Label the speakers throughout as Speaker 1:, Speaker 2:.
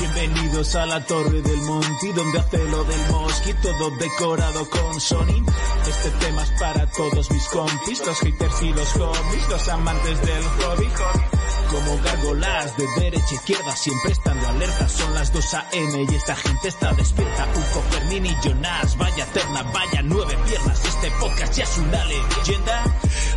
Speaker 1: subidos a la torre del Monti, donde hace lo del mosquito, todo decorado con Sony. Este tema es para todos mis compis, los haters y los hobbies, los amantes del hobby. Como gárgolas de derecha a izquierda, siempre estando alerta, son las 2 a.m. y esta gente está despierta. Uco, Fermín y Jonas, vaya terna, vaya nueve piernas, este podcast ya es una leyenda.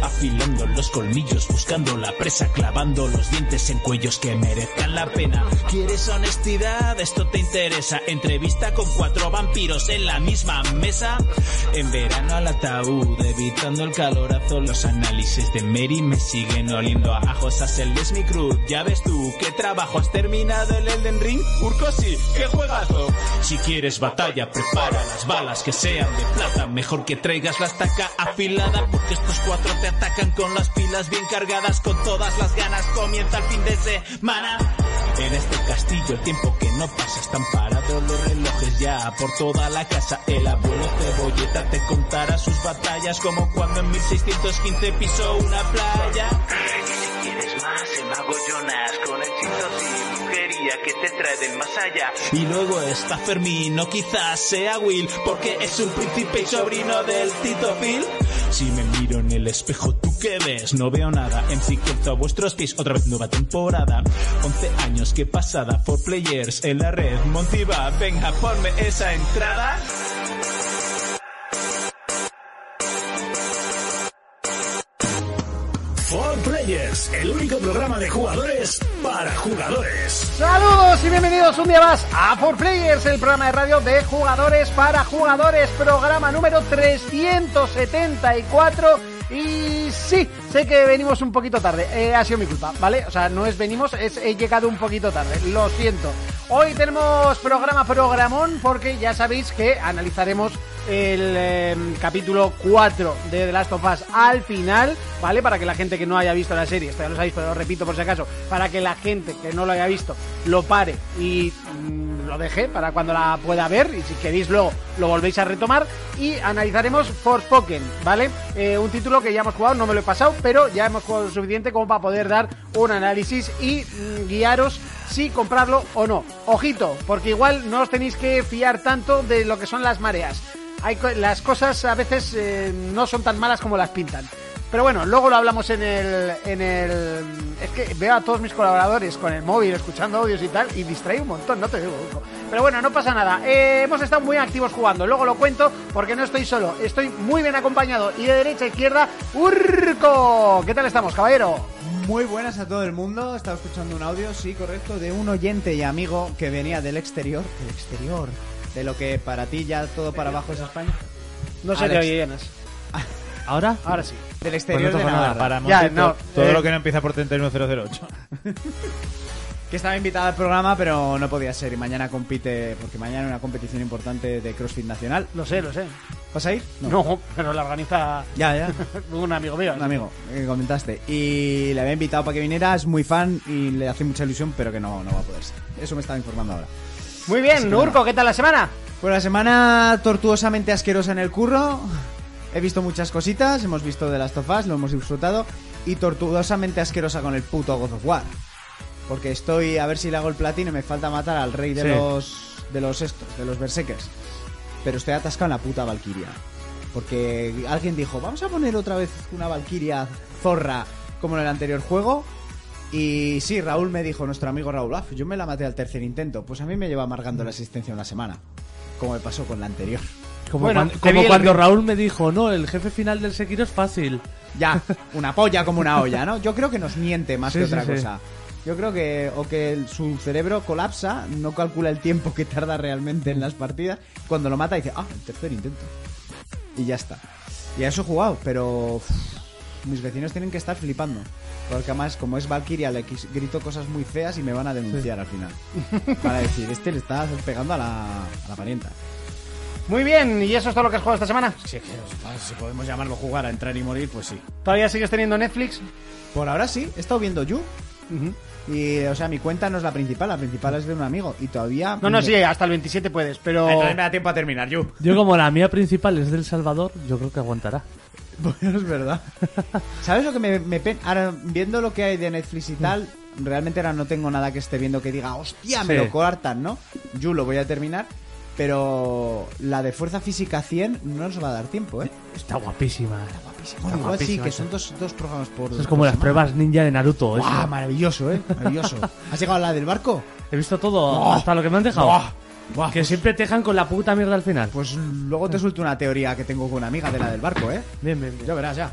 Speaker 1: Afilando los colmillos, buscando la presa, clavando los dientes en cuellos que merezcan la pena. ¿Quieres honestidad? Esto te interesa. Entrevista con cuatro vampiros en la misma mesa. En verano al ataúd, evitando el calorazo. Los análisis de Mary me siguen oliendo a ajos. Hazel es mi cruz. Ya ves tú qué trabajo has terminado el Elden Ring. Urcosi, qué juegazo. Si quieres batalla, prepara las balas que sean de plata. Mejor que traigas la estaca afilada, porque estos cuatro te atacan con las pilas bien cargadas. Con todas las ganas comienza el fin de semana. En este castillo el tiempo que no pasa están parados los relojes ya por toda la casa. El abuelo cebolleta te contará sus batallas como cuando en 1615 pisó una playa. Y si quieres más, el mago Jonas con hechizos y brujería que te trae del más allá. Y luego está Fermín o quizás sea Will porque es un príncipe y sobrino del Tito Phil. Si me miro en el espejo, ¿tú qué ves? No veo nada. En a vuestros pies, otra vez nueva temporada. 11 años que pasada, for players en la red. Montiva, venga, ponme esa entrada.
Speaker 2: For Players, el único programa de jugadores para jugadores.
Speaker 3: Saludos y bienvenidos un día más a For Players, el programa de radio de jugadores para jugadores, programa número 374 y sí, sé que venimos un poquito tarde, eh, ha sido mi culpa, ¿vale? O sea, no es venimos, es he llegado un poquito tarde, lo siento. Hoy tenemos programa programón porque ya sabéis que analizaremos el eh, capítulo 4 de The Last of Us al final, ¿vale? Para que la gente que no haya visto la serie, esto ya lo sabéis, pero lo repito por si acaso, para que la gente que no lo haya visto lo pare y mm, lo deje para cuando la pueda ver y si queréis luego lo volvéis a retomar y analizaremos Forspoken, ¿vale? Eh, un título que ya hemos jugado, no me lo he pasado, pero ya hemos jugado lo suficiente como para poder dar un análisis y mm, guiaros si comprarlo o no. Ojito, porque igual no os tenéis que fiar tanto de lo que son las mareas. Hay co- las cosas a veces eh, no son tan malas como las pintan. Pero bueno, luego lo hablamos en el, en el... Es que veo a todos mis colaboradores con el móvil escuchando audios y tal y distrae un montón, no te digo. Urco. Pero bueno, no pasa nada. Eh, hemos estado muy activos jugando, luego lo cuento porque no estoy solo. Estoy muy bien acompañado y de derecha a izquierda, Urco. ¿Qué tal estamos, caballero?
Speaker 4: Muy buenas a todo el mundo. Estaba escuchando un audio, sí, correcto, de un oyente y amigo que venía del exterior. Del exterior. De lo que para ti ya todo para abajo es España.
Speaker 3: No sé
Speaker 4: Alex.
Speaker 3: qué llenas.
Speaker 5: ¿Ahora?
Speaker 3: Ahora sí.
Speaker 4: Del
Speaker 5: Pues no
Speaker 4: exterior de
Speaker 5: toca nada.
Speaker 4: Navarra.
Speaker 5: Para
Speaker 3: Ya,
Speaker 5: Montito,
Speaker 3: no,
Speaker 5: todo
Speaker 3: eh.
Speaker 5: lo que no empieza por 31008.
Speaker 4: Que estaba invitada al programa, pero no podía ser. Y mañana compite, porque mañana hay una competición importante de CrossFit Nacional.
Speaker 3: Lo sé, lo sé.
Speaker 4: ¿Vas a ir?
Speaker 3: No, pero la organiza
Speaker 4: Ya, ya.
Speaker 3: un amigo mío.
Speaker 4: Un amigo que comentaste. Y le había invitado para que viniera, es muy fan y le hace mucha ilusión, pero que no, no va a poder ser. Eso me estaba informando ahora.
Speaker 3: Muy
Speaker 4: Así
Speaker 3: bien,
Speaker 4: que nada.
Speaker 3: Urco, ¿qué tal la semana?
Speaker 4: Pues la semana tortuosamente asquerosa en el curro. He visto muchas cositas, hemos visto de las tofas, lo hemos disfrutado. Y tortuosamente asquerosa con el puto God of War. Porque estoy a ver si le hago el platino y me falta matar al rey de
Speaker 5: Sí.
Speaker 4: los. de los estos, de los berserkers. Pero estoy atascado en la puta Valkyria. Porque alguien dijo, vamos a poner otra vez una Valkyria zorra como en el anterior juego. Y sí, Raúl me dijo, nuestro amigo Raúl, "Ah, yo me la maté al tercer intento. Pues a mí me lleva amargando la asistencia una semana. Como me pasó con la anterior.
Speaker 5: Como,
Speaker 3: Bueno,
Speaker 5: cuan-
Speaker 3: te vi
Speaker 5: como
Speaker 3: el
Speaker 5: cuando
Speaker 3: ri-
Speaker 5: Raúl me dijo, no, el jefe final del Sekiro es fácil.
Speaker 4: Ya, una polla como una olla, ¿no? Yo creo que nos miente más
Speaker 5: Sí,
Speaker 4: que
Speaker 5: sí,
Speaker 4: otra
Speaker 5: sí.
Speaker 4: cosa. Yo creo que o que el- su cerebro colapsa, no calcula el tiempo que tarda realmente en las partidas. Cuando lo mata dice, ah, el tercer intento. Y ya está. Y a eso he jugado, pero uf, mis vecinos tienen que estar flipando. Porque además, como es Valkyria, le quis- grito cosas muy feas y me van a denunciar al final. Para decir, este le está pegando a la, a la parienta.
Speaker 3: Muy bien, ¿y eso es todo lo que has jugado esta semana?
Speaker 4: Si, si podemos llamarlo jugar a entrar y morir, pues sí.
Speaker 3: ¿Todavía sigues teniendo Netflix?
Speaker 4: Por ahora sí, he estado viendo You. Y, o sea, mi cuenta no es la principal, la principal es de un amigo. Y todavía.
Speaker 3: No, no, sí, hasta el 27 puedes, pero...
Speaker 4: Entonces me da tiempo a terminar You.
Speaker 5: Yo como la mía principal es del Salvador, yo creo que aguantará.
Speaker 4: Bueno, es verdad. ¿Sabes lo que me, me pen- Ahora, viendo lo que hay de Netflix y tal, realmente ahora no tengo nada que esté viendo que diga, hostia, me
Speaker 5: Sí.
Speaker 4: lo cortan, ¿no? Yo lo voy a terminar, pero la de fuerza física 100 no nos va a dar tiempo, ¿eh?
Speaker 5: Está guapísima.
Speaker 4: Bueno, igual sí,
Speaker 5: guapísima
Speaker 4: que
Speaker 5: esa.
Speaker 4: son dos, dos programas por.
Speaker 5: Eso es como las pruebas ninja de Naruto. eso.
Speaker 4: ¡Ah, maravilloso, eh! Maravilloso. ¿Has llegado a la del barco?
Speaker 5: He visto todo,
Speaker 4: Buah.
Speaker 5: hasta lo que me han dejado.
Speaker 4: Buah. Buah,
Speaker 5: que
Speaker 4: pues-
Speaker 5: siempre te dejan con la puta mierda al final.
Speaker 4: Pues luego te suelto una teoría que tengo con una amiga de la del barco, ¿eh?
Speaker 5: Bien, bien, bien.
Speaker 4: Ya verás, ya.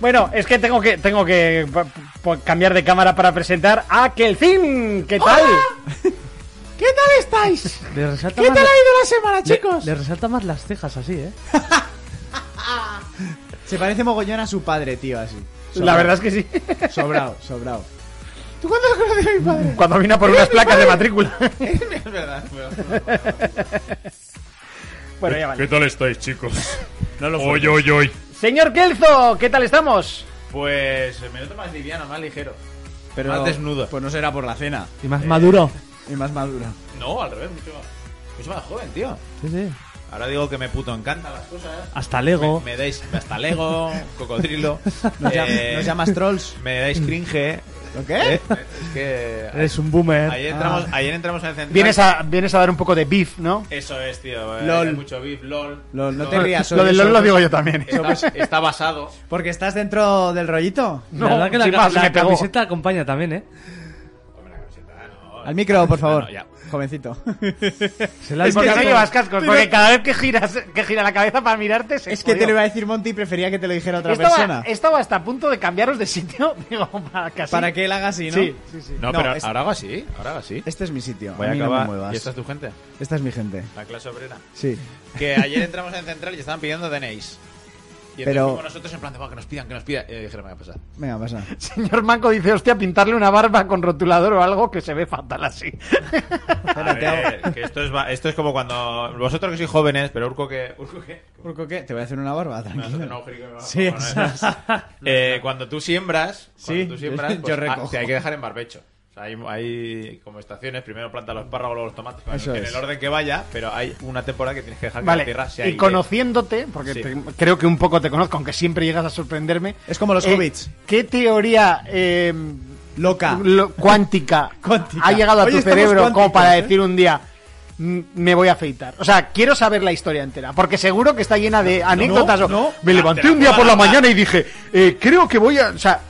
Speaker 3: Bueno, es que tengo que tengo que pa- pa- cambiar de cámara para presentar a Kelcin. ¿Qué tal?
Speaker 4: ¿Qué tal estáis?
Speaker 5: Le resalta
Speaker 4: ¿Qué
Speaker 5: más
Speaker 4: tal ha
Speaker 5: la-
Speaker 4: ido la semana,
Speaker 5: le-
Speaker 4: chicos?
Speaker 5: Le, resalta más las cejas así, ¿eh?
Speaker 4: Se parece mogollón a su padre, tío, así.
Speaker 3: La verdad es que sí.
Speaker 4: es... Sobrado, sobrado. ¿Tú cuándo has conocido a mi padre?
Speaker 3: Cuando vino por unas placas de matrícula.
Speaker 4: es verdad, es verdad.
Speaker 3: Bueno, ya vale.
Speaker 1: ¿Qué tal estáis, chicos?
Speaker 5: No lo
Speaker 1: Hoy, hoy, hoy.
Speaker 3: Señor Kelzo, ¿qué tal estamos?
Speaker 6: Pues me noto más liviano, más ligero.
Speaker 4: Pero,
Speaker 6: Más desnudo.
Speaker 4: Pues no será por la cena.
Speaker 5: Y más maduro.
Speaker 4: Y más madura.
Speaker 6: No, al revés, mucho más, mucho más joven, tío.
Speaker 5: Sí, sí.
Speaker 6: Ahora digo que me puto encantan las cosas.
Speaker 5: Hasta Lego.
Speaker 6: Me, me dais hasta Lego, cocodrilo.
Speaker 4: Nos, llam-
Speaker 6: eh,
Speaker 4: nos llamas trolls.
Speaker 6: Me dais cringe.
Speaker 4: ¿Lo qué?
Speaker 6: Eh, Es que.
Speaker 5: Eres un boomer.
Speaker 6: Ayer entramos,
Speaker 4: Ah.
Speaker 6: ayer entramos en el central.
Speaker 3: Vienes a, vienes a dar un poco de beef, ¿no?
Speaker 6: Eso es, tío. eh,
Speaker 4: LOL.
Speaker 6: hay mucho beef, lol.
Speaker 4: Lo- no te rías.
Speaker 3: Lo
Speaker 4: oye,
Speaker 3: del LOL lo
Speaker 4: sobre-
Speaker 3: digo yo también.
Speaker 6: Está, está basado.
Speaker 4: Porque estás dentro del rollito.
Speaker 5: La verdad que la,
Speaker 3: sin más,
Speaker 5: la
Speaker 3: me pegó.
Speaker 5: camiseta acompaña también, ¿eh?
Speaker 4: Al micro, por favor.
Speaker 6: no, ya.
Speaker 4: Jovencito.
Speaker 5: Se la
Speaker 3: Es que
Speaker 5: ha
Speaker 3: no
Speaker 5: puesto-
Speaker 3: llevas cascos, porque cada vez que giras, que gira la cabeza para mirarte se
Speaker 4: Es que te
Speaker 3: jodió.
Speaker 4: lo iba a decir Monty y prefería que te lo dijera otra
Speaker 3: estaba,
Speaker 4: persona.
Speaker 3: estaba hasta a punto de cambiaros de sitio, digo, para casi.
Speaker 4: Para que él haga así, ¿no?
Speaker 3: Sí, sí, sí.
Speaker 6: No,
Speaker 4: No,
Speaker 6: pero
Speaker 4: es-
Speaker 6: ahora hago así. Ahora hago así.
Speaker 4: Este es mi sitio.
Speaker 6: Voy
Speaker 4: a
Speaker 6: a
Speaker 4: mí no
Speaker 6: acabar.
Speaker 4: me muevas.
Speaker 6: ¿Y esta es tu gente?
Speaker 4: Esta es mi gente.
Speaker 6: La clase obrera.
Speaker 4: Sí.
Speaker 6: Que ayer entramos en central y estaban pidiendo DNIs. Y entonces
Speaker 4: Pero-
Speaker 6: fuimos nosotros en plan de, "Buah, que nos pidan, que nos pidan. Y yo dije, "No me va a pasar.
Speaker 4: Venga, pasa.
Speaker 3: Señor Manco dice, hostia, pintarle una barba con rotulador o algo que se ve fatal así.
Speaker 6: A ver, Eh, que esto, es, va- esto es como cuando. Vosotros que sois jóvenes, pero Urco que. Urco que.
Speaker 4: Urco, ¿qué? Te voy a hacer una barba,
Speaker 6: Me vas a hacer un
Speaker 4: tranquilo.
Speaker 6: agujerico y me vas a
Speaker 4: Sí,
Speaker 6: poner- Eh, Cuando tú siembras.
Speaker 4: Sí,
Speaker 6: cuando tú siembras.
Speaker 4: yo
Speaker 6: pues, ah,
Speaker 4: recojo.
Speaker 6: te hay que dejar en barbecho. O sea, hay, hay como estaciones, primero planta los párragos, luego los tomates, con el-
Speaker 4: Eso
Speaker 6: en
Speaker 4: es.
Speaker 6: el orden que vaya, pero hay una temporada que tienes que dejar que la
Speaker 3: Vale,
Speaker 6: tierra sea
Speaker 3: y
Speaker 6: aire.
Speaker 3: conociéndote, porque
Speaker 6: Sí.
Speaker 3: te- creo que un poco te conozco, aunque siempre llegas a sorprenderme.
Speaker 4: Es como los
Speaker 3: eh,
Speaker 4: hobbits.
Speaker 3: ¿Qué teoría eh,
Speaker 4: Loca.
Speaker 3: lo- cuántica,
Speaker 4: Cuántica.
Speaker 3: ha llegado a
Speaker 4: Hoy
Speaker 3: tu
Speaker 4: estamos
Speaker 3: cerebro como
Speaker 4: cuánticos,
Speaker 3: para
Speaker 4: ¿eh?
Speaker 3: decir un día, "Mm, me voy a afeitar? O sea, quiero saber la historia entera, porque seguro que está llena de anécdotas. o,
Speaker 4: no. Ah,
Speaker 3: Me levanté
Speaker 6: Te la
Speaker 3: un día
Speaker 6: juega
Speaker 3: por la
Speaker 6: la-
Speaker 3: mañana y dije, "Eh, creo que voy a... O sea,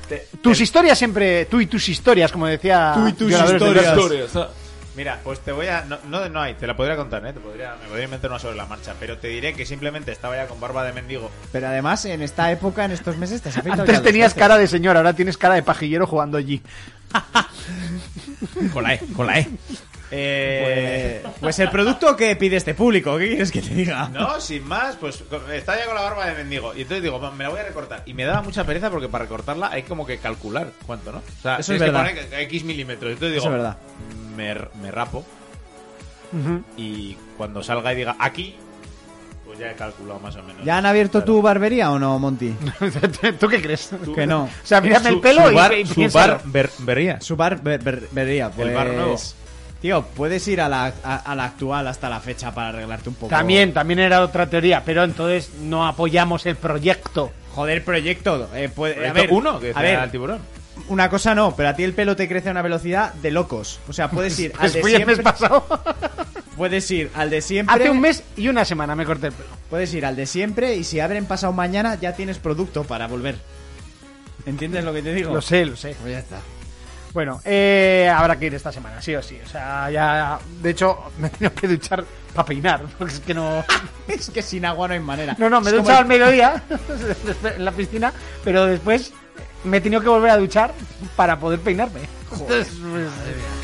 Speaker 3: tus historias siempre, tú y tus historias, como decía...
Speaker 4: Tú y tus
Speaker 3: Violadores de
Speaker 4: historias.
Speaker 3: Versos.
Speaker 6: Mira, pues te voy a. No, no, no hay, te la podría contar, ¿eh? Te podría, me podría inventar una sobre la marcha, pero te diré que simplemente estaba ya con barba de mendigo.
Speaker 4: Pero además, en esta época, en estos meses, te has afeitado ya
Speaker 3: Antes
Speaker 4: dos
Speaker 3: tenías
Speaker 4: veces.
Speaker 3: cara de señor, ahora tienes cara de pajillero jugando allí.
Speaker 6: Con la E, con la E. Eh,
Speaker 4: Pues, pues el producto que pide este público, ¿qué quieres que te diga?
Speaker 6: No, sin más, pues con- estaba ya con la barba de mendigo. Y entonces digo, "Va, me la voy a recortar. Y me daba mucha pereza porque para recortarla hay como que calcular cuánto, ¿no? O sea,
Speaker 4: Eso es
Speaker 6: tienes que
Speaker 4: verdad.
Speaker 6: poner X milímetros. Entonces digo,
Speaker 4: Eso es verdad.
Speaker 6: Me, me rapo. Y cuando salga y diga aquí, pues ya he calculado más o menos.
Speaker 4: ¿Ya han abierto
Speaker 6: Claro.
Speaker 4: tu barbería o no, Monty?
Speaker 3: ¿Tú qué crees?
Speaker 6: Tú-
Speaker 4: Que no.
Speaker 3: O sea, mírame
Speaker 6: Su-
Speaker 3: el pelo
Speaker 6: su
Speaker 3: y-
Speaker 6: bar-
Speaker 3: y,
Speaker 6: su
Speaker 3: piénsalo.
Speaker 6: bar ver- verías.
Speaker 4: Su barbería, pues...
Speaker 6: El bar nuevo.
Speaker 4: Tío, puedes ir a la, a, a la actual hasta la fecha para arreglarte un poco.
Speaker 3: También, también era otra teoría, pero entonces no apoyamos el proyecto.
Speaker 4: Joder, proyecto. eh, puede- a
Speaker 6: Proyecto
Speaker 4: ver,
Speaker 6: uno, que
Speaker 4: a
Speaker 6: decía
Speaker 4: ver,
Speaker 6: el tiburón.
Speaker 4: Una cosa no, pero a ti el pelo te crece a una velocidad de locos. O sea, puedes ir al
Speaker 3: Pues
Speaker 4: de
Speaker 3: fui el mes
Speaker 4: siempre.
Speaker 3: pasado.
Speaker 4: Puedes ir al de siempre.
Speaker 3: Hace un mes y una semana me corté el pelo.
Speaker 4: Puedes ir al de siempre y si abren pasado mañana ya tienes producto para volver. ¿Entiendes lo que te digo?
Speaker 3: Lo sé, lo sé.
Speaker 4: Pues ya está.
Speaker 3: Bueno, eh, habrá que ir esta semana, sí o sí. O sea, ya. De hecho, me he tenido que duchar para peinar, porque es que no.
Speaker 4: Es que sin agua no hay manera.
Speaker 3: No, no, me he
Speaker 4: Es como
Speaker 3: duchado al
Speaker 4: el-
Speaker 3: mediodía en la piscina, pero después me he tenido que volver a duchar para poder peinarme. Entonces,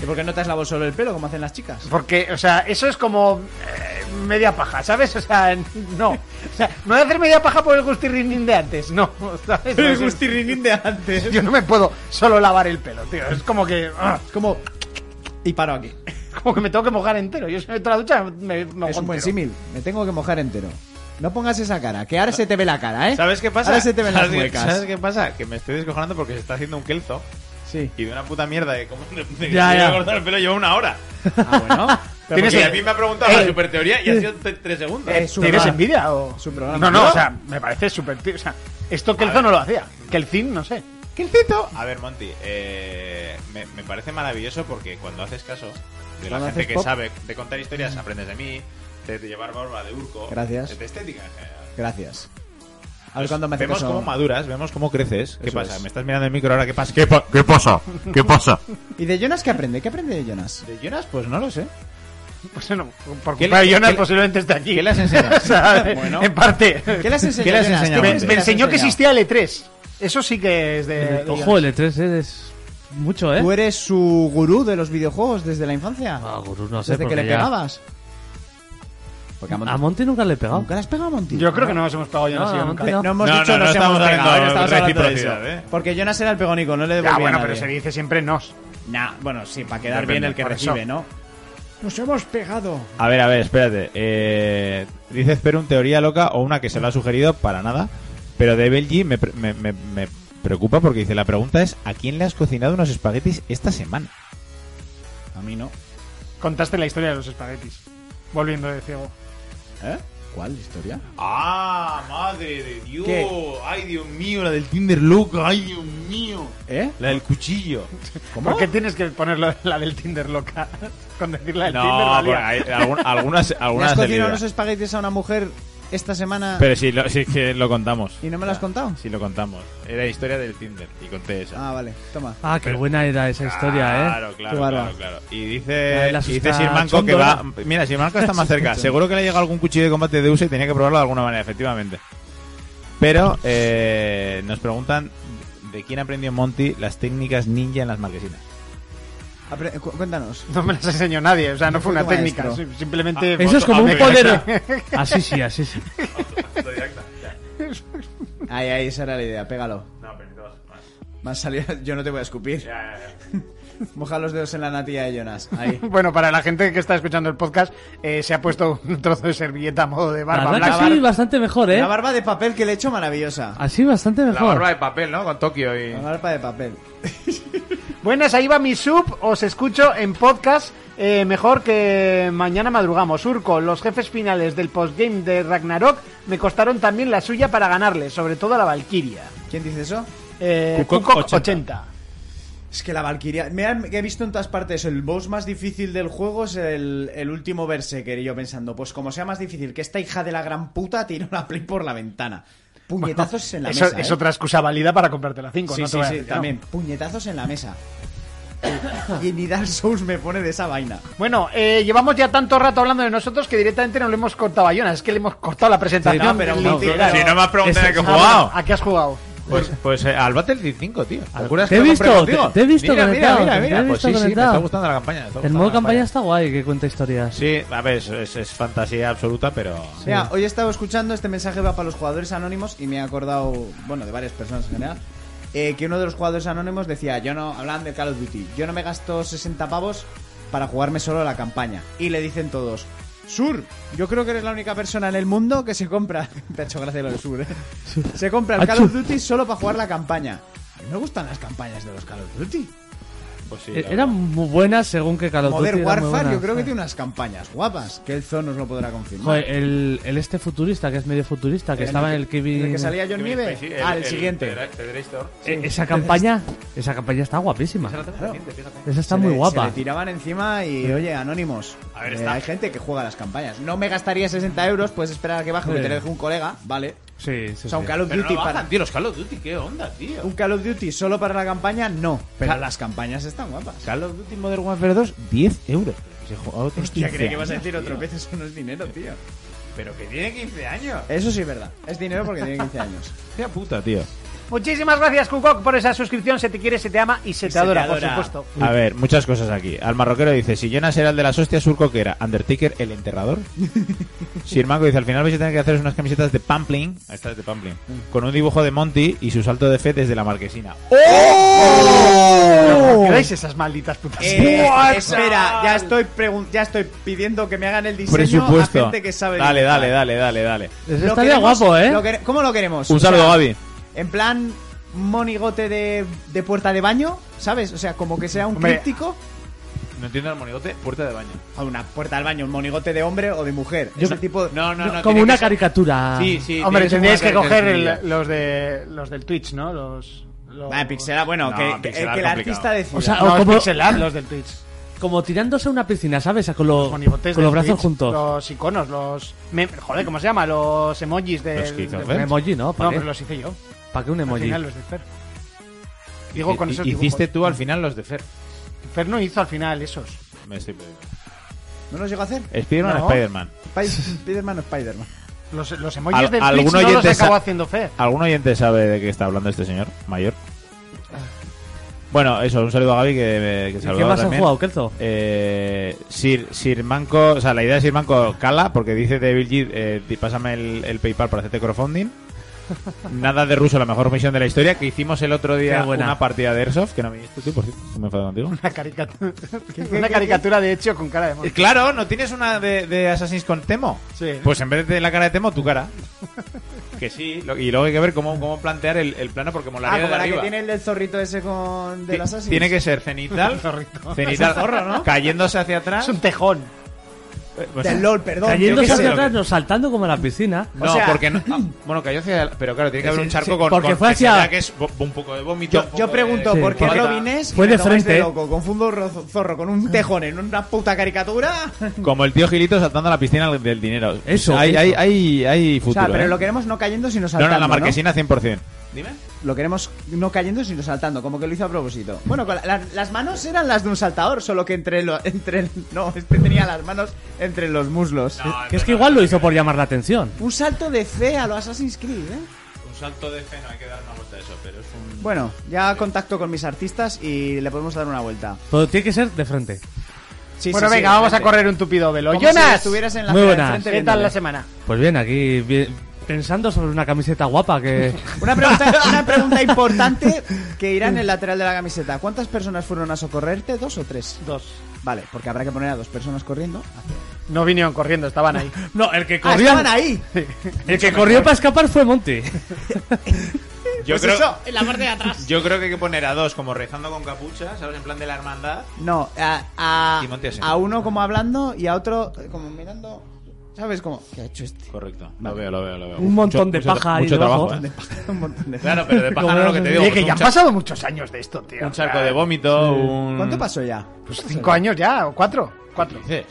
Speaker 4: ¿Y por qué no te has lavado solo el pelo como hacen las chicas?
Speaker 3: Porque, o sea, eso es como eh, media paja, ¿sabes? O sea, no. O sea, no voy a hacer media paja por el gustirrinín de antes, no. ¿sabes?
Speaker 4: El gustirrinín de antes.
Speaker 3: Yo no me puedo solo lavar el pelo, tío. Es como que. ah,
Speaker 4: Es como... Y paro aquí.
Speaker 3: como que me tengo que mojar entero. Yo si me meto a la ducha, me, me mojo
Speaker 4: Es un buen
Speaker 3: entero.
Speaker 4: símil. Me tengo que mojar entero. No pongas esa cara, que ahora se te ve la cara, ¿eh?
Speaker 6: ¿Sabes qué pasa?
Speaker 4: Ahora se te ven las
Speaker 6: ¿Sabes, qué-
Speaker 4: muecas.
Speaker 6: ¿Sabes qué pasa? Que me estoy descojonando porque se está haciendo un kelzo
Speaker 4: Sí.
Speaker 6: y de una puta mierda de cómo de, de-
Speaker 4: Ya,
Speaker 6: de
Speaker 4: ya.
Speaker 6: cortar el pelo lleva una hora.
Speaker 4: Ah, bueno. Pero
Speaker 6: Porque
Speaker 3: Tienes-
Speaker 6: a mí me ha preguntado
Speaker 3: Eh.
Speaker 6: la super teoría y ha sido tre- tres segundos.
Speaker 4: Eh, su
Speaker 3: ¿Tienes
Speaker 4: programa.
Speaker 3: envidia o.?
Speaker 4: Su programa.
Speaker 3: No, no,
Speaker 4: ¿No?
Speaker 3: o sea, me parece súper. tío, O sea, esto Kelzo no lo hacía. Kelcin, no sé.
Speaker 6: ¡Cricito! A ver, Monty, eh, me, me parece maravilloso porque cuando haces caso de la
Speaker 4: Cuando
Speaker 6: gente
Speaker 4: haces
Speaker 6: que
Speaker 4: pop. Mm.
Speaker 6: sabe de contar historias, aprendes de mí, de, de llevar barba de urco,
Speaker 4: Gracias.
Speaker 6: de estética en general.
Speaker 4: Gracias. A ver cuándo me hace
Speaker 6: vemos
Speaker 4: caso.
Speaker 6: cómo maduras, vemos cómo creces. ¿Qué
Speaker 4: Eso
Speaker 6: pasa?
Speaker 4: es.
Speaker 6: Me estás mirando el micro ahora, ¿qué pasa? ¿Qué, pa- qué pasa? ¿Qué pasa?
Speaker 4: ¿Y de Jonas qué aprende? ¿Qué aprende de Jonas?
Speaker 6: ¿De Jonas? Pues no lo sé.
Speaker 3: Pues no, por
Speaker 6: ¿Qué
Speaker 3: culpa
Speaker 6: le-
Speaker 3: de Jonas
Speaker 6: qué le-
Speaker 3: posiblemente esté aquí.
Speaker 6: ¿Qué le has enseñado?
Speaker 3: O sea,
Speaker 6: Bueno.
Speaker 3: en parte.
Speaker 4: ¿Qué le has enseñado?
Speaker 6: ¿Qué le has
Speaker 4: Jonas?
Speaker 6: enseñado?
Speaker 4: ¿Qué
Speaker 6: Me-
Speaker 4: crees
Speaker 3: Me
Speaker 4: le has
Speaker 3: enseñó que
Speaker 4: enseñado?
Speaker 3: existía el E3. Eso sí que es de... de
Speaker 5: Eh, Ojo, E
Speaker 3: Jonas.
Speaker 5: el E3 es mucho, ¿eh?
Speaker 4: ¿Tú eres su gurú de los videojuegos desde la infancia?
Speaker 5: Ah, gurú, no sé,
Speaker 4: desde que
Speaker 5: porque
Speaker 4: le
Speaker 5: ya-
Speaker 4: pegabas. Porque a Monty-
Speaker 5: A Monty nunca le he pegado.
Speaker 4: ¿Nunca le has pegado a Monty?
Speaker 3: Yo creo que no nos hemos pagado Jonas y
Speaker 5: No,
Speaker 3: yo
Speaker 5: Ah, no,
Speaker 3: nunca.
Speaker 5: no.
Speaker 4: No hemos
Speaker 6: No,
Speaker 4: dicho,
Speaker 6: no,
Speaker 4: no,
Speaker 6: no
Speaker 4: se
Speaker 6: estamos
Speaker 4: hemos
Speaker 6: hablando
Speaker 4: pegado, ahora
Speaker 6: de
Speaker 4: estamos hablando de eso.
Speaker 6: reciprocidad, ¿eh?
Speaker 4: Porque Jonas era el pegónico, no le devolvía
Speaker 3: Ya, bueno,
Speaker 4: a
Speaker 3: pero
Speaker 4: nadie.
Speaker 3: se dice siempre nos.
Speaker 4: Nah, bueno, sí, para quedar
Speaker 6: Depende,
Speaker 4: bien el que
Speaker 6: por
Speaker 4: recibe,
Speaker 6: eso.
Speaker 4: ¿no? Nos hemos pegado.
Speaker 6: A ver, a ver, espérate. Eh, dice un teoría loca o una que se lo ha sugerido para nada. Pero de Belgi me, pre- me- me- me preocupa porque dice: La pregunta es: ¿a quién le has cocinado unos espaguetis esta semana?
Speaker 4: A mí no.
Speaker 3: Contaste la historia de los espaguetis. Volviendo de ciego.
Speaker 4: ¿Eh? ¿Cuál historia?
Speaker 6: ¡Ah, madre de Dios!
Speaker 4: ¿Qué?
Speaker 6: ¡Ay, Dios mío! La del Tinder loca, ¡ay, Dios mío!
Speaker 4: ¿Eh?
Speaker 6: La del cuchillo.
Speaker 3: ¿Por qué tienes que ponerlo la del Tinder loca? Con decir la del Tinder
Speaker 6: No, porque
Speaker 3: valía.
Speaker 6: hay algún- algunas,
Speaker 4: ¿Le has
Speaker 6: algunas se
Speaker 4: cocinado
Speaker 6: libra.
Speaker 4: unos espaguetis a una mujer esta semana
Speaker 6: Pero si, lo, si es que lo contamos.
Speaker 4: y no me lo has contado?
Speaker 6: Si lo contamos. Era historia del Tinder y conté esa.
Speaker 4: Ah, vale, toma.
Speaker 5: Ah, qué buena era esa historia, ¿eh?
Speaker 6: Claro, claro,
Speaker 4: Qué barba.
Speaker 6: claro, claro. Y
Speaker 5: La
Speaker 6: dice,
Speaker 5: de la
Speaker 6: y dice
Speaker 5: asusta
Speaker 6: Sirmanco que
Speaker 5: chondona.
Speaker 6: va. Mira, Sirmanco está más cerca. Seguro que le ha llegado algún cuchillo de combate de USA y tenía que probarlo de alguna manera, efectivamente. Pero eh, nos preguntan de quién aprendió Monty las técnicas ninja en las marquesinas.
Speaker 4: Apre- cu- cuéntanos.
Speaker 3: No me las enseñó nadie, o sea, no fue una
Speaker 4: Fue tu
Speaker 3: técnica.
Speaker 4: maestro.
Speaker 3: sí, Simplemente.
Speaker 4: Ah,
Speaker 5: Eso es como un
Speaker 6: Autodidacta.
Speaker 5: poder. Así sí, así sí.
Speaker 4: Ahí, ahí, esa era la idea, pégalo. Me has salido, yo no te voy a escupir. Moja los dedos en la natilla de Jonas. Ahí.
Speaker 3: Bueno, para la gente que está escuchando el podcast, eh, se ha puesto un trozo de servilleta a modo de
Speaker 5: La
Speaker 3: barba
Speaker 5: verdad
Speaker 3: blanca.
Speaker 5: que sí, bastante mejor, ¿eh?
Speaker 4: La barba de papel que le he hecho maravillosa.
Speaker 3: Ah,
Speaker 5: Así bastante
Speaker 6: La barba
Speaker 5: mejor.
Speaker 6: de papel, ¿no? Con Tokio y.
Speaker 4: La barba de papel.
Speaker 3: Buenas, ahí va mi sub. Os escucho en podcast. eh, mejor que mañana madrugamos. Urco, los jefes finales del postgame de Ragnarok me costaron también la suya para ganarle, sobre todo a la Valkyria.
Speaker 4: ¿Quién dice eso?
Speaker 3: Eh,
Speaker 6: Kukok
Speaker 3: Kukok
Speaker 6: 80.
Speaker 3: 80.
Speaker 4: Es que la Valkyria. Me han- he visto en todas partes eso. El boss más difícil del juego es el, el último Berserker. Y yo pensando, pues como sea más difícil que esta hija de la gran puta, tiro la play por la ventana. Puñetazos en la
Speaker 3: Eso-
Speaker 4: mesa.
Speaker 3: es
Speaker 4: ¿eh?
Speaker 3: otra excusa válida para comprarte la 5.
Speaker 4: Sí,
Speaker 3: no te
Speaker 4: sí,
Speaker 3: voy a
Speaker 4: sí,
Speaker 3: decir que no.
Speaker 4: también. Puñetazos en la mesa. y ni Dark Souls me pone de esa vaina.
Speaker 3: Bueno, eh, llevamos ya tanto rato hablando de nosotros que directamente no le hemos cortado a Jonas. Es que le hemos cortado la presentación.
Speaker 4: Sí, no, pero no,
Speaker 3: literal.
Speaker 4: pero-
Speaker 6: Si no me has preguntado
Speaker 5: Ese-
Speaker 6: de qué he
Speaker 3: Ah,
Speaker 6: jugado.
Speaker 3: bueno, ¿A qué has jugado?
Speaker 6: Pues, pues eh, al Battlefield 5, tío. ¿Te acuerdas
Speaker 5: Te
Speaker 6: que
Speaker 5: he
Speaker 6: lo compré
Speaker 5: visto,
Speaker 6: contigo?
Speaker 5: te- te he visto
Speaker 6: Mira, mira,
Speaker 5: conectado,
Speaker 6: mira,
Speaker 5: te he
Speaker 6: mira. Pues
Speaker 5: visto
Speaker 6: sí, sí, me
Speaker 5: conectado.
Speaker 6: está gustando la campaña. me está
Speaker 5: El
Speaker 6: gustando
Speaker 5: modo
Speaker 6: la
Speaker 5: campaña está guay, que cuenta historias.
Speaker 6: Sí, a ver, es, es- es fantasía absoluta, pero.
Speaker 4: Mira, hoy he estado escuchando, este mensaje va para los jugadores anónimos y me he acordado, bueno, de varias personas en general, eh, que uno de los jugadores anónimos decía, yo no, hablan de Call of Duty, yo no me gasto 60 pavos para jugarme solo la campaña. Y le dicen todos, Sur, yo creo que eres la única persona en el mundo que se compra, te ha hecho gracia lo de Sur, ¿eh? se compra el Call of Duty solo para jugar la campaña. A mí me gustan las campañas de los Call of Duty.
Speaker 6: Pues sí, la
Speaker 5: Eh,
Speaker 6: verdad.
Speaker 5: Eran muy buenas según que Call of Duty
Speaker 4: Modern
Speaker 5: era muy
Speaker 4: Warfare
Speaker 5: buena.
Speaker 4: yo creo que tiene unas campañas guapas, que el Zone nos lo podrá confirmar.
Speaker 5: Joder, el, el este futurista, que es medio futurista, que
Speaker 4: El-
Speaker 5: estaba en el Kevin...
Speaker 4: el que salía John Nieve.
Speaker 6: Spacey,
Speaker 4: ah, el, siguiente.
Speaker 6: Federa- Federator.
Speaker 5: Eh, Esa campaña, esa campaña está guapísima. Esa está
Speaker 4: Se
Speaker 5: muy
Speaker 4: le- Se
Speaker 5: guapa.
Speaker 4: le tiraban encima y, oye, anónimos.
Speaker 6: A ver,
Speaker 4: eh,
Speaker 6: está.
Speaker 4: hay gente que juega las campañas. No me gastaría 60 euros, puedes esperar a que baje, que
Speaker 5: Sí.
Speaker 4: te lo deje un colega, ¿vale?
Speaker 5: Sí, sí,
Speaker 4: O sea, un
Speaker 5: sí.
Speaker 4: Call of
Speaker 6: Pero
Speaker 4: Duty
Speaker 6: no bajan,
Speaker 4: para...
Speaker 6: tío, los Call of Duty, qué onda, tío.
Speaker 4: Un Call of Duty solo para la campaña, no. Pero
Speaker 6: Ca-
Speaker 4: las campañas están guapas.
Speaker 6: Call of Duty Modern Warfare 2, 10 euros. Se jugaba otros 15 años, tío.
Speaker 4: vez eso no es dinero, tío.
Speaker 6: Pero que tiene 15 años.
Speaker 4: Eso sí es verdad. Es dinero porque tiene 15 años.
Speaker 6: Hostia puta, tío.
Speaker 3: Muchísimas gracias, Kukok, por esa suscripción. Se te quiere, se te ama y se te,
Speaker 4: se te
Speaker 3: adora,
Speaker 4: adora.
Speaker 3: por supuesto.
Speaker 6: A ver, muchas cosas aquí. Al marroquero dice, si Jonas era el de las hostias, Surco que era Undertaker el enterrador. Sirmanco dice, al final vais a tener que haceros unas camisetas de Pampling. Esta es de Pampling. Con un dibujo de Monty y su salto de fe desde la marquesina.
Speaker 3: ¿Por qué dais esas malditas putas?
Speaker 4: Oh. Eh, espera, ya estoy, pregun- ya estoy pidiendo que me hagan el diseño
Speaker 6: presupuesto.
Speaker 4: a gente que sabe
Speaker 6: dale,
Speaker 4: dibujar.
Speaker 6: dale, dale, dale, dale.
Speaker 5: Ese
Speaker 4: Lo
Speaker 5: estaría
Speaker 4: queremos-
Speaker 5: guapo, ¿eh?
Speaker 4: lo quere- ¿Cómo lo queremos?
Speaker 6: Un
Speaker 4: O sea,
Speaker 6: saludo, Gaby.
Speaker 4: En plan, monigote de, de puerta de baño, ¿sabes? O sea, como que sea un
Speaker 3: Hombre.
Speaker 4: críptico.
Speaker 6: No entiendo el monigote, puerta de baño.
Speaker 4: O una puerta del baño, un monigote de hombre o de mujer.
Speaker 5: Yo-
Speaker 4: es el tipo.
Speaker 6: No, no, no.
Speaker 5: como
Speaker 6: tiene
Speaker 5: una
Speaker 6: que ser-
Speaker 5: caricatura.
Speaker 6: Sí, sí.
Speaker 3: Hombre,
Speaker 6: tiene
Speaker 3: tendríais
Speaker 6: ser
Speaker 3: que
Speaker 6: una
Speaker 3: coger el-
Speaker 6: caricatura.
Speaker 3: los de los del Twitch, ¿no? Los,
Speaker 7: lo-
Speaker 4: Vale, pixelar, Ah, bueno,
Speaker 6: No,
Speaker 4: que, que-
Speaker 6: pixelar
Speaker 4: que el
Speaker 6: complicado.
Speaker 4: artista decida.
Speaker 5: O sea,
Speaker 7: No,
Speaker 5: o como,
Speaker 7: pixelar, los del Twitch.
Speaker 5: como tirándose a una piscina, ¿sabes? Con, lo-
Speaker 7: Los monigotes
Speaker 5: con los
Speaker 7: del
Speaker 5: brazos
Speaker 7: Twitch,
Speaker 5: juntos.
Speaker 7: Los iconos, los. me- joder, ¿cómo se llama? Los emojis de.
Speaker 6: Los kick of
Speaker 5: Un emoji, ¿no?
Speaker 7: No,
Speaker 5: ¿Para qué?
Speaker 7: pero los hice yo.
Speaker 5: ¿Para qué un
Speaker 7: Al
Speaker 5: emoji?
Speaker 7: final los de Fer. Digo, con
Speaker 6: Hi-
Speaker 7: esos
Speaker 6: Hiciste
Speaker 7: dibujos.
Speaker 6: tú al final los de Fer.
Speaker 7: Fer no hizo al final esos.
Speaker 6: Me estoy perdiendo.
Speaker 4: ¿No los llegó a hacer?
Speaker 6: Spiderman,
Speaker 7: No.
Speaker 6: Spiderman.
Speaker 4: Spy- Spiderman o Spiderman.
Speaker 7: Los, los emojis
Speaker 6: Al-
Speaker 7: del
Speaker 6: algún
Speaker 7: Twitch no los
Speaker 6: oyente
Speaker 7: acabó
Speaker 6: sa-
Speaker 7: haciendo Fer.
Speaker 6: ¿Algún oyente sabe de qué está hablando este señor mayor? Bueno, eso, un saludo a Gaby que, que
Speaker 5: ¿Y ¿Qué
Speaker 6: saludaba
Speaker 5: más has
Speaker 6: también.
Speaker 5: jugado, Kelzo?
Speaker 6: Eh, Sir, Sir Manco, o sea, la idea de Sir Manco cala porque dice Devil G, eh, di- pásame el, el PayPal para hacerte crowdfunding. Nada de ruso, la mejor misión de la historia que hicimos el otro día
Speaker 5: Qué buena.
Speaker 6: una partida de Airsoft que no me diste tú, por cierto, que me enfadé contigo.
Speaker 7: Una caricatura, una caricatura de hecho con cara de
Speaker 6: Eh,
Speaker 7: mono.
Speaker 6: Claro, ¿no tienes una de, de Assassin's con Temo?
Speaker 7: Sí.
Speaker 6: Pues en vez de la cara de Temo, tu cara. Que sí, lo- y luego hay que ver cómo, cómo plantear el, el plano porque
Speaker 4: Ah,
Speaker 6: molaría
Speaker 4: como
Speaker 6: de
Speaker 4: la que
Speaker 6: arriba.
Speaker 4: tiene el del zorrito ese con... del
Speaker 6: Ti-
Speaker 4: Assassin's.
Speaker 6: Tiene que ser cenital,
Speaker 7: Zorrito.
Speaker 6: cenital cayéndose hacia atrás.
Speaker 7: Es un tejón.
Speaker 6: Eh, pues-
Speaker 4: Del LOL, perdón.
Speaker 5: Cayéndose
Speaker 4: yo qué
Speaker 5: hacia
Speaker 4: sé.
Speaker 5: atrás, no, saltando como a la piscina.
Speaker 6: No,
Speaker 4: O sea-
Speaker 6: porque no. ah, bueno, cayó hacia. Pero claro, tiene que haber un charco
Speaker 5: sí,
Speaker 6: con.
Speaker 5: porque
Speaker 6: con-
Speaker 5: fue
Speaker 6: que se
Speaker 5: hacia-
Speaker 6: vea que es bo- un poco de vómito. un
Speaker 4: Yo,
Speaker 6: poco
Speaker 4: yo
Speaker 6: de-
Speaker 4: pregunto,
Speaker 5: Sí,
Speaker 4: ¿por qué
Speaker 5: correcto.
Speaker 4: Robin es? y
Speaker 5: Fue
Speaker 4: me
Speaker 5: de
Speaker 4: tomáis
Speaker 5: frente.
Speaker 4: loco, confundo ro- zorro con un tejón en una puta caricatura.
Speaker 6: Como el tío Gilito saltando a la piscina del dinero.
Speaker 5: Eso,
Speaker 6: Hay,
Speaker 5: eso.
Speaker 6: hay, hay, hay
Speaker 4: o
Speaker 6: futuro.
Speaker 4: sea, pero
Speaker 6: ¿eh?
Speaker 4: lo queremos no cayendo sino
Speaker 6: no,
Speaker 4: saltando.
Speaker 6: no, la marquesina 100%.
Speaker 4: Lo queremos no cayendo sino saltando, como que lo hizo a propósito. Bueno, con la- la- las manos eran las de un saltador, solo que entre lo, entre el- no, este tenía las manos entre los muslos.
Speaker 5: Que es que igual lo hizo por llamar la atención.
Speaker 4: Un salto de fe a lo Assassin's Creed, ¿eh?
Speaker 6: Un salto de fe, no hay que dar una vuelta a eso, pero es un.
Speaker 4: Bueno, ya contacto con mis artistas y le podemos dar una vuelta.
Speaker 5: Pero tiene que ser de frente.
Speaker 4: Sí,
Speaker 7: bueno,
Speaker 4: sí, sí,
Speaker 7: venga, vamos a
Speaker 4: frente.
Speaker 7: correr un tupido velo.
Speaker 4: Como si
Speaker 7: Jonas,
Speaker 4: estuvieras en la
Speaker 5: Muy
Speaker 4: acera de
Speaker 5: buenas.
Speaker 4: enfrente
Speaker 7: ¿qué tal
Speaker 4: viéndole.
Speaker 7: la semana?
Speaker 5: Pues bien, aquí bien- pensando sobre una camiseta guapa que...
Speaker 4: Una pregunta, una pregunta importante que irá en el lateral de la camiseta. ¿Cuántas personas fueron a socorrerte? ¿Dos o tres?
Speaker 7: Dos.
Speaker 4: Vale, porque habrá que poner a dos personas corriendo.
Speaker 6: Ah,
Speaker 7: No vinieron corriendo, estaban ahí.
Speaker 5: No, el que
Speaker 4: ¡Ah,
Speaker 5: corrió...
Speaker 4: estaban ahí!
Speaker 5: el que corrió para escapar fue Monty.
Speaker 6: Yo,
Speaker 4: Pues
Speaker 6: creo,
Speaker 4: eso.
Speaker 3: En la parte de atrás.
Speaker 6: yo creo que hay que poner a dos como rezando con capucha, ¿sabes? En plan de la hermandad.
Speaker 4: No, a, a,
Speaker 6: Y Monty así.
Speaker 4: a uno como hablando y a otro eh, como mirando. ¿Sabes cómo? ¿Qué ha hecho este?
Speaker 6: Correcto. Lo veo, lo veo, lo veo.
Speaker 5: Un montón de paja ahí
Speaker 6: Mucho
Speaker 5: debajo.
Speaker 6: trabajo. ¿eh?
Speaker 4: Un montón de-
Speaker 6: Claro, pero de paja no es lo que te digo.
Speaker 7: Oye,
Speaker 6: pues
Speaker 7: que ya
Speaker 6: un
Speaker 7: han
Speaker 6: char-
Speaker 7: pasado muchos años de esto, tío.
Speaker 6: Un charco de vómito, un.
Speaker 4: ¿Cuánto pasó ya?
Speaker 7: Pues cinco años ya, o cuatro. Cuatro.
Speaker 6: ¿Qué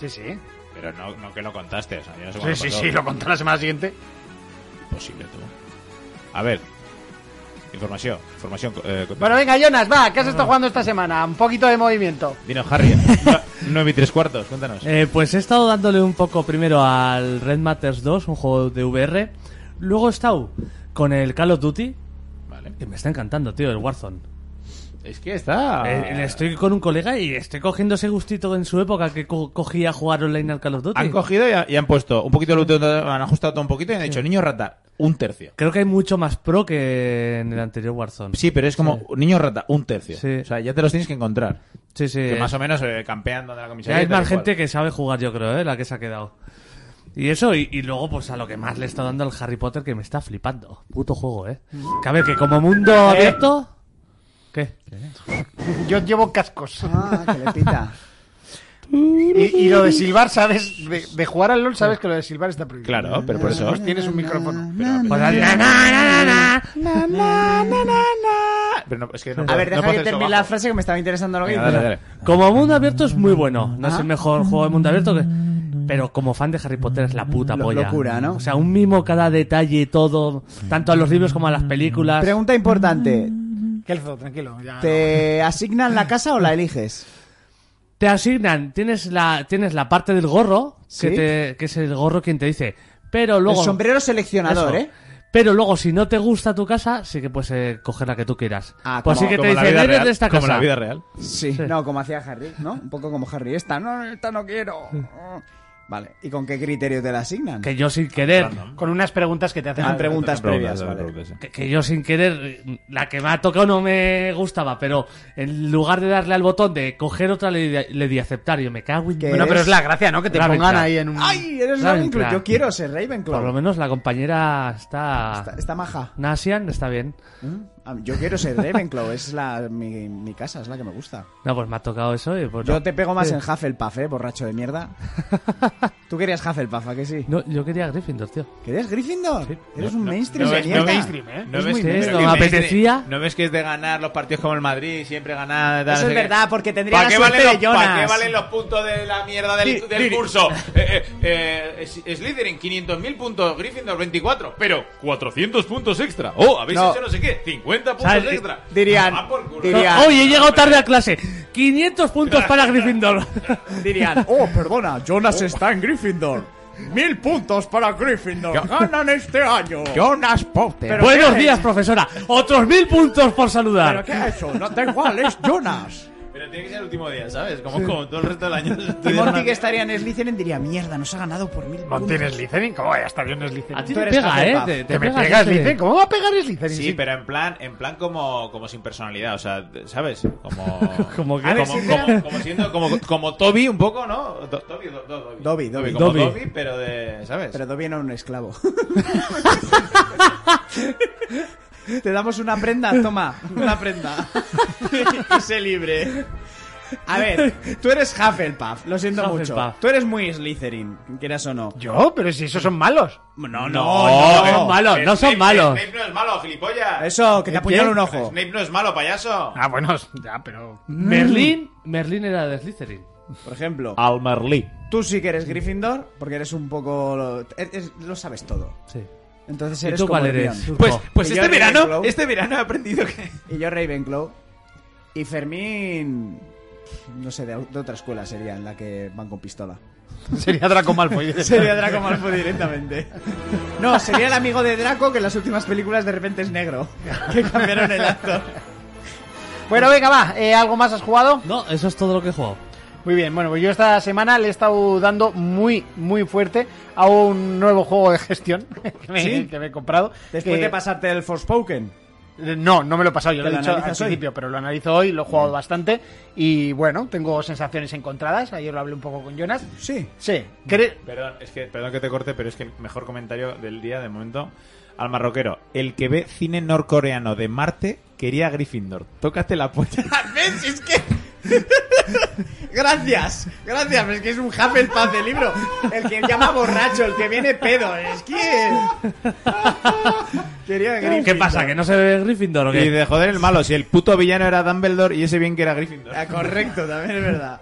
Speaker 6: dices?
Speaker 7: Sí, sí.
Speaker 6: Pero no, no que lo contaste, o sea, yo no sé
Speaker 7: Sí,
Speaker 6: cuándo
Speaker 7: sí,
Speaker 6: pasó.
Speaker 7: sí, lo conté la semana siguiente.
Speaker 6: Imposible, tú. A ver. Información, información. Eh, con-
Speaker 7: Bueno, venga, Jonas, va, ¿qué has estado jugando esta semana? Un poquito de movimiento.
Speaker 6: Dinos, Harry. No- Nueve y tres cuartos, cuéntanos.
Speaker 5: Eh, pues he estado dándole un poco primero al Red Matters 2, un juego de VR. Luego he estado con el Call of Duty,
Speaker 6: Vale.
Speaker 5: que me está encantando, tío, el Warzone.
Speaker 6: Es que está.
Speaker 5: Eh, estoy con un colega y estoy cogiendo ese gustito en su época que co- cogía jugar online al Call of Duty.
Speaker 6: Han cogido y, ha- y han puesto un poquito de loot, han ajustado todo un poquito y han dicho, niño rata, un tercio.
Speaker 5: Creo que hay mucho más pro que en el anterior Warzone.
Speaker 6: Sí, pero es como, niño rata, un tercio.
Speaker 5: Sí.
Speaker 6: O sea, ya te los tienes que encontrar.
Speaker 5: sí. sí.
Speaker 6: Que más o menos eh, campeando de la
Speaker 5: Ya
Speaker 6: comisaría.
Speaker 5: hay
Speaker 6: y tal
Speaker 5: más
Speaker 6: y cual.
Speaker 5: gente que sabe jugar, yo creo, ¿eh? la que se ha quedado. Y eso, y, y luego, pues a lo que más le está dando al Harry Potter, que me está flipando. Puto juego, ¿eh? Que a ver, que como mundo
Speaker 6: Eh.
Speaker 5: abierto. ¿Qué?
Speaker 7: Yo llevo cascos.
Speaker 4: Ah, que le pita.
Speaker 7: Y, y lo de silbar, ¿sabes? De, de jugar al LOL, ¿sabes que lo de silbar está prohibido?
Speaker 6: Claro, pero por eso.
Speaker 7: Pues tienes un micrófono.
Speaker 6: Eh.
Speaker 5: Pues al- na, na, na, na, na.
Speaker 6: Ah, Pero no, es que no
Speaker 4: A
Speaker 6: puedo-
Speaker 4: ver,
Speaker 6: no
Speaker 4: deja
Speaker 6: puedo
Speaker 4: que
Speaker 6: hacer eso
Speaker 4: termine la
Speaker 6: abajo.
Speaker 4: frase que me estaba interesando lo que
Speaker 6: Venga,
Speaker 4: dices.
Speaker 6: dale, dale.
Speaker 5: Como mundo abierto es muy bueno. No
Speaker 4: Ah.
Speaker 5: es el mejor juego de mundo abierto. Que... Pero como fan de Harry Potter es la puta
Speaker 4: Lo-
Speaker 5: polla.
Speaker 4: locura, ¿no?
Speaker 5: O sea, un mimo cada detalle, todo. Tanto a los libros como a las películas.
Speaker 4: Pregunta importante.
Speaker 7: Kelzo, tranquilo. ya
Speaker 4: ¿Te asignan la casa o la eliges?
Speaker 5: Te asignan, tienes la, tienes la parte del gorro,
Speaker 4: Sí.
Speaker 5: que, te- que es el gorro quien te dice. Pero luego.
Speaker 4: El sombrero seleccionador,
Speaker 5: Eso.
Speaker 4: ¿eh?
Speaker 5: Pero luego, si no te gusta tu casa, sí que puedes eh, coger la que tú quieras.
Speaker 4: Ah,
Speaker 5: pues
Speaker 4: como-
Speaker 5: sí que te
Speaker 6: Como la
Speaker 5: dicen,
Speaker 6: vida
Speaker 5: eres
Speaker 6: real,
Speaker 5: de esta
Speaker 6: Como
Speaker 5: casa.
Speaker 6: la vida real.
Speaker 4: Sí. No, como hacía Harry, ¿no? Un poco como Harry. Esta no, esta no quiero. Vale. ¿Y con qué criterio te la asignan?
Speaker 5: Que yo sin querer,
Speaker 7: no. Con unas preguntas que te hacen.
Speaker 4: Ah, preguntas previas,
Speaker 6: Preguntas,
Speaker 4: vale.
Speaker 6: preguntas, sí.
Speaker 5: que, que yo sin querer, eh, la que me ha tocado no me gustaba, pero en lugar de darle al botón de coger otra, le, di- le di aceptar. Y yo me cago en...
Speaker 4: ¿Qué?
Speaker 7: Bueno, pero es la gracia, ¿no? Que te
Speaker 5: La
Speaker 7: pongan
Speaker 5: ventaja.
Speaker 7: ahí en un...
Speaker 4: ¡Ay! Eres
Speaker 5: Ravenclaw.
Speaker 4: Ravenclaw. Yo quiero ser
Speaker 5: Por lo
Speaker 4: Ravenclaw.
Speaker 5: menos la compañera está...
Speaker 4: Está, está maja.
Speaker 5: Nasian está bien.
Speaker 4: Ah, Yo quiero ser Ravenclaw, es la, mi, mi casa, es la que me gusta.
Speaker 5: No, pues me ha tocado eso y pues
Speaker 4: Yo
Speaker 5: no.
Speaker 4: te pego más en Hufflepuff, eh, borracho de mierda. Tú querías Hufflepuff, ¿a que sí?
Speaker 5: No, yo quería Gryffindor, tío.
Speaker 4: ¿Querías Gryffindor? Eres un mainstream
Speaker 6: no
Speaker 4: de
Speaker 6: ves- no
Speaker 4: mierda.
Speaker 6: mainstream, ¿eh? No
Speaker 4: Es
Speaker 6: ves
Speaker 4: muy
Speaker 6: que-
Speaker 5: mainstream.
Speaker 6: pero
Speaker 5: No me
Speaker 6: que mainstream-
Speaker 5: apetecía.
Speaker 6: No ves que es de ganar los partidos como el Madrid, siempre ganar. tal,
Speaker 4: Eso
Speaker 6: no
Speaker 4: es
Speaker 6: sé
Speaker 4: verdad,
Speaker 6: qué.
Speaker 4: porque tendría
Speaker 6: ¿Pa'
Speaker 4: la
Speaker 6: qué
Speaker 4: suerte
Speaker 6: valen
Speaker 4: de
Speaker 6: los- ¿Para qué
Speaker 4: Jonas?
Speaker 6: valen los puntos de la mierda
Speaker 4: Sí,
Speaker 6: del, del
Speaker 4: Liri.
Speaker 6: curso? Eh, eh, eh, es- es líder en 500.000 puntos, Gryffindor 24, pero 400 puntos extra. Oh, habéis
Speaker 4: No.
Speaker 6: hecho no sé qué, 50 puntos
Speaker 5: ¿Sabes?
Speaker 6: extra.
Speaker 4: Dirían-
Speaker 6: Ah, por culo.
Speaker 4: dirían- Ya.
Speaker 5: Hoy he llegado tarde a clase. 500 puntos para Gryffindor.
Speaker 4: Dirían, oh, perdona, Jonas está en Gryffindor. Mil puntos para Gryffindor. Ganan este año.
Speaker 6: Jonas Potter.
Speaker 4: Pero-
Speaker 5: Buenos
Speaker 4: qué?
Speaker 5: días, profesora. Otros mil puntos por saludar.
Speaker 4: ¿Qué ha hecho? No, da igual, es Jonas.
Speaker 6: Pero tiene que ser el último día, ¿sabes? Como, como todo el resto del año.
Speaker 4: Y Monty, que estaría en Slytherin, diría, mierda, nos ha ganado por mil puntos.
Speaker 8: ¿Montieres Slytherin? ¿Cómo ya está bien Slytherin?
Speaker 5: A ti
Speaker 4: Tú
Speaker 5: te
Speaker 4: eres
Speaker 5: pega, ¿eh?
Speaker 4: Hufflepuff.
Speaker 5: Te, te
Speaker 8: ¿Que me
Speaker 5: pega
Speaker 8: pegas
Speaker 5: ese-
Speaker 8: Slytherin? ¿Cómo va a pegar Slytherin?
Speaker 6: Sí, pero en plan, en plan como, como sin personalidad, o sea, ¿sabes? Como,
Speaker 5: Como que-
Speaker 6: como,
Speaker 5: A ver,
Speaker 6: como, como siendo como, como Toby un poco, ¿no? Do- Toby, do- do- Dobby.
Speaker 4: Dobby, Dobby.
Speaker 6: Como
Speaker 5: Dobby.
Speaker 6: Dobby. pero de, ¿sabes?
Speaker 4: Pero Dobby era un esclavo. Te damos una prenda, toma, una prenda. y sé libre. A ver, tú eres Hufflepuff, lo siento
Speaker 5: Hufflepuff.
Speaker 4: mucho. Tú eres muy Slytherin, quieras o no.
Speaker 8: Yo, pero si esos son malos.
Speaker 4: No, no,
Speaker 5: no, son malos, no son
Speaker 6: Snape-
Speaker 5: malos.
Speaker 6: Snape no es malo, gilipollas.
Speaker 4: Eso, que te apuñala un ojo.
Speaker 6: Snape no es malo, payaso.
Speaker 8: Ah, bueno, ya, pero.
Speaker 5: Merlín, Merlín era de Slytherin.
Speaker 4: Por ejemplo,
Speaker 5: Ah.
Speaker 6: Almerly.
Speaker 4: tú sí que eres Gryffindor, porque eres un poco... Lo, eres- lo sabes todo.
Speaker 5: Sí.
Speaker 4: Entonces
Speaker 5: ¿Y
Speaker 4: eres
Speaker 5: tú
Speaker 4: como
Speaker 5: cuál
Speaker 4: Hermione.
Speaker 5: eres? Turco?
Speaker 6: Pues, pues
Speaker 4: Y yo
Speaker 6: este verano,
Speaker 4: Ravenclaw.
Speaker 6: este verano he aprendido que...
Speaker 4: Y yo Ravenclaw. Y Fermín... No sé, de, de otra escuela sería en la que van con pistola.
Speaker 8: Sería Draco Malfoy.
Speaker 4: Sería Draco Malfoy directamente. No, sería el amigo de Draco que en las últimas películas de repente es negro. Que cambiaron el actor.
Speaker 3: Bueno, venga, va. eh, ¿Algo más has jugado?
Speaker 5: No, eso es todo lo que he jugado.
Speaker 3: Muy bien, bueno, pues yo esta semana le he estado dando muy, muy fuerte a un nuevo juego de gestión que me,
Speaker 4: ¿Sí?
Speaker 3: que me he comprado.
Speaker 4: Después
Speaker 3: que- eh,
Speaker 4: de pasarte el Forspoken.
Speaker 3: No, no me lo he pasado, yo lo
Speaker 4: ¿Te
Speaker 3: he
Speaker 4: lo
Speaker 3: dicho al
Speaker 4: analizas hoy?
Speaker 3: principio, pero lo analizo hoy, lo he jugado bastante y bueno, tengo sensaciones encontradas. Ayer lo hablé un poco con Jonas.
Speaker 4: Sí.
Speaker 3: Sí, cre-
Speaker 6: Perdón, es que, perdón que te corte, pero es que el mejor comentario del día de momento al marroquero. El que ve cine norcoreano de Marte quería a Gryffindor. Tócate la polla.
Speaker 4: ¿Ves? Es que... Gracias, gracias, pero es que es un Hufflepuff de libro. El que llama borracho, el que viene pedo. Es que... Quería Gryffindor.
Speaker 5: ¿Qué pasa? ¿Que no se ve Gryffindor o
Speaker 6: Y
Speaker 5: qué?
Speaker 6: dice, joder, el malo, si el puto villano era Dumbledore y ese bien que era Gryffindor.
Speaker 4: Ah, correcto, también es verdad.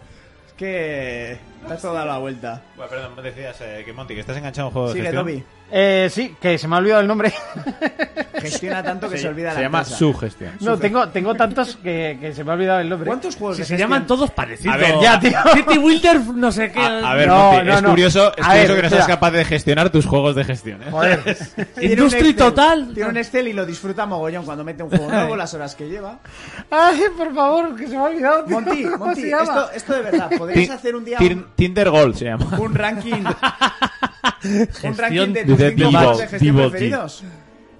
Speaker 4: Es que... Te has dado la vuelta.
Speaker 6: Bueno, perdón, decías eh, que Monty, que estás enganchado a un juego de
Speaker 4: Sigue,
Speaker 6: gestión.
Speaker 4: Dobby.
Speaker 3: eh, sí, que se me ha olvidado el nombre.
Speaker 4: Gestiona tanto que se, olvida
Speaker 6: Se
Speaker 4: la
Speaker 6: llama
Speaker 4: empresa.
Speaker 6: su gestión.
Speaker 3: No, tengo, tengo tantos que, que se me ha olvidado el nombre.
Speaker 4: ¿Cuántos juegos
Speaker 5: Si
Speaker 4: de
Speaker 5: se
Speaker 4: gestión?
Speaker 5: llaman todos parecidos.
Speaker 6: A ver,
Speaker 5: ya, tío. City Wilder, no sé qué.
Speaker 6: A, a ver,
Speaker 3: No,
Speaker 6: Monty,
Speaker 3: no,
Speaker 6: es
Speaker 3: no.
Speaker 6: curioso, es
Speaker 3: A ver,
Speaker 6: curioso que no seas
Speaker 3: espera.
Speaker 6: capaz de gestionar tus juegos de gestión. ¿eh?
Speaker 3: Joder.
Speaker 4: Tiene un
Speaker 5: Industry
Speaker 4: Excel,
Speaker 5: total.
Speaker 4: Tiene un Excel y lo disfruta mogollón cuando mete un juego nuevo, las horas que lleva.
Speaker 3: Ay, por favor, que se me ha olvidado. tío.
Speaker 4: Monty,
Speaker 3: ¿Cómo se
Speaker 4: Monty,
Speaker 3: llama?
Speaker 4: esto, esto de verdad,
Speaker 6: Ti-
Speaker 4: podrías hacer un día
Speaker 6: Tin-
Speaker 4: un,
Speaker 6: Tinder Gold se llama.
Speaker 4: un ranking, un ranking
Speaker 5: Gestión
Speaker 4: de tus
Speaker 6: de
Speaker 4: cinco juegos de
Speaker 6: Vivo-
Speaker 4: gestión
Speaker 6: Vivo
Speaker 4: preferidos.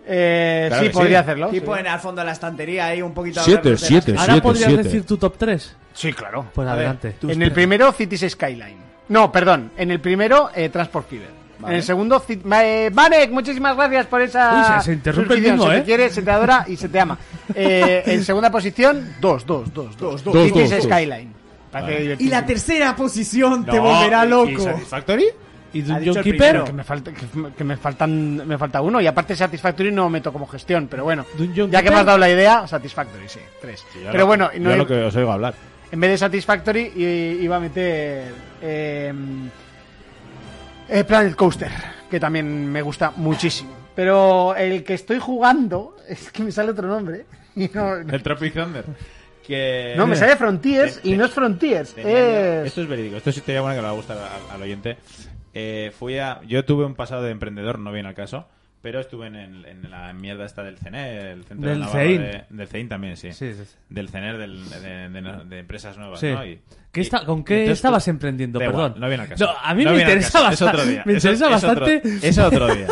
Speaker 3: Eh,
Speaker 6: Claro
Speaker 3: sí,
Speaker 6: que
Speaker 3: podría
Speaker 6: sí.
Speaker 3: hacerlo.
Speaker 4: Tipo
Speaker 3: sí.
Speaker 4: en al fondo de la estantería ahí un poquito.
Speaker 6: Siete,
Speaker 4: de-
Speaker 6: siete.
Speaker 5: Ahora
Speaker 6: Siete,
Speaker 5: podrías
Speaker 6: siete.
Speaker 5: decir tu top 3.
Speaker 3: Sí, claro.
Speaker 5: Pues adelante.
Speaker 3: en el primero, Cities Skyline. No, perdón. En el primero, eh, Transport Fever. En el segundo, Cit- Ma- eh, Vanek, muchísimas gracias por esa.
Speaker 5: Uy, se- se interrumpe el
Speaker 3: suscripción.
Speaker 5: mismo,
Speaker 3: Se te
Speaker 5: ¿eh?
Speaker 3: quiere, se te adora y se te ama. Eh, en segunda posición, dos, dos, dos, dos.
Speaker 6: dos,
Speaker 3: Cities
Speaker 6: dos.
Speaker 3: Skyline. Parece
Speaker 4: Y
Speaker 3: divertido.
Speaker 4: la tercera posición te
Speaker 6: No,
Speaker 4: volverá
Speaker 6: ¿y- y
Speaker 4: loco.
Speaker 6: Satisfactory?
Speaker 5: ¿Y
Speaker 4: Ha
Speaker 5: Dungeon
Speaker 4: dicho el
Speaker 5: Keeper?
Speaker 4: primero.
Speaker 3: que me falta que, me- que me faltan me falta uno y aparte Satisfactory no meto como gestión pero bueno
Speaker 5: Dungeon
Speaker 3: ya que
Speaker 5: Keeper.
Speaker 3: me has dado la idea Satisfactory sí tres
Speaker 6: Yo
Speaker 3: pero
Speaker 6: lo-
Speaker 3: bueno
Speaker 6: yo
Speaker 3: no he-
Speaker 6: lo que os oigo hablar.
Speaker 3: en vez de Satisfactory i- iba a meter eh, eh, Planet Coaster que también me gusta muchísimo pero el que estoy jugando es que me sale otro nombre y no,
Speaker 6: El Tropic Thunder. Que...
Speaker 3: no, me sale Frontiers y no es Frontiers
Speaker 6: Tenía yo-
Speaker 3: es
Speaker 6: Esto es verídico, esto es historia buena que le va a gustar al, al oyente. Eh, fui a, yo tuve un pasado de emprendedor, no viene al caso, pero estuve en, el- en la mierda esta del CENER, el centro
Speaker 5: Del
Speaker 6: de Navarra
Speaker 5: CEIN.
Speaker 6: de- del CEIN también, sí.
Speaker 5: Sí, sí, sí.
Speaker 6: Del CENER, del- de, de- de empresas nuevas,
Speaker 5: Sí.
Speaker 6: ¿no? Y-
Speaker 5: ¿Qué
Speaker 6: y-
Speaker 5: está- ¿Con
Speaker 6: y
Speaker 5: qué
Speaker 6: entonces tú-
Speaker 5: estabas emprendiendo?
Speaker 6: Da igual,
Speaker 5: Perdón.
Speaker 6: no viene al caso.
Speaker 5: No, a mí
Speaker 6: No
Speaker 5: me
Speaker 6: viene al
Speaker 5: interesa
Speaker 6: caso, es
Speaker 5: bastante.
Speaker 6: otro día,
Speaker 5: Me
Speaker 6: es o-
Speaker 5: interesa
Speaker 6: es otro-
Speaker 5: bastante.
Speaker 6: Es otro día.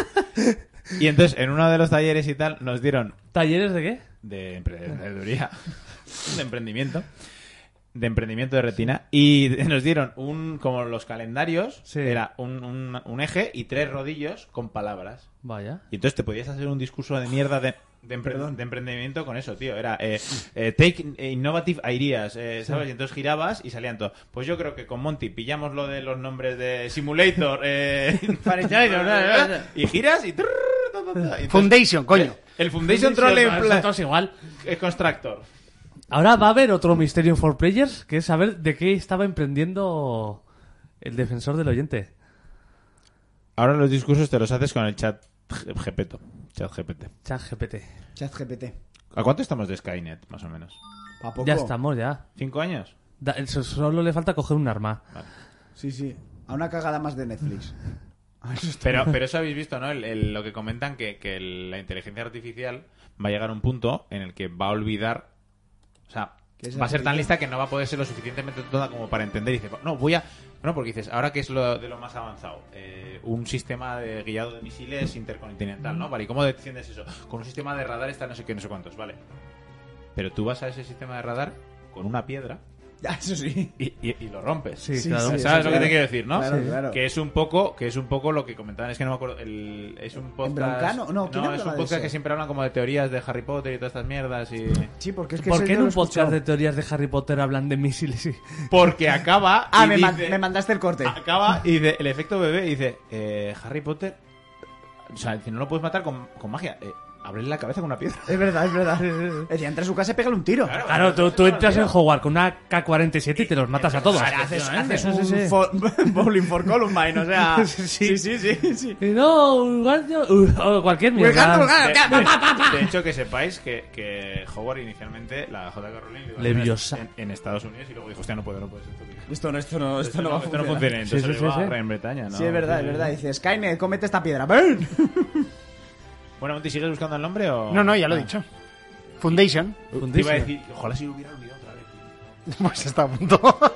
Speaker 6: Y entonces, en uno de los talleres y tal, nos dieron
Speaker 5: ¿Talleres de qué?
Speaker 6: de emprendeduría, de emprendimiento, de emprendimiento de retina, y nos dieron un como los calendarios,
Speaker 5: Sí.
Speaker 6: era un, un- un eje y tres rodillos con palabras.
Speaker 5: Vaya.
Speaker 6: Y entonces te podías hacer un discurso de mierda de de, empre- de emprendimiento con eso, tío. Era eh, eh, take innovative ideas, eh, ¿sabes? Y entonces girabas y salían todos. Pues yo creo que con Monty pillamos lo de los nombres de Simulator, eh, Faringizer, bla, bla, bla, y giras y... trrr, ta, ta, ta. Y entonces-
Speaker 3: Foundation, coño.
Speaker 6: El Foundation Troll en
Speaker 5: Son
Speaker 6: plan...
Speaker 5: todos igual.
Speaker 6: Es Constructor.
Speaker 5: Ahora va a haber otro misterio for players, que es saber de qué estaba emprendiendo el defensor del oyente.
Speaker 6: Ahora los discursos te los haces con el chat GPT. Chat GPT.
Speaker 5: Chat GPT.
Speaker 4: Chat GPT.
Speaker 6: ¿A cuánto estamos de Skynet, más o menos?
Speaker 4: ¿A poco?
Speaker 5: Ya estamos, ya.
Speaker 6: ¿Cinco años?
Speaker 5: Da- eso- solo le falta coger un arma.
Speaker 4: Sí, sí. A una cagada más de Netflix. A eso está-
Speaker 6: Pero, pero eso habéis visto, ¿no? El- el- lo que comentan que, que el- la inteligencia artificial va a llegar a un punto en el que va a olvidar. O sea,
Speaker 4: Que es
Speaker 6: va a ser tan
Speaker 4: artificial.
Speaker 6: lista que no va a poder ser lo suficientemente toda como para entender. Y dice, no, voy a. Bueno, porque dices, ahora que es lo de lo más avanzado, Eh, un sistema de guiado de misiles intercontinental, ¿no? Vale, ¿y cómo defiendes eso? Con un sistema de radar está no sé qué, no sé cuántos, vale. Pero tú vas a ese sistema de radar con una piedra
Speaker 4: Ah, Eso sí.
Speaker 6: y, y- y lo rompes.
Speaker 5: Sí,
Speaker 4: Sí,
Speaker 5: claro.
Speaker 4: sí, eso
Speaker 6: ¿Sabes lo que
Speaker 4: claro.
Speaker 6: te quiero decir, no?
Speaker 4: Claro, claro.
Speaker 6: Que es un poco, que es un poco lo que comentaban, es que no me acuerdo, el- es un podcast.
Speaker 4: Broncano? No, ¿quién
Speaker 6: es
Speaker 4: hablaba
Speaker 6: un
Speaker 4: de
Speaker 6: podcast
Speaker 4: eso?
Speaker 6: que siempre hablan como de teorías de Harry Potter y todas estas mierdas y
Speaker 4: Sí, porque es que
Speaker 5: ¿Por
Speaker 4: ese
Speaker 5: qué
Speaker 4: yo
Speaker 5: en
Speaker 4: lo
Speaker 5: un
Speaker 4: he
Speaker 5: podcast de
Speaker 4: escuchado.
Speaker 5: teorías de Harry Potter hablan de misiles? y-
Speaker 6: porque acaba
Speaker 4: Ah,
Speaker 6: y
Speaker 4: me, man-
Speaker 6: dice-
Speaker 4: me mandaste el corte.
Speaker 6: acaba y de, el efecto bebé y dice, eh, Harry Potter o sea, dice, no lo puedes matar con, con magia, eh, ábrele la cabeza con una piedra.
Speaker 4: Es verdad, es verdad. Decía, entra a su casa y pégale un tiro.
Speaker 5: Claro, tú, tú entras en jugar con una K-47 y te los matas a todos.
Speaker 4: Haces
Speaker 5: Sí,
Speaker 4: un
Speaker 5: sí, sí.
Speaker 4: fo- bowling for Columbine, o sea.
Speaker 5: Sí,
Speaker 4: sí, sí, sí. sí.
Speaker 5: Y No, un guardia- uh, o cualquier mierda.
Speaker 6: De, de hecho, que sepáis que, que Howard inicialmente, la J.K. Rowling, le iba a hacer
Speaker 5: Leviosa.
Speaker 6: En, en Estados Unidos y luego dijo, hostia, no puedo, no puedo. Esto,
Speaker 4: Esto no, esto no, esto
Speaker 6: esto no funciona. Entonces
Speaker 5: Sí, sí,
Speaker 6: se lo
Speaker 5: sí,
Speaker 6: llevó a
Speaker 5: sí.
Speaker 6: Gran Bretaña, ¿no?
Speaker 4: Sí, es verdad, es verdad. Dice, Skynet, cómete esta piedra. ¡Burn!
Speaker 6: Bueno, Monty, ¿sigues buscando el nombre o...?
Speaker 3: No, no, ya lo he
Speaker 6: Ah.
Speaker 3: dicho. Foundation.
Speaker 6: Te iba a decir, ojalá si lo hubiera olvidado otra vez.
Speaker 3: Pues está a punto.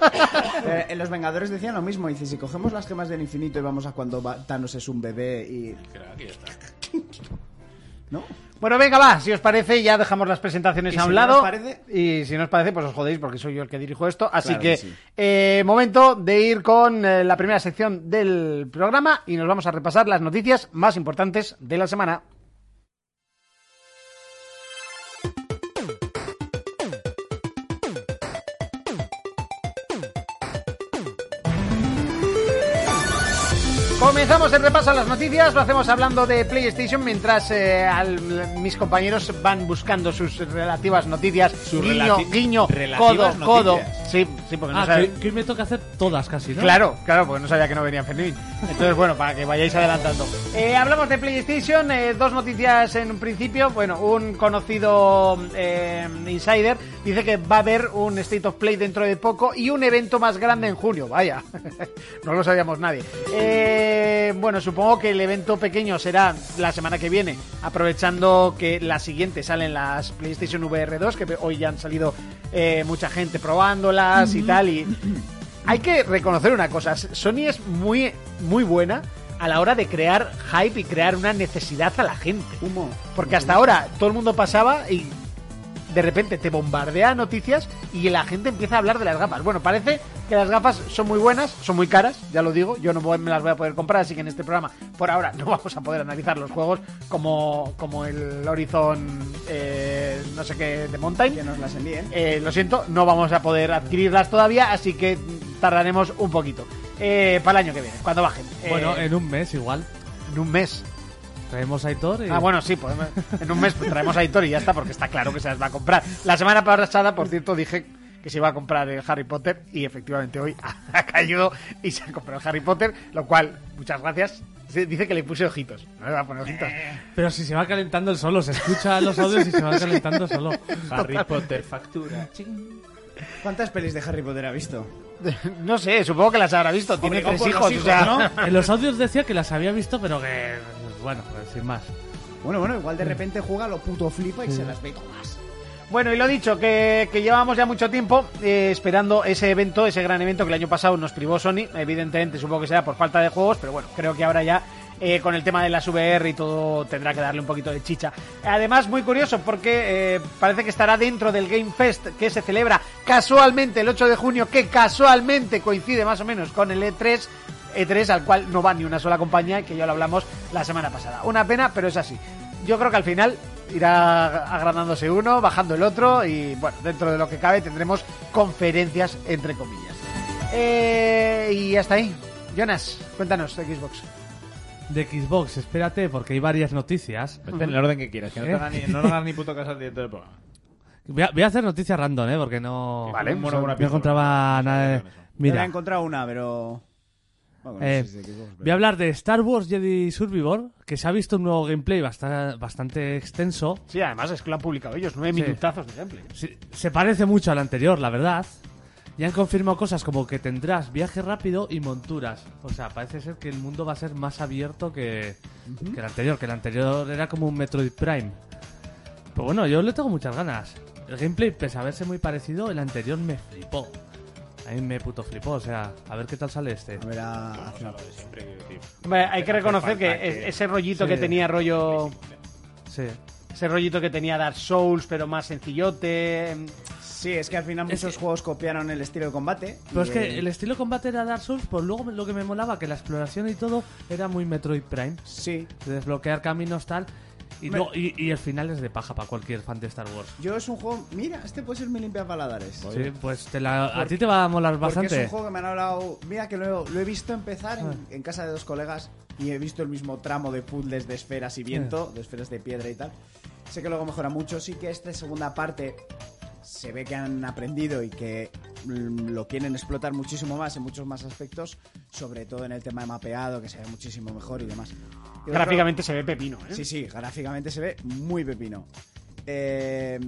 Speaker 4: Eh, en los Vengadores decían lo mismo. Dice, si cogemos las gemas del infinito y vamos a cuando va- Thanos es un bebé y...
Speaker 6: Creo que ya está.
Speaker 4: ¿No?
Speaker 3: Bueno, venga, va, si os parece, ya dejamos las presentaciones
Speaker 4: Y
Speaker 3: a
Speaker 4: si
Speaker 3: un
Speaker 4: no os
Speaker 3: lado.
Speaker 4: parece-
Speaker 3: Y si no os parece, pues os jodéis porque soy yo el que dirijo esto. Así
Speaker 4: Claro
Speaker 3: que,
Speaker 4: que sí.
Speaker 3: eh, momento de ir con eh, la primera sección del programa y nos vamos a repasar las noticias más importantes de la semana. Comenzamos el repaso a las noticias, lo hacemos hablando de PlayStation mientras eh, al- mis compañeros van buscando sus relativas noticias.
Speaker 6: Sus
Speaker 3: guiño,
Speaker 6: relati-
Speaker 3: guiño,
Speaker 6: relativas
Speaker 3: codo,
Speaker 6: noticias.
Speaker 3: codo. Sí, sí, porque no
Speaker 5: Ah,
Speaker 3: sabe-
Speaker 5: que, que hoy me toca hacer todas casi, ¿no?
Speaker 3: Claro, claro, porque no sabía que no venía Fermín. Entonces, bueno, para que vayáis adelantando. Eh, hablamos de PlayStation, eh, dos noticias en un principio. Bueno, un conocido eh, insider dice que va a haber un State of Play dentro de poco y un evento más grande en junio. Vaya, no lo sabíamos nadie. Eh, bueno, supongo que el evento pequeño será la semana que viene, aprovechando que la siguiente salen las PlayStation VR 2, que hoy ya han salido eh, mucha gente probándolas y tal. y hay que reconocer una cosa, Sony es muy, muy buena a la hora de crear hype y crear una necesidad a la gente.
Speaker 4: Humo.
Speaker 3: Porque hasta ahora todo el mundo pasaba y de repente te bombardea noticias y la gente empieza a hablar de las gafas. Bueno, parece que las gafas son muy buenas, son muy caras, ya lo digo, yo no voy- me las voy a poder comprar, así que en este programa por ahora no vamos a poder analizar los juegos como, como el Horizon eh, no sé qué de Mountain.
Speaker 4: Que nos las envíen.
Speaker 3: Eh, lo siento, no vamos a poder adquirirlas todavía, así que tardaremos un poquito. Eh, para el año que viene, cuando bajen. Eh,
Speaker 5: Bueno, en un mes igual.
Speaker 3: en un mes.
Speaker 5: Traemos a Aitor y...
Speaker 3: Ah, bueno, sí, podemos- en un mes traemos a Hitor y ya está, porque está claro que se las va a comprar. La semana pasada, por cierto, dije que se iba a comprar el Harry Potter y efectivamente hoy ha caído y se ha comprado el Harry Potter, lo cual, muchas gracias. Se- Dice que le puse ojitos. No le va a poner ojitos.
Speaker 5: Pero si se va calentando el solo, se escucha los audios y se va calentando el solo.
Speaker 6: Harry Potter factura.
Speaker 4: ¿Cuántas pelis de Harry Potter ha visto?
Speaker 3: No sé, supongo que las habrá visto. Tiene
Speaker 4: Obligado
Speaker 3: tres
Speaker 4: por
Speaker 3: hijos, o
Speaker 4: los hijos,
Speaker 3: sea,
Speaker 4: ¿no?
Speaker 5: En los audios decía que las había visto, pero que... Bueno, pues, sin más.
Speaker 4: Bueno, bueno, igual de repente juega, lo puto flipa y se las ve todas.
Speaker 3: Bueno, y lo dicho, que, que llevamos ya mucho tiempo eh, esperando ese evento, ese gran evento que el año pasado nos privó Sony. Evidentemente, supongo que será por falta de juegos, pero bueno, creo que ahora ya eh, con el tema de las VR y todo tendrá que darle un poquito de chicha. Además, muy curioso porque eh, parece que estará dentro del Game Fest que se celebra casualmente el 8 de junio, que casualmente coincide más o menos con el E E3. E3 al cual no va ni una sola compañía, que ya lo hablamos la semana pasada. Una pena, pero es así. Yo creo que al final irá agrandándose uno, bajando el otro y bueno, dentro de lo que cabe tendremos conferencias entre comillas. Eh, y hasta ahí. Jonas, cuéntanos de Xbox.
Speaker 5: De Xbox, espérate, porque hay varias noticias.
Speaker 6: Vete en el orden que quieras, que no
Speaker 5: ¿Eh?
Speaker 6: te hagas ni, no le hagas ni puto caso al director del programa.
Speaker 5: Voy a, voy a hacer noticias random, ¿eh? Porque no.
Speaker 6: Vale.
Speaker 5: no,
Speaker 6: Bueno, buena
Speaker 5: no
Speaker 6: pieza,
Speaker 5: encontraba
Speaker 6: bueno.
Speaker 5: nada de-
Speaker 4: Yo había
Speaker 5: Mira,
Speaker 4: encontrado una, pero... Bueno, no
Speaker 5: Eh,
Speaker 4: sé si de Xbox,
Speaker 5: voy a hablar de Star Wars Jedi Survivor, que se ha visto un nuevo gameplay basta- bastante extenso.
Speaker 3: Sí, además es que lo han publicado ellos, nueve
Speaker 5: Sí.
Speaker 3: minutazos de gameplay.
Speaker 5: Se, se parece mucho al anterior, la verdad. Y han confirmado cosas como que tendrás viaje rápido y monturas. O sea, parece ser que el mundo va a ser más abierto que, que el anterior, que el anterior era como un Metroid Prime. Pues bueno, yo le tengo muchas ganas. El gameplay, pese a verse muy parecido, el anterior me flipó. A mí me puto flipó, o sea, a ver qué tal sale este.
Speaker 4: A ver, a-
Speaker 3: Hombre, hay que reconocer que es- ese rollito que tenía rollo
Speaker 5: Sí.
Speaker 3: ese rollito que tenía Dark Souls, pero más sencillote.
Speaker 4: Sí, es que al final
Speaker 5: Es
Speaker 4: muchos
Speaker 5: que-
Speaker 4: juegos copiaron el estilo de combate.
Speaker 5: Pero
Speaker 4: y,
Speaker 5: es que
Speaker 4: eh,
Speaker 5: el estilo de combate era Dark Souls, pues luego lo que me molaba, que la exploración y todo era muy Metroid Prime.
Speaker 4: Sí.
Speaker 5: de desbloquear caminos tal y,
Speaker 4: Hombre.
Speaker 5: luego- y, y el final es de paja para cualquier fan de Star Wars.
Speaker 4: Yo es un juego... Mira, este puede ser mi limpia paladares.
Speaker 5: Sí, pues te la- a ti te va a molar
Speaker 4: Porque es un
Speaker 5: bastante.
Speaker 4: juego que me han hablado. Mira, que lo, lo he visto empezar
Speaker 5: Ah.
Speaker 4: en, en casa de dos colegas y he visto el mismo tramo de puzzles de esferas y viento, de esferas de piedra y tal. Sé que luego mejora mucho. Sí que esta segunda parte se ve que han aprendido y que mm, lo quieren explotar muchísimo más en muchos más aspectos, sobre todo en el tema de mapeado, que se ve muchísimo mejor y demás. Y otro-
Speaker 3: Gráficamente se ve pepino, ¿eh?
Speaker 4: Sí, sí, gráficamente se ve muy pepino. Eh,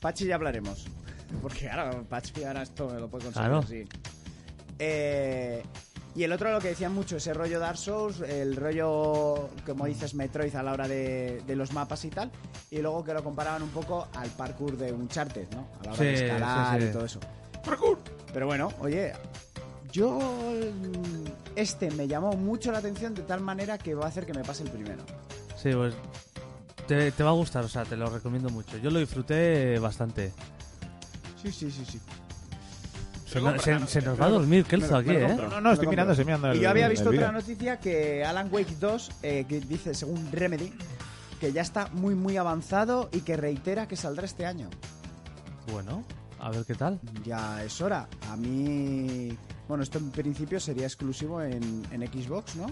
Speaker 4: Pachi ya hablaremos. Porque ahora Pachi ahora esto me lo puede conseguir
Speaker 5: Claro.
Speaker 4: así. Eh, y el otro lo que decían mucho, ese rollo Dark Souls, el rollo, como dices, Metroid a la hora de, de los mapas y tal. Y luego que lo comparaban un poco al parkour de Uncharted, ¿no? A la hora de
Speaker 5: Sí,
Speaker 4: escalar
Speaker 5: sí, sí.
Speaker 4: y todo eso. Pero bueno, oye, yo... mm, Este me llamó mucho la atención de tal manera que va a hacer que me pase el primero.
Speaker 5: Sí, pues te, te va a gustar, o sea, te lo recomiendo mucho. Yo lo disfruté bastante.
Speaker 4: Sí, sí, sí, sí.
Speaker 5: Se, no- se- se nos va a dormir Kelso aquí, ¿eh?
Speaker 6: No, no, estoy mirando, estoy mirando.
Speaker 4: Y
Speaker 6: el-
Speaker 4: yo había
Speaker 6: el
Speaker 4: visto
Speaker 6: vídeo.
Speaker 4: otra noticia que Alan Wake 2 eh, que dice, según Remedy, que ya está muy, muy avanzado y que reitera que saldrá este año.
Speaker 5: Bueno, a ver qué tal.
Speaker 4: Ya es hora. A mí. Bueno, esto en principio sería exclusivo en, en Xbox, ¿no?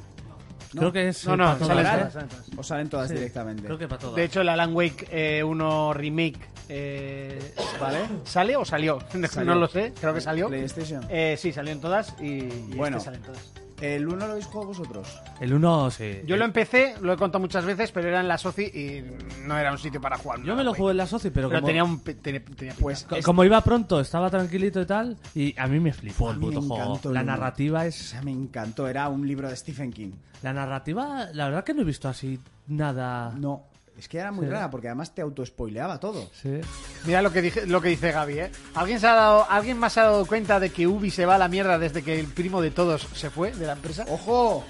Speaker 5: Creo que es.
Speaker 3: No,
Speaker 5: eh,
Speaker 3: no,
Speaker 5: para todas
Speaker 3: sale
Speaker 5: las-
Speaker 3: todas, sale todas.
Speaker 4: O salen todas
Speaker 5: Sí,
Speaker 4: directamente.
Speaker 5: Creo que para todas.
Speaker 3: De hecho, el Alan Wake eh, 1 Remake. eh,
Speaker 4: ¿Vale?
Speaker 3: ¿Sale o salió?
Speaker 4: Salió.
Speaker 3: No lo sé, creo que salió.
Speaker 4: PlayStation.
Speaker 3: Eh, sí, salió en todas y, y
Speaker 4: Bueno.
Speaker 3: este sale en todas.
Speaker 4: ¿El 1 lo habéis jugado vosotros?
Speaker 5: el 1, sí.
Speaker 3: Yo lo empecé, lo he contado muchas veces, pero era en la SOCI y no era un sitio para jugar.
Speaker 5: Yo
Speaker 3: nada,
Speaker 5: me lo
Speaker 3: güey.
Speaker 5: jugué en la Soci, pero,
Speaker 3: Pero
Speaker 5: como,
Speaker 3: tenía un. pe- tenía- tenía pinta.
Speaker 4: Pues
Speaker 5: co-
Speaker 4: es-
Speaker 5: como iba pronto, estaba tranquilito y tal, y a mí me flipó
Speaker 4: A
Speaker 5: el
Speaker 4: mí me
Speaker 5: puto juego.
Speaker 4: encantó el
Speaker 5: La
Speaker 4: uno.
Speaker 5: narrativa
Speaker 4: o
Speaker 5: es
Speaker 4: sea, me encantó. Era un libro de Stephen King.
Speaker 5: La narrativa, la verdad que no he visto así nada.
Speaker 4: No, es que era muy
Speaker 5: Ah. Sí.
Speaker 4: rara porque además te auto-spoileaba todo.
Speaker 5: Sí.
Speaker 3: Mira lo que, dije, lo que dice Gaby, ¿eh? ¿Alguien, se ha dado, ¿Alguien más se ha dado cuenta de que Ubi se va a la mierda desde que el primo de todos se fue de la empresa?
Speaker 4: ¡Ojo!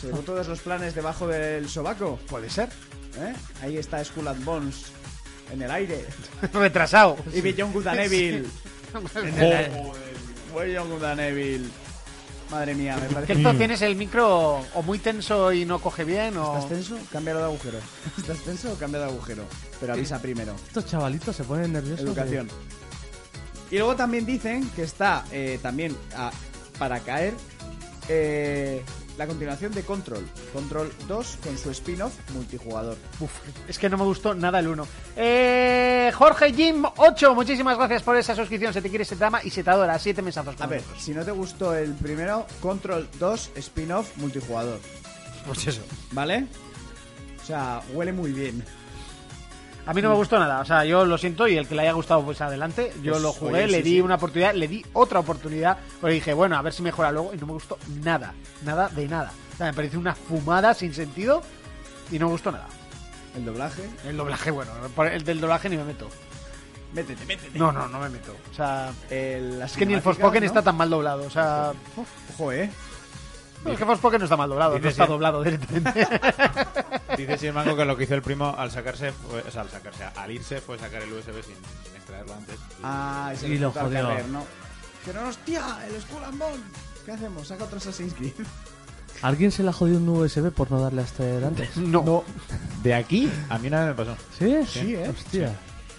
Speaker 4: Se dejó todos los planes debajo del sobaco.
Speaker 3: Puede ser.
Speaker 4: ¿eh? Ahí está Skull and Bones en el aire.
Speaker 3: Retrasado.
Speaker 4: Y Beyond Good and Evil.
Speaker 5: Eh,
Speaker 4: Beyond Good and Evil. Madre mía, me
Speaker 3: Que
Speaker 4: parece.
Speaker 3: esto tienes el micro o muy tenso y no coge bien o...
Speaker 4: ¿Estás tenso? Cámbialo de agujero. ¿Estás tenso? Cambia de agujero. Pero avisa primero.
Speaker 5: Estos chavalitos se ponen nerviosos.
Speaker 4: Educación. Y luego también dicen que está eh, también a- para caer eh, la continuación de Control. Control 2 con su spin-off multijugador.
Speaker 3: Uf, es que no me gustó nada el 1. Eh, Jorge Jim 8, muchísimas gracias por esa suscripción. Se te quiere, se te ama y se te adora. Siete mensajes.
Speaker 4: A
Speaker 3: con
Speaker 4: ver,
Speaker 3: nosotros.
Speaker 4: si no te gustó el primero, Control 2 spin-off multijugador.
Speaker 3: Pues eso.
Speaker 4: ¿Vale? O sea, huele muy bien.
Speaker 3: A mí no me gustó nada. O sea, yo lo siento y el que le haya gustado, pues adelante. Yo
Speaker 4: Pues,
Speaker 3: lo jugué,
Speaker 4: oye,
Speaker 3: le
Speaker 4: sí,
Speaker 3: di
Speaker 4: sí.
Speaker 3: una oportunidad, le di otra oportunidad. Pero dije, bueno, a ver si mejora luego. Y no me gustó nada. Nada de nada. O sea, me pareció una fumada sin sentido y no me gustó nada.
Speaker 4: El doblaje.
Speaker 3: El doblaje, bueno, por el del doblaje ni me meto.
Speaker 4: Métete, métete.
Speaker 3: No, no, no me meto. O sea,
Speaker 4: El, las
Speaker 3: es que ni el
Speaker 4: cinemáticas,
Speaker 3: Forspoken
Speaker 4: ¿no?
Speaker 3: está tan mal doblado. O sea, uf.
Speaker 4: Ojo, eh.
Speaker 3: No, es que Forspoken no está mal doblado, no
Speaker 6: Dices
Speaker 3: está
Speaker 6: bien.
Speaker 3: doblado directamente.
Speaker 6: Dice Sirmango que lo que hizo el primo al sacarse, fue- o sea, al sacarse, al irse fue sacar el USB sin, sin extraerlo antes.
Speaker 4: Ah, ese
Speaker 5: Y lo
Speaker 4: resultado
Speaker 5: jodió.
Speaker 4: carrer, ¿no? Pero hostia, el Skull and Bones. ¿Qué hacemos? Saca otro Assassin's Creed.
Speaker 5: ¿Alguien se le ha jodido un USB por no darle a este antes?
Speaker 3: No.
Speaker 6: De aquí, a mí una vez me pasó.
Speaker 5: Sí, sí, ¿eh? Hostia.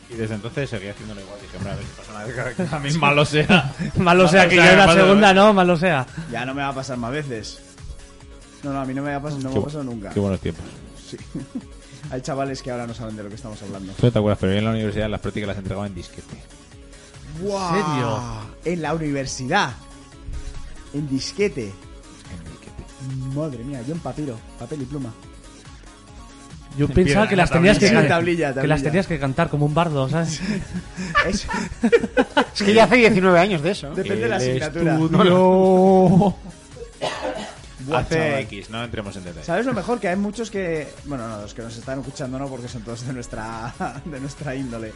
Speaker 6: Y desde entonces seguía haciéndolo igual. Dije, hombre, a ver si pasa una vez cada- cada mes. Malo sea.
Speaker 5: Malo sea que yo en la
Speaker 6: malo-
Speaker 5: segunda no, malo sea.
Speaker 4: Ya no me va a pasar más veces. No, no, a mí no me va a pasar, no me
Speaker 6: Qué
Speaker 4: ha
Speaker 6: bu-
Speaker 4: pasado nunca.
Speaker 6: Qué buenos tiempos.
Speaker 4: Hay chavales que ahora no saben de lo que estamos hablando.
Speaker 6: Tú no te acuerdas, pero yo en la universidad las prácticas las entregaba en disquete.
Speaker 4: ¡Wow! En la universidad. En disquete.
Speaker 6: En disquete.
Speaker 4: Madre mía, yo en papiro, papel y pluma.
Speaker 5: Yo pensaba
Speaker 6: piedra,
Speaker 5: que las
Speaker 6: en
Speaker 5: tenías que
Speaker 4: tablilla.
Speaker 5: can-
Speaker 4: Tablilla,
Speaker 5: que las
Speaker 4: tablilla.
Speaker 5: tenías que cantar como un bardo, ¿sabes?
Speaker 4: Es-
Speaker 7: Es que ya hace 19 años de eso.
Speaker 4: depende de la
Speaker 6: El
Speaker 4: asignatura.
Speaker 6: estudio.
Speaker 4: Buah,
Speaker 6: Hace
Speaker 4: chaval.
Speaker 6: X, no entremos en detalle.
Speaker 4: ¿Sabes lo mejor? Que hay muchos que. Bueno, no, los que nos están escuchando no, porque son todos de nuestra, de nuestra índole.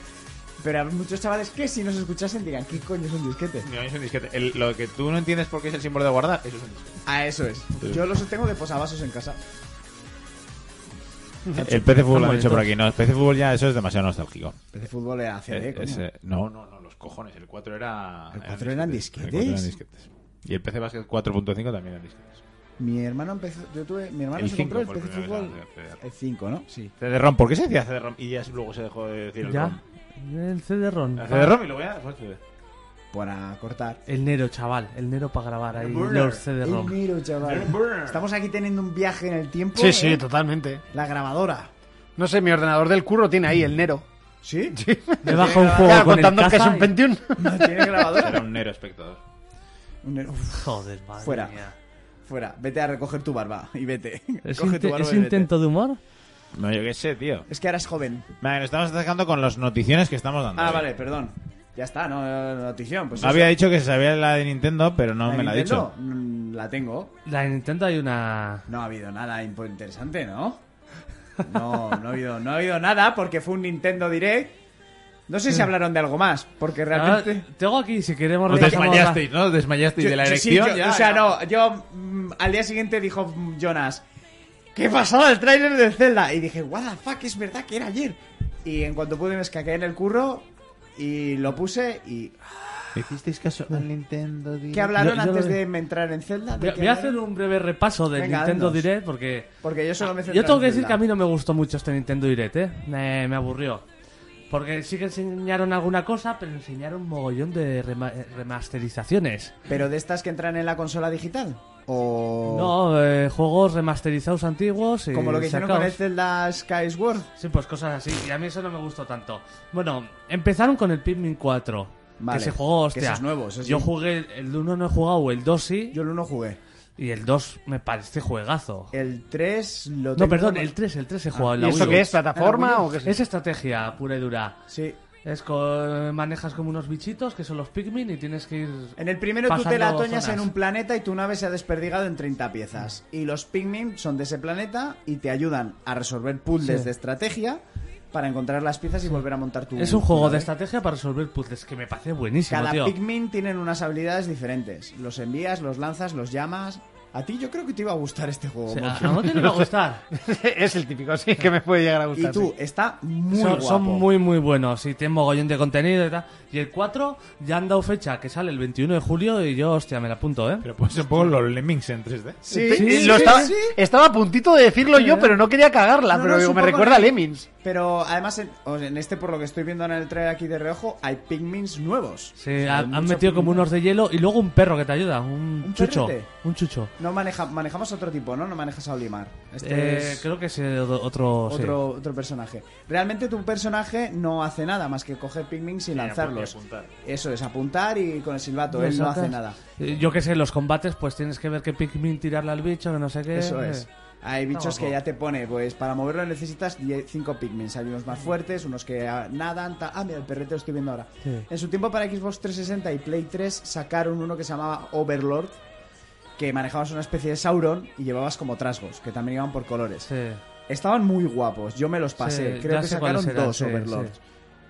Speaker 4: Pero hay muchos chavales que si nos escuchasen dirían, ¿qué coño es un disquete?
Speaker 6: No, es un disquete. El- lo que tú no entiendes por qué es el símbolo de guardar, eso es un disquete.
Speaker 4: Ah, eso es.
Speaker 6: Sí.
Speaker 4: Yo los tengo de posavasos en casa.
Speaker 6: El PC Fútbol lo
Speaker 5: Están
Speaker 6: han dicho
Speaker 5: bonitos.
Speaker 6: por aquí. No, el PC Fútbol ya eso es demasiado nostálgico.
Speaker 4: De fútbol era CD,
Speaker 6: Es-
Speaker 4: coño.
Speaker 6: es, eh, no, no, no, los cojones. El 4 era.
Speaker 4: ¿El 4 eran
Speaker 6: disquetes.
Speaker 4: disquetes?
Speaker 6: El 4 eran disquetes. Y el PC Basket 4.5 también eran disquetes.
Speaker 4: Mi hermano empezó. Yo tuve. Mi hermano
Speaker 6: El
Speaker 4: se compró el
Speaker 6: cinco
Speaker 4: PC
Speaker 6: fue el primero
Speaker 4: fútbol.
Speaker 6: que era CD.
Speaker 4: El 5, ¿no? Sí.
Speaker 6: CD-ROM, ¿por qué se decía CD-ROM? Y ya luego se dejó de decir el ROM.
Speaker 5: Ya. El CD-ROM.
Speaker 6: El CD-ROM y luego ya pues, fue el CD.
Speaker 4: Para cortar.
Speaker 5: El Nero, chaval. El Nero para grabar ahí.
Speaker 4: Burner.
Speaker 5: Los CD-ROM.
Speaker 4: El Nero, chaval.
Speaker 6: El Burner.
Speaker 4: Estamos aquí teniendo un viaje en el tiempo.
Speaker 7: Sí, sí,
Speaker 4: ¿eh?
Speaker 7: totalmente.
Speaker 4: La grabadora.
Speaker 7: No sé, mi ordenador del curro tiene ahí el Nero.
Speaker 4: ¿Sí?
Speaker 5: Me bajo
Speaker 3: Eh,
Speaker 5: un juego
Speaker 7: Claro,
Speaker 5: con el
Speaker 7: contando que es
Speaker 5: caja
Speaker 7: un
Speaker 5: y-
Speaker 7: Pentium.
Speaker 4: ¿No tiene grabadora?
Speaker 6: Era un Nero espectador.
Speaker 4: Un Nero. Uf,
Speaker 5: Joder, madre
Speaker 4: Fuera.
Speaker 5: mía.
Speaker 4: Fuera. Vete a recoger tu barba y vete.
Speaker 5: ¿Es,
Speaker 4: Coge tu
Speaker 5: inte-
Speaker 4: barba
Speaker 5: es
Speaker 4: y vete.
Speaker 5: intento de humor?
Speaker 6: No, yo qué sé, tío.
Speaker 4: Es que ahora es joven.
Speaker 6: Vale, nos estamos atacando con las noticiones que estamos dando.
Speaker 4: Ah, vale, perdón. Ya está, no, no, no, notición. Pues
Speaker 6: No había dicho que se sabía la de Nintendo, pero no
Speaker 4: eso.
Speaker 6: me la ha
Speaker 4: Nintendo,
Speaker 6: dicho.
Speaker 4: mm, La tengo.
Speaker 5: La de Nintendo hay una...
Speaker 4: No ha habido nada impo- interesante, ¿no? No, no ha habido, no ha habido nada porque fue un Nintendo Direct. No sé si hablaron de algo más, porque
Speaker 5: Ah,
Speaker 4: realmente.
Speaker 5: tengo aquí, si queremos...
Speaker 6: Os
Speaker 5: repasamos la-
Speaker 6: desmayasteis, ¿no? Os desmayasteis
Speaker 4: Yo-
Speaker 6: de la
Speaker 4: yo- sí,
Speaker 6: erección.
Speaker 4: yo-
Speaker 6: ya,
Speaker 4: o sea,
Speaker 6: ya.
Speaker 4: no, yo mm, al día siguiente dijo mm, Jonas, ¿qué pasaba el tráiler de Zelda? Y dije, what the fuck, es verdad que era ayer. Y en cuanto pude me escaqué en el curro y lo puse y... "Ah,
Speaker 6: ¿Hicisteis caso al Nintendo?
Speaker 4: ¿Qué hablaron
Speaker 5: Yo- yo
Speaker 4: antes
Speaker 5: lo-
Speaker 4: de me entrar en Zelda? ¿De
Speaker 5: Voy a-
Speaker 4: qué
Speaker 5: voy a
Speaker 4: hablaron?
Speaker 5: hacer un breve repaso del
Speaker 4: Venga,
Speaker 5: Nintendo
Speaker 4: haznos.
Speaker 5: Direct porque...
Speaker 4: Porque Ah, yo solo me centré
Speaker 5: Yo tengo
Speaker 4: en
Speaker 5: que decir
Speaker 4: Zelda.
Speaker 5: que a mí no me gustó mucho este Nintendo Direct, ¿eh? Me, me aburrió. Porque sí que enseñaron alguna cosa, pero enseñaron un mogollón de rema- eh, remasterizaciones.
Speaker 4: ¿Pero de estas que entran en la consola digital? ¿O...?
Speaker 5: No, eh, juegos remasterizados antiguos. y
Speaker 4: Oh. Como lo que hicieron con
Speaker 5: sacaos.
Speaker 4: el Zelda Skyward.
Speaker 5: Sí, pues cosas así. Y a mí eso no me gustó tanto. Bueno, empezaron con el Pikmin 4.
Speaker 4: Vale,
Speaker 5: Que se jugó,
Speaker 4: que
Speaker 5: hostia.
Speaker 4: eso es nuevo, eso sí.
Speaker 5: Yo jugué, el 1 no he jugado, el 2 sí.
Speaker 4: Yo el 1 jugué.
Speaker 5: Y el 2 me parece juegazo.
Speaker 4: El Ah, 3 lo
Speaker 5: No,
Speaker 4: tengo-
Speaker 5: perdón, el 3, el 3 he jugado. en
Speaker 7: ¿Y
Speaker 5: la
Speaker 7: eso
Speaker 5: Wii U.
Speaker 7: qué es? ¿Plataforma
Speaker 4: Ah,
Speaker 7: o qué es?
Speaker 5: Es estrategia pura y dura.
Speaker 4: Sí.
Speaker 5: Es con, manejas como unos bichitos que son los Pikmin y tienes que ir.
Speaker 4: En el primero tú te
Speaker 5: pasando
Speaker 4: la atoñas
Speaker 5: zonas.
Speaker 4: en un planeta y tu nave se ha desperdigado en 30 piezas. Y los Pikmin son de ese planeta y te ayudan a resolver puzzles
Speaker 5: Sí.
Speaker 4: de estrategia para encontrar las piezas y volver a montar tu
Speaker 5: Es un juego
Speaker 4: tu
Speaker 5: de
Speaker 4: nave.
Speaker 5: estrategia para resolver puzzles que me parece buenísimo,
Speaker 4: Cada
Speaker 5: tío.
Speaker 4: Pikmin tienen unas habilidades diferentes. Los envías, los lanzas, los llamas. A ti yo creo que te iba a gustar este juego.
Speaker 5: O sea,
Speaker 4: Monchi.
Speaker 5: ¿A no te iba a gustar?
Speaker 7: es el típico, sí, que me puede llegar a
Speaker 4: y
Speaker 7: gustar.
Speaker 4: tú,
Speaker 7: sí.
Speaker 4: está muy
Speaker 5: son,
Speaker 4: guapo.
Speaker 5: son muy muy buenos y tienen mogollón de contenido y tal. Y el 4 ya han dado fecha, que sale el 21 de julio y yo, hostia, me la apunto, ¿eh?
Speaker 6: Pero pues un poco los Lemmings en 3D.
Speaker 4: Sí,
Speaker 7: Sí,
Speaker 4: sí,
Speaker 7: lo estaba,
Speaker 4: sí.
Speaker 7: estaba a puntito de decirlo yo, pero no quería cagarla.
Speaker 4: No,
Speaker 7: pero
Speaker 4: no,
Speaker 7: digo,
Speaker 4: es un
Speaker 7: me
Speaker 4: poco
Speaker 7: recuerda a
Speaker 4: de-
Speaker 7: Lemmings.
Speaker 4: Pero además, en, o sea, en este, por lo que estoy viendo en el trailer aquí de reojo, hay Pikmins nuevos.
Speaker 5: Sí,
Speaker 4: O sea,
Speaker 5: ha-
Speaker 4: hay
Speaker 5: han,
Speaker 4: mucho
Speaker 5: metido como
Speaker 4: Pikmin.
Speaker 5: unos de hielo y luego un perro que te ayuda, un,
Speaker 4: ¿Un
Speaker 5: chucho.
Speaker 4: perrete?
Speaker 5: Un chucho.
Speaker 4: No maneja, manejamos otro tipo, ¿no? No manejas a Olimar. Este
Speaker 5: Eh,
Speaker 4: es
Speaker 5: Creo que es eh, do- otro. sí.
Speaker 4: otro, otro personaje. Realmente tu personaje no hace nada más que coger Pikmin y lanzarlos. Eso es, apuntar y con el silbato.
Speaker 5: Le
Speaker 4: Él no
Speaker 5: sacas-
Speaker 4: hace nada.
Speaker 5: Eh, Yo que sé, los combates, pues tienes que ver qué Pikmin tirarle al bicho, que no sé qué.
Speaker 4: Eso
Speaker 5: eh.
Speaker 4: es. Hay bichos que ya te pone, pues para moverlo necesitas 10 5 Pikmins. Hay unos más fuertes, unos que ah, nadan. ta- Ah, mira, el perrete lo estoy viendo ahora.
Speaker 5: Sí.
Speaker 4: En su tiempo para Xbox 360 y Play 3 sacaron uno que se llamaba Overlord, que manejabas una especie de Sauron y llevabas como trasgos, que también iban por colores.
Speaker 5: Sí.
Speaker 4: Estaban muy guapos, yo me los pasé.
Speaker 5: Sí,
Speaker 4: Creo
Speaker 5: ya
Speaker 4: que
Speaker 5: sé cuáles
Speaker 4: sacaron
Speaker 5: eran,
Speaker 4: dos
Speaker 5: sí,
Speaker 4: Overlords.
Speaker 5: sí.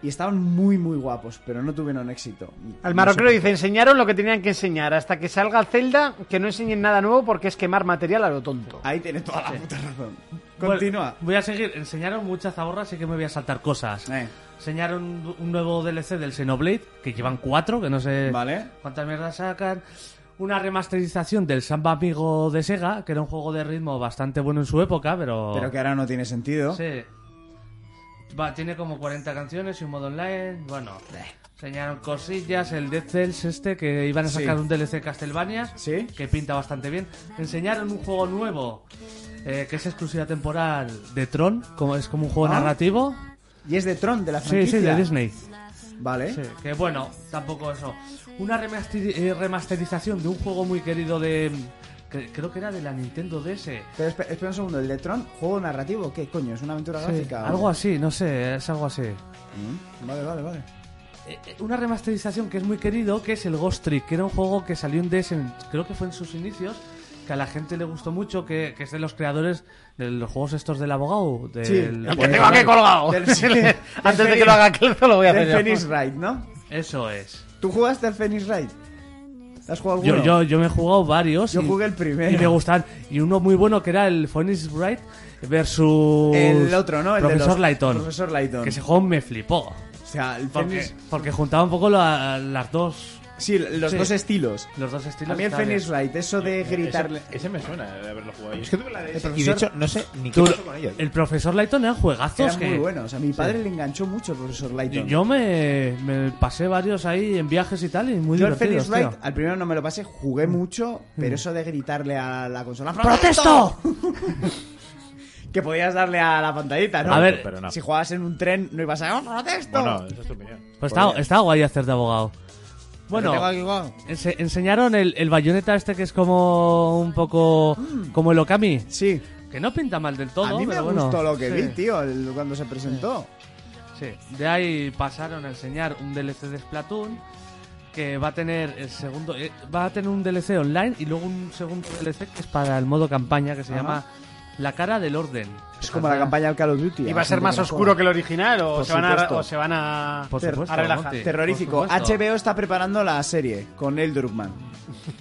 Speaker 4: Y estaban muy, muy guapos, pero no tuvieron éxito.
Speaker 7: Al
Speaker 4: No
Speaker 7: marroquero
Speaker 4: sé por
Speaker 7: dice, enseñaron lo que tenían que enseñar. Hasta que salga Zelda, que no enseñen nada nuevo porque es quemar material a lo tonto.
Speaker 4: qué. Ahí tiene toda la puta razón. Continúa.
Speaker 5: Bueno, voy a seguir. Enseñaron muchas ahorras y que me voy a saltar cosas.
Speaker 4: Eh,
Speaker 5: Enseñaron un nuevo DLC del Xenoblade, que llevan cuatro, que no sé
Speaker 4: Vale.
Speaker 5: cuántas mierdas sacan. una remasterización del Samba Amigo de Sega, que era un juego de ritmo bastante bueno en su época, pero...
Speaker 4: Pero que ahora no tiene sentido.
Speaker 5: Sí. Va, tiene como 40 canciones y un modo online. Bueno,
Speaker 4: Eh.
Speaker 5: enseñaron cosillas. El Dead Cells este, que iban a
Speaker 4: Sí.
Speaker 5: sacar un DLC Castlevania.
Speaker 4: Sí.
Speaker 5: Que pinta bastante bien. Enseñaron un juego nuevo, eh, que es exclusiva temporal de Tron. Como, es como un juego
Speaker 4: Ah.
Speaker 5: narrativo.
Speaker 4: Y es de Tron, de la
Speaker 5: Sí,
Speaker 4: franquicia.
Speaker 5: sí, de Disney.
Speaker 4: Vale.
Speaker 5: Sí, que bueno, tampoco eso. Una remasteri- eh, remasterización de un juego muy querido de... que- creo que era de la Nintendo DS.
Speaker 4: Pero espe- espera, un segundo, el de Tron, juego narrativo, ¿qué coño? ¿Es una aventura
Speaker 5: Sí,
Speaker 4: gráfica?
Speaker 5: algo así, no sé, es algo así.
Speaker 4: Mm, Vale, vale, vale.
Speaker 5: Eh, eh, una remasterización que es muy querido, que es el Ghost Trick, que era un juego que salió en DS, en- creo que fue en sus inicios, que a la gente le gustó mucho, que, que es de los creadores de los juegos estos del abogado. Del,
Speaker 4: Sí,
Speaker 5: del-
Speaker 4: que
Speaker 7: Tengo aquí colgado.
Speaker 4: Del-
Speaker 7: Sí, le-
Speaker 4: del
Speaker 7: Antes de
Speaker 4: Phoenix-
Speaker 7: que lo haga Kelzo lo voy a
Speaker 4: Del
Speaker 7: hacer yo.
Speaker 4: Phoenix Wright, ¿no?
Speaker 5: Eso es.
Speaker 4: ¿Tú jugaste al Phoenix Wright? ¿Has jugado
Speaker 5: Yo,
Speaker 4: alguno?
Speaker 5: yo, yo me he jugado varios.
Speaker 4: Yo
Speaker 5: y-
Speaker 4: jugué el primero.
Speaker 5: Y me gustan. Y uno muy bueno que era el Phoenix Wright versus.
Speaker 4: El otro, ¿no? El de
Speaker 5: Profesor
Speaker 4: los-
Speaker 5: Layton.
Speaker 4: Profesor Layton.
Speaker 5: Que ese juego me flipó.
Speaker 4: O sea, el
Speaker 5: Porque,
Speaker 4: Phoenix...
Speaker 5: porque juntaba un poco la- las dos.
Speaker 4: Sí, los
Speaker 5: Sí.
Speaker 4: dos estilos.
Speaker 5: Los Eh, dos estilos.
Speaker 4: A mí el
Speaker 5: estaban bien.
Speaker 4: Phoenix Wright, eso de gritarle...
Speaker 6: Ese, ese me suena eh, de haberlo jugado. yo. Es que tuve la de
Speaker 4: El
Speaker 6: Y de hecho,
Speaker 4: profesor-
Speaker 6: no sé ni qué
Speaker 5: Tú-
Speaker 6: pasó con ella.
Speaker 5: el profesor Layton eran juegazos
Speaker 4: Eran
Speaker 5: que
Speaker 4: muy buenos. A mi padre le enganchó mucho el Profesor Layton.
Speaker 5: yo me, me pasé varios ahí en viajes y tal y muy
Speaker 4: Yo el
Speaker 5: divertidos.
Speaker 4: Phoenix Wright,
Speaker 5: tío.
Speaker 4: al primero no me lo pasé, jugué mucho, pero eso de gritarle a la consola
Speaker 5: Mm. ¡Protesto!
Speaker 4: que podías darle a la pantallita, ¿no?
Speaker 5: A ver,
Speaker 6: Pero no.
Speaker 4: si jugabas en un tren no ibas a ¡Oh, protesto.
Speaker 6: Bueno, esa es tu opinión.
Speaker 5: Pues está, está guay hacer de abogado. Bueno,
Speaker 4: Tengo aquí, "Oh". guau.
Speaker 5: ense- enseñaron el, el bayoneta este que es como un poco como el Okami,
Speaker 4: sí.
Speaker 5: que no pinta mal del todo.
Speaker 4: Mm. a mí me
Speaker 5: pero bueno,
Speaker 4: gustó lo que
Speaker 5: sí,
Speaker 4: vi, tío, el- cuando se presentó.
Speaker 5: sí. De ahí pasaron a enseñar un DLC de Splatoon que va a tener el segundo eh, va a tener un DLC online y luego un segundo DLC que es para el modo campaña que se
Speaker 4: Ajá.
Speaker 5: llama La cara del orden.
Speaker 4: Es como la campaña del Call of Duty.
Speaker 7: ¿Y va a ser más oscuro que el original o,
Speaker 4: Por
Speaker 7: se, van a,
Speaker 4: supuesto.
Speaker 7: o se van a...
Speaker 5: Por
Speaker 4: Ter-
Speaker 5: supuesto,
Speaker 7: a relajar.
Speaker 5: Monty,
Speaker 4: Terrorífico.
Speaker 5: por supuesto.
Speaker 4: HBO está preparando la serie con el Druckmann.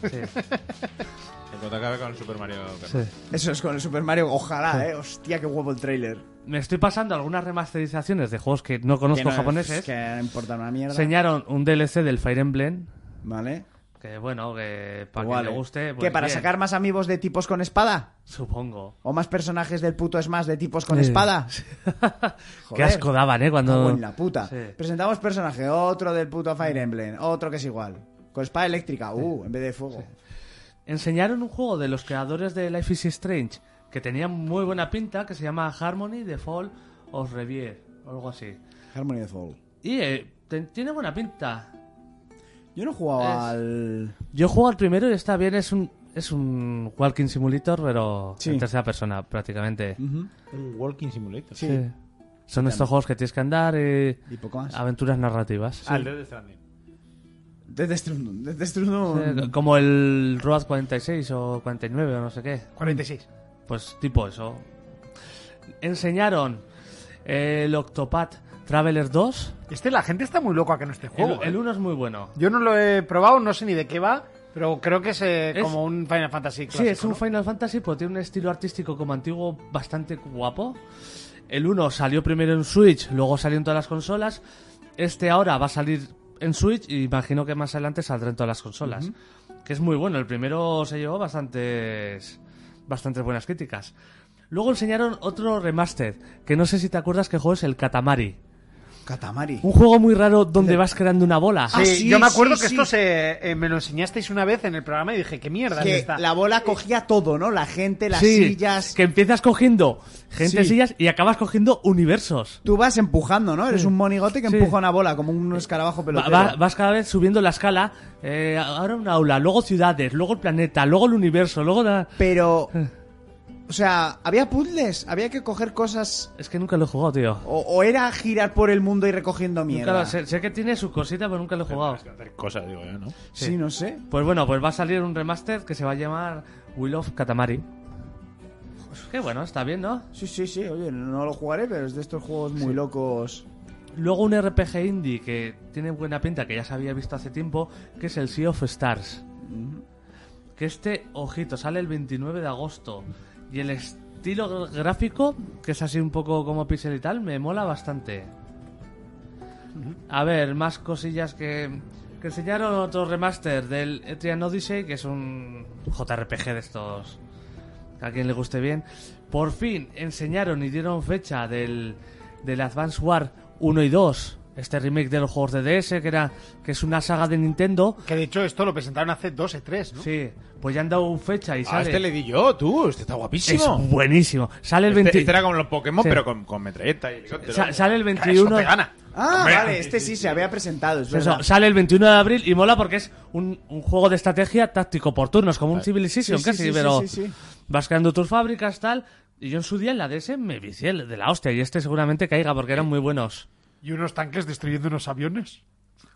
Speaker 5: Sí,
Speaker 6: En cuanto acabe con el Super Mario. Kart.
Speaker 5: sí.
Speaker 4: Eso es con el Super Mario. Ojalá, eh. Hostia, qué huevo el trailer.
Speaker 5: Me estoy pasando algunas remasterizaciones de juegos que no conozco japoneses.
Speaker 4: Que no importa una mierda.
Speaker 5: Enseñaron un DLC del Fire Emblem.
Speaker 4: Vale.
Speaker 5: Que bueno, que para
Speaker 4: Vale.
Speaker 5: que le guste. pues
Speaker 4: ¿Qué, para
Speaker 5: bien,
Speaker 4: sacar más amigos de tipos con espada?
Speaker 5: Supongo.
Speaker 4: ¿O más personajes del puto Smash de tipos con
Speaker 5: Eh,
Speaker 4: espada?
Speaker 5: Qué
Speaker 4: Joder.
Speaker 5: asco daban, ¿eh?
Speaker 4: Cago
Speaker 5: Cuando.
Speaker 4: en la puta.
Speaker 5: Sí.
Speaker 4: Presentamos personaje, otro del puto Fire Emblem, otro que es igual. Con espada eléctrica, uh, en vez de fuego.
Speaker 5: Enseñaron un juego de los creadores de Life is Strange que tenía muy buena pinta, que se llama Harmony The Fall of Revier, o algo así.
Speaker 4: Harmony of Fall.
Speaker 5: Y eh, te- tiene buena pinta.
Speaker 4: Yo no he jugado
Speaker 5: Es-
Speaker 4: al.
Speaker 5: Yo juego al primero y está bien, es un es un walking simulator, pero
Speaker 4: Sí.
Speaker 5: en tercera persona prácticamente.
Speaker 6: Un Walking Simulator.
Speaker 4: Sí.
Speaker 5: Sí. Son estos juegos que tienes que andar y
Speaker 4: Y poco más.
Speaker 5: aventuras narrativas.
Speaker 6: Ah, el Death Stranding.
Speaker 4: Desde Strundum. Desde Strundum.
Speaker 5: Eh, Como el Road 46 o 49 o no sé qué.
Speaker 7: 46.
Speaker 5: Pues tipo eso. Enseñaron el Octopath Traveler 2.
Speaker 7: Este, la gente está muy loca que no este juego.
Speaker 5: El 1 es muy bueno.
Speaker 7: Yo no lo he probado, no sé ni de qué va, pero creo que es, eh,
Speaker 5: Es-
Speaker 7: como un Final Fantasy
Speaker 5: Sí,
Speaker 7: clásico,
Speaker 5: es un
Speaker 7: ¿no?
Speaker 5: Final Fantasy, pero tiene un estilo artístico como antiguo bastante guapo. El 1 salió primero en Switch, luego salió en todas las consolas. Este ahora va a salir en Switch y imagino que más adelante saldrá en todas las consolas. Que es muy bueno, el primero se llevó bastantes, bastantes buenas críticas. Luego enseñaron otro remaster, que no sé si te acuerdas que juego es el Katamari.
Speaker 4: Katamari.
Speaker 5: Un juego muy raro donde vas creando una bola.
Speaker 7: Sí,
Speaker 4: Ah, sí,
Speaker 7: yo me
Speaker 4: sí,
Speaker 7: acuerdo que
Speaker 4: sí.
Speaker 7: esto se, eh, me lo enseñasteis una vez en el programa y dije, ¿qué mierda es
Speaker 4: que
Speaker 7: esta?
Speaker 4: la Eh, bola cogía todo, ¿no? La gente, las
Speaker 5: Sí,
Speaker 4: sillas.
Speaker 5: Que empiezas cogiendo gente
Speaker 4: Sí.
Speaker 5: sillas y acabas cogiendo universos.
Speaker 4: Tú vas empujando, ¿no? Eres un monigote que
Speaker 5: Sí.
Speaker 4: empuja una bola, como un escarabajo
Speaker 5: Va-
Speaker 4: pelotero.
Speaker 5: va- vas cada vez subiendo la escala. eh, ahora un aula, luego ciudades, luego el planeta, luego el universo, luego la-
Speaker 4: Pero. O sea, había puzzles, había que coger cosas.
Speaker 5: Es que nunca lo he jugado, tío.
Speaker 4: O, o era girar por el mundo y recogiendo
Speaker 5: Nunca
Speaker 4: Oh, mierda.
Speaker 5: lo- sé, sé que tiene su cosita, pero nunca lo he jugado.
Speaker 6: Tienes que hacer cosas, digo yo, ¿no?
Speaker 4: sí.
Speaker 5: sí.
Speaker 4: no sé.
Speaker 5: Pues bueno, pues va a salir un remaster que se va a llamar Will of Katamari. Qué bueno, está bien, ¿no?
Speaker 4: Sí, sí, sí, oye, no lo jugaré, pero es de estos juegos muy locos.
Speaker 5: Luego un RPG indie que tiene buena pinta, que ya se había visto hace tiempo, que es el Sea of Stars. Que este, ojito, sale el 29 de agosto. Y el estilo gr- gráfico, que es así un poco como pixel y tal, me mola bastante. A ver, más cosillas que, que enseñaron otro remaster del Etrian Odyssey, que es un JRPG de estos que a quien le guste bien. Por fin enseñaron y dieron fecha del, del Advance War 1 y 2, este remake de los juegos de DS, que, era, que es una saga de Nintendo.
Speaker 3: Que de hecho esto lo presentaron hace dos o tres, ¿no?
Speaker 5: Sí, pues ya han dado fecha y
Speaker 6: Ah,
Speaker 5: sale.
Speaker 6: este le di yo, tú. Este está
Speaker 5: es
Speaker 6: guapísimo.
Speaker 5: buenísimo. Sale el
Speaker 6: Este-
Speaker 5: 20
Speaker 6: Este, era como los Pokémon,
Speaker 5: Sí.
Speaker 6: pero con, con metralleta y helicóptero.
Speaker 5: sa- sale el
Speaker 3: Eso te
Speaker 5: 21
Speaker 3: gana.
Speaker 4: Ah, vale, este sí se había presentado, es
Speaker 5: Eso,
Speaker 4: verdad.
Speaker 5: sale el 21 de abril y mola porque es un, un juego de estrategia táctico por turnos, como un Civilization
Speaker 4: Ah, Sí, sí,
Speaker 5: casi,
Speaker 4: sí, sí,
Speaker 5: pero
Speaker 4: sí, sí.
Speaker 5: vas creando tus fábricas, tal. Y yo en su día en la DS me vicié de la hostia y este seguramente caiga porque eran muy buenos.
Speaker 3: Y unos tanques destruyendo unos aviones.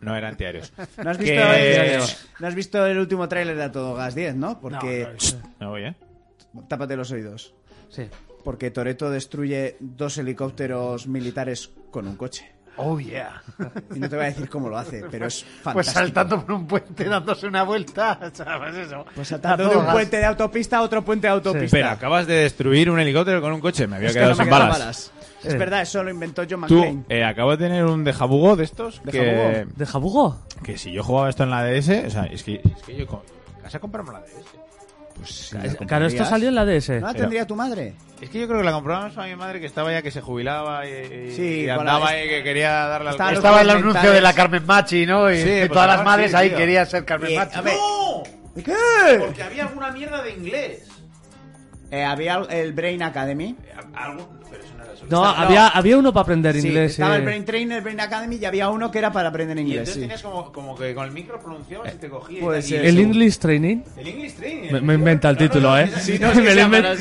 Speaker 6: No eran antiaéreos.
Speaker 4: ¿No, has visto
Speaker 6: Que-
Speaker 4: el, no has visto el último tráiler de A Todo Gas 10, ¿no? Porque...
Speaker 6: No voy, ¿eh?
Speaker 4: Tápate los oídos.
Speaker 5: Sí.
Speaker 4: Porque Toreto destruye dos helicópteros militares con un coche.
Speaker 3: Oh, yeah.
Speaker 4: Y no te voy a decir cómo lo hace, pero es fantástico.
Speaker 3: Pues saltando por un puente, dándose una vuelta. ¿Sabes eso?
Speaker 4: Pues saltando de un puente de autopista a otro puente de autopista.
Speaker 6: Pero acabas de destruir un helicóptero con un coche. Me había
Speaker 4: Es que
Speaker 6: quedado
Speaker 4: no me
Speaker 6: sin
Speaker 4: quedan
Speaker 6: balas.
Speaker 4: balas. Es verdad, eso lo inventó John
Speaker 6: Tú,
Speaker 4: McClane.
Speaker 6: eh, acabo de tener un dejabugo de estos
Speaker 4: ¿Deja
Speaker 6: que,
Speaker 4: bugó?
Speaker 5: ¿De Jabugo?
Speaker 6: que si yo jugaba esto en la DS, o sea, es que, es que yo con, en casa compramos la DS. Pues si la
Speaker 5: Es- Eh, Claro,
Speaker 6: comprarías-
Speaker 5: esto salió en la DS.
Speaker 4: ¿No la
Speaker 6: Pero-
Speaker 4: tendría tu madre?
Speaker 6: Es que yo creo que la compramos a mi madre que estaba ya que se jubilaba y, y-
Speaker 4: Sí,
Speaker 6: y
Speaker 4: igual
Speaker 6: andaba
Speaker 4: a-
Speaker 6: ahí que quería darle al
Speaker 4: Estaba-
Speaker 6: coche.
Speaker 3: Estaba el
Speaker 4: documentales.
Speaker 3: anuncio de la Carmen Machi, ¿no? Y
Speaker 6: Sí,
Speaker 3: de
Speaker 6: pues
Speaker 3: todas las
Speaker 6: ahora sí,
Speaker 3: madres ahí
Speaker 6: tío.
Speaker 3: quería ser Carmen
Speaker 4: Eh,
Speaker 3: Machi.
Speaker 4: a ver, ¿Y ¿Qué?
Speaker 9: Porque había alguna mierda de inglés.
Speaker 4: Eh, había el Brain Academy.
Speaker 9: Algún- pero eso no era solo.
Speaker 5: No, había, había uno para aprender
Speaker 4: Sí,
Speaker 5: inglés.
Speaker 4: estaba
Speaker 5: eh.
Speaker 4: el Brain Trainer, el Brain Academy y había uno que era para aprender
Speaker 6: Y
Speaker 4: inglés.
Speaker 6: entonces
Speaker 4: sí.
Speaker 6: tenías como, como que con el micro pronunciabas y te cogía. y
Speaker 4: Puede
Speaker 6: tal, y
Speaker 4: ser.
Speaker 5: El
Speaker 4: sí.
Speaker 5: English Training.
Speaker 6: El English Training.
Speaker 5: Me, me inventa el título, ¿eh?
Speaker 6: no,
Speaker 5: Me lo invento.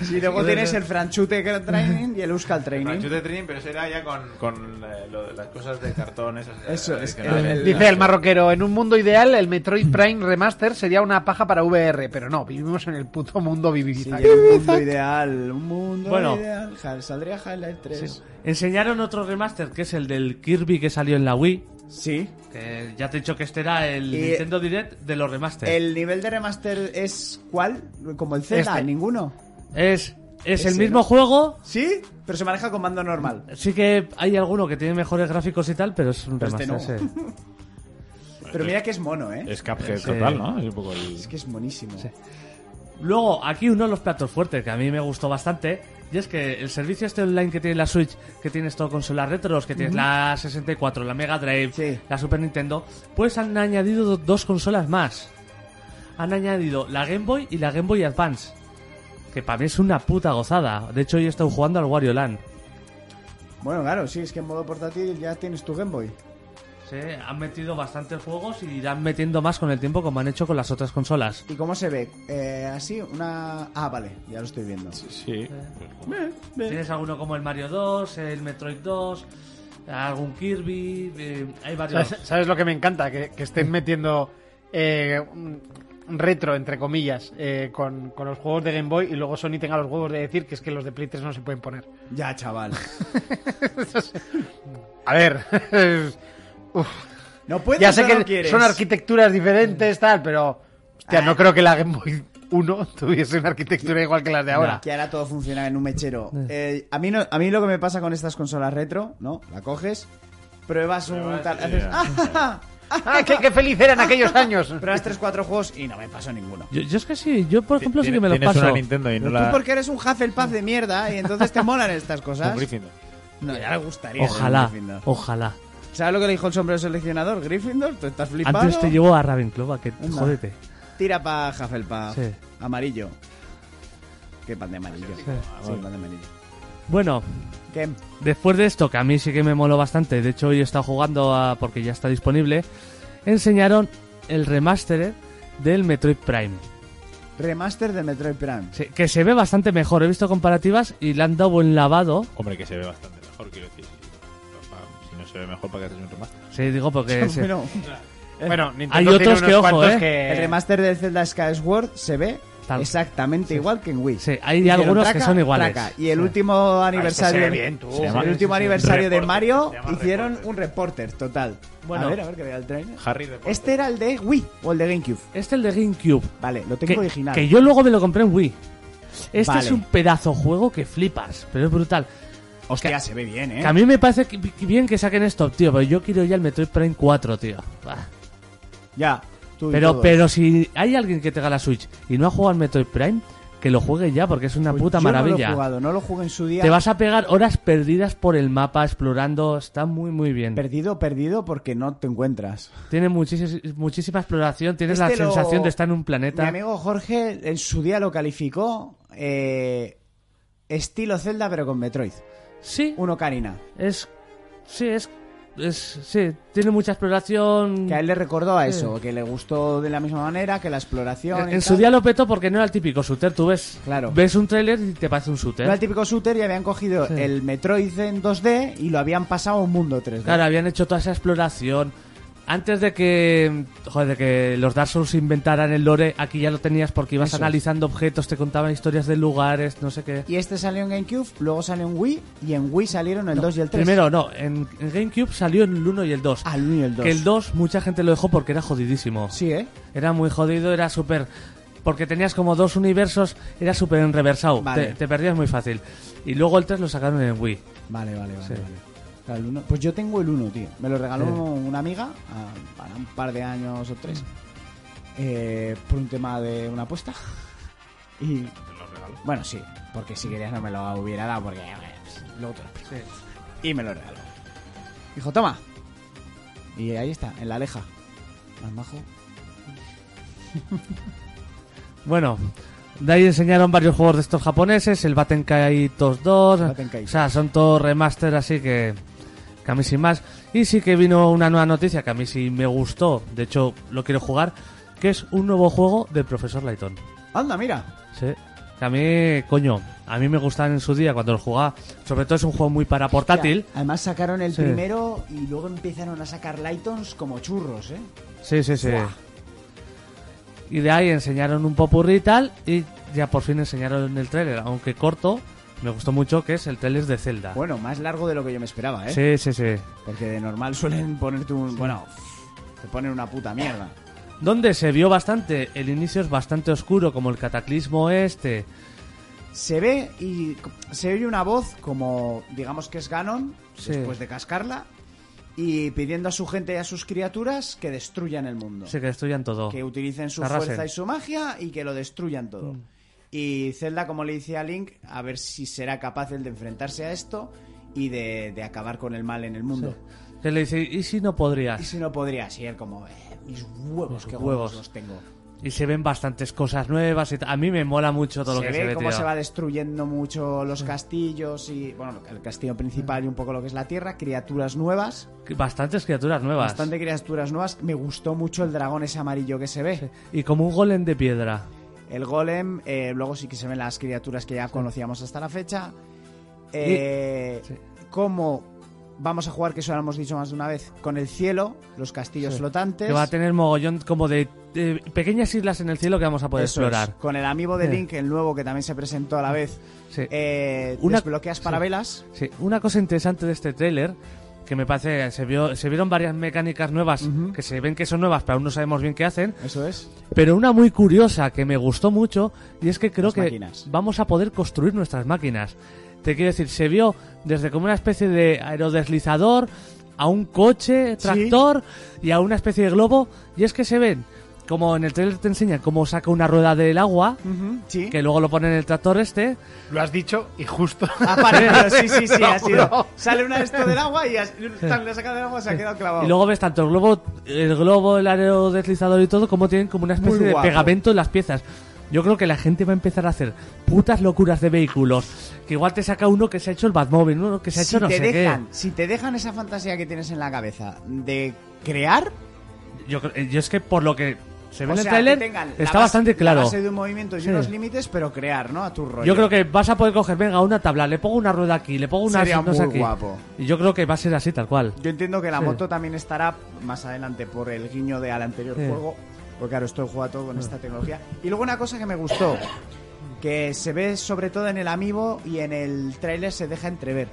Speaker 4: Sí, luego tienes el Franchute Training y el Euskal Training.
Speaker 6: de Training, pero eso era ya con, con eh, lo de las cosas de cartón. Esas,
Speaker 4: Eso, es que-
Speaker 6: tradicionales.
Speaker 4: el-
Speaker 7: Dice el marroquero, en un mundo ideal el Metroid Prime Remaster sería una paja para VR, pero no, vivimos en el puto mundo
Speaker 4: Sí,
Speaker 7: viviza.
Speaker 4: era un mundo ideal, un mundo
Speaker 5: Bueno.
Speaker 4: ideal. Ja- Saldría Highlight 3.
Speaker 5: Enseñaron otro remaster que es el del Kirby que salió en la Wii.
Speaker 4: Sí.
Speaker 5: Que ya te he dicho que este era el
Speaker 4: Y-
Speaker 5: Nintendo Direct de los remasters.
Speaker 4: ¿El nivel de remaster es cuál? ¿Como el Zelda?
Speaker 5: Este.
Speaker 4: ¿Ninguno?
Speaker 5: Es, es el
Speaker 4: Ese,
Speaker 5: mismo
Speaker 4: ¿no?
Speaker 5: juego.
Speaker 4: ¿Sí? Pero se maneja con mando normal.
Speaker 5: Sí que hay alguno que tiene mejores gráficos y tal, pero es un
Speaker 4: Pero este
Speaker 5: remaster. sí.
Speaker 4: Pero mira que es mono, ¿eh?
Speaker 6: Es Cuphead
Speaker 5: Sí.
Speaker 6: total, ¿no? Es un poco el...
Speaker 4: Es que es monísimo.
Speaker 5: Luego, aquí uno de los platos fuertes que a mí me gustó bastante. Y es que el servicio este online que tiene la Switch, que tienes todo consolas retros, que tienes la 64, la Mega Drive,
Speaker 4: Sí.
Speaker 5: la Super Nintendo, pues han añadido do- dos consolas más. Han añadido la Game Boy y la Game Boy Advance. Que para mí es una puta gozada. De hecho, yo he estado jugando al Wario Land.
Speaker 4: Bueno, claro, sí, es que en modo portátil ya tienes tu Game Boy.
Speaker 5: Sí, han metido bastantes juegos y irán metiendo más con el tiempo como han hecho con las otras consolas.
Speaker 4: ¿Y cómo se ve? Eh, así, una... Ah, vale, ya lo estoy viendo.
Speaker 6: Sí.
Speaker 5: Tienes alguno como el Mario 2, el Metroid 2, algún Kirby, eh, hay varios.
Speaker 3: ¿Sabes, sabes lo que me encanta? Que, que estén metiendo eh, un un retro, entre comillas, eh, con, con los juegos de Game Boy y luego Sony tenga los huevos de decir que es que los de Play 3 no se pueden poner.
Speaker 4: Ya, chaval.
Speaker 3: A ver, uf,
Speaker 4: No puedes
Speaker 3: ya sé
Speaker 4: o
Speaker 3: que
Speaker 4: no quieres.
Speaker 3: son arquitecturas diferentes,
Speaker 5: Mm.
Speaker 3: tal, pero hostia,
Speaker 5: Ah.
Speaker 3: no creo que la Game Boy 1 tuviese una arquitectura igual que las de ahora.
Speaker 4: Que ahora todo funciona en un mechero. Eh, a, mí no, a mí lo que me pasa con estas consolas retro, ¿no? La coges, pruebas un tal... haces- ¡Ah, ja, ja! ¡Ah, ja,
Speaker 3: ¡Ah, qué,
Speaker 4: ja!
Speaker 3: qué feliz eran aquellos años!
Speaker 4: Pruebas 3-4 juegos y no me pasó ninguno.
Speaker 5: Yo, yo es que sí, yo por ejemplo sí que me los
Speaker 6: Tienes una
Speaker 5: paso.
Speaker 6: Nintendo y no
Speaker 4: Pero
Speaker 6: la...
Speaker 4: tú porque eres un Hufflepuff de mierda y entonces te molan estas
Speaker 6: un
Speaker 4: cosas.
Speaker 6: Gryffindor.
Speaker 4: No, ya le gustaría. ser un
Speaker 5: Ojalá,
Speaker 4: Gryffindor.
Speaker 5: ojalá.
Speaker 4: ¿Sabes lo que le dijo el sombrero seleccionador? Gryffindor, tú estás flipado.
Speaker 5: Antes te llevo a Ravenclaw, a que
Speaker 4: Anda.
Speaker 5: jódete.
Speaker 4: Tira pa' Hufflepuff.
Speaker 5: Sí.
Speaker 4: Amarillo. Qué pan de amarillo. Sí, pan de amarillo.
Speaker 5: Bueno,
Speaker 4: ¿Qué?
Speaker 5: después de esto, que a mí sí que me moló bastante, de hecho hoy he estado jugando a- porque ya está disponible, enseñaron el remaster eh, del Metroid Prime.
Speaker 4: Remaster de Metroid Prime.
Speaker 5: Sí, que se ve bastante mejor. He visto comparativas y le han dado buen lavado.
Speaker 6: Hombre, que se ve bastante mejor, quiero decir. Papá, Si no se ve mejor, ¿para qué haces un remaster?
Speaker 5: Sí, digo porque... se-
Speaker 4: Bueno,
Speaker 3: Bueno, Nintendo
Speaker 5: Hay
Speaker 3: tiene
Speaker 5: otros
Speaker 3: unos
Speaker 5: que, ojo,
Speaker 3: cuantos
Speaker 5: ¿eh?
Speaker 3: que-
Speaker 4: el remaster del Zelda Skyward se ve
Speaker 5: Tal.
Speaker 4: exactamente igual que en Wii.
Speaker 5: Sí, hay
Speaker 4: Hicieron
Speaker 5: algunos que
Speaker 4: traca,
Speaker 5: son iguales.
Speaker 4: traca. Y el último aniversario,
Speaker 3: se ve bien, tú. Se
Speaker 6: llama-
Speaker 4: el último aniversario de
Speaker 6: Reporter,
Speaker 4: Mario
Speaker 6: se llama
Speaker 4: hicieron
Speaker 6: Reporter.
Speaker 4: un reporter total.
Speaker 5: Bueno.
Speaker 4: a ver, a ver que vea el trailer.
Speaker 6: Harry de Potter.
Speaker 4: Este era el de Wii o el de GameCube.
Speaker 5: Este el de GameCube.
Speaker 4: Vale, lo tengo
Speaker 5: Que,
Speaker 4: original.
Speaker 5: que yo luego me lo compré en Wii. Este
Speaker 4: Vale.
Speaker 5: es un pedazo juego que flipas, pero es brutal.
Speaker 4: Hostia, se ve bien, ¿eh?
Speaker 5: Que a mí me parece que- que bien que saquen esto, tío, pero yo quiero ya el Metroid Prime 4, tío. Bah.
Speaker 4: Ya. tú y
Speaker 5: Pero,
Speaker 4: todo.
Speaker 5: pero si hay alguien que tenga la Switch y no ha jugado al Metroid Prime, que lo juegue ya porque es una
Speaker 4: Pues
Speaker 5: puta
Speaker 4: yo No
Speaker 5: maravilla.
Speaker 4: lo he jugado, no lo jugué en su día.
Speaker 5: Te vas a pegar horas perdidas por el mapa explorando, está muy muy bien.
Speaker 4: Perdido, perdido porque no te encuentras.
Speaker 5: Tiene muchísima, muchísima exploración, tienes la
Speaker 4: Este lo-
Speaker 5: sensación de estar en un planeta.
Speaker 4: Mi amigo Jorge en su día lo calificó eh, estilo Zelda pero con Metroid.
Speaker 5: Sí,
Speaker 4: Uno Karina.
Speaker 5: es sí es es sí, tiene mucha exploración.
Speaker 4: Que a él le recordó a eso, que le gustó de la misma manera, que la exploración. y
Speaker 5: En su
Speaker 4: tal.
Speaker 5: día lo petó porque no era el típico shooter, tú ves
Speaker 4: Claro.
Speaker 5: ves un tráiler y te parece un shooter.
Speaker 4: Era el típico shooter y habían cogido
Speaker 5: Sí.
Speaker 4: el Metroid en 2D y lo habían pasado a un mundo 3D.
Speaker 5: Claro, habían hecho toda esa exploración. Antes de que, joder, de que los Dark Souls inventaran el lore, aquí ya lo tenías porque ibas
Speaker 4: Eso es.
Speaker 5: analizando objetos, te contaban historias de lugares, no sé qué.
Speaker 4: Y este salió en GameCube, luego salió en Wii y en Wii salieron el 2 y el 3.
Speaker 5: Primero, no, en, en GameCube salió el 1 y el 2.
Speaker 4: Al 1 y Ah, el 2.
Speaker 5: Que el 2 mucha gente lo dejó porque era jodidísimo.
Speaker 4: Sí, ¿eh?
Speaker 5: Era muy jodido, era súper... Porque tenías como dos universos, era súper enreversado.
Speaker 4: Vale.
Speaker 5: Te, te perdías muy fácil. Y luego el 3 lo sacaron en Wii.
Speaker 4: Vale, vale, vale.
Speaker 5: Sí.
Speaker 4: vale. Claro, el uno- Pues yo tengo el 1, tío. Me lo regaló una amiga a- para un par de años o tres. eh, por un tema de una apuesta. Y. Bueno, sí, porque si querías no me lo hubiera dado, porque. bueno, Luego te lo explico. Y me lo regaló. Dijo, toma. Y ahí está, en la aleja. Más majo.
Speaker 5: Bueno, de ahí enseñaron varios juegos de estos japoneses, el Batenkai 2,
Speaker 4: Battenkai.
Speaker 5: o sea, son todos remaster, así que, que a mí sin más. Y sí que vino una nueva noticia que a mí sí me gustó, de hecho lo quiero jugar, que es un nuevo juego del Profesor Layton.
Speaker 4: Anda, mira.
Speaker 5: Sí. Que a mí, coño, a mí me gustaban en su día cuando lo jugaba, sobre todo es un juego muy para portátil.
Speaker 4: Ya, Además sacaron el
Speaker 5: Sí.
Speaker 4: primero y luego empezaron a sacar Lightons como churros, ¿eh?
Speaker 5: Sí, sí, sí. Y de ahí enseñaron un popurrí y tal, y ya por fin enseñaron el tráiler, aunque corto, me gustó mucho que es el tráiler de Zelda.
Speaker 4: Bueno, más largo de lo que yo me esperaba, ¿eh?
Speaker 5: Sí, sí, sí.
Speaker 4: Porque de normal suelen ponerte un. Bueno, te ponen una puta mierda.
Speaker 5: Donde se vio bastante, el inicio es bastante oscuro, como el cataclismo este.
Speaker 4: Se ve y se oye una voz como, digamos que es Ganon,
Speaker 5: Sí.
Speaker 4: después de cascarla, y pidiendo a su gente y a sus criaturas que destruyan el mundo.
Speaker 5: Se que destruyan todo.
Speaker 4: Que utilicen su
Speaker 5: Arrasen. Mm.
Speaker 4: fuerza y su magia y que lo destruyan todo. Y Zelda, como le dice a Link, a ver si será capaz el de enfrentarse a esto y de, de acabar con el mal en el mundo.
Speaker 5: Que le dice, ¿y si no
Speaker 4: Y
Speaker 5: podrías?
Speaker 4: si no podría ser como, eh, mis huevos,
Speaker 5: Mis
Speaker 4: qué
Speaker 5: huevos.
Speaker 4: huevos los tengo.
Speaker 5: Y se ven bastantes cosas nuevas. Y ta- a mí me mola mucho todo lo
Speaker 4: se
Speaker 5: que
Speaker 4: ve
Speaker 5: se ve,
Speaker 4: cómo
Speaker 5: tío.
Speaker 4: se va destruyendo mucho los castillos y bueno el castillo principal y un poco lo que es la tierra criaturas nuevas
Speaker 5: Que Bastantes criaturas nuevas.
Speaker 4: bastante criaturas nuevas me gustó mucho el dragón ese amarillo que se ve
Speaker 5: Y como un golem de piedra.
Speaker 4: el golem eh, luego sí que se ven las criaturas que ya conocíamos hasta la fecha Eh,
Speaker 5: Sí.
Speaker 4: cómo vamos a jugar que eso lo hemos dicho más de una vez con el cielo los castillos flotantes
Speaker 5: Que va a tener mogollón como de, de pequeñas islas en el cielo que vamos a poder
Speaker 4: Eso es,
Speaker 5: explorar.
Speaker 4: con el amigo de
Speaker 5: Eh.
Speaker 4: Link el nuevo que también se presentó a la vez
Speaker 5: Sí.
Speaker 4: eh,
Speaker 5: Una-
Speaker 4: desbloqueas
Speaker 5: sí.
Speaker 4: parabelas
Speaker 5: Sí, una cosa interesante de este tráiler que me parece se vio se vieron varias mecánicas nuevas que se ven que son nuevas, pero aún no sabemos bien qué hacen.
Speaker 4: eso es
Speaker 5: Pero una muy curiosa que me gustó mucho y es que creo
Speaker 4: Las
Speaker 5: que
Speaker 4: máquinas.
Speaker 5: vamos a poder construir nuestras máquinas. Te quiero decir, se vio desde como una especie de aerodeslizador a un coche, tractor y a una especie de globo. Y es que se ven, como en el trailer te enseñan cómo saca una rueda del agua,
Speaker 4: Ujú, sí.
Speaker 5: que luego lo ponen en el tractor este.
Speaker 3: Lo has dicho y justo.
Speaker 5: Ah,
Speaker 4: Ha parecido, sí, sí, sí,
Speaker 3: Lo
Speaker 4: ha sido.
Speaker 3: juro.
Speaker 4: Sale una de esto del agua y has- tan, la saca del agua se ha quedado clavado.
Speaker 5: Y luego ves tanto el globo, el globo, el aerodeslizador y todo, como tienen como una especie
Speaker 4: Muy
Speaker 5: de
Speaker 4: guapo.
Speaker 5: pegamento en las piezas. Yo creo que la gente va a empezar a hacer putas locuras de vehículos. Que igual te saca uno que se ha hecho el Batmóvil, uno que pues, se ha
Speaker 4: si
Speaker 5: hecho no
Speaker 4: te
Speaker 5: sé
Speaker 4: dejan, si te dejan esa fantasía que tienes en la cabeza de crear,
Speaker 5: qué. Yo, cre- yo es que por lo que se ve
Speaker 4: o
Speaker 5: en el
Speaker 4: sea, que
Speaker 5: tráiler,
Speaker 4: tengan la
Speaker 5: está
Speaker 4: base-
Speaker 5: bastante
Speaker 4: la
Speaker 5: claro.
Speaker 4: base de un movimiento y
Speaker 5: Sí.
Speaker 4: unos límites, pero crear, ¿no? A tu rollo.
Speaker 5: Yo creo que vas a poder coger, venga, una tabla, le pongo una rueda aquí, le pongo una
Speaker 4: Sería
Speaker 5: no sé,
Speaker 4: muy
Speaker 5: aquí.
Speaker 4: guapo.
Speaker 5: Y yo creo que va a ser así, tal cual.
Speaker 4: Yo entiendo que la
Speaker 5: Sí.
Speaker 4: moto también estará más adelante por el guiño de al anterior
Speaker 5: Sí.
Speaker 4: juego. Porque claro, estoy jugando todo con esta tecnología. Y luego una cosa que me gustó, que se ve sobre todo en el amiibo y en el tráiler se deja entrever.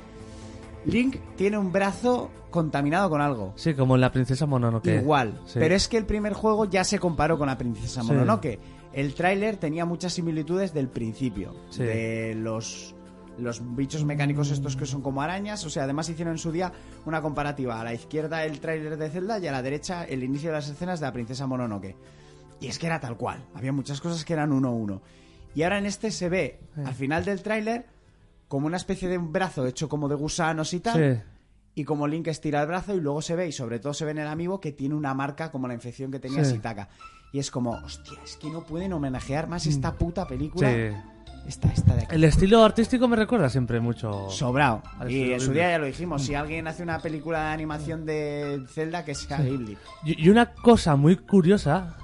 Speaker 4: Link tiene un brazo contaminado con algo.
Speaker 5: Sí, como en la princesa Mononoke.
Speaker 4: Igual.
Speaker 5: Sí.
Speaker 4: Pero es que el primer juego ya se comparó con la princesa
Speaker 5: Sí.
Speaker 4: Mononoke. El tráiler tenía muchas similitudes del principio.
Speaker 5: Sí.
Speaker 4: De los los bichos mecánicos estos que son como arañas. O sea, además hicieron en su día una comparativa. A la izquierda el tráiler de Zelda y a la derecha el inicio de las escenas de la princesa Mononoke. Y es que era tal cual. Había muchas cosas que eran uno a uno. Y ahora en este se ve, al final del tráiler, como una especie de un brazo hecho como de gusanos y tal.
Speaker 5: Sí.
Speaker 4: Y como Link estira el brazo y luego se ve, y sobre todo se ve en el amigo, que tiene una marca como la infección que tenía
Speaker 5: Sí.
Speaker 4: Sitaka. Y es como, hostia, es que no pueden homenajear más esta puta película.
Speaker 5: Mm. Sí.
Speaker 4: Esta, esta de aquí.
Speaker 5: El estilo artístico me recuerda siempre mucho.
Speaker 4: Sobrao.
Speaker 5: Al
Speaker 4: Y
Speaker 5: estilo
Speaker 4: en su
Speaker 5: Ghibli.
Speaker 4: día ya lo dijimos.
Speaker 5: Mm.
Speaker 4: Si alguien hace una película de animación de Zelda, que sea Ghibli.
Speaker 5: Y y una cosa muy curiosa.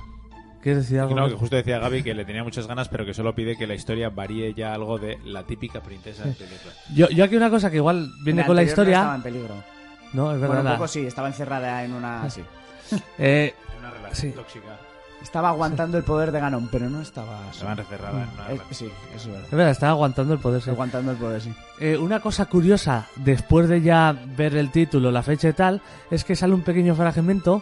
Speaker 5: ¿Quieres decir algo?
Speaker 6: No,
Speaker 5: más?
Speaker 6: que justo decía Gaby que le tenía muchas ganas, pero que solo pide que la historia varíe ya algo de la típica princesa de película.
Speaker 5: yo, yo aquí una cosa que igual viene
Speaker 4: El
Speaker 5: con la
Speaker 4: anterior no Estaba
Speaker 5: historia.
Speaker 4: en peligro.
Speaker 5: No, es
Speaker 4: Bueno,
Speaker 5: verdad.
Speaker 4: un poco sí, estaba encerrada en una. sí.
Speaker 5: Eh,
Speaker 6: Una
Speaker 5: Sí.
Speaker 6: relación tóxica.
Speaker 4: Estaba aguantando el poder de Ganon, pero no estaba.
Speaker 6: Se van encerrada en una
Speaker 4: Eh,
Speaker 6: relación.
Speaker 4: sí, eso es
Speaker 5: es
Speaker 4: verdad.
Speaker 5: verdad, estaba aguantando el poder. sí.
Speaker 4: Aguantando el poder, sí.
Speaker 5: Eh, una cosa curiosa, después de ya ver el título, la fecha y tal, es que sale un pequeño fragmento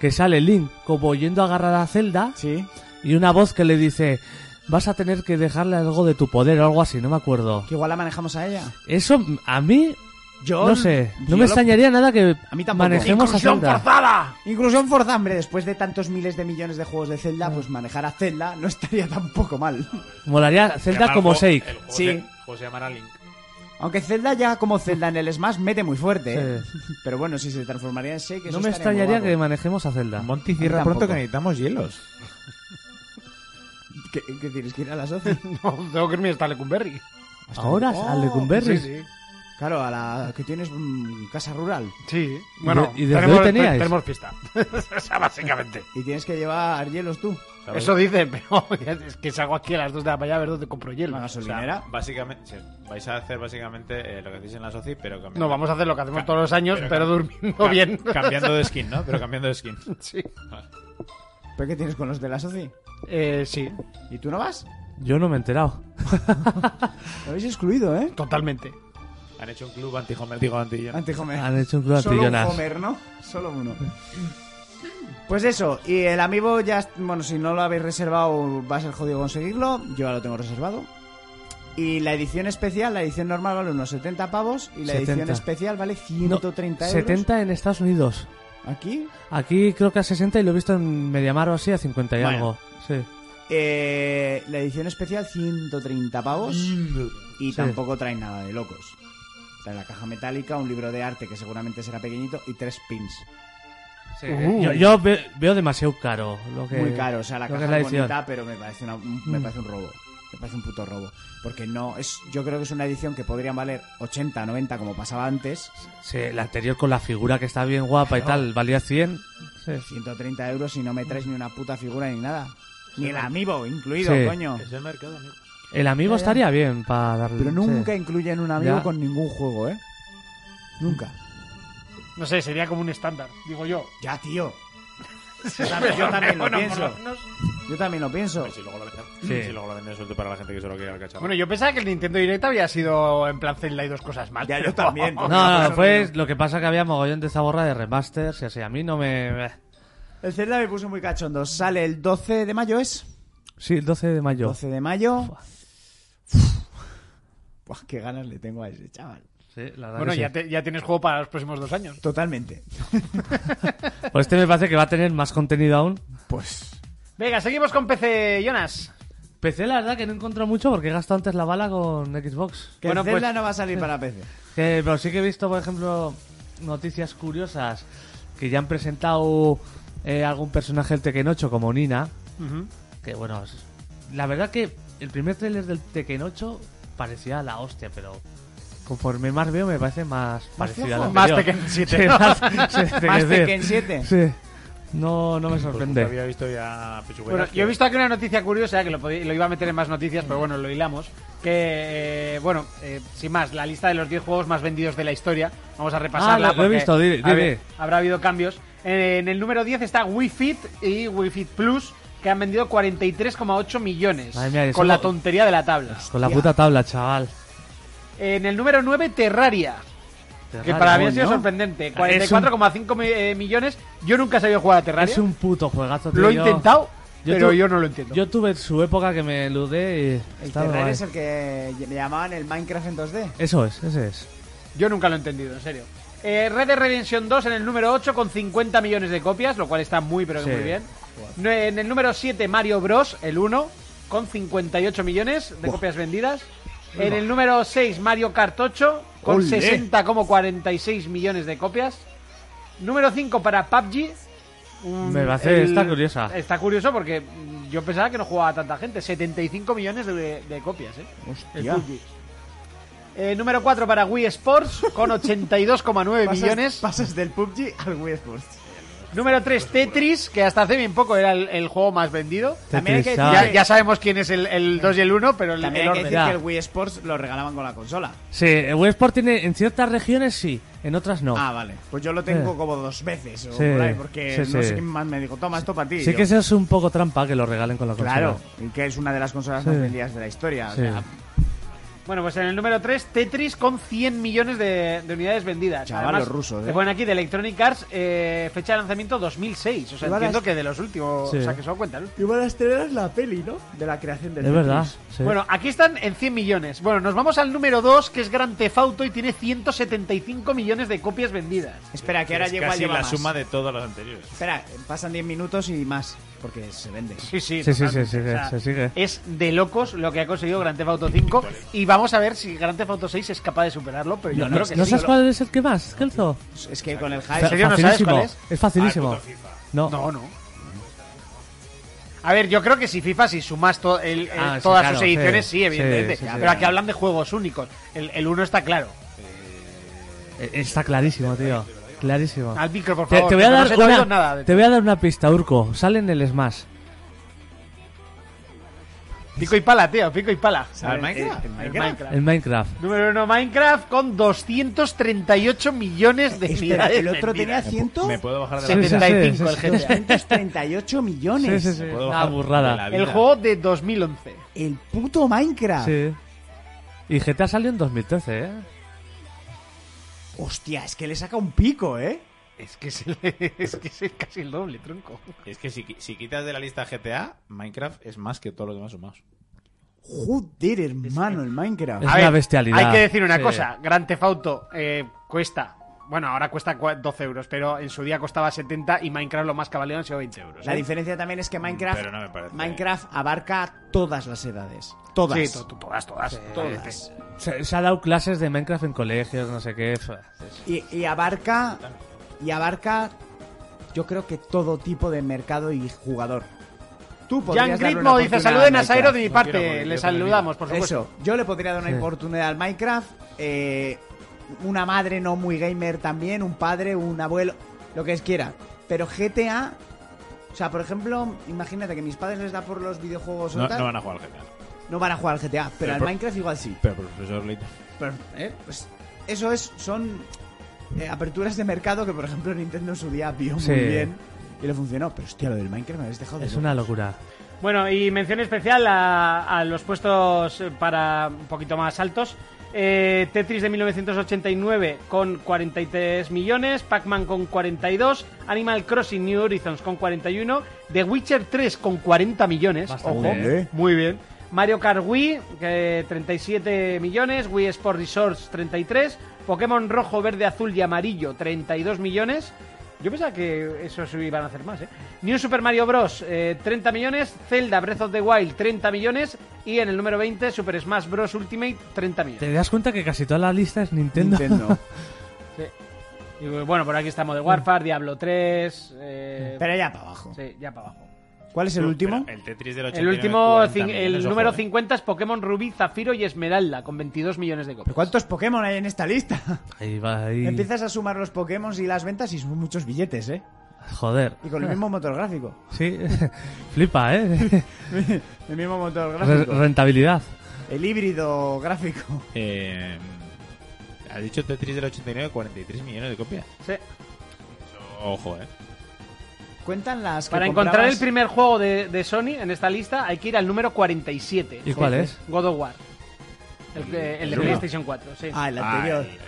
Speaker 5: que sale Link como yendo agarrada a Zelda
Speaker 4: Sí.
Speaker 5: y una voz que le dice vas a tener que dejarle algo de tu poder o algo así, no me acuerdo.
Speaker 4: Que igual la manejamos a ella.
Speaker 5: Eso a mí
Speaker 4: Yo-
Speaker 5: no sé, no
Speaker 4: yo
Speaker 5: me
Speaker 4: lo-
Speaker 5: extrañaría nada que
Speaker 4: A mí tampoco.
Speaker 5: manejemos a Zelda.
Speaker 4: Inclusión Forza, hombre, después de tantos miles de millones de juegos de Zelda,
Speaker 5: Mm.
Speaker 4: pues manejar a Zelda no estaría tampoco mal.
Speaker 5: Molaría Zelda
Speaker 6: Llamar
Speaker 5: como
Speaker 6: al juego-
Speaker 5: Shake.
Speaker 6: el juego
Speaker 4: Sí.
Speaker 6: se- el juego se llamará Link.
Speaker 4: Aunque Zelda ya como Zelda en el Smash mete muy fuerte. ¿eh? Pero bueno, si se transformaría en Shake,
Speaker 5: No
Speaker 4: eso estaría muy
Speaker 5: me extrañaría que
Speaker 4: guapo.
Speaker 5: manejemos a Zelda.
Speaker 6: Monty
Speaker 4: A
Speaker 6: cierra
Speaker 4: mí
Speaker 6: pronto
Speaker 4: tampoco.
Speaker 6: que necesitamos hielos.
Speaker 4: ¿Qué, qué tienes que ir a las 12?
Speaker 3: No, tengo que irme hasta Lecumberri.
Speaker 5: Ahora al Lecumberri.
Speaker 3: Sí, sí.
Speaker 4: claro, a la que tienes mm, casa rural.
Speaker 3: Sí.
Speaker 5: ¿Y
Speaker 3: Bueno,
Speaker 5: de- y desde
Speaker 3: tenemos,
Speaker 5: hoy teníais?
Speaker 3: tenemos fiesta. o sea, básicamente.
Speaker 4: Y tienes que llevar hielos tú.
Speaker 3: Eso dice, pero es que salgo aquí a las 2 de la mañana a ver dónde compro hielo.
Speaker 4: Una
Speaker 3: O sea,
Speaker 4: gasolinera.
Speaker 6: Básicamente, sí, vais a hacer básicamente eh, lo que hacéis en la SOCI, pero cambiando.
Speaker 3: no, vamos a hacer lo que hacemos todos los años, pero,
Speaker 6: pero-
Speaker 3: durmiendo
Speaker 6: Ca-
Speaker 3: bien.
Speaker 6: Cambiando de skin, ¿no? Pero cambiando de skin.
Speaker 3: sí.
Speaker 4: ¿Pero qué tienes con los de la SOCI?
Speaker 3: Eh, sí,
Speaker 4: ¿Y tú no vas?
Speaker 5: Yo no me he enterado.
Speaker 4: Lo habéis excluido, ¿eh?
Speaker 3: totalmente.
Speaker 6: Han hecho un club anti-Homer, digo anti
Speaker 4: Anti-Homer.
Speaker 5: Han hecho un club
Speaker 4: Solo un
Speaker 5: antillonas.
Speaker 4: Homer, ¿no? Solo uno. Pues eso, y el amigo ya, bueno, si no lo habéis reservado va a ser jodido conseguirlo, yo ya lo tengo reservado. Y la edición especial, la edición normal vale unos 70 pavos y la
Speaker 5: 70.
Speaker 4: edición especial vale
Speaker 5: No,
Speaker 4: 130 euros.
Speaker 5: 70 en Estados Unidos.
Speaker 4: Aquí.
Speaker 5: Aquí creo que a 60 y lo he visto en Mediamar o así a 50 y
Speaker 4: Bueno.
Speaker 5: algo. Sí.
Speaker 4: Eh, la edición especial 130 pavos y
Speaker 5: Sí.
Speaker 4: tampoco trae nada de locos. Trae la caja metálica, un libro de arte que seguramente será pequeñito y tres pins.
Speaker 5: Yo, yo ve- veo demasiado caro. Lo que,
Speaker 4: Uh. muy caro. O sea, la
Speaker 5: lo que
Speaker 4: caja
Speaker 5: es
Speaker 4: es
Speaker 5: la edición. Mm.
Speaker 4: bonita, pero me parece, una, me parece un robo. Me parece un puto robo. Porque no es yo creo que es una edición que podrían valer 80, 90 como pasaba antes.
Speaker 5: Sí, la anterior con la figura que está bien guapa y tal, valía 100. Sí.
Speaker 4: 130 euros y no me traes ni una puta figura ni nada. Ni el amiibo incluido,
Speaker 5: Sí.
Speaker 4: coño.
Speaker 6: Es el mercado, amigos.
Speaker 5: El amigo estaría bien para darle.
Speaker 4: Pero nunca
Speaker 5: sí.
Speaker 4: incluyen un amiibo
Speaker 5: Ya.
Speaker 4: con ningún juego, ¿eh? Nunca.
Speaker 3: No sé, sería como un estándar, digo yo.
Speaker 4: Ya, tío. Yo también, yo también lo
Speaker 3: Bueno, por
Speaker 4: pienso.
Speaker 3: lo menos-
Speaker 4: Yo también lo pienso.
Speaker 6: Si luego lo venden.
Speaker 5: Pues Sí.
Speaker 6: Si luego lo venden suelto para la gente que solo quiere el cacharro.
Speaker 3: Bueno, yo pensaba que el Nintendo Direct había sido en plan Zelda y dos cosas más.
Speaker 4: Ya, yo
Speaker 3: pero-
Speaker 4: también.
Speaker 5: No, no, no, pues lo que pasa que había mogollón de zaborra de remasters y así. A mí no me.
Speaker 4: El Zelda me puso muy cachondo. Sale el 12 de mayo, ¿es?
Speaker 5: Sí, el 12 de mayo.
Speaker 4: 12 de mayo. Buah, qué ganas le tengo a ese chaval.
Speaker 5: Sí, la verdad
Speaker 3: Bueno,
Speaker 5: que sí.
Speaker 3: ya, te- ya tienes juego para los próximos dos años.
Speaker 4: Totalmente.
Speaker 5: Pues este me parece que va a tener más contenido aún.
Speaker 4: Pues.
Speaker 3: Venga, seguimos con PC, Jonas.
Speaker 5: PC, la verdad que no encontrado mucho porque he gastado antes la bala con Xbox.
Speaker 4: Que
Speaker 3: Bueno,
Speaker 4: el Zelda
Speaker 3: pues-
Speaker 4: no va a salir para PC.
Speaker 5: Que- pero sí que he visto, por ejemplo, noticias curiosas que ya han presentado eh, algún personaje del Tekken 8 como Nina. Que bueno, es- la verdad que el primer tráiler del Tekken 8 parecía la hostia, pero conforme más veo me parece más, parecido al
Speaker 3: Más
Speaker 5: anterior.
Speaker 3: Tekken 7.
Speaker 5: Sí, más, sí,
Speaker 4: Más
Speaker 5: siete.
Speaker 4: Tekken 7.
Speaker 5: Sí. No, no me
Speaker 6: Pues
Speaker 5: sorprende.
Speaker 6: justo había visto ya pechugueras
Speaker 3: Bueno,
Speaker 6: que-
Speaker 3: yo he visto aquí una noticia curiosa que lo, podí- lo iba a meter en más noticias, pero bueno, lo hilamos. Que, eh, bueno, eh, sin más, la lista de los 10 juegos más vendidos de la historia. Vamos a repasarla.
Speaker 5: Ah, lo- lo he
Speaker 3: porque
Speaker 5: visto, di- di-
Speaker 3: hab- habrá,
Speaker 5: di.
Speaker 3: habido cambios. En el número 10 está Wii Fit y Wii Fit Plus, que han vendido 43,8 millones.
Speaker 5: Madre mía, y
Speaker 3: con
Speaker 5: eso-
Speaker 3: la tontería de la tabla.
Speaker 5: Con la puta tabla, chaval.
Speaker 3: En el número 9, Terraria. Que para mí ha sido
Speaker 4: coño.
Speaker 3: sorprendente.
Speaker 5: Es un-
Speaker 3: 44,5 mi- eh, millones. Yo nunca he sabido jugar a Terraria.
Speaker 5: Es un puto juegazo, tío.
Speaker 3: Lo he
Speaker 5: Yo-
Speaker 3: intentado.
Speaker 5: Yo,
Speaker 3: pero
Speaker 5: tu-
Speaker 3: yo no lo entiendo.
Speaker 5: Yo tuve su época que me ludé y
Speaker 4: El
Speaker 5: estaba
Speaker 4: Terraria
Speaker 5: guay.
Speaker 4: es el que le llamaban el Minecraft en 2D.
Speaker 5: Eso es, ese es.
Speaker 3: Yo nunca lo he entendido, en serio. Eh, Red Dead Redemption 2 en el número 8 con 50 millones de copias, lo cual está muy pero que
Speaker 5: Sí.
Speaker 3: muy bien. No, En el número 7 Mario Bros, el 1, con 58 millones de copias vendidas. En el número 6 Mario Kart 8, con 60,46 millones de copias. Número 5 para PUBG. mm,
Speaker 5: Me va a hacer- está curiosa.
Speaker 3: Está curioso porque mm, yo pensaba que no jugaba tanta gente. 75 millones de, de copias, ¿eh? El PUBG. Eh, número 4 para Wii Sports con 82,9
Speaker 4: Pasas-
Speaker 3: millones.
Speaker 4: Pasas del PUBG al Wii Sports.
Speaker 3: Número 3 Tetris, que hasta hace bien poco era el, el juego más vendido.
Speaker 4: También hay que
Speaker 5: Tetris,
Speaker 4: decir
Speaker 5: ah.
Speaker 3: Ya, ya sabemos quién es el, 2 y el 1, pero el,
Speaker 4: También
Speaker 3: el
Speaker 4: hay que
Speaker 3: orden.
Speaker 4: decir
Speaker 5: Ya.
Speaker 4: que el Wii Sports lo regalaban con la consola.
Speaker 5: Sí, el Wii Sport tiene en ciertas regiones sí, en otras no.
Speaker 4: Ah, vale. Pues yo lo tengo como dos veces o
Speaker 5: Oh. Sí.
Speaker 4: por ahí, porque
Speaker 5: Sí,
Speaker 4: no
Speaker 5: sí.
Speaker 4: sé quién más me dijo, toma esto para ti.
Speaker 5: sí
Speaker 4: Yo,
Speaker 5: que eso es un poco trampa que lo regalen con la consola.
Speaker 4: Claro, y que es una de las consolas más
Speaker 5: Sí.
Speaker 4: vendidas de la historia. o
Speaker 5: Sí.
Speaker 3: Ah,
Speaker 4: sea,
Speaker 3: Bueno, pues en el número 3 Tetris con 100 millones de, de unidades vendidas.
Speaker 4: Chaval, los rusos, ¿eh?
Speaker 3: Te ponen aquí de Electronic Arts, eh, fecha de lanzamiento 2006. O sea,
Speaker 4: Igual
Speaker 3: entiendo
Speaker 4: es-
Speaker 3: que de los últimos.
Speaker 5: Sí.
Speaker 3: O sea, que solo cuentan.
Speaker 4: Y van a estrenar la peli, ¿no? De la creación del
Speaker 5: Es verdad.
Speaker 4: Tetris.
Speaker 5: sí.
Speaker 3: Bueno, aquí están en 100 millones. Bueno, nos vamos al número 2, que es Gran Tefauto y tiene 175 millones de copias vendidas.
Speaker 4: Espera, que ahora
Speaker 6: Es
Speaker 4: llego a
Speaker 6: casi
Speaker 4: llevar
Speaker 6: la
Speaker 4: más.
Speaker 6: suma de todos los anteriores.
Speaker 4: Espera, pasan 10 minutos y más, porque se vende.
Speaker 3: Sí, sí,
Speaker 5: Sí, sí,
Speaker 3: totalmente.
Speaker 5: sí, sigue, se sigue.
Speaker 3: Es de locos lo que ha conseguido Grand Theft Auto 5 y vamos a ver si Grand Theft Auto 6 es capaz de superarlo, pero yo
Speaker 5: no,
Speaker 3: creo que
Speaker 5: ¿no
Speaker 3: sí. Ah,
Speaker 5: sabes cuál es el que más, Kelzo?
Speaker 4: Es que con el
Speaker 5: Fa-
Speaker 4: hype...
Speaker 3: serio no sabes
Speaker 5: facilísimo.
Speaker 3: cuál es? Ah,
Speaker 5: facilísimo. no.
Speaker 3: No, no. A ver, yo creo que si FIFA, si sumas to- el- el-
Speaker 5: Ah, sí,
Speaker 3: todas
Speaker 5: claro,
Speaker 3: sus ediciones,
Speaker 5: sí,
Speaker 3: sí,
Speaker 5: sí,
Speaker 3: evidentemente.
Speaker 5: sí, sí.
Speaker 3: pero aquí hablan de juegos únicos. El, el uno está claro.
Speaker 5: Eh, Está clarísimo, tío. Clarísimo.
Speaker 3: Al micro, por
Speaker 5: Te,
Speaker 3: favor.
Speaker 5: te voy a
Speaker 3: que no
Speaker 5: dar
Speaker 3: se te ha
Speaker 5: una,
Speaker 3: oído nada. de-
Speaker 5: te voy a dar una pista, Urco. Sale en el Smash.
Speaker 3: Pico y pala, tío. Pico y pala.
Speaker 6: ¿Al Minecraft?
Speaker 3: El Minecraft.
Speaker 5: En Minecraft.
Speaker 3: Número uno, Minecraft con 238 millones de
Speaker 4: Eh, Espera,
Speaker 3: unidades.
Speaker 4: el otro tenía
Speaker 3: vendidas.
Speaker 6: eh, Me
Speaker 4: 100...
Speaker 6: puedo bajar de la
Speaker 5: Sí, sí, sí,
Speaker 3: 75 el
Speaker 5: sí, sí.
Speaker 3: GTA.
Speaker 4: 238
Speaker 5: Sí,
Speaker 4: millones.
Speaker 5: sí, sí.
Speaker 6: puedo
Speaker 5: Una
Speaker 6: bajar de
Speaker 5: burrada.
Speaker 6: la
Speaker 3: El
Speaker 6: vida.
Speaker 3: juego de 2011.
Speaker 4: El puto Minecraft.
Speaker 5: Sí. Y GTA salió en 2013, ¿eh?
Speaker 4: Hostia, es que le saca un pico, ¿eh?
Speaker 3: Es que es, el- es que es el- casi el doble, tronco.
Speaker 6: Es que si, qui- si quitas de la lista GTA, Minecraft es más que todo lo demás sumados.
Speaker 4: Joder, hermano, el Minecraft.
Speaker 5: Es una bestialidad.
Speaker 3: Hay que decir una
Speaker 5: Sí.
Speaker 3: cosa. Gran Tefauto eh, cuesta. Bueno, ahora cuesta cua- 12 euros, pero en su día costaba 70 y Minecraft lo más que valió han sido 20 euros.
Speaker 4: La
Speaker 3: ¿eh?
Speaker 4: diferencia también es que Minecraft,
Speaker 6: Mm, Pero no me parece.
Speaker 4: Minecraft abarca todas las edades. Todas.
Speaker 3: Sí, to- to- todas, todas.
Speaker 4: todas.
Speaker 5: Se, se ha dado clases de Minecraft en colegios, no sé qué.
Speaker 4: Y, y abarca. Y abarca. Yo creo que todo tipo de mercado y jugador. Tú podrías
Speaker 3: Jan
Speaker 4: darle
Speaker 3: Gritmo
Speaker 4: una
Speaker 3: dice:
Speaker 4: oportunidad
Speaker 3: Saluden a
Speaker 4: Minecraft".
Speaker 3: Sairo de mi
Speaker 6: quiero
Speaker 3: parte.
Speaker 6: morir,
Speaker 3: Le
Speaker 6: yo también
Speaker 3: saludamos, por supuesto.
Speaker 4: Eso, yo le podría dar una
Speaker 5: Sí.
Speaker 4: oportunidad al Minecraft. eh, una madre no muy gamer también, un padre, un abuelo, lo que quiera. Pero GTA. O sea, por ejemplo, imagínate que mis padres les da por los videojuegos o
Speaker 6: No,
Speaker 4: tal,
Speaker 6: no van a jugar GTA.
Speaker 4: no van a jugar al GTA, pero,
Speaker 6: Pero
Speaker 4: al
Speaker 6: por-
Speaker 4: Minecraft igual sí.
Speaker 6: Pero profesor Leito.
Speaker 4: Pero, eh, pues, eso es, son eh, aperturas de mercado que, por ejemplo, Nintendo en su día vio
Speaker 5: Sí.
Speaker 4: muy bien y le funcionó. Pero hostia, lo del Minecraft me habéis dejado de
Speaker 5: Es
Speaker 4: loco.
Speaker 5: una locura.
Speaker 3: Bueno, y mención especial a, a los puestos eh, para un poquito más altos. Eh, Tetris de 1989 con 43 millones, Pac-Man con 42, Animal Crossing New Horizons con 41, The Witcher 3 con 40 millones,
Speaker 5: Bastante,
Speaker 3: ojo,
Speaker 4: ¿eh?
Speaker 3: muy bien. Mario Kart Wii, que 37 millones, Wii Sport Resorts 33, Pokémon Rojo, Verde, Azul y Amarillo 32 millones, yo pensaba que esos iban a hacer más, ¿eh? New Super Mario Bros. eh, 30 millones, Zelda Breath of the Wild 30 millones y en el número 20 Super Smash Bros. Ultimate 30 millones.
Speaker 5: ¿Te das cuenta que casi toda la lista es Nintendo?
Speaker 4: Nintendo.
Speaker 3: Y bueno, por aquí estamos de Warfare, Diablo 3... eh,
Speaker 4: Pero ya para abajo.
Speaker 3: sí, ya para abajo.
Speaker 4: ¿Cuál es el último?
Speaker 6: El Tetris del 89.
Speaker 3: El último,
Speaker 6: 40
Speaker 3: cin-
Speaker 6: millones,
Speaker 3: el
Speaker 6: ojo,
Speaker 3: número
Speaker 6: eh.
Speaker 3: 50 es Pokémon Rubí, Zafiro y Esmeralda con 22 millones de copias.
Speaker 4: ¿Pero ¿Cuántos Pokémon hay en esta lista?
Speaker 5: Ahí va, ahí.
Speaker 4: Empiezas a sumar los Pokémon y las ventas y son muchos billetes, ¿eh?
Speaker 5: Joder.
Speaker 4: Y con el mismo motor gráfico.
Speaker 5: Sí, flipa, ¿eh?
Speaker 4: El mismo motor
Speaker 5: Re-
Speaker 4: gráfico.
Speaker 5: rentabilidad.
Speaker 4: El híbrido gráfico.
Speaker 6: Eh, ha dicho Tetris del 89, 43 millones de copias.
Speaker 3: Sí.
Speaker 6: Ojo, eh.
Speaker 4: Cuentan las que
Speaker 3: Para encontrar
Speaker 4: comprabas-
Speaker 3: el primer juego de, de Sony en esta lista hay que ir al número 47.
Speaker 5: ¿Y cuál es?
Speaker 3: God of War. El, que- el de
Speaker 6: uno?
Speaker 3: Ah. PlayStation 4, sí.
Speaker 4: Ah, el anterior.
Speaker 6: Ay,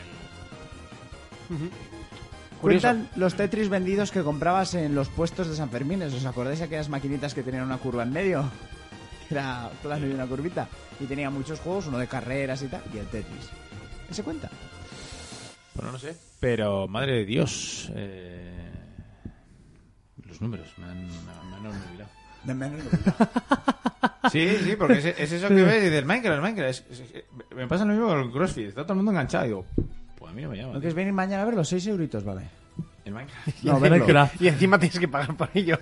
Speaker 3: Curioso.
Speaker 4: Cuentan los Tetris vendidos que comprabas en los puestos de San Fermín. ¿Os acordáis aquellas maquinitas que tenían una curva en medio? Era plano y una curvita. Y tenía muchos juegos, uno de carreras y tal, y el Tetris. ¿Se cuenta?
Speaker 6: Bueno, no sé. Pero, madre de Dios. eh, Los números me han, me han obnubilado.
Speaker 4: De menos.
Speaker 6: Sí, sí, porque es, es eso que ves y dices, Minecraft, Minecraft. es- es- es- me pasa lo mismo con el CrossFit. Está todo el mundo enganchado. Y digo, pues a mí no me llama.
Speaker 4: ¿No
Speaker 6: tío.
Speaker 4: quieres venir mañana a verlo? Seis euritos, vale.
Speaker 6: El Minecraft.
Speaker 4: No, verlo.
Speaker 3: Y encima tienes que pagar por ello.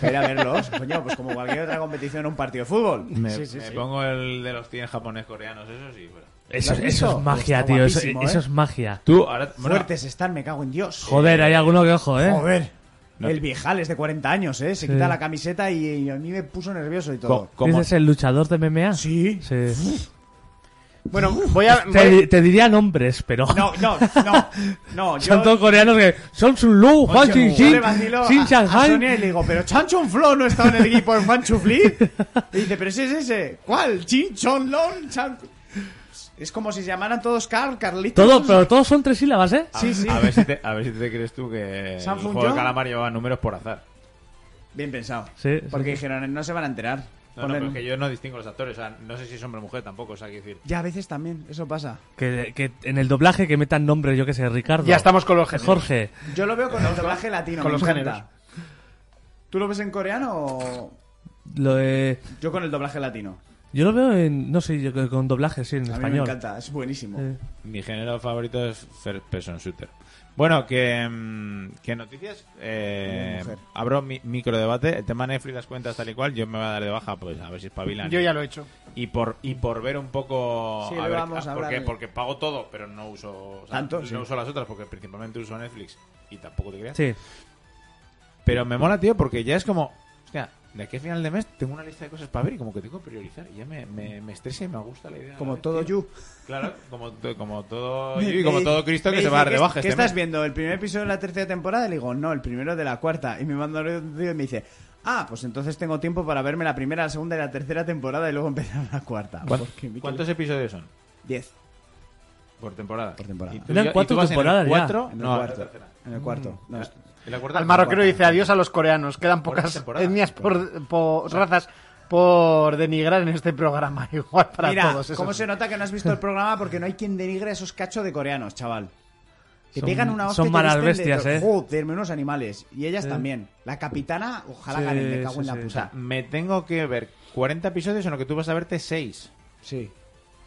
Speaker 4: Pero a verlos, coño, pues como cualquier otra competición en un partido de fútbol.
Speaker 6: Me, me pongo el de los 100 japonés coreanos, eso sí. Pero...
Speaker 5: Eso,
Speaker 4: has
Speaker 5: eso
Speaker 4: visto?
Speaker 5: es magia,
Speaker 4: Pues Está
Speaker 5: tío. Eso,
Speaker 4: guapísimo,
Speaker 5: eso
Speaker 4: ¿eh?
Speaker 5: es magia.
Speaker 6: Tú, ahora. bueno,
Speaker 4: Fuertes están, me cago en Dios.
Speaker 5: Joder, hay alguno que ojo, ¿eh?
Speaker 4: Joder.
Speaker 6: No.
Speaker 4: El viejal es de 40 años, ¿eh? Se quita la camiseta y, y a mí me puso nervioso y
Speaker 6: co-
Speaker 4: todo.
Speaker 6: como-
Speaker 5: ¿Ese es el luchador de MMA?
Speaker 4: Sí.
Speaker 5: Sí.
Speaker 3: Bueno, voy a.
Speaker 5: Te,
Speaker 3: voy-
Speaker 5: este di- te diría nombres, pero.
Speaker 4: No, no, no. No, yo...
Speaker 5: Son todos coreanos que. Son Sun Lu, Juan
Speaker 4: Yo
Speaker 5: Xin
Speaker 4: le
Speaker 5: Xin,
Speaker 4: vacilo
Speaker 5: Xin
Speaker 4: a- a
Speaker 5: Shanghai.
Speaker 4: Sonia y le digo, pero Chan Chun Flo no estaba en el equipo de Juan Chufli. Y dice, pero si es ese. ¿Cuál? Chin Chon Lon Chan... Es como si se llamaran todos Carl, Carlitos.
Speaker 5: Todo, pero todos son tres sílabas, ¿eh?
Speaker 6: a,
Speaker 4: sí, sí.
Speaker 6: a ver si te, a ver si te crees tú que el
Speaker 4: ¿Se han
Speaker 6: juego
Speaker 4: fundido?
Speaker 6: del calamar llevaba números por azar.
Speaker 4: Bien pensado.
Speaker 5: Sí, sí,
Speaker 4: Porque
Speaker 5: sí.
Speaker 4: dijeron, no se van a enterar.
Speaker 6: No, no,
Speaker 4: Ponen-
Speaker 6: pero es que yo no distingo los actores. O sea, no sé si es hombre o mujer tampoco. O sea, quiero decir.
Speaker 4: Ya a veces también, eso pasa.
Speaker 5: Que, que en el doblaje que metan nombre, yo que sé, Ricardo.
Speaker 3: Ya estamos con los géneros.
Speaker 5: Jorge.
Speaker 4: Yo lo veo con el doblaje latino.
Speaker 3: con
Speaker 4: me
Speaker 3: los
Speaker 4: encanta.
Speaker 3: géneros.
Speaker 4: ¿Tú lo ves en coreano o.?
Speaker 5: Lo de-
Speaker 4: Yo con el doblaje latino.
Speaker 5: Yo lo veo en. No sé, yo creo que con doblaje, sí,
Speaker 4: A
Speaker 5: en
Speaker 4: mí me
Speaker 5: español.
Speaker 4: encanta, es buenísimo.
Speaker 5: Eh,
Speaker 6: Mi género favorito es First Person Shooter. Bueno, que, mm, que noticias. Eh,
Speaker 4: Mujer.
Speaker 6: abro mi micro debate. El tema Netflix, las cuentas tal y cual. Yo me voy a dar de baja, pues a ver si espabilan.
Speaker 3: Yo ya lo he hecho.
Speaker 6: Y por, y por ver un poco.
Speaker 4: Sí, lo
Speaker 6: a ver, ah,
Speaker 4: vamos a
Speaker 6: porque,
Speaker 4: hablar.
Speaker 6: porque pago todo, pero no uso. o sea,
Speaker 4: Tanto,
Speaker 6: No
Speaker 4: sí.
Speaker 6: uso las otras porque principalmente uso Netflix y tampoco te creas.
Speaker 5: Sí.
Speaker 6: Pero me mola, tío, porque ya es como. Hostia, de aquí a final de mes tengo una lista de cosas para ver y como que tengo que priorizar. Y ya me, me, me estresa y me gusta la idea.
Speaker 4: Como
Speaker 6: ¿sabes,
Speaker 4: todo
Speaker 6: tío?
Speaker 4: you.
Speaker 6: Claro, como, to- como todo you y como todo Cristo que se va a dar de baja
Speaker 4: ¿Qué
Speaker 6: este mes.
Speaker 4: estás viendo? ¿El primer episodio de la tercera temporada? Le digo, no, el primero de la cuarta. Y me manda un audio y me dice, ah, pues entonces tengo tiempo para verme la primera, la segunda y la tercera temporada y luego empezar la cuarta.
Speaker 6: ¿Cuán-
Speaker 4: Porque, Miquel,
Speaker 6: ¿Cuántos episodios son?
Speaker 4: Diez.
Speaker 6: Por temporada.
Speaker 4: Por temporada.
Speaker 6: ¿Y tú,
Speaker 5: Eran
Speaker 6: ya- y
Speaker 5: cuatro
Speaker 6: tú vas en el
Speaker 5: temporadas ya.
Speaker 6: cuatro?
Speaker 4: En el
Speaker 6: No,
Speaker 4: cuarto. En el cuarto. No, es-
Speaker 6: ¿En la cuarta?
Speaker 3: Al marroquero
Speaker 6: Cuarta.
Speaker 3: dice adiós a los coreanos. Quedan
Speaker 6: Por esta
Speaker 3: pocas
Speaker 6: temporada.
Speaker 3: etnias por, por- razas por denigrar en este programa. Igual para
Speaker 4: Mira,
Speaker 3: todos. eso
Speaker 4: ¿cómo
Speaker 3: sí.
Speaker 4: se nota que no has visto el programa? Porque no hay quien denigre a esos cachos de coreanos, chaval. Que
Speaker 5: Son-
Speaker 4: pegan una hostia
Speaker 5: son
Speaker 4: y te
Speaker 5: malas
Speaker 4: visten de-
Speaker 5: bestias, ¿eh?
Speaker 4: Joder, menos animales. Y ellas también. La capitana, ojalá
Speaker 5: Sí,
Speaker 4: ganen, me cago en la
Speaker 5: sí, sí.
Speaker 6: O sea, mm.
Speaker 4: puta.
Speaker 6: me tengo que ver 40 episodios en lo que tú vas a verte 6.
Speaker 4: Sí.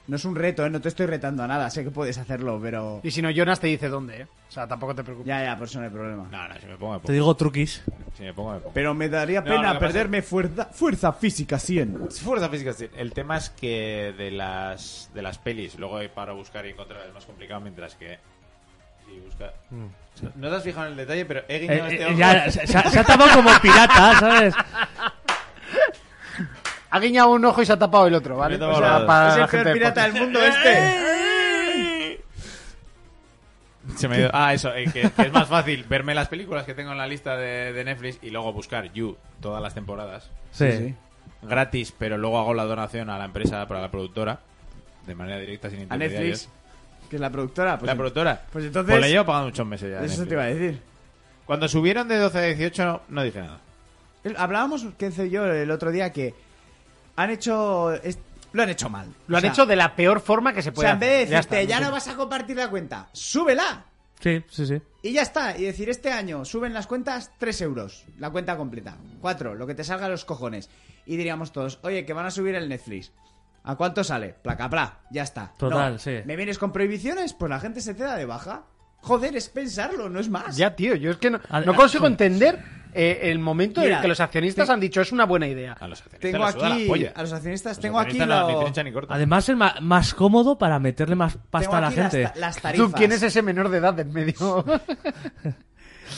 Speaker 4: No es un reto, ¿eh? No te estoy retando a nada. Sé que puedes hacerlo, pero...
Speaker 3: Y si no, Jonas te dice dónde, ¿eh? O sea, tampoco te preocupes.
Speaker 4: Ya, ya, por eso no hay problema.
Speaker 6: No, no, si me pongo, me
Speaker 5: Te
Speaker 6: pongo.
Speaker 5: digo truquis.
Speaker 6: Si me pongo, me pongo.
Speaker 4: Pero me daría
Speaker 6: No,
Speaker 4: pena
Speaker 6: lo que pasa
Speaker 4: perderme fuerza, fuerza física 100.
Speaker 6: Fuerza física, sí. El tema es que de las de las pelis, luego hay para buscar y encontrar es más complicado, mientras que. si busca- No te has fijado en el detalle, pero he
Speaker 5: Mm. Eh,
Speaker 6: guiñado este
Speaker 5: eh,
Speaker 6: ojo.
Speaker 5: ya, se, se ha- se ha tapado como pirata, ¿sabes?
Speaker 3: Ha guiñado un ojo y se ha tapado el otro, ¿vale?
Speaker 6: Me he tapado
Speaker 3: O sea,
Speaker 6: los dos.
Speaker 3: para
Speaker 4: Es
Speaker 3: la
Speaker 4: el
Speaker 3: gente
Speaker 4: peor
Speaker 3: de
Speaker 4: pirata
Speaker 3: podcast.
Speaker 4: del mundo este.
Speaker 6: Se me ha ido- Ah, eso, eh, que, que es más fácil verme las películas que tengo en la lista de, de Netflix y luego buscar You todas las temporadas
Speaker 5: Sí.
Speaker 6: gratis, pero luego hago la donación a la empresa para la productora de manera directa sin
Speaker 4: A Netflix,
Speaker 6: intermediarios.
Speaker 4: que es la productora. Pues
Speaker 6: la productora.
Speaker 4: pues entonces-
Speaker 6: Pues le llevo pagando muchos meses ya. a
Speaker 4: Eso
Speaker 6: Netflix.
Speaker 4: te iba a decir.
Speaker 6: Cuando subieron de 12 a 18 no, no dije nada.
Speaker 4: El- Hablábamos, que hice yo el otro día, que han hecho... es- lo han hecho mal.
Speaker 3: Lo
Speaker 4: O
Speaker 3: han
Speaker 4: sea,
Speaker 3: hecho de la peor forma que se
Speaker 4: O
Speaker 3: puede.
Speaker 4: sea, en vez de
Speaker 3: hacer. Ya
Speaker 4: decirte,
Speaker 3: está,
Speaker 4: ya,
Speaker 3: no
Speaker 4: no vas a compartir la cuenta, súbela.
Speaker 5: Sí, sí, sí.
Speaker 4: Y ya está. Y decir, este año suben las cuentas 3 euros, la cuenta completa. 4, lo que te salga a los cojones. Y diríamos todos, oye, que van a subir el Netflix. ¿A cuánto sale? Placa, pla, ya está.
Speaker 5: Total,
Speaker 4: No.
Speaker 5: sí.
Speaker 4: ¿Me vienes con prohibiciones? Pues la gente se te da de baja. Joder, es pensarlo, no es más.
Speaker 3: Ya, tío, yo es que no,
Speaker 5: Al-
Speaker 3: no consigo entender eh, el momento en
Speaker 4: Mira,
Speaker 3: el que los accionistas
Speaker 4: te-
Speaker 3: han dicho es una buena idea.
Speaker 6: A los accionistas
Speaker 4: Tengo
Speaker 6: les suda la
Speaker 4: aquí
Speaker 6: polla.
Speaker 4: a los accionistas,
Speaker 6: Los
Speaker 4: tengo aquí
Speaker 6: accionistas no,
Speaker 4: lo-
Speaker 6: ni trincha ni corta.
Speaker 5: Además es ma- más cómodo para meterle más pasta
Speaker 4: tengo
Speaker 5: a la
Speaker 4: aquí las
Speaker 5: gente.
Speaker 4: ta- las tarifas.
Speaker 3: Tú tienes ese menor de edad de en medio.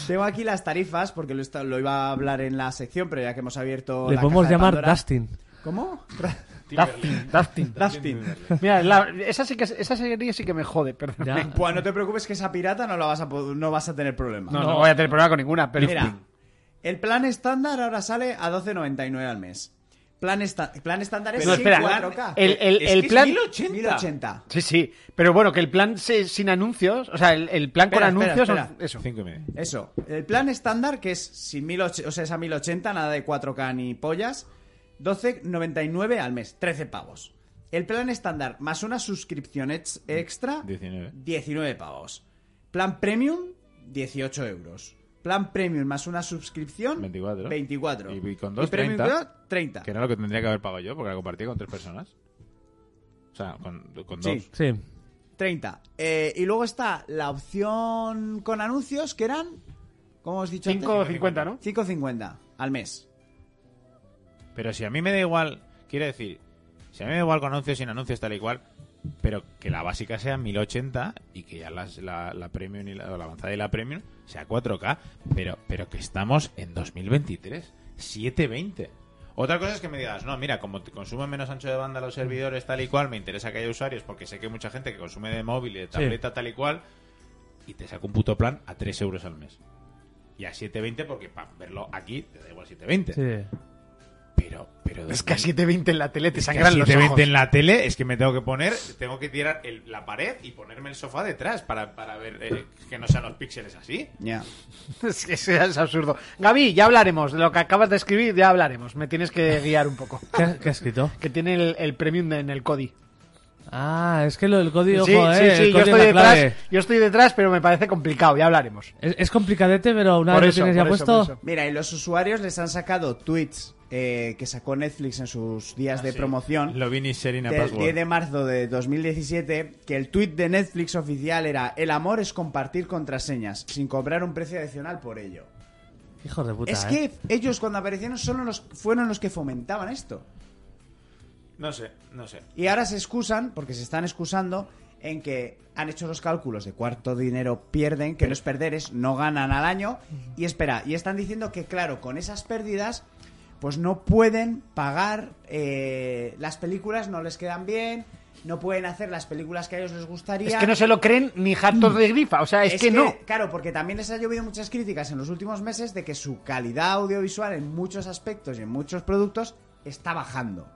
Speaker 4: Tengo aquí las tarifas porque lo, esta- lo iba a hablar en la sección, pero ya que hemos abierto
Speaker 5: Le
Speaker 4: la
Speaker 5: podemos
Speaker 4: caja de
Speaker 5: llamar
Speaker 4: Pandora-
Speaker 5: Dustin.
Speaker 4: ¿Cómo?
Speaker 3: Dustin, Dustin.
Speaker 4: Dustin.
Speaker 3: Mira, la- esa, sí que, esa serie sí que me jode, perdón.
Speaker 5: Ya.
Speaker 4: Pues no te preocupes que esa pirata no la vas a po- no vas a tener problema.
Speaker 3: No, no, voy a tener problema con ninguna, pero
Speaker 4: Mira, el plan estándar ahora sale a 12.99 al mes. Plan, esta- plan estándar es
Speaker 3: No, espera.
Speaker 4: 4K.
Speaker 3: El, el-
Speaker 6: Es
Speaker 3: el
Speaker 6: que es
Speaker 3: plan.
Speaker 6: 1080.
Speaker 4: 1080.
Speaker 3: Sí, sí. Pero bueno, que el plan se- sin anuncios. O sea, el, el plan
Speaker 4: Espera,
Speaker 3: con
Speaker 4: espera,
Speaker 3: anuncios.
Speaker 4: espera.
Speaker 3: no- Eso.
Speaker 6: Cinco y medio.
Speaker 4: Eso. El plan estándar, que es sin 1080, o sea, es a 1080, nada de 4K ni pollas, 12,99 al mes, 13 pavos. El plan estándar más una suscripción ex- extra,
Speaker 6: 19.
Speaker 4: 19 pavos. Plan premium, 18 euros. Plan premium más una suscripción,
Speaker 6: 24.
Speaker 4: 24.
Speaker 6: Y- y con dos,
Speaker 4: premium
Speaker 6: 30.
Speaker 4: Pro, 30.
Speaker 6: Que era lo que tendría que haber pagado yo, porque la compartí con tres personas. O sea, con, con dos.
Speaker 4: Sí.
Speaker 5: Sí.
Speaker 4: 30. Eh, y luego está la opción con anuncios, que eran, ¿cómo os he dicho? antes?
Speaker 3: 5.50, ¿no?
Speaker 4: 5,50 al mes.
Speaker 6: Pero si a mí me da igual, quiere decir, si a mí me da igual con anuncios, sin anuncios, tal y cual, pero que la básica sea 1080 y que ya las- la, la premium y la, o la avanzada y la premium sea 4K, pero, pero que estamos en 2023, 720. Otra cosa es que me digas, no, mira, como te consumen menos ancho de banda los servidores, tal y cual, me interesa que haya usuarios porque sé que hay mucha gente que consume de móvil y de tableta, tal y cual, y te saco un puto plan a 3 euros al mes. Y a 720 porque para verlo aquí te da igual 720.
Speaker 5: sí.
Speaker 6: Pero, pero
Speaker 3: Es que a 7.20 en la tele te
Speaker 6: es que
Speaker 3: sangran
Speaker 6: así
Speaker 3: los
Speaker 6: te
Speaker 3: ojos.
Speaker 6: venden la tele, es que me tengo que poner, tengo que tirar el- la pared y ponerme el sofá detrás para, para ver eh, que no sean los píxeles así.
Speaker 4: Ya.
Speaker 3: Es que eso es absurdo. Gaby, ya hablaremos. De lo que acabas de escribir, ya hablaremos. Me tienes que guiar un poco.
Speaker 5: ¿Qué, has- qué has escrito?
Speaker 3: Que tiene el, el premium en el CODI.
Speaker 5: Ah, es que lo del código,
Speaker 3: sí,
Speaker 5: joder,
Speaker 3: sí,
Speaker 5: el
Speaker 3: sí, yo
Speaker 5: código es
Speaker 3: estoy,
Speaker 5: eh, la
Speaker 3: detrás,
Speaker 5: clave.
Speaker 3: yo estoy detrás, pero me parece complicado. Ya hablaremos.
Speaker 5: Es, es complicadete, pero una
Speaker 3: Por
Speaker 5: vez
Speaker 3: eso,
Speaker 5: lo tienes ya
Speaker 3: por eso,
Speaker 5: puesto.
Speaker 3: por eso.
Speaker 4: Mira, y los usuarios les han sacado tweets eh, que sacó Netflix en sus días de promoción.
Speaker 6: Ah, Lo vi ni Serena
Speaker 4: del
Speaker 6: Password.
Speaker 4: 10 de marzo de 2017, que el tweet de Netflix oficial era: El amor es compartir contraseñas, sin cobrar un precio adicional por ello.
Speaker 5: Hijo de puta.
Speaker 4: es
Speaker 5: ¿eh?
Speaker 4: que ellos, cuando aparecieron, solo los, fueron los que fomentaban esto.
Speaker 6: No sé, no sé.
Speaker 4: Y ahora se excusan, porque se están excusando, en que han hecho los cálculos de cuánto dinero pierden, que no es perder, es no ganan al año. Y espera, y están diciendo que, claro, con esas pérdidas, pues no pueden pagar eh, las películas, no les quedan bien, no pueden hacer las películas que a ellos les gustaría.
Speaker 3: Es que no se lo creen ni hartos de grifa. O sea, es, que, no.
Speaker 4: Claro, porque también les ha llovido muchas críticas en los últimos meses de que su calidad audiovisual en muchos aspectos y en muchos productos está bajando.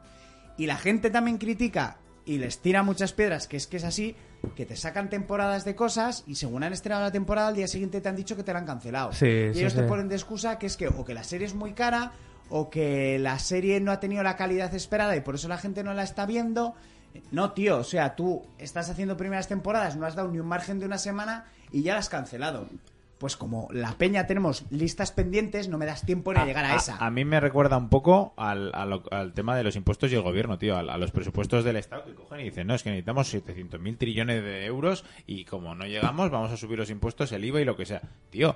Speaker 4: Y la gente también critica y les tira muchas piedras, que es que es así, que te sacan temporadas de cosas y según han estrenado la temporada, al día siguiente te han dicho que te la han cancelado.
Speaker 5: Sí,
Speaker 4: y
Speaker 5: sí,
Speaker 4: ellos te
Speaker 5: sí.
Speaker 4: ponen de excusa que es que o que la serie es muy cara o que la serie no ha tenido la calidad esperada y por eso la gente no la está viendo. No, tío, o sea, tú estás haciendo primeras temporadas, no has dado ni un margen de una semana y ya la has cancelado. Pues como la peña tenemos listas pendientes, no me das tiempo ni a, llegar a, esa.
Speaker 6: Ah, a mí me recuerda un poco al, a lo- al tema de los impuestos y el gobierno, tío, al- a, los presupuestos del Estado que cogen y dicen, no, es que necesitamos 700.000 trillones de euros y como no llegamos vamos a subir los impuestos, el IVA y lo que sea. Tío,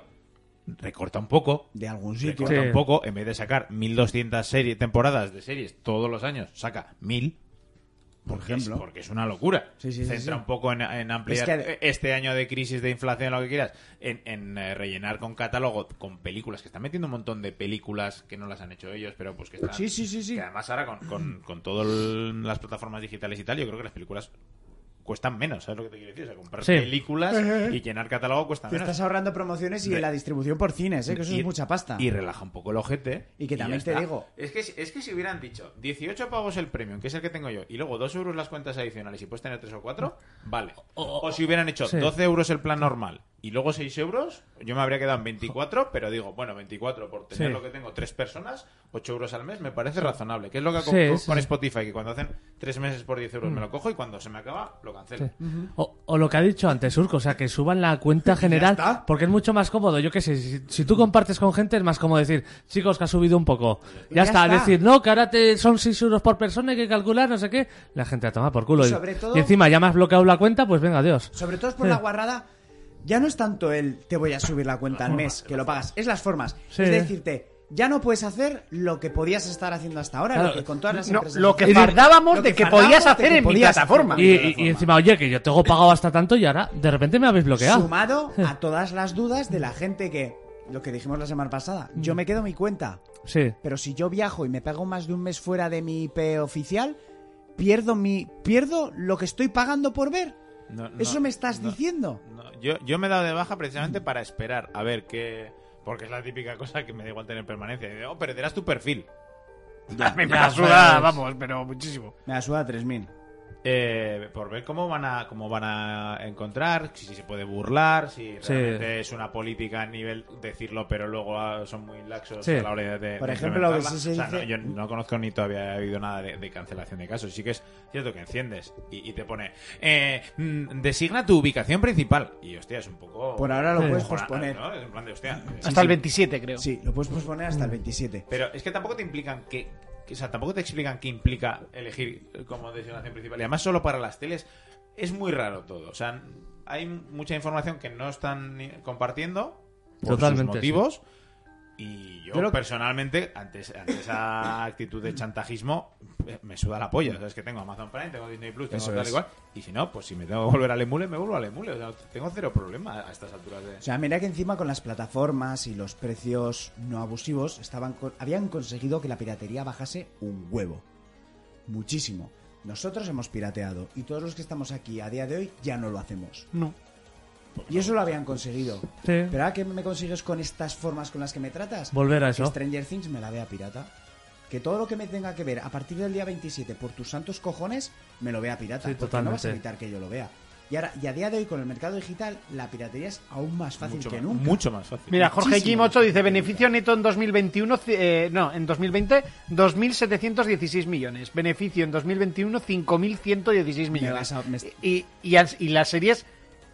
Speaker 6: recorta un poco.
Speaker 4: de algún sitio.
Speaker 6: Recorta
Speaker 5: Sí.
Speaker 6: un poco, en vez de sacar 1200 serie, temporadas de series todos los años, saca 1000. Por ejemplo. porque es una locura.
Speaker 4: Sí, sí, sí,
Speaker 6: Centra
Speaker 4: sí.
Speaker 6: un poco en, en ampliar
Speaker 4: Es que-
Speaker 6: eh, este año de crisis, de inflación, lo que quieras, en, en, eh, rellenar con catálogo, con películas, que están metiendo un montón de películas que no las han hecho ellos, pero pues que están...
Speaker 4: Sí, sí, sí, sí.
Speaker 6: Que además ahora con, con, con todas las plataformas digitales y tal, yo creo que las películas cuestan menos, ¿sabes lo que te quiero decir? O sea, comprar
Speaker 5: Sí.
Speaker 6: películas y llenar catálogo cuesta
Speaker 4: Te
Speaker 6: menos.
Speaker 4: estás ahorrando promociones y
Speaker 6: Re-
Speaker 4: la distribución por cines, ¿eh? que eso
Speaker 6: Y-
Speaker 4: es mucha pasta.
Speaker 6: Y relaja un poco el ojete.
Speaker 4: Y que también
Speaker 6: ya
Speaker 4: te
Speaker 6: está.
Speaker 4: digo.
Speaker 6: Es que, si- es que si hubieran dicho 18 pavos el premium, que es el que tengo yo, y luego 2 euros las cuentas adicionales y puedes tener 3 o 4, vale. O, si hubieran hecho
Speaker 5: sí.
Speaker 6: 12 euros el plan normal y luego 6 euros, yo me habría quedado en 24, pero digo, bueno, 24 por tener
Speaker 5: Sí.
Speaker 6: lo que tengo, 3 personas, 8 euros al mes, me parece razonable. Que es lo que hago
Speaker 5: Sí,
Speaker 6: con,
Speaker 5: sí,
Speaker 6: con
Speaker 5: sí.
Speaker 6: Spotify, que cuando hacen 3 meses por 10
Speaker 4: Mm.
Speaker 6: euros me lo cojo y cuando se me acaba, lo cancelo.
Speaker 5: Sí. O, o lo que ha dicho antes Surco, o sea, que suban la cuenta general,
Speaker 4: está.
Speaker 5: porque es mucho más cómodo, yo qué sé, si, si tú compartes con gente es más cómodo decir, chicos, que ha subido un poco. Ya,
Speaker 4: Ya
Speaker 5: está,
Speaker 4: está.
Speaker 5: decir, no, que ahora te, son 6 euros por persona, hay que calcular, no sé qué, la gente la toma por culo.
Speaker 4: Y sobre todo-
Speaker 5: y encima ya me has bloqueado la cuenta, pues venga, adiós.
Speaker 4: Sobre todo es por la guarrada. Ya no es tanto el te voy a subir la cuenta al mes que lo pagas, es las formas.
Speaker 5: Sí.
Speaker 4: Es decirte, ya no puedes hacer lo que podías estar haciendo hasta ahora,
Speaker 5: Claro.
Speaker 4: lo que con todas las
Speaker 3: No,
Speaker 4: empresas.
Speaker 3: lo que
Speaker 4: hacen.
Speaker 3: fardábamos
Speaker 4: Lo
Speaker 3: de que
Speaker 4: fardábamos
Speaker 3: podías
Speaker 4: de
Speaker 3: hacer
Speaker 4: que
Speaker 3: en mi
Speaker 4: podías hacer
Speaker 3: plataforma.
Speaker 4: en
Speaker 5: Y,
Speaker 4: mi
Speaker 5: y- y
Speaker 4: plataforma.
Speaker 5: encima, oye, que yo tengo pagado hasta tanto y ahora de repente me habéis bloqueado.
Speaker 4: Sumado a todas las dudas de la gente que, lo que dijimos la semana pasada, yo
Speaker 3: Mm.
Speaker 4: me quedo mi cuenta,
Speaker 5: Sí.
Speaker 4: pero si yo viajo y me pago más de un mes fuera de mi IP oficial, pierdo mi pierdo lo que estoy pagando por ver.
Speaker 6: No,
Speaker 4: Eso
Speaker 6: no,
Speaker 4: me estás
Speaker 6: no.
Speaker 4: diciendo.
Speaker 6: No, yo, yo me he dado de baja precisamente para esperar a ver qué. Porque es la típica cosa que me da igual tener permanencia. Y digo, oh, perderás tu perfil.
Speaker 4: Ya.
Speaker 3: A mí me
Speaker 5: Ya,
Speaker 3: la suda,
Speaker 5: pues.
Speaker 3: Ah, vamos, pero muchísimo.
Speaker 4: Me la suda 3000.
Speaker 6: Eh, por ver cómo van a cómo van a encontrar, si se puede burlar, si
Speaker 5: Sí.
Speaker 6: realmente es una política a nivel decirlo, pero luego ah, son muy laxos
Speaker 5: Sí.
Speaker 6: a la hora de.
Speaker 4: Por
Speaker 6: de
Speaker 4: ejemplo, lo que
Speaker 6: implementarla.
Speaker 4: sí se
Speaker 6: O sea, no,
Speaker 4: dice-
Speaker 6: yo no conozco ni todavía ha habido nada de, de cancelación de casos. Sí que es cierto que enciendes y, y te pone eh, mm, designa tu ubicación principal y hostia es un poco.
Speaker 4: Por ahora lo
Speaker 5: Sí.
Speaker 4: puedes
Speaker 6: cojonante,
Speaker 4: posponer.
Speaker 6: ¿no? Es en plan de hostia.
Speaker 3: Hasta el 27, creo.
Speaker 4: Sí, lo puedes posponer
Speaker 5: Mm.
Speaker 4: hasta el 27.
Speaker 6: Pero es que tampoco te implican que. que- O sea, tampoco te explican qué implica elegir como designación principal. Y además, solo para las teles es muy raro todo. O sea, hay mucha información que no están ni- compartiendo por
Speaker 5: Totalmente,
Speaker 6: sus motivos. Y yo,
Speaker 4: Yo lo-
Speaker 6: personalmente, ante, es- ante esa actitud de chantajismo, eh, me suda la polla. O sea, es que tengo Amazon Prime, tengo Disney Plus, tengo
Speaker 4: Eso
Speaker 6: tal
Speaker 4: es.
Speaker 6: igual. Y si no, pues si me tengo que volver al emule, me vuelvo al emule. O sea, tengo cero problema a estas alturas de.
Speaker 4: O sea, mira que encima con las plataformas y los precios no abusivos estaban con- habían conseguido que la piratería bajase un huevo. Muchísimo. Nosotros hemos pirateado y todos los que estamos aquí a día de hoy ya no lo hacemos.
Speaker 3: No.
Speaker 4: Y eso lo habían conseguido.
Speaker 5: Sí.
Speaker 4: Pero ahora que me consigues con estas formas con las que me tratas,
Speaker 5: Volver a
Speaker 4: que
Speaker 5: eso.
Speaker 4: Stranger Things me la vea pirata. Que todo lo que me tenga que ver a partir del día 27 por tus santos cojones, me lo vea pirata.
Speaker 5: Sí,
Speaker 4: porque
Speaker 5: totalmente.
Speaker 4: no vas a evitar que yo lo vea. Y ahora, y a día de hoy con el mercado digital, la piratería es aún más fácil
Speaker 6: mucho,
Speaker 4: que
Speaker 6: más,
Speaker 4: nunca.
Speaker 6: mucho más fácil.
Speaker 3: Mira, Jorge Kim
Speaker 4: Muchísimo.
Speaker 3: 8 dice, beneficio neto en 2021, ci- eh, no, en 2020, 2.716 millones. Beneficio en 2021, 5.116
Speaker 4: Me
Speaker 3: millones.
Speaker 4: vas a- me-
Speaker 3: Y, y, as- y las series,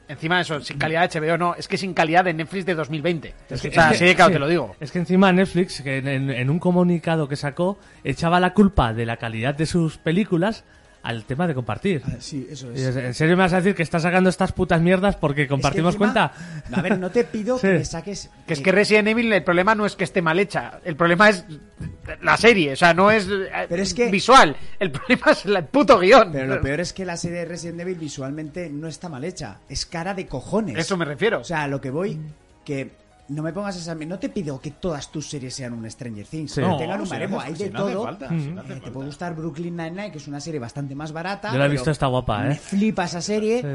Speaker 3: encima de eso, sin calidad de HBO, no, es que sin calidad de Netflix de 2020. o sea, así de claro, te lo digo.
Speaker 5: Es que encima Netflix, que en, en- en un comunicado que sacó, echaba la culpa de la calidad de sus películas al tema de compartir.
Speaker 4: Ah, Sí, eso es.
Speaker 5: Y dices, ¿En serio me vas a decir que estás sacando estas putas mierdas porque compartimos
Speaker 4: Es que encima-
Speaker 5: cuenta?
Speaker 4: A ver, no te pido
Speaker 5: Sí.
Speaker 4: que me saques.
Speaker 3: Que es
Speaker 4: eh,
Speaker 3: que Resident Evil, el problema no es que esté mal hecha, el problema es la serie, o sea, no es, eh,
Speaker 4: Pero es que-
Speaker 3: visual, el problema es la- el puto guión.
Speaker 4: Pero lo peor es que la serie de Resident Evil visualmente no está mal hecha. Es cara de cojones.
Speaker 3: Eso me refiero.
Speaker 4: O sea, a lo que voy, que no me pongas esa. No te pido que todas tus series sean un Stranger Things.
Speaker 5: Sí.
Speaker 4: Que
Speaker 5: No,
Speaker 4: tengan un
Speaker 6: si no
Speaker 4: baremo,
Speaker 6: hace-
Speaker 4: hay
Speaker 6: si
Speaker 4: de
Speaker 6: no hace
Speaker 4: todo.
Speaker 6: falta, si no
Speaker 4: Eh,
Speaker 6: hace
Speaker 4: te
Speaker 6: falta.
Speaker 4: puede gustar Brooklyn Nine-Nine, que es una serie bastante más barata.
Speaker 5: Yo la he
Speaker 4: pero
Speaker 5: visto, está guapa, ¿eh?
Speaker 4: Me flipa esa serie.
Speaker 5: Sí.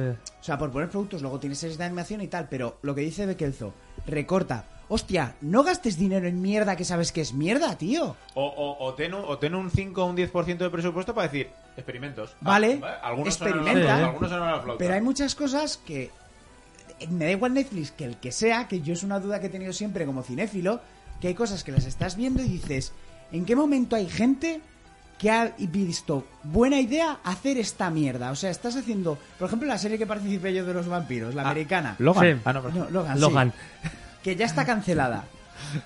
Speaker 4: O sea, por poner productos, luego tienes series de animación y tal. Pero lo que dice Bekelzo, recorta. Hostia, no gastes dinero en mierda que sabes que es mierda, tío.
Speaker 6: O, o, o, ten un, o ten un 5 o un 10% de presupuesto para decir experimentos. Ah,
Speaker 4: Vale,
Speaker 6: Algunos Son a la
Speaker 4: experimenta.
Speaker 6: flauta, algunos son a la flauta.
Speaker 4: Pero hay muchas cosas que eh, me da igual Netflix que el que sea, que yo es una duda que he tenido siempre como cinéfilo, que hay cosas que las estás viendo y dices, ¿en qué momento hay gente que ha visto buena idea hacer esta mierda? O sea, estás haciendo, por ejemplo, la serie que participé yo de los vampiros, la americana.
Speaker 6: Logan.
Speaker 5: Sí.
Speaker 6: Ah, no, perdón.
Speaker 4: No, Logan, sí,
Speaker 5: Logan.
Speaker 4: que ya está cancelada.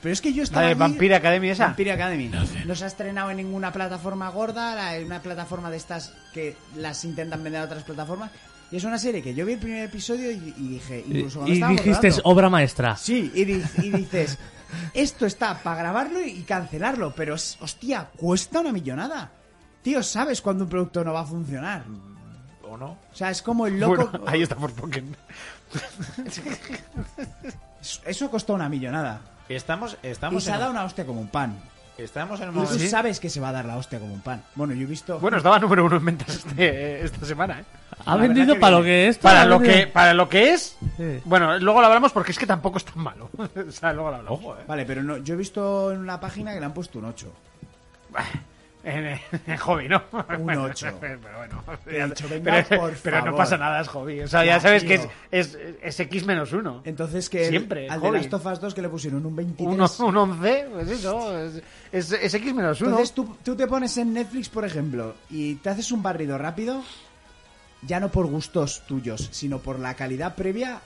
Speaker 4: Pero es que yo estaba
Speaker 3: La de
Speaker 4: allí-
Speaker 3: Vampire Academy esa.
Speaker 4: Vampire Academy. No se ha estrenado en ninguna plataforma gorda, la- en una plataforma de estas que las intentan vender a otras plataformas. Y es una serie que yo vi el primer episodio y, y dije, incluso cuando
Speaker 5: Y,
Speaker 4: estábamos
Speaker 5: dijiste
Speaker 4: rodando-
Speaker 5: obra maestra.
Speaker 4: Sí, y, di- y dices, esto está para grabarlo y cancelarlo, pero es- hostia, cuesta una millonada. Tío, sabes cuando un producto no va a funcionar.
Speaker 6: ¿O no?
Speaker 4: O sea, es como el loco.
Speaker 3: Bueno, ahí está Forspoken.
Speaker 4: Eso costó una millonada.
Speaker 6: Estamos,
Speaker 4: Y
Speaker 6: estamos,
Speaker 4: se ha
Speaker 6: en,
Speaker 4: dado una hostia como un pan.
Speaker 6: estamos en un
Speaker 4: Y tú
Speaker 6: momento.
Speaker 4: sabes que se va a dar la hostia como un pan. Bueno, yo he visto.
Speaker 3: Ah, Bueno, estaba número uno en ventas este- esta semana, ¿eh.
Speaker 5: Ha
Speaker 4: verdad
Speaker 5: vendido
Speaker 4: que
Speaker 5: para lo
Speaker 4: viene.
Speaker 5: que es.
Speaker 3: Para
Speaker 5: ha
Speaker 3: lo que,
Speaker 5: vendido.
Speaker 3: para lo que es.
Speaker 5: Sí.
Speaker 3: Bueno, luego lo hablamos porque es que tampoco es tan malo. o sea, luego lo hablamos.
Speaker 6: Ojo, eh.
Speaker 4: Vale, pero no, yo he visto en una página que le han puesto un 8.
Speaker 3: En, en hobby, ¿no?
Speaker 4: Un
Speaker 3: Bueno,
Speaker 4: ocho.
Speaker 3: Pero bueno.
Speaker 4: He dicho,
Speaker 3: pero-
Speaker 4: venga,
Speaker 3: Eh, pero,
Speaker 4: por
Speaker 3: no
Speaker 4: favor.
Speaker 3: pasa nada, es hobby. O sea, ya,
Speaker 4: Ya,
Speaker 3: sabes que es,
Speaker 4: tío.
Speaker 3: es, es X menos uno.
Speaker 4: Entonces que el-
Speaker 3: Siempre,
Speaker 4: al
Speaker 3: joder.
Speaker 4: de Last of Us 2 que le pusieron un 23.
Speaker 3: Uno- un 11, pues eso. Es, es, es X menos uno.
Speaker 4: Entonces tú, tú te pones en Netflix, por ejemplo, y te haces un barrido rápido, ya no por gustos tuyos, sino por la calidad previa,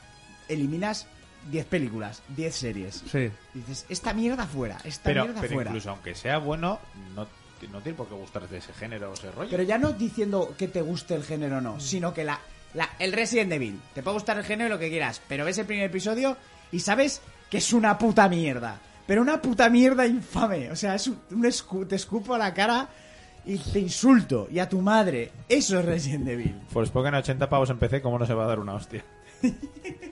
Speaker 4: eliminas 10 películas, 10 series.
Speaker 5: Sí.
Speaker 4: Dices, esta mierda fuera, esta
Speaker 6: Pero,
Speaker 4: mierda
Speaker 6: pero
Speaker 4: fuera.
Speaker 6: incluso aunque sea bueno, no, no tiene por qué gustarte ese género o ese rollo.
Speaker 4: Pero ya no diciendo que te guste el género o no, sino que la, la- el Resident Evil. Te puede gustar el género y lo que quieras, pero ves el primer episodio y sabes que es una puta mierda. Pero una puta mierda infame. O sea, es un, un escu- te escupo a la cara y te insulto. Y a tu madre. Eso es Resident Evil.
Speaker 6: Forspoken a 80 pavos en PC, ¿cómo no se va a dar una hostia?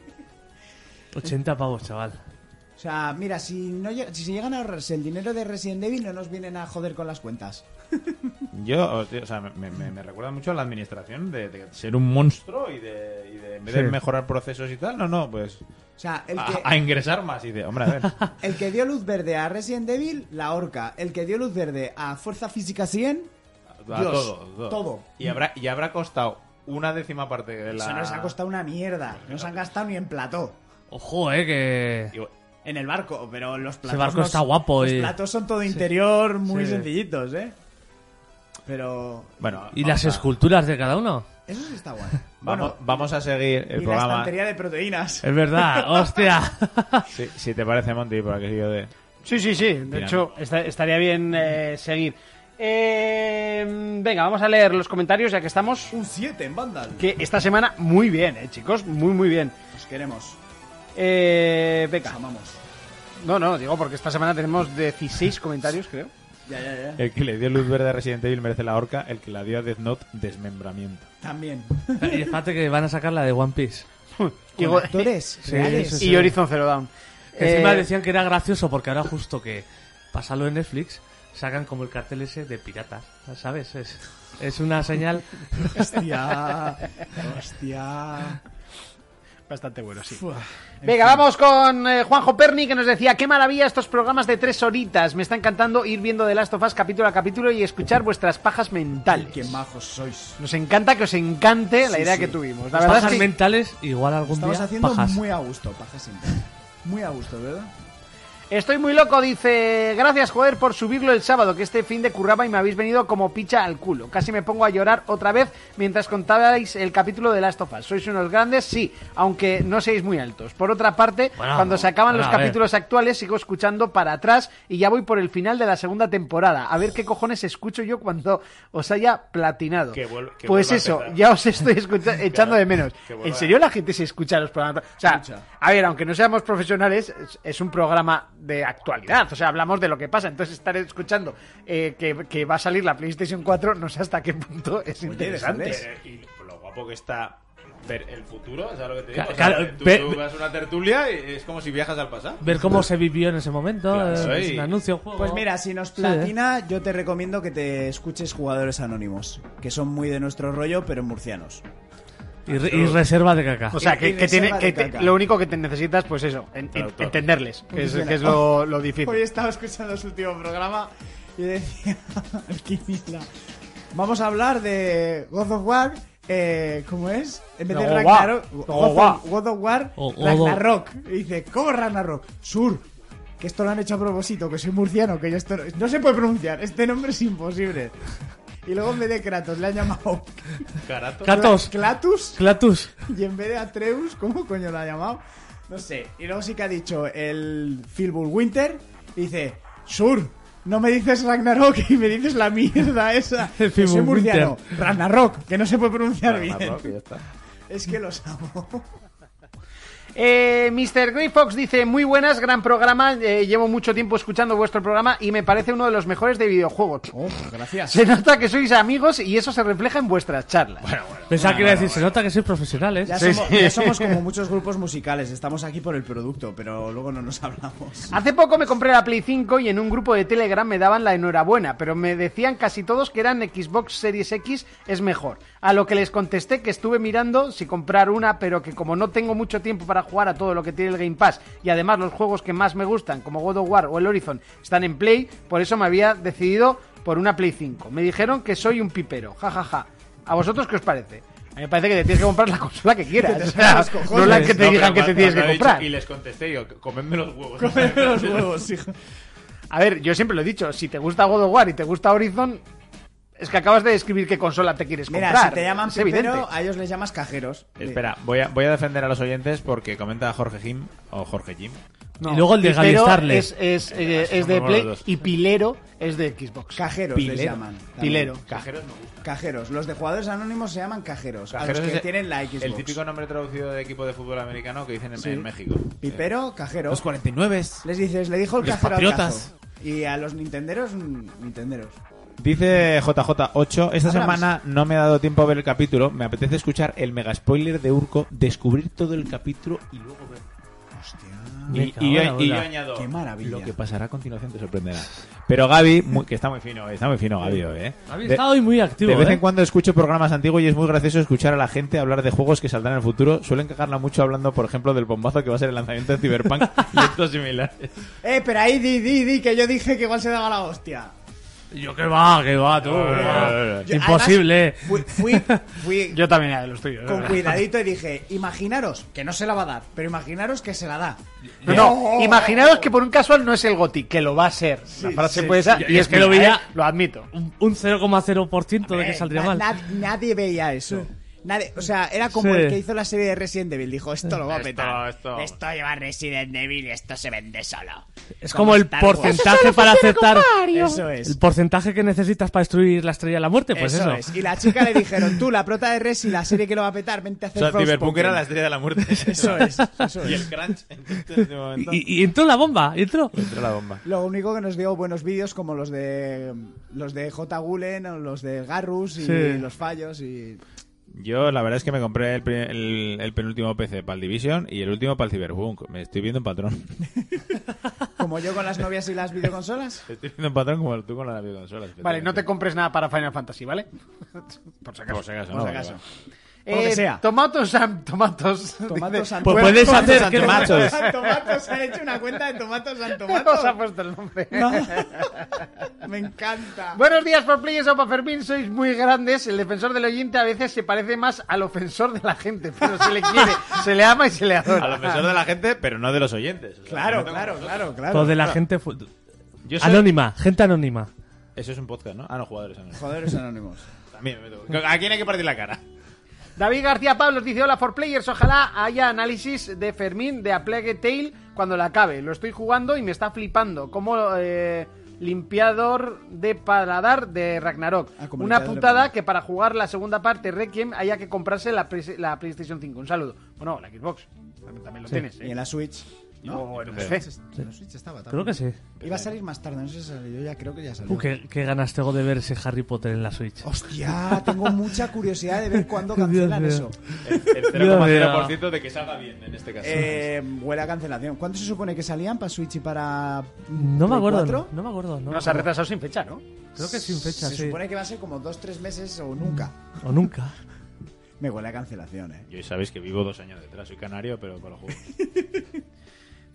Speaker 5: 80 pavos, chaval.
Speaker 4: O sea, mira, si, no, lle- si se llegan a ahorrarse el dinero de Resident Evil, no nos vienen a joder con las cuentas.
Speaker 6: Yo, os digo, o sea, me, me- me recuerda mucho a la administración de, de ser un monstruo y de, y de en vez de
Speaker 5: Sí.
Speaker 6: mejorar procesos y tal, no, no, pues
Speaker 4: sea, el que,
Speaker 6: A, a ingresar más. Y dice, hombre, a ver.
Speaker 4: el que dio luz verde a Resident Evil, la horca. El que dio luz verde a Fuerza Física 100,
Speaker 6: A
Speaker 4: Dios,
Speaker 6: todo,
Speaker 4: todo.
Speaker 6: Y habrá, y habrá costado una décima parte de la.
Speaker 4: eso nos ha costado una mierda. No se han gastado ni en plató.
Speaker 5: Ojo, eh, que.
Speaker 6: Igual-
Speaker 4: En el barco, pero los platos.
Speaker 5: barco
Speaker 4: no
Speaker 5: está
Speaker 4: son-
Speaker 5: guapo,
Speaker 4: Los
Speaker 5: eh.
Speaker 4: platos son todo interior, muy
Speaker 5: Sí.
Speaker 4: sencillitos, ¿eh? Pero.
Speaker 6: Bueno,
Speaker 5: ¿Y
Speaker 6: vamos
Speaker 5: las
Speaker 6: a-
Speaker 5: esculturas de cada uno?
Speaker 4: Eso sí está guay.
Speaker 6: Vamos,
Speaker 4: Bueno,
Speaker 6: vamos a seguir el
Speaker 4: y la
Speaker 6: programa.
Speaker 4: estantería de proteínas.
Speaker 5: Es verdad, hostia.
Speaker 6: Si, si te parece, Monty, por aquello de.
Speaker 3: Sí, sí, sí. De
Speaker 6: Bien.
Speaker 3: hecho, esta- estaría bien eh, seguir. Eh, venga, vamos a leer los comentarios ya que estamos.
Speaker 4: Un 7 en Vandal.
Speaker 3: Que esta semana muy bien, eh, chicos. Muy, muy bien.
Speaker 4: Os queremos.
Speaker 3: Eh,
Speaker 4: Os
Speaker 3: venga.
Speaker 4: amamos.
Speaker 3: No, no, digo porque esta semana tenemos 16 comentarios, creo.
Speaker 4: Ya, ya, ya.
Speaker 6: El que le dio luz verde a Resident Evil merece la horca, el que la dio a Death Note, desmembramiento.
Speaker 4: También.
Speaker 5: Y espérate que van a sacar la de One Piece.
Speaker 3: Y,
Speaker 4: Con actores reales.
Speaker 5: eso sí.
Speaker 3: y Horizon Zero Dawn.
Speaker 5: Que
Speaker 3: Eh,
Speaker 5: encima decían que era gracioso porque ahora justo que pasarlo en Netflix sacan como el cartel ese de piratas, ¿sabes? Es, es una señal...
Speaker 4: Hostia. Hostia.
Speaker 3: Bastante bueno, sí.
Speaker 4: Fua.
Speaker 3: Venga, vamos con eh, Juanjo Perni que nos decía, qué maravilla estos programas de tres horitas. Me está encantando ir viendo The Last of Us capítulo a capítulo y escuchar vuestras pajas mentales.
Speaker 4: Qué majos sois.
Speaker 3: Nos encanta que os encante la
Speaker 4: Sí,
Speaker 3: idea
Speaker 4: sí.
Speaker 3: que tuvimos. La
Speaker 5: Las
Speaker 3: verdad es
Speaker 5: pajas
Speaker 3: que
Speaker 5: mentales, igual algún
Speaker 4: Estamos
Speaker 5: día
Speaker 4: haciendo
Speaker 5: pajas.
Speaker 4: muy a gusto, paja siempre. Muy a gusto, ¿verdad?
Speaker 3: estoy muy loco, dice, gracias joder por subirlo el sábado, que este fin de curraba y me habéis venido como picha al culo. Casi me pongo a llorar otra vez mientras contabais el capítulo de Last of Us. Sois unos grandes, sí, aunque no seáis muy altos. Por otra parte,
Speaker 5: Bueno,
Speaker 3: cuando se acaban los
Speaker 5: bueno, a ver.
Speaker 3: capítulos actuales sigo escuchando para atrás y ya voy por el final de la segunda temporada. A ver qué cojones escucho yo cuando os haya platinado.
Speaker 6: Que vuel- que
Speaker 3: pues
Speaker 6: vuelva a
Speaker 3: eso,
Speaker 6: empezar.
Speaker 3: ya os estoy escucha- echando de menos.
Speaker 6: que vuelva
Speaker 3: ¿En serio la gente se escucha los programas? O sea,
Speaker 4: Escucha.
Speaker 3: a ver, aunque no seamos profesionales, es, es un programa de actualidad. O sea, hablamos de lo que pasa. Entonces, estar escuchando eh, que, que va a salir la PlayStation 4, no sé hasta qué punto es interesante.
Speaker 6: Eh, Y lo guapo que está ver el futuro, ¿sabes lo que te digo?
Speaker 5: Claro,
Speaker 6: O sea,
Speaker 5: claro,
Speaker 6: tú,
Speaker 5: ve-
Speaker 6: tú vas a una tertulia y es como si viajas al pasado.
Speaker 5: Ver cómo se vivió en ese momento,
Speaker 6: Claro,
Speaker 5: eh, es
Speaker 6: sí.
Speaker 5: un anuncio, un juego.
Speaker 4: Pues mira, si nos platina, yo te recomiendo que te escuches Jugadores Anónimos, que son muy de nuestro rollo, pero murcianos.
Speaker 5: Y, re- y reserva de caca.
Speaker 3: O sea,
Speaker 4: Y-
Speaker 3: que,
Speaker 4: y
Speaker 3: que tiene,
Speaker 4: reserva
Speaker 3: que
Speaker 4: de
Speaker 3: te-
Speaker 4: caca.
Speaker 3: lo único que te necesitas, pues eso, en- en-
Speaker 6: Traductor.
Speaker 3: entenderles, que es,
Speaker 4: Funciona.
Speaker 3: que es lo, lo
Speaker 4: Hoy
Speaker 3: difícil.
Speaker 4: estaba escuchando su último programa y decía el Kimila, vamos a hablar de God of War, eh, ¿cómo es? En vez de
Speaker 3: God of
Speaker 4: Ragnarok,
Speaker 3: War.
Speaker 4: God of-
Speaker 3: God of
Speaker 4: God of War,
Speaker 5: O- o-
Speaker 4: Ragnarok. Y dice, ¿cómo Ragnarok? Sur, que esto lo han hecho a propósito, que soy murciano, que yo esto no, no se puede pronunciar, este nombre es imposible. Y luego en vez de Kratos le han llamado
Speaker 6: Carato.
Speaker 5: Kratos,
Speaker 4: Clatus
Speaker 5: Clatus.
Speaker 4: y en vez de Atreus, ¿cómo coño lo ha llamado? No sé. Y luego sí que ha dicho el Philbur Winter, dice, Sur, no me dices Ragnarok y me dices la mierda esa.
Speaker 5: El
Speaker 4: Que soy
Speaker 5: Philbur
Speaker 4: murciano. Ragnarok, que no se puede pronunciar bien.
Speaker 6: Ragnarok, eh. y ya está.
Speaker 4: Es que los amo.
Speaker 3: Eh, Mr. Grey Fox dice, muy buenas, gran programa, eh, llevo mucho tiempo escuchando vuestro programa y me parece uno de los mejores de videojuegos.
Speaker 4: gracias.
Speaker 3: Se nota que sois amigos y eso se refleja en vuestras charlas.
Speaker 5: Pensaba que iba a decir, se nota que sois profesionales.
Speaker 4: Ya, somos, ya somos como muchos grupos musicales, estamos aquí por el producto, pero luego no nos hablamos.
Speaker 3: Hace poco me compré la Play 5 y en un grupo de Telegram me daban la enhorabuena, pero me decían casi todos que eran Xbox Series X es mejor. A lo que les contesté que estuve mirando si comprar una, pero que como no tengo mucho tiempo para jugar a todo lo que tiene el Game Pass y además los juegos que más me gustan, como God of War o el Horizon, están en Play, por eso me había decidido por una Play 5. Me dijeron que soy un pipero, jajaja. ¿A vosotros qué os parece? A mí me parece que te tienes que comprar la consola que quieras. o sea,
Speaker 4: los cojones.
Speaker 3: no la que te
Speaker 6: No,
Speaker 3: digan
Speaker 6: pero
Speaker 3: que te
Speaker 6: cuando-
Speaker 3: tienes
Speaker 6: cuando
Speaker 3: que
Speaker 6: ha dicho-
Speaker 3: comprar.
Speaker 6: Y les contesté yo, comedme los huevos.
Speaker 4: los huevos, hijo.
Speaker 3: A ver, yo siempre lo he dicho, si te gusta God of War y te gusta Horizon, es que acabas de describir qué consola te quieres
Speaker 4: Mira,
Speaker 3: comprar.
Speaker 4: si te llaman
Speaker 3: es evidente.
Speaker 4: primero, a ellos les llamas cajeros.
Speaker 6: Espera, voy a, voy a defender a los oyentes porque comenta Jorge Jim o Jorge Jim.
Speaker 5: Y luego el de
Speaker 3: Pipero
Speaker 5: Gavistarle.
Speaker 3: es, es, eh,
Speaker 6: es
Speaker 3: es de
Speaker 6: como los
Speaker 3: Play
Speaker 6: dos.
Speaker 3: y Pilero es de Xbox.
Speaker 4: Cajeros les
Speaker 6: Pilero.
Speaker 4: llaman. también.
Speaker 3: Pilero.
Speaker 6: Cajeros me gusta.
Speaker 4: Cajeros. Los de jugadores anónimos se llaman cajeros. a los
Speaker 6: es
Speaker 4: que
Speaker 6: el-
Speaker 4: tienen la Xbox.
Speaker 6: El típico nombre traducido de equipo de fútbol americano que dicen en, en México.
Speaker 4: Pipero, cajero.
Speaker 5: 49.
Speaker 4: Les dices, le dijo el
Speaker 5: eh, Los
Speaker 4: cajero
Speaker 5: patriotas.
Speaker 4: al cazo. Y a los nintenderos, mm, nintenderos.
Speaker 6: Dice JJ8, esta
Speaker 4: Abrams.
Speaker 6: semana no me ha dado tiempo a ver el capítulo, me apetece escuchar el mega spoiler de Urco, descubrir todo el capítulo y luego ver. Y,
Speaker 5: Venga,
Speaker 6: y yo,
Speaker 5: hola,
Speaker 6: y yo
Speaker 5: hola.
Speaker 6: añado.
Speaker 4: Qué maravilla.
Speaker 6: Lo que pasará a continuación te sorprenderá. Pero Gaby, muy- que está muy fino, está muy fino Gaby, hoy, ¿eh?
Speaker 5: Habéis
Speaker 6: De-
Speaker 5: estado hoy muy activo,
Speaker 6: de vez
Speaker 5: ¿eh?
Speaker 6: en cuando escucho programas antiguos y es muy gracioso escuchar a la gente hablar de juegos que saldrán en el futuro. Suelen cagarla mucho hablando, por ejemplo, del bombazo que va a ser el lanzamiento de Cyberpunk y otros similares.
Speaker 4: Eh, pero ahí di, di, di, que yo dije que igual se daba la hostia.
Speaker 5: Y Yo que va, que va, tú. que va.
Speaker 4: Yo,
Speaker 5: Imposible.
Speaker 4: además, fui, fui, fui
Speaker 3: Yo también era de los tuyos. eh.
Speaker 4: con cuidadito y dije, imaginaros que no se la va a dar, pero imaginaros que se la da.
Speaker 3: No, no, imaginaros que por un casual no es el Goti, que lo va a ser. la frase puede ser.
Speaker 5: Yo-
Speaker 3: Y,
Speaker 5: yo
Speaker 3: es que lo veía. Lo admito.
Speaker 5: Un un 0,0% de que
Speaker 4: Eh,
Speaker 5: saldría
Speaker 4: na-
Speaker 5: mal.
Speaker 4: na- nadie veía eso. Nadie, o sea, era como
Speaker 5: Sí.
Speaker 4: el que hizo la serie de Resident Evil. Dijo, esto lo va a
Speaker 6: Esto,
Speaker 4: petar.
Speaker 6: esto.
Speaker 4: lleva Resident Evil y esto se vende solo.
Speaker 5: Es como el
Speaker 4: Star Wars.
Speaker 5: porcentaje para aceptar.
Speaker 4: Eso es.
Speaker 5: El porcentaje que necesitas para destruir la estrella de la muerte, pues
Speaker 4: eso,
Speaker 5: eso.
Speaker 4: es. Y la chica le dijeron, tú, la prota de Resi, la serie que lo va a petar, vente a
Speaker 6: O
Speaker 4: hacer
Speaker 6: sea, Cyberpunk
Speaker 4: Frostpunk".
Speaker 6: era la estrella de la muerte.
Speaker 4: Eso es, eso
Speaker 6: Y
Speaker 4: es.
Speaker 6: el crunch. Entonces, de momento,
Speaker 5: Y, y- y entró la bomba, entró.
Speaker 6: entró la bomba.
Speaker 4: Lo único que nos dio buenos vídeos como los de los de J. Gulen o los de Garrus y
Speaker 5: Sí.
Speaker 4: los fallos y...
Speaker 6: Yo la verdad es que me compré el, pri- el- el penúltimo PC para el Division y el último para el Cyberpunk. Me estoy viendo un patrón.
Speaker 4: Como yo con las novias y las videoconsolas.
Speaker 6: estoy viendo un patrón como tú con la videoconsola.
Speaker 3: Vale, no te compres nada para Final Fantasy, ¿vale? Por si acaso. Eh,
Speaker 6: Por si acaso,
Speaker 4: Por si
Speaker 6: no, vale,
Speaker 4: acaso.
Speaker 6: vale.
Speaker 4: Por lo que sea.
Speaker 3: Tomatos, Sam, tomatos.
Speaker 4: Tomatos San
Speaker 5: Pues puedes hacer que-
Speaker 6: Antomachos.
Speaker 4: Tomatos, ha hecho una cuenta de Tomatos San
Speaker 3: Tomatos ha
Speaker 4: Tomatos.
Speaker 3: puesto el nombre.
Speaker 4: Me encanta.
Speaker 3: Buenos días, por players o para Fermín, sois muy grandes. El defensor del oyente a veces se parece más al ofensor de la gente, pero se le quiere, se le ama y se le
Speaker 6: A lo
Speaker 3: adora.
Speaker 6: mejor de la gente, pero no de los oyentes. O sea,
Speaker 4: Claro,
Speaker 6: no tengo-
Speaker 4: claro, claro, claro.
Speaker 5: Todo de la gente. fu-
Speaker 6: Yo soy-
Speaker 5: Anónima, gente anónima.
Speaker 6: Eso es un podcast, ¿no? Ah, no, jugadores. anónimos.
Speaker 4: Joderos anónimos.
Speaker 6: También me meto. ¿A quién hay que partir la cara?
Speaker 3: David García Pablos dice: Hola, for players. Ojalá haya análisis de Fermín de A Plague Tale cuando la acabe. Lo estoy jugando y me está flipando. Como eh, limpiador de paladar de Ragnarok.
Speaker 4: Ah, como
Speaker 3: Una
Speaker 4: limpiador de
Speaker 3: putada
Speaker 4: paladar.
Speaker 3: que para jugar la segunda parte Requiem haya que comprarse la, pre- la PlayStation 5. Un saludo. Bueno, la Xbox. También, también lo tienes. ¿eh?
Speaker 4: Y en la Switch.
Speaker 3: O,
Speaker 4: ¿No?
Speaker 3: bueno,
Speaker 6: Sí.
Speaker 3: pues, eh.
Speaker 4: En la Switch estaba
Speaker 5: Creo
Speaker 4: también.
Speaker 5: que sí.
Speaker 4: Iba a salir más tarde, no sé si salió, ya creo que ya salió.
Speaker 5: Uh, qué, qué ganas tengo de ver ese Harry Potter en la
Speaker 4: Oh,
Speaker 5: Switch.
Speaker 4: Hostia, tengo mucha curiosidad de ver cuándo cancelan
Speaker 5: Dios
Speaker 4: eso.
Speaker 5: mío.
Speaker 6: El, el 0,0% de que salga bien en este caso.
Speaker 4: Eh, huele a cancelación. ¿Cuánto se supone que salían para Switch y para mm,
Speaker 5: No me
Speaker 4: Play
Speaker 5: acuerdo.
Speaker 4: 4?
Speaker 5: No me acuerdo. No me
Speaker 3: Nos ha
Speaker 5: acuerdo.
Speaker 3: retrasado sin fecha, ¿no?
Speaker 5: Creo que sin fecha,
Speaker 4: Se
Speaker 5: sí.
Speaker 4: supone que va a ser como dos, tres meses o nunca.
Speaker 5: O nunca.
Speaker 4: Me huele a cancelación, eh.
Speaker 6: Yo sabéis que vivo dos años detrás. Soy canario, pero para los juegos.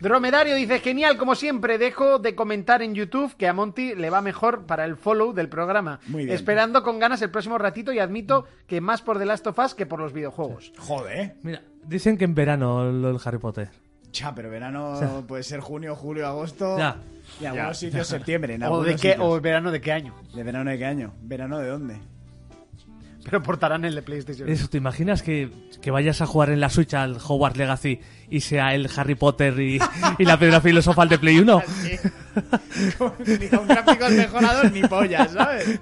Speaker 3: Dromedario dice, genial, como siempre, dejo de comentar en YouTube que a Monty le va mejor para el follow del programa.
Speaker 4: Muy bien.
Speaker 3: Esperando con ganas el próximo ratito y admito que más por The Last of Us que por los videojuegos.
Speaker 4: Joder.
Speaker 5: Mira, dicen que en verano lo del Harry Potter.
Speaker 4: Ya, pero verano puede ser junio, julio, agosto.
Speaker 5: Ya.
Speaker 4: Y algunos sitios septiembre. En
Speaker 3: ¿O,
Speaker 4: algunos
Speaker 3: de qué,
Speaker 4: sitios.
Speaker 3: ¿O verano de qué año?
Speaker 4: ¿De verano de qué año? ¿Verano de dónde?
Speaker 3: Pero portarán el de PlayStation.
Speaker 5: Eso, ¿te imaginas que, que vayas a jugar en la Switch al Hogwarts Legacy y sea el Harry Potter y, y la piedra filosofal de Play 1?
Speaker 4: ni con gráficos mejorados ni pollas, ¿sabes?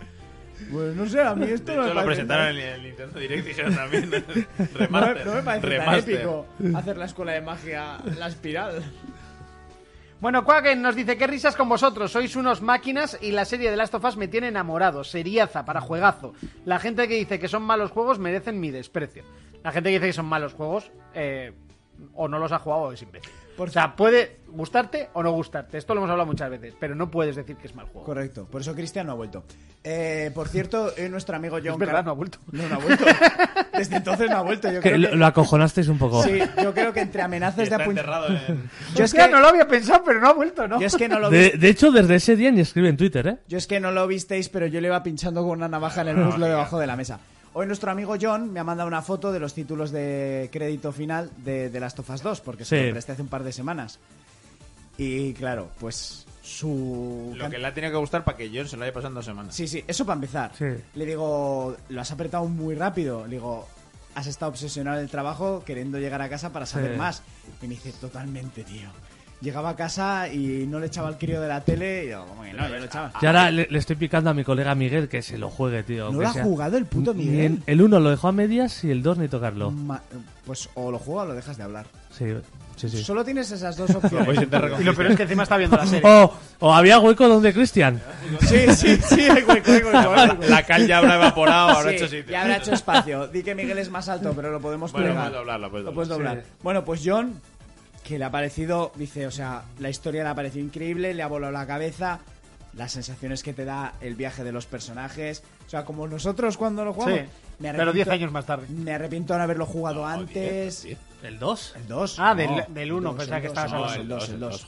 Speaker 4: Pues no sé, a mí esto
Speaker 6: De
Speaker 4: no me
Speaker 6: hecho, lo
Speaker 4: parece
Speaker 6: presentaron
Speaker 4: tan-
Speaker 6: en el Nintendo Direct también.
Speaker 4: no me-
Speaker 6: Remaster.
Speaker 4: no me parece tan
Speaker 6: remaster.
Speaker 4: épico hacer la escuela de magia, la espiral.
Speaker 3: Bueno, Quaken nos dice, qué risas con vosotros, sois unos máquinas y la serie de Last of Us me tiene enamorado, seriaza, para juegazo. La gente que dice que son malos juegos merecen mi desprecio. La gente que dice que son malos juegos, eh, o no los ha jugado o es imbécil.
Speaker 4: Por-
Speaker 3: O sea, puede gustarte o no gustarte, esto lo hemos hablado muchas veces, pero no puedes decir que es mal juego.
Speaker 4: Correcto, por eso Cristian no ha vuelto. Eh, por cierto, eh, nuestro amigo John.
Speaker 3: Es verdad,
Speaker 4: Car-
Speaker 3: no ha vuelto.
Speaker 4: No, no ha vuelto. Desde entonces no ha vuelto. Yo
Speaker 5: Que
Speaker 4: creo
Speaker 5: lo,
Speaker 4: que,
Speaker 5: lo acojonasteis un poco.
Speaker 4: sí, yo creo que entre
Speaker 6: Y
Speaker 4: amenazas de
Speaker 6: está
Speaker 4: apuñalar.
Speaker 6: enterrado en...
Speaker 4: Yo es que
Speaker 3: Hostia, no lo había pensado, pero no ha vuelto, ¿no?
Speaker 4: yo es que no lo vi-
Speaker 5: De, de hecho, desde ese día ni escribe en Twitter, ¿eh?
Speaker 4: Yo es que no lo visteis, pero yo le iba pinchando con una navaja en el muslo debajo de la mesa. Hoy nuestro amigo John me ha mandado una foto de los títulos de crédito final de, de Last of Us 2, porque se
Speaker 5: Sí.
Speaker 4: lo presté hace un par de semanas. Y claro, pues su...
Speaker 6: Lo que le ha tenido que gustar para que John se lo haya pasado en dos semanas.
Speaker 4: Sí, sí, eso para empezar.
Speaker 5: Sí.
Speaker 4: Le digo, lo has apretado muy rápido. Le digo, has estado obsesionado en el trabajo queriendo llegar a casa para saber
Speaker 5: Sí.
Speaker 4: más. Y me dice, totalmente, tío. Llegaba a casa y no le echaba el crío de la tele. Y yo, "¿Cómo que no, yo lo echaba.
Speaker 5: Y ahora le, le estoy picando a mi colega Miguel que se lo juegue,
Speaker 4: Ah,
Speaker 5: tío.
Speaker 4: No
Speaker 5: que
Speaker 4: lo ha
Speaker 5: sea.
Speaker 4: jugado el puto
Speaker 5: Ni
Speaker 4: Miguel.
Speaker 5: el- El 1 lo dejó a medias y el 2 ni tocarlo.
Speaker 4: Ma- pues o lo juega o lo dejas de hablar.
Speaker 5: Sí, sí, sí.
Speaker 4: Solo tienes esas dos
Speaker 6: Lo voy a
Speaker 4: opciones.
Speaker 6: intentar reconquistar.
Speaker 3: Y lo peor es que encima está viendo la serie.
Speaker 5: O, o Oh, había hueco donde Cristian.
Speaker 4: sí, sí, sí, hay hueco, hay hueco, hay hueco.
Speaker 6: La cal ya habrá evaporado, habrá
Speaker 4: Sí,
Speaker 6: hecho sitio.
Speaker 4: ya habrá hecho espacio. Di que Miguel es más alto, pero lo podemos
Speaker 6: Bueno,
Speaker 4: plegar.
Speaker 6: puedes doblar, lo puedes
Speaker 4: Lo puedes
Speaker 6: doblar.
Speaker 4: doblar. Bueno, pues John que le ha parecido, dice, o sea, la historia le ha parecido increíble, le ha volado la cabeza, las sensaciones que te da el viaje de los personajes, o sea, como nosotros cuando lo jugamos.
Speaker 3: Sí, pero 10 años más tarde.
Speaker 4: Me arrepiento de no haberlo jugado antes.
Speaker 6: Oh,
Speaker 5: ¿El 2?
Speaker 4: El 2.
Speaker 3: Ah, del- del uno, pensaba que estabas
Speaker 4: hablando del 2, el 2.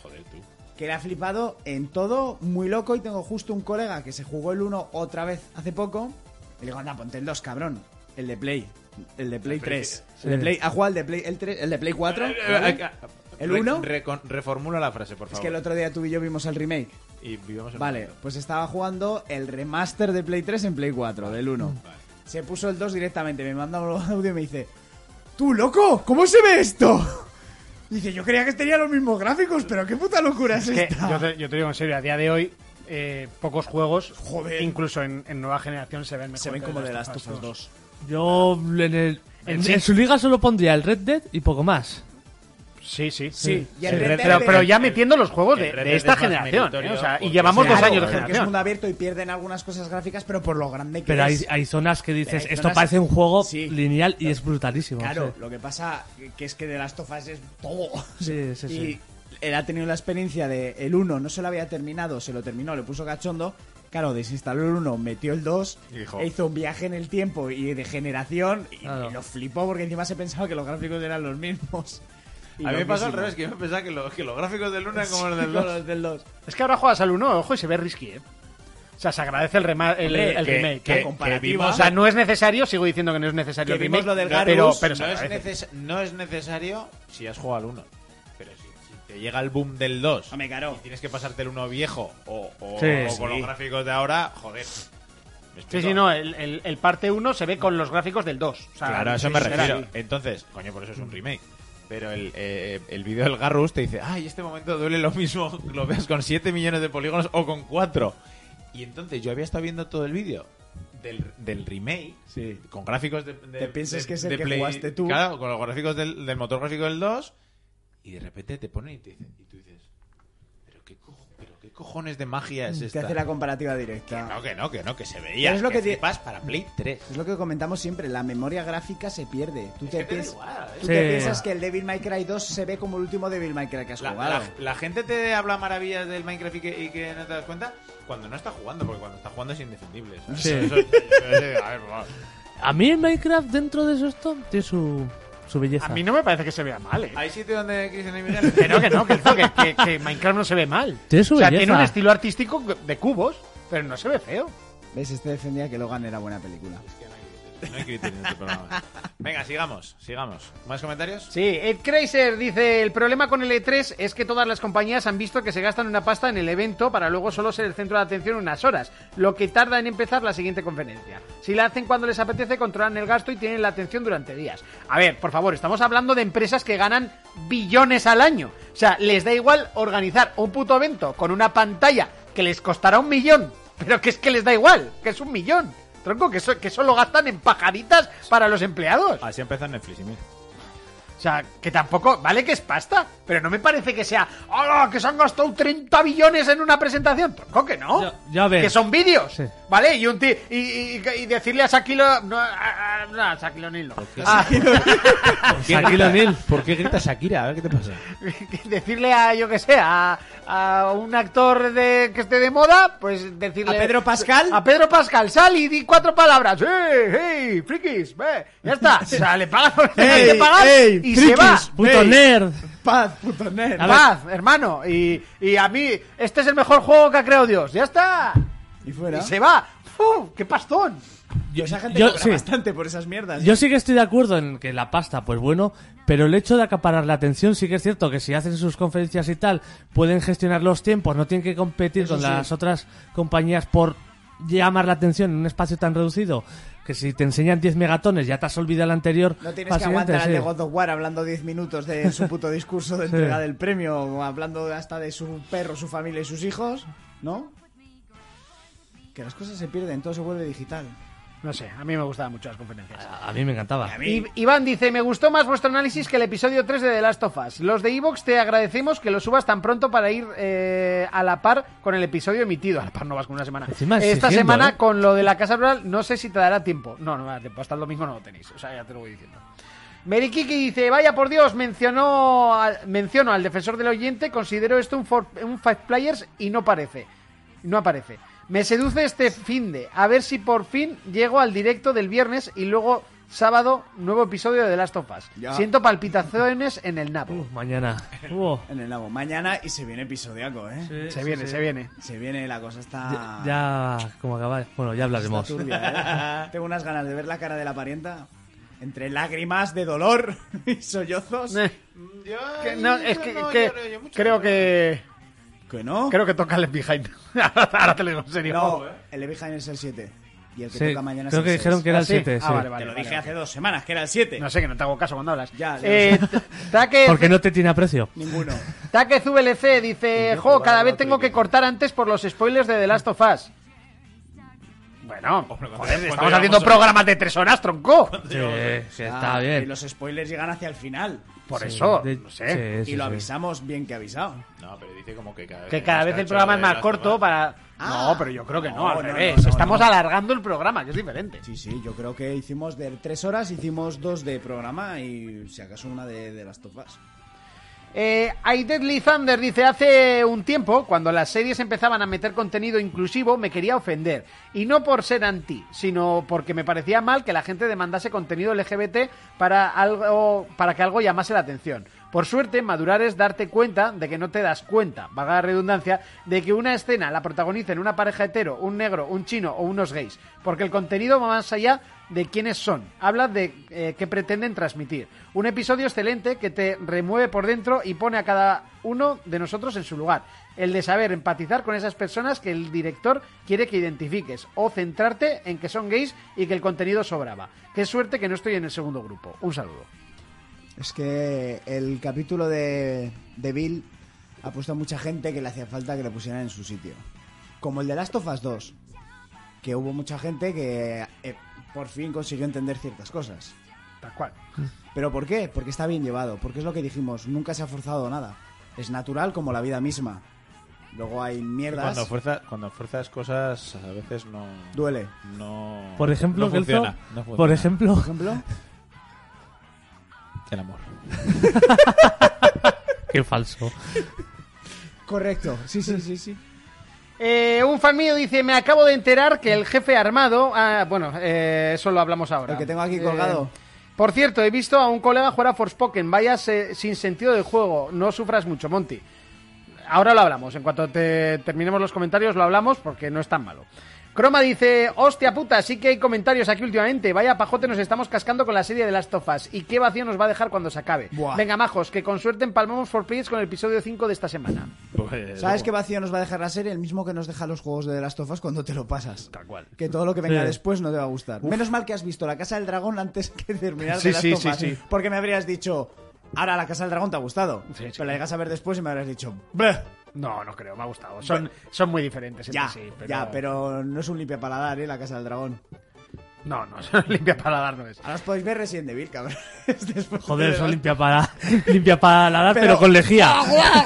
Speaker 4: Que le ha flipado en todo, muy loco. Y tengo justo un colega que se jugó el 1 otra vez hace poco. Y le digo, anda, ponte el 2, cabrón. El de Play. El de Play 3. El de Play. Eh, ¿Ha jugado el de Play, el 3, el de Play 4?
Speaker 6: Eh,
Speaker 4: ¿vale? ¿El 1?
Speaker 6: reformula la frase, por favor.
Speaker 4: Es que el otro día tú y yo vimos el remake.
Speaker 6: Y vivamos en
Speaker 4: Vale, pues estaba jugando el remaster de Play 3 en Play 4, del 1. Se puso el 2 directamente, me manda un audio y me dice, ¡Tú, loco! ¿Cómo se ve esto? Y dice, yo creía que tenía los mismos gráficos, pero qué puta locura es,
Speaker 3: Que
Speaker 4: esta.
Speaker 3: yo, te, yo te digo en serio, a día de hoy, eh, pocos juegos,
Speaker 4: Joder.
Speaker 3: incluso en, en nueva generación, se ven mejor.
Speaker 4: Se ven
Speaker 3: que
Speaker 4: como de
Speaker 3: The
Speaker 4: las
Speaker 3: Last of
Speaker 4: tufas
Speaker 3: Us
Speaker 4: 2.
Speaker 5: Yo en, el- en-
Speaker 3: Sí.
Speaker 5: en su liga solo pondría el Red Dead y poco más.
Speaker 3: Sí, sí.
Speaker 4: Sí, y el
Speaker 6: Sí,
Speaker 4: Red Dead
Speaker 3: Pero, pero ya
Speaker 6: El-
Speaker 3: metiendo los juegos
Speaker 6: el
Speaker 3: de,
Speaker 6: Red
Speaker 3: de
Speaker 6: Dead
Speaker 3: esta
Speaker 6: es más
Speaker 3: generación.
Speaker 6: meritorio
Speaker 3: ¿eh? O sea, y
Speaker 6: porque-
Speaker 3: llevamos
Speaker 6: Claro,
Speaker 3: dos años de
Speaker 6: porque
Speaker 4: porque es
Speaker 3: generación.
Speaker 4: mundo abierto y pierden algunas cosas gráficas, pero por lo grande que
Speaker 5: Pero hay,
Speaker 4: es.
Speaker 5: hay zonas que
Speaker 4: Pero
Speaker 5: dices,
Speaker 4: hay
Speaker 5: esto
Speaker 4: zonas-
Speaker 5: parece un juego
Speaker 4: Sí.
Speaker 5: lineal y es brutalísimo.
Speaker 4: Claro,
Speaker 5: sí.
Speaker 4: lo que pasa que es que de las tofas es todo.
Speaker 5: Sí, sí, sí.
Speaker 4: Y él ha tenido la experiencia de el 1 no se lo había terminado, se lo terminó, le puso cachondo. Claro, desinstaló el 1, metió el 2,
Speaker 6: Hijo.
Speaker 4: e hizo un viaje en el tiempo y de generación y,
Speaker 5: Claro.
Speaker 4: y lo flipó porque encima se pensaba que los gráficos eran los mismos. Y
Speaker 6: A mí me
Speaker 4: loquísimo.
Speaker 6: pasó al revés, que yo me pensaba que, lo- que los gráficos del Luna como los
Speaker 4: Sí,
Speaker 6: del
Speaker 4: como
Speaker 6: 2.
Speaker 4: los del 2.
Speaker 3: Es que ahora juegas al 1, ojo, y se ve risky, ¿eh? O sea, se agradece el, rema- el-
Speaker 4: Hombre,
Speaker 3: el
Speaker 6: que-
Speaker 3: remake.
Speaker 6: que-
Speaker 3: ¿eh?
Speaker 6: que
Speaker 3: Comparativa.
Speaker 6: vimos-
Speaker 3: o sea, no es necesario, sigo diciendo que no es necesario
Speaker 4: Que
Speaker 3: el
Speaker 4: vimos
Speaker 3: remake.
Speaker 4: lo del Garus,
Speaker 3: pero, pero se
Speaker 6: no, es
Speaker 3: agradece.
Speaker 6: neces- no es necesario si has jugado al 1. Pero si, si te llega el boom del 2
Speaker 4: Hombre, claro.
Speaker 6: y tienes que pasarte el 1 viejo o, o-
Speaker 5: Sí.
Speaker 6: o con
Speaker 4: Sí.
Speaker 6: los gráficos de ahora, joder. ¿Me
Speaker 3: Sí,
Speaker 6: explico?
Speaker 3: sí, no, el, el- el parte 1 se ve con los gráficos del 2. O sea,
Speaker 6: Claro, a eso me
Speaker 3: sí,
Speaker 6: refiero.
Speaker 3: sí.
Speaker 6: Entonces, coño, por eso es un remake. Pero el, eh, el vídeo del Garrus te dice, ay, este momento duele lo mismo, lo veas con 7 millones de polígonos o con 4. Y entonces yo había estado viendo todo el vídeo del, del remake,
Speaker 4: Sí.
Speaker 6: con gráficos de, de-
Speaker 4: Te piensas
Speaker 6: de-
Speaker 4: que es el
Speaker 6: de
Speaker 4: que jugaste tú.
Speaker 6: Claro, con los gráficos del, del motor gráfico del 2, y de repente te ponen y, te dicen, y tú dices, ¿Pero qué, cojo- pero qué cojones de magia es
Speaker 4: Te
Speaker 6: esta.
Speaker 4: Mm, hace la comparativa
Speaker 6: Que
Speaker 4: directa.
Speaker 6: no, que no, que no, que se veía.
Speaker 4: Pero es lo que
Speaker 6: que
Speaker 4: te-
Speaker 6: flipas para Play 3.
Speaker 4: Es lo que comentamos siempre, la memoria gráfica se pierde. Tú, te,
Speaker 6: que te da
Speaker 4: piens-
Speaker 6: igual, ¿eh?
Speaker 4: tú te
Speaker 5: Sí.
Speaker 4: piensas que el Devil May Cry 2 se ve como el último Devil May Cry que has
Speaker 6: La,
Speaker 4: jugado.
Speaker 6: la- la gente te habla maravillas del Minecraft y que, y que no te das cuenta cuando no está jugando, porque cuando está jugando es indefendible. ¿sabes?
Speaker 5: Sí.
Speaker 6: Eso- eso- a ver, vamos.
Speaker 5: A mí el Minecraft dentro de eso esto tiene su, su belleza.
Speaker 3: A mí no me parece que se vea mal, ¿eh?
Speaker 6: Hay sitio donde Cristian y Miguel-
Speaker 3: Que no, que no, que, no, que, que- que Minecraft no se ve mal.
Speaker 5: Tiene su
Speaker 3: o sea,
Speaker 5: belleza.
Speaker 3: tiene un estilo artístico de cubos, pero no se ve feo.
Speaker 4: ¿Ves? Este defendía que Logan era buena película.
Speaker 6: No hay criterio en este programa. Venga, sigamos, sigamos. ¿Más comentarios?
Speaker 3: Sí, Ed Kreiser dice, el problema con el E3 es que todas las compañías han visto que se gastan una pasta en el evento para luego solo ser el centro de atención unas horas, lo que tarda en empezar la siguiente conferencia. Si la hacen cuando les apetece, controlan el gasto y tienen la atención durante días. A ver, por favor, estamos hablando de empresas que ganan billones al año. O sea, les da igual organizar un puto evento con una pantalla que les costará un millón, pero que es que les da igual, que es un millón. Tronco, que, eso, que solo gastan en pajaritas para los empleados.
Speaker 6: Así Ah, empieza Netflix, y mira.
Speaker 3: O sea, que tampoco, vale que es pasta, pero no me parece que sea, ¡Hola! que se han gastado 30 billones en una presentación. Tronco, que no.
Speaker 5: Ya- ya ves.
Speaker 3: Que son vídeos,
Speaker 5: Sí.
Speaker 3: ¿vale? Y un ti- y, y- y decirle a Shaquille... No, a, a- no, a Shaquille O'Neal no. Ah, A-
Speaker 5: Shaquille O'Neal.
Speaker 6: ¿Por qué gritas Shakira? A ver qué te pasa.
Speaker 3: que decirle a, yo que sé, a, a un actor de, que esté de moda, pues decirle...
Speaker 4: ¿A Pedro Pascal?
Speaker 3: A Pedro Pascal, sal y di cuatro palabras. ¡Hey, hey, frikis! ve". Ya está. O sea, le pagas lo que hay que
Speaker 4: Ey,
Speaker 3: pagar
Speaker 4: ey,
Speaker 3: y se
Speaker 4: frikis,
Speaker 3: va.
Speaker 5: Puto nerd.
Speaker 4: Paz, puto nerd.
Speaker 5: A ver.
Speaker 3: Paz, hermano. Y, y a mí, este es el mejor juego que ha creado Dios. Ya está.
Speaker 4: Y fuera.
Speaker 3: Y se va. ¡Uf! ¡Qué pastón!
Speaker 4: Yo, esa gente
Speaker 5: yo-
Speaker 4: cobra
Speaker 5: sí.
Speaker 4: bastante por esas mierdas.
Speaker 5: Yo sí que estoy de acuerdo en que la pasta, pues bueno, pero el hecho de acaparar la atención sí que es cierto que si hacen sus conferencias y tal, pueden gestionar los tiempos, no tienen que competir con las otras compañías por llamar la atención en un espacio tan reducido que si te enseñan 10 megatones ya te has olvidado el anterior.
Speaker 4: No tienes
Speaker 5: pa'l
Speaker 4: que
Speaker 5: siguiente,
Speaker 4: aguantar al de
Speaker 5: sí.
Speaker 4: God of War hablando 10 minutos de su puto discurso de entrega del premio, o hablando hasta de su perro, su familia y sus hijos, ¿no? Que las cosas se pierden, todo se vuelve digital.
Speaker 3: No sé, a mí me gustaban mucho las conferencias.
Speaker 5: A a mí me encantaba.
Speaker 3: I- Iván dice, me gustó más vuestro análisis que el episodio 3 de The Last of Us. Los de Evox te agradecemos que lo subas tan pronto para ir eh, a la par con el episodio emitido. A la par no vas con una semana.
Speaker 5: Encima
Speaker 3: Esta
Speaker 5: exigiendo,
Speaker 3: semana
Speaker 5: ¿eh?
Speaker 3: con lo de la Casa Rural no sé si te dará tiempo. No, no me da tiempo. Hasta el domingo no lo tenéis. O sea, ya te lo voy diciendo. Merikiki dice, vaya por Dios, mencionó al- menciono al defensor del oyente, considero esto un, for- un Five Players y no parece. No aparece. Me seduce este fin de, a ver si por fin llego al directo del viernes y luego sábado nuevo episodio de The Last of Us.
Speaker 4: Ya.
Speaker 3: Siento palpitaciones en el nabo.
Speaker 5: Uf, mañana. Uf.
Speaker 4: En el lago. Mañana y se viene episodiaco, ¿eh?
Speaker 3: se viene, se viene.
Speaker 4: Se viene, la cosa está.
Speaker 5: Ya, ya, como acaba. Bueno, ya
Speaker 4: Ah. está
Speaker 5: hablaremos.
Speaker 4: turbia, ¿eh? Tengo unas ganas de ver la cara de la parienta. Entre lágrimas de dolor y sollozos.
Speaker 5: Eh,
Speaker 3: Eh. Que no, es que,
Speaker 9: no,
Speaker 3: que-
Speaker 9: yo creo- yo mucho
Speaker 3: creo
Speaker 9: no.
Speaker 3: que
Speaker 4: Que no.
Speaker 3: creo que toca el behind. Ahora te lo digo en serio.
Speaker 4: no, eh. el Behind es el 7. Y el que
Speaker 5: ¿eh? Sí,
Speaker 4: toca mañana
Speaker 5: creo
Speaker 4: es el
Speaker 5: que
Speaker 4: seis.
Speaker 5: dijeron que era
Speaker 3: ¿Ah,
Speaker 5: el
Speaker 3: sí?
Speaker 5: 7.
Speaker 3: Ah, vale, vale.
Speaker 4: Te lo dije hace dos semanas, que era el 7.
Speaker 3: No sé, que no te hago caso cuando hablas.
Speaker 4: Ya, ya
Speaker 3: eh, Take-
Speaker 5: Porque no te tiene aprecio.
Speaker 4: Ninguno.
Speaker 3: Taquez VLC dice, jo, cada vez tengo que cortar antes por los spoilers de The Last of Us. Bueno, joder, estamos haciendo programas de tres horas, tronco.
Speaker 5: Sí, sí, está
Speaker 4: Ah, Y
Speaker 5: bien.
Speaker 4: los spoilers llegan hacia el final.
Speaker 3: Por
Speaker 5: Sí,
Speaker 3: eso,
Speaker 5: de-
Speaker 3: no sé.
Speaker 5: sí, sí,
Speaker 4: y lo
Speaker 5: sí.
Speaker 4: avisamos bien que avisado.
Speaker 9: No, pero dice como que cada vez.
Speaker 3: Que cada vez el programa es más corto para...
Speaker 4: Ah.
Speaker 3: no, pero yo creo que no,
Speaker 4: No,
Speaker 3: al
Speaker 4: no,
Speaker 3: revés.
Speaker 4: no, no,
Speaker 3: estamos
Speaker 4: no.
Speaker 3: alargando el programa, que es diferente.
Speaker 4: Sí, sí, yo creo que hicimos de tres horas, hicimos dos de programa y si acaso una de, de las topas.
Speaker 3: Eh, I Deadly Thunder dice, hace un tiempo, cuando las series empezaban a meter contenido inclusivo, me quería ofender. Y no por ser anti, sino porque me parecía mal que la gente demandase contenido LGBT para, algo, para que algo llamase la atención. Por suerte, madurar es darte cuenta de que no te das cuenta, vaga la redundancia, de que una escena la protagonicen una pareja hetero, un negro, un chino o unos gays. Porque el contenido va más allá de quiénes son. Habla de eh, qué pretenden transmitir. Un episodio excelente que te remueve por dentro y pone a cada uno de nosotros en su lugar. El de saber empatizar con esas personas que el director quiere que identifiques o centrarte en que son gays y que el contenido sobraba. Qué suerte que no estoy en el segundo grupo. Un saludo.
Speaker 4: Es que el capítulo de, de Bill ha puesto a mucha gente que le hacía falta que le pusieran en su sitio. Como el de Last of Us 2, que hubo mucha gente que eh, por fin consiguió entender ciertas cosas.
Speaker 3: Tal cual.
Speaker 4: ¿Pero por qué? Porque está bien llevado, porque es lo que dijimos, nunca se ha forzado nada. Es natural como la vida misma. Luego hay mierdas.
Speaker 6: Cuando, fuerza, cuando fuerzas cosas, a veces no.
Speaker 4: Duele.
Speaker 6: No.
Speaker 5: Por ejemplo,
Speaker 6: no
Speaker 5: Gelzo,
Speaker 6: funciona, no funciona.
Speaker 5: por ejemplo,
Speaker 4: Por ejemplo,
Speaker 6: El amor.
Speaker 5: qué falso.
Speaker 4: correcto. Sí, sí, sí, sí.
Speaker 3: Eh, un fan mío dice, me acabo de enterar que el jefe armado... Ah, bueno, eh, eso lo hablamos ahora. Eh,
Speaker 4: El que tengo aquí colgado.
Speaker 3: por cierto, he visto a un colega jugar a Forspoken. Vaya se- sin sentido del juego. No sufras mucho, Monty. Ahora lo hablamos. En cuanto te- terminemos los comentarios lo hablamos porque no es tan malo. Croma dice, hostia puta, sí que hay comentarios aquí últimamente. Vaya pajote nos estamos cascando con la serie de las tofas. ¿Y qué vacío nos va a dejar cuando se acabe?
Speaker 4: Buah.
Speaker 3: Venga, majos, que con suerte empalmamos For Players con el episodio 5 de esta semana.
Speaker 6: Pues,
Speaker 4: ¿Sabes qué vacío nos va a dejar la serie? El mismo que nos deja los juegos de las tofas cuando te lo pasas. Tal cual. Que todo lo que venga
Speaker 5: Sí.
Speaker 4: después no te va a gustar. Menos mal que has visto La Casa del Dragón antes que terminar
Speaker 3: Sí,
Speaker 4: de las
Speaker 3: sí,
Speaker 4: tofas.
Speaker 3: sí, sí.
Speaker 4: Porque me habrías dicho, ahora La Casa del Dragón te ha gustado. Pero la llegas a ver después y me habrás dicho, "Bleh".
Speaker 3: No, no creo, me ha gustado. Son, son muy diferentes entre
Speaker 4: Ya,
Speaker 3: sí, pero...
Speaker 4: ya, pero no es un limpia paladar, ¿eh? La Casa del Dragón.
Speaker 3: No, no, limpia paladar no es.
Speaker 4: Ahora os podéis ver Resident Evil, cabrón. Después
Speaker 5: Joder,
Speaker 4: de-
Speaker 5: eso limpia para limpia para la edad, pero,
Speaker 4: Eh, Pero-
Speaker 5: con lejía.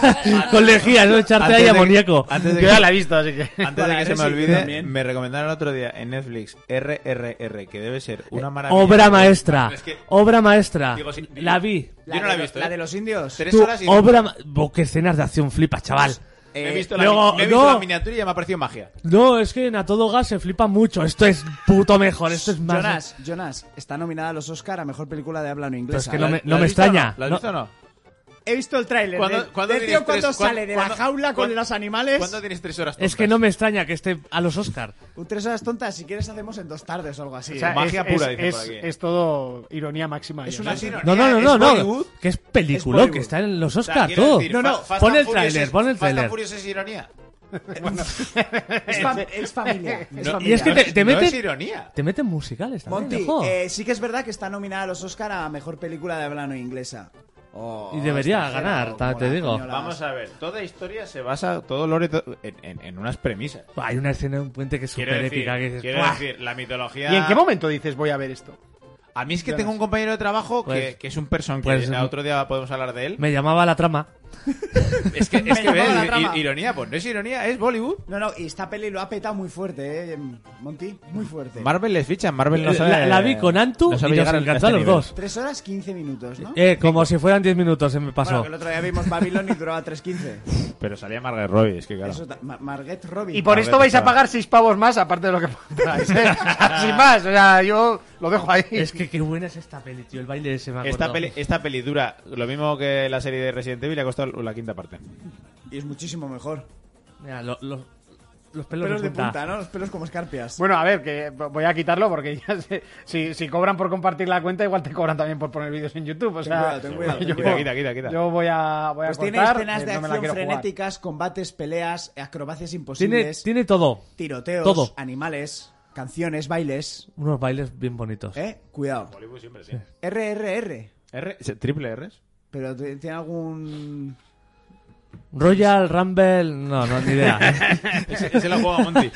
Speaker 5: con lejía, eso de echarte ahí
Speaker 6: de que-
Speaker 5: amoníaco.
Speaker 6: antes de
Speaker 3: Yo
Speaker 6: que-
Speaker 3: ya la he visto, así que...
Speaker 6: Antes de
Speaker 4: Para
Speaker 6: que se me
Speaker 4: Resident
Speaker 6: olvide,
Speaker 4: también.
Speaker 6: me recomendaron el otro día en Netflix RRR, que debe ser una maravilla.
Speaker 5: Eh, Obra maestra.
Speaker 6: Es que-
Speaker 5: Obra maestra.
Speaker 6: Digo, sí, digo-
Speaker 5: La vi.
Speaker 6: Yo no la he visto.
Speaker 4: La
Speaker 6: ¿eh?
Speaker 4: de los indios.
Speaker 6: Tres
Speaker 5: Tú,
Speaker 6: horas y.
Speaker 5: obra ma- Bo, qué escenas de acción flipa, chaval.
Speaker 6: Me he visto, la,
Speaker 5: luego-
Speaker 6: me he visto
Speaker 5: no.
Speaker 6: la miniatura y ya me ha parecido magia.
Speaker 5: No, es que en A Todo Gas se flipa mucho. Esto es puto mejor. Esto es más.
Speaker 4: Jonas, Jonas, está nominada a los Oscar a mejor película de habla no
Speaker 5: Pero es
Speaker 4: inglesa.
Speaker 5: Pues que no me,
Speaker 6: ¿La-
Speaker 5: no me
Speaker 6: la has visto o
Speaker 5: extraña.
Speaker 6: no? ¿La has
Speaker 5: No-
Speaker 6: visto o no?
Speaker 4: He visto el tráiler.
Speaker 6: ¿Cuándo-
Speaker 4: de-
Speaker 6: cuándo
Speaker 4: del
Speaker 6: tienes
Speaker 4: tío cuando
Speaker 6: tres- cuándo-
Speaker 4: sale de la
Speaker 6: cuándo-
Speaker 4: jaula con
Speaker 6: cuándo-
Speaker 4: los animales.
Speaker 6: ¿Cuándo tienes tres horas?
Speaker 5: Es que
Speaker 6: tontas?
Speaker 5: no me extraña que esté a los Oscar.
Speaker 4: Un tres horas tontas, si quieres hacemos en dos tardes o algo así. ¿eh?
Speaker 3: O sea,
Speaker 6: magia
Speaker 3: es,
Speaker 6: pura,
Speaker 3: es,
Speaker 6: dice por
Speaker 3: es-
Speaker 6: aquí.
Speaker 3: es todo ironía máxima.
Speaker 4: Es
Speaker 3: yo
Speaker 4: una
Speaker 3: sé.
Speaker 4: ironía.
Speaker 5: No, no, no,
Speaker 6: ¿Es
Speaker 5: no. no
Speaker 6: Bollywood?
Speaker 5: que es
Speaker 4: Es
Speaker 5: película
Speaker 4: Bollywood.
Speaker 5: que está en los
Speaker 6: O sea,
Speaker 5: Oscar,
Speaker 6: quiero
Speaker 5: todo.
Speaker 6: decir,
Speaker 4: No, no,
Speaker 6: Fa- Fast
Speaker 5: pon
Speaker 6: and
Speaker 5: el
Speaker 6: Furious
Speaker 5: tráiler,
Speaker 6: es-
Speaker 5: pon el
Speaker 6: Fast
Speaker 5: tráiler.
Speaker 6: and Furious es ironía.
Speaker 4: es, fam- es familia. es
Speaker 6: No,
Speaker 4: familia.
Speaker 5: y es que
Speaker 6: no
Speaker 5: te- te
Speaker 6: no
Speaker 5: meten-
Speaker 6: es ironía.
Speaker 5: Te meten musicales también.
Speaker 4: Monty,
Speaker 5: ojo.
Speaker 4: eh, sí que es verdad que está nominada a los Oscar a mejor película de habla no inglesa. O
Speaker 5: Y debería
Speaker 4: extranjera,
Speaker 5: ganar,
Speaker 4: o
Speaker 5: ta-
Speaker 4: como
Speaker 5: te
Speaker 4: la
Speaker 5: digo.
Speaker 4: española.
Speaker 6: Vamos a ver, toda historia se basa, todo lore, to- en, en- en unas premisas.
Speaker 5: Hay una escena en un puente que es
Speaker 6: Quiero
Speaker 5: súper
Speaker 6: decir,
Speaker 5: épica. Que dices,
Speaker 6: quiero
Speaker 5: "Buah".
Speaker 6: decir, la mitología...
Speaker 3: ¿Y en qué momento dices voy a ver esto?
Speaker 6: A mí es que tengo un compañero de trabajo que,
Speaker 5: Pues-
Speaker 6: que es un person que
Speaker 5: pues-
Speaker 6: a otro día podemos hablar de él.
Speaker 5: Me llamaba la trama.
Speaker 6: Es que, es que
Speaker 4: Me
Speaker 6: ves,
Speaker 4: llamaba la
Speaker 6: i-
Speaker 4: trama.
Speaker 6: ironía, pues no es ironía, es Bollywood.
Speaker 4: No, no, y esta peli lo ha petado muy fuerte, ¿eh? Monty, muy fuerte.
Speaker 6: Marvel les ficha, Marvel no sabe.
Speaker 5: la, la vi con Antu
Speaker 6: no sabe
Speaker 5: y nos
Speaker 6: llegar a
Speaker 5: encantó a
Speaker 6: este
Speaker 5: los
Speaker 6: nivel.
Speaker 5: dos.
Speaker 4: Tres horas 15 minutos, ¿no?
Speaker 5: Eh, como si fueran 10 minutos, se me
Speaker 4: Bueno,
Speaker 5: pasó.
Speaker 4: que el otro día vimos Babylon y duraba 3.15.
Speaker 6: Pero salía Margaret Robbie, es que claro.
Speaker 4: Eso ta- Ma- Margaret Robbie.
Speaker 3: Y por
Speaker 6: A
Speaker 3: esto
Speaker 6: ver,
Speaker 3: vais a
Speaker 6: está.
Speaker 3: pagar seis pavos más, aparte de lo que pagáis. ¿eh? Sin más, o sea, yo lo dejo ahí.
Speaker 5: Es que qué buena es esta peli, tío. El baile ese me ha
Speaker 6: Esta
Speaker 5: acordado.
Speaker 6: peli, esta peli dura lo mismo que la serie de Resident Evil y ha costado la quinta parte.
Speaker 4: Y es muchísimo mejor.
Speaker 5: Mira, lo- lo- los pelos,
Speaker 4: Pelos
Speaker 5: de
Speaker 4: de
Speaker 5: punta.
Speaker 4: punta, ¿no? Los pelos como escarpias.
Speaker 3: Bueno, a ver, que voy a quitarlo porque ya sé- si, si cobran por compartir la cuenta, igual te cobran también por poner vídeos en YouTube. O sea,
Speaker 4: cuidado, ten cuidado, ten
Speaker 3: yo,
Speaker 6: cuidado. Quita, quita, quita.
Speaker 3: yo voy a, voy a
Speaker 4: pues tiene
Speaker 3: cortar,
Speaker 4: escenas
Speaker 3: eh,
Speaker 4: de
Speaker 3: no me la
Speaker 4: acción
Speaker 3: quiero jugar.
Speaker 4: frenéticas, combates, peleas, acrobacias
Speaker 5: Tiene,
Speaker 4: imposibles,
Speaker 5: tiene todo.
Speaker 4: tiroteos,
Speaker 5: todo.
Speaker 4: animales, canciones, bailes.
Speaker 5: Unos bailes bien bonitos.
Speaker 4: ¿Eh? Cuidado.
Speaker 6: Bollywood siempre sí.
Speaker 4: RRR.
Speaker 6: R, triple R.
Speaker 4: Pero t- tiene algún.
Speaker 5: Royal Rumble, no, no, ni idea. ¿eh?
Speaker 6: Ese, ese lo juega Monty.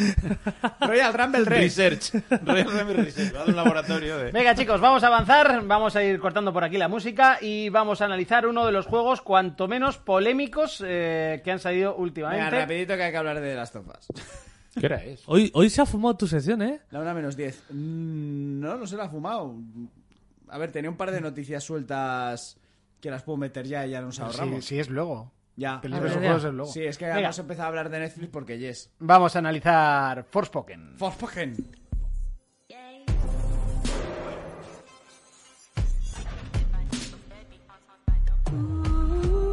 Speaker 4: Royal Rumble Red.
Speaker 6: Research. Royal Rumble Research. Va de un laboratorio de.
Speaker 10: Venga chicos, vamos a avanzar, vamos a ir cortando por aquí la música y vamos a analizar uno de los juegos cuanto menos polémicos eh, que han salido
Speaker 4: Venga,
Speaker 10: últimamente.
Speaker 4: rapidito que hay que hablar de las tofas.
Speaker 6: ¿Qué hora es?
Speaker 5: Hoy, hoy se ha fumado tu sección, ¿eh?
Speaker 4: La una menos 10. Mm, No, no se la ha fumado. A ver, tenía un par de noticias sueltas que las puedo meter ya y ya nos
Speaker 3: Sí,
Speaker 4: ahorramos.
Speaker 3: sí, es luego.
Speaker 4: Ya.
Speaker 3: El libro
Speaker 5: Ah,
Speaker 3: de los
Speaker 5: ya.
Speaker 3: juegos es luego.
Speaker 4: Sí, es que
Speaker 10: Venga.
Speaker 4: hemos empezado a hablar de Netflix porque yes.
Speaker 3: Vamos a analizar Forspoken.
Speaker 4: Forspoken.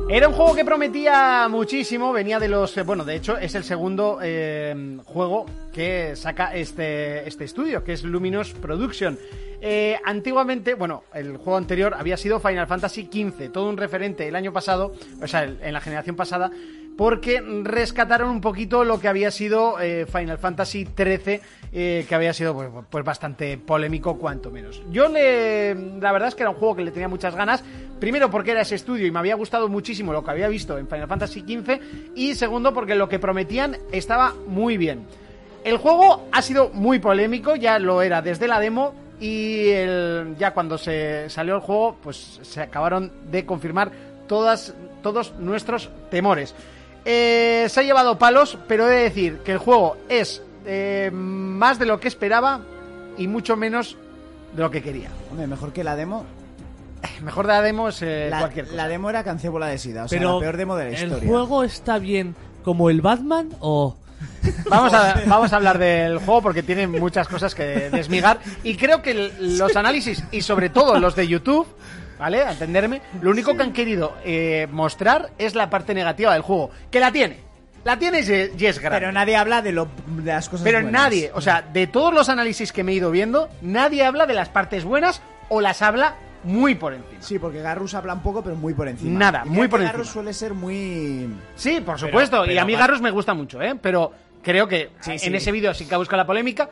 Speaker 3: Era un juego que prometía muchísimo, venía de los... eh, Bueno, de hecho, es el segundo eh, juego que saca este, este estudio, que es Luminous Production. Eh, antiguamente, bueno, el juego anterior había sido Final Fantasy XV, todo un referente el año pasado, o sea, el- en la generación pasada, porque rescataron un poquito lo que había sido eh, Final Fantasy XIII, eh, que había sido pues, pues bastante polémico, cuanto menos. Yo le, la verdad es que era un juego que le tenía muchas ganas, primero porque era ese estudio y me había gustado muchísimo lo que había visto en Final Fantasy XV, y segundo porque lo que prometían estaba muy bien. El juego ha sido muy polémico, ya lo era desde la demo y el- ya cuando se salió el juego, pues se acabaron de confirmar todas, todos nuestros temores. Eh, se ha llevado palos, pero he de decir que el juego es eh, más de lo que esperaba y mucho menos de lo que quería.
Speaker 4: Hombre, mejor que la demo.
Speaker 3: Mejor de la demo es eh,
Speaker 4: La,
Speaker 3: cualquier cosa.
Speaker 4: la demo era cancébola de sida, o sea,
Speaker 5: Pero
Speaker 4: la peor demo de la historia.
Speaker 5: ¿El juego está bien como el Batman o...?
Speaker 3: Vamos a, vamos a hablar del juego porque tiene muchas cosas que desmigar. Y creo que el- los análisis, y sobre todo los de YouTube, ¿vale? A entenderme, lo único que han querido eh, mostrar es la parte negativa del juego. Que la tiene. La tiene y es- y es grande.
Speaker 4: Pero nadie habla de, lo, de las cosas
Speaker 3: Pero
Speaker 4: buenas.
Speaker 3: nadie, o sea, de todos los análisis que me he ido viendo, nadie habla de las partes buenas o las habla muy por encima.
Speaker 4: Sí, porque Garrus habla un poco, pero muy por encima.
Speaker 3: Nada,
Speaker 4: Y creo
Speaker 3: muy
Speaker 4: que
Speaker 3: por
Speaker 4: Garrus
Speaker 3: encima.
Speaker 4: suele ser muy...
Speaker 3: Sí, por supuesto. y
Speaker 6: pero
Speaker 3: a mí
Speaker 6: va-
Speaker 3: Garros me gusta mucho, ¿eh? Pero creo que en ese vídeo sí que busca la polémica.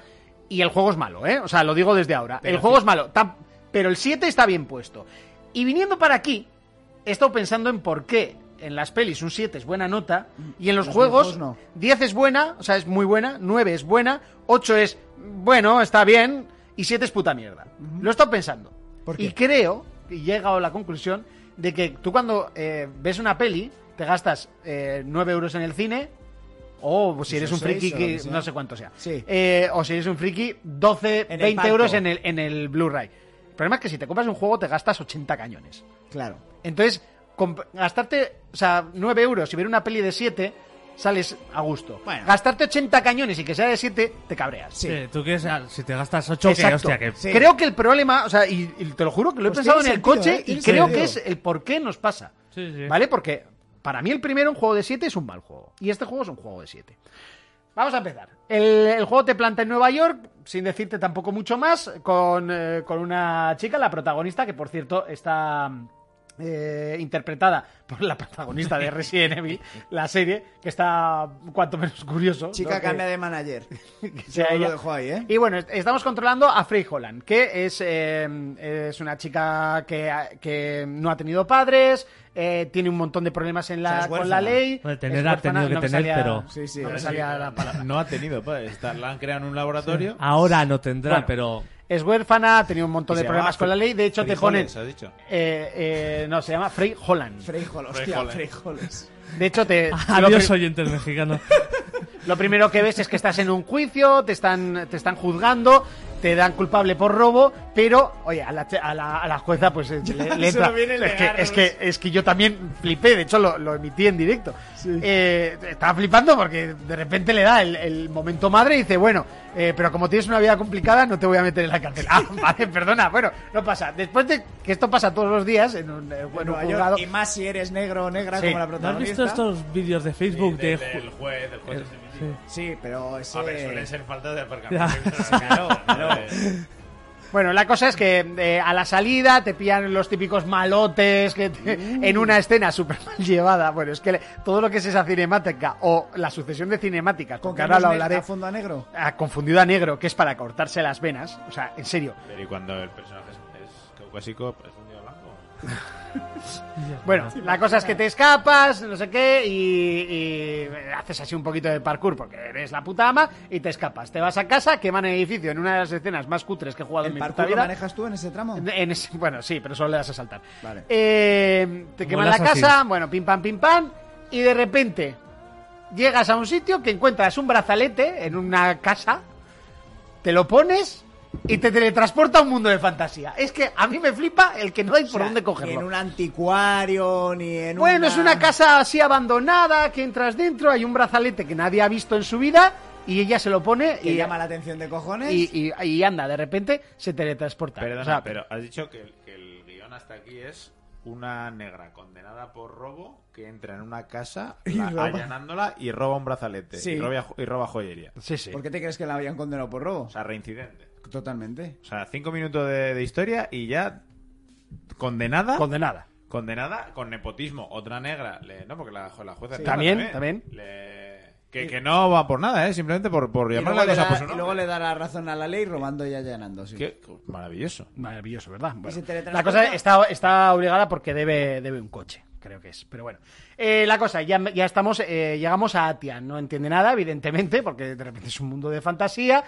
Speaker 3: Y el juego es malo, ¿eh? O sea, lo digo desde ahora. el juego es malo. tam- Pero el 7 está bien puesto. Y viniendo para aquí, he estado pensando en por qué en las pelis un 7 es buena nota y en los,
Speaker 4: Los
Speaker 3: juegos
Speaker 4: videojuegos
Speaker 3: 10 es buena, o sea, es muy buena, 9 es buena, 8 es bueno, está bien y 7 es puta mierda. Lo he estado pensando.
Speaker 4: ¿Por
Speaker 3: Y
Speaker 4: qué?
Speaker 3: creo que he llegado a la conclusión de que tú cuando eh, ves una peli te gastas eh, 9 euros en el cine o pues si
Speaker 4: Pues Eso
Speaker 3: eres un
Speaker 4: seis,
Speaker 3: friki
Speaker 4: o lo que
Speaker 3: que
Speaker 4: sea.
Speaker 3: no sé cuánto sea.
Speaker 4: Sí.
Speaker 3: Eh, o si eres un friki 12,
Speaker 4: En el
Speaker 3: 20
Speaker 4: palco.
Speaker 3: euros en el, en el Blu-ray. El problema es que si te compras un juego te gastas 80 cañones.
Speaker 4: Claro.
Speaker 3: Entonces, comp- gastarte, o sea, 9 euros y ver una peli de 7, sales a gusto.
Speaker 4: Bueno.
Speaker 3: Gastarte 80 cañones y que sea de 7, te cabreas.
Speaker 4: Sí.
Speaker 5: Eh, ¿Tú quieres, ah, si te gastas 8, que
Speaker 3: Exacto.
Speaker 5: hostia, que...
Speaker 4: Sí.
Speaker 3: Creo que el problema, o sea, y, y te lo juro que lo he
Speaker 4: Pues
Speaker 3: pensado en
Speaker 4: tiene
Speaker 3: el
Speaker 4: sentido,
Speaker 3: coche
Speaker 4: ¿eh?
Speaker 3: y
Speaker 4: Tiene
Speaker 3: creo
Speaker 4: sentido.
Speaker 3: que es el por qué nos pasa.
Speaker 5: Sí, sí.
Speaker 3: ¿Vale? Porque para mí el primero, un juego de 7 es un mal juego. Y este juego es un juego de 7. Vamos a empezar. El, el juego te planta en Nueva York, sin decirte tampoco mucho más, con, eh, con una chica, la protagonista, que por cierto está mm, eh, interpretada por la protagonista de Resident Evil, la serie, que está cuanto menos curioso.
Speaker 4: Chica
Speaker 3: ¿no? Que-
Speaker 4: cambia de manager.
Speaker 3: que
Speaker 4: Yo
Speaker 3: sea
Speaker 4: lo
Speaker 3: ella.
Speaker 4: dejo ahí, ¿eh?
Speaker 3: Y bueno, est- estamos controlando a Frey Holland, que es, eh, es una chica que, que no ha tenido padres, eh, tiene un montón de problemas en la,
Speaker 4: O sea, es
Speaker 3: con la
Speaker 4: huérfana.
Speaker 3: ley.
Speaker 5: Bueno, tener
Speaker 3: es
Speaker 5: ha
Speaker 3: huérfana,
Speaker 5: tenido que
Speaker 3: no me
Speaker 5: tener,
Speaker 3: salía-
Speaker 5: pero-
Speaker 4: Sí, sí,
Speaker 3: no me
Speaker 4: ahora sí.
Speaker 3: salía la palabra.
Speaker 5: Ah,
Speaker 6: No ha tenido, pues. Está, la han creado en un laboratorio.
Speaker 5: Ahora no tendrá,
Speaker 3: Bueno,
Speaker 5: pero...
Speaker 3: Es huérfana, ha tenido un montón
Speaker 6: Y
Speaker 3: de
Speaker 6: se
Speaker 3: problemas
Speaker 6: llama
Speaker 3: con la ley. De hecho, te ponen.
Speaker 6: Frijoles, ¿has dicho?
Speaker 3: eh, eh, no, se llama Frey Holland.
Speaker 4: Freijolos,
Speaker 6: Frey
Speaker 4: hostia,
Speaker 6: Holland.
Speaker 4: freijolos.
Speaker 3: De hecho,
Speaker 4: Eh,
Speaker 3: te. lo
Speaker 5: Adiós,
Speaker 3: pri-
Speaker 5: oyentes mexicanos.
Speaker 3: Lo primero que ves es que estás en un juicio, te están, te están juzgando, te dan culpable por robo, pero, oye, a la, che- a la- a la jueza pues eh, le, le
Speaker 4: se lo
Speaker 3: entra-
Speaker 4: viene el
Speaker 3: es, que,
Speaker 4: legarros.
Speaker 3: es, que, es que yo también flipé, de hecho lo, lo emití en directo. Eh, estaba flipando porque de repente le da el, el momento madre y dice, bueno, eh, pero como tienes una vida complicada no te voy a meter en la cárcel. Ah, vale, perdona, bueno, no pasa. Después de que esto pasa todos los días en un, en un
Speaker 4: Nueva York,
Speaker 3: juzgado...
Speaker 4: y más si eres negro o negra
Speaker 3: Sí.
Speaker 4: como la
Speaker 5: ¿No has
Speaker 4: protagonista.
Speaker 5: visto estos vídeos de Facebook de, ju-
Speaker 11: del juez, del juez. ese
Speaker 5: Sí.
Speaker 11: mismo.
Speaker 4: Sí, pero ese...
Speaker 11: A ver, suelen ser faltas de
Speaker 5: Ya.
Speaker 11: aparcamiento. Claro, claro.
Speaker 3: Bueno, la cosa es que eh, a la salida te pillan los típicos malotes que te- en una escena súper mal llevada. Bueno, es que le- todo lo que es esa cinemática o la sucesión de cinemáticas,
Speaker 4: Con
Speaker 3: con que ahora lo
Speaker 4: Carlos Negro,
Speaker 3: hablaré,
Speaker 4: a fondo a negro.
Speaker 3: ha confundido a negro, que es para cortarse las venas. O sea, en serio.
Speaker 6: Pero y cuando el personaje es, es caucásico, pues, es un día blanco.
Speaker 3: Bueno,
Speaker 5: Ah.
Speaker 3: la cosa es que te escapas, no sé qué, y, y haces así un poquito de parkour porque eres la puta ama y te escapas. Te vas a casa, queman el edificio en una de las escenas más cutres que he jugado en
Speaker 4: ¿El
Speaker 3: mi
Speaker 4: parkour
Speaker 3: puta
Speaker 4: lo
Speaker 3: vida.
Speaker 4: manejas tú en ese tramo?
Speaker 3: En ese- bueno, sí, pero solo le das a saltar.
Speaker 4: Vale.
Speaker 3: Eh, te queman
Speaker 5: Molas
Speaker 3: la
Speaker 5: así.
Speaker 3: casa, bueno, pim pam, pim pam, y de repente llegas a un sitio que encuentras un brazalete en una casa, te lo pones y te teletransporta a un mundo de fantasía. Es que a mí me flipa el que no hay
Speaker 4: O
Speaker 3: por
Speaker 4: sea,
Speaker 3: dónde
Speaker 4: Ni en
Speaker 3: cogerlo.
Speaker 4: un anticuario, ni en
Speaker 3: Bueno, es una casa así abandonada que entras dentro, hay un brazalete que nadie ha visto en su vida y ella se lo pone
Speaker 4: Que
Speaker 3: y,
Speaker 4: llama la atención de cojones.
Speaker 3: y, y- y anda, de repente se teletransporta.
Speaker 6: Perdona,
Speaker 3: O sea,
Speaker 6: pero has dicho que el, que el guión hasta aquí es una negra condenada por robo que entra en una casa
Speaker 4: Y
Speaker 6: la-
Speaker 4: roba.
Speaker 6: allanándola y roba un brazalete
Speaker 4: Sí.
Speaker 6: y, roba, y roba joyería.
Speaker 3: Sí, sí.
Speaker 4: ¿Por qué te crees que la habían condenado por robo?
Speaker 6: O sea, reincidente.
Speaker 4: Totalmente.
Speaker 6: O sea, cinco minutos de, de historia y ya condenada.
Speaker 3: Condenada.
Speaker 6: condenada con nepotismo. Otra negra. le- no, porque la, jo- la jueza... es negra
Speaker 3: También, también.
Speaker 6: Le- que, que no va por nada, ¿eh? Simplemente por, por
Speaker 4: Y
Speaker 6: llamar
Speaker 4: luego,
Speaker 6: la
Speaker 4: le
Speaker 6: cosa pues,
Speaker 4: da,
Speaker 6: por su
Speaker 4: y luego
Speaker 6: nombre.
Speaker 4: le dará razón a la ley robando y allanando. Sí.
Speaker 6: Qué- Maravilloso.
Speaker 3: Maravilloso, ¿verdad? Bueno,
Speaker 4: se teletransporta?
Speaker 3: la cosa está, está obligada porque debe, debe un coche, creo que es. Pero bueno, Eh, la cosa, ya, ya estamos, eh, llegamos a Atia. No entiende nada, evidentemente, porque de repente es un mundo de fantasía.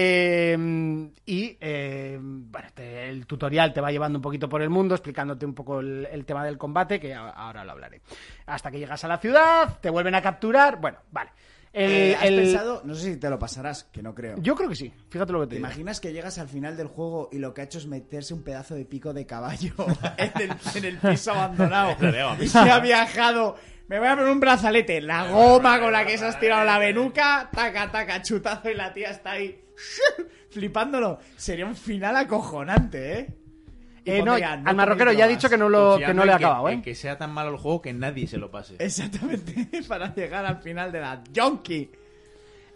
Speaker 3: Eh, y eh, bueno, te- el tutorial te va llevando un poquito por el mundo, explicándote un poco el, el tema del combate, que a- ahora lo hablaré. Hasta que llegas a la ciudad, te vuelven a capturar. Bueno, vale. El-
Speaker 4: Eh, ¿Has
Speaker 3: el-
Speaker 4: pensado? No sé si te lo pasarás, que no creo.
Speaker 3: Yo creo que sí. Fíjate lo que te
Speaker 4: ¿Te
Speaker 3: digo.
Speaker 4: imaginas que llegas al final del juego y lo que ha hecho es meterse un pedazo de pico de caballo en el, en el piso abandonado? y se ha viajado. Me voy a poner un brazalete, la goma con la que se has tirado la venuca, taca, taca, chutazo y la tía está ahí flipándolo. Sería un final acojonante, ¿eh? Y
Speaker 3: Eh, no,
Speaker 4: pondría,
Speaker 3: al marroquero
Speaker 4: coméis
Speaker 3: ya ha
Speaker 4: drogas.
Speaker 3: dicho que no lo que no
Speaker 6: Confiando
Speaker 3: le ha
Speaker 6: en
Speaker 3: acabado,
Speaker 6: en
Speaker 3: ¿eh?
Speaker 6: que sea tan malo el juego que nadie se lo pase.
Speaker 4: Exactamente, para llegar al final de la Donkey.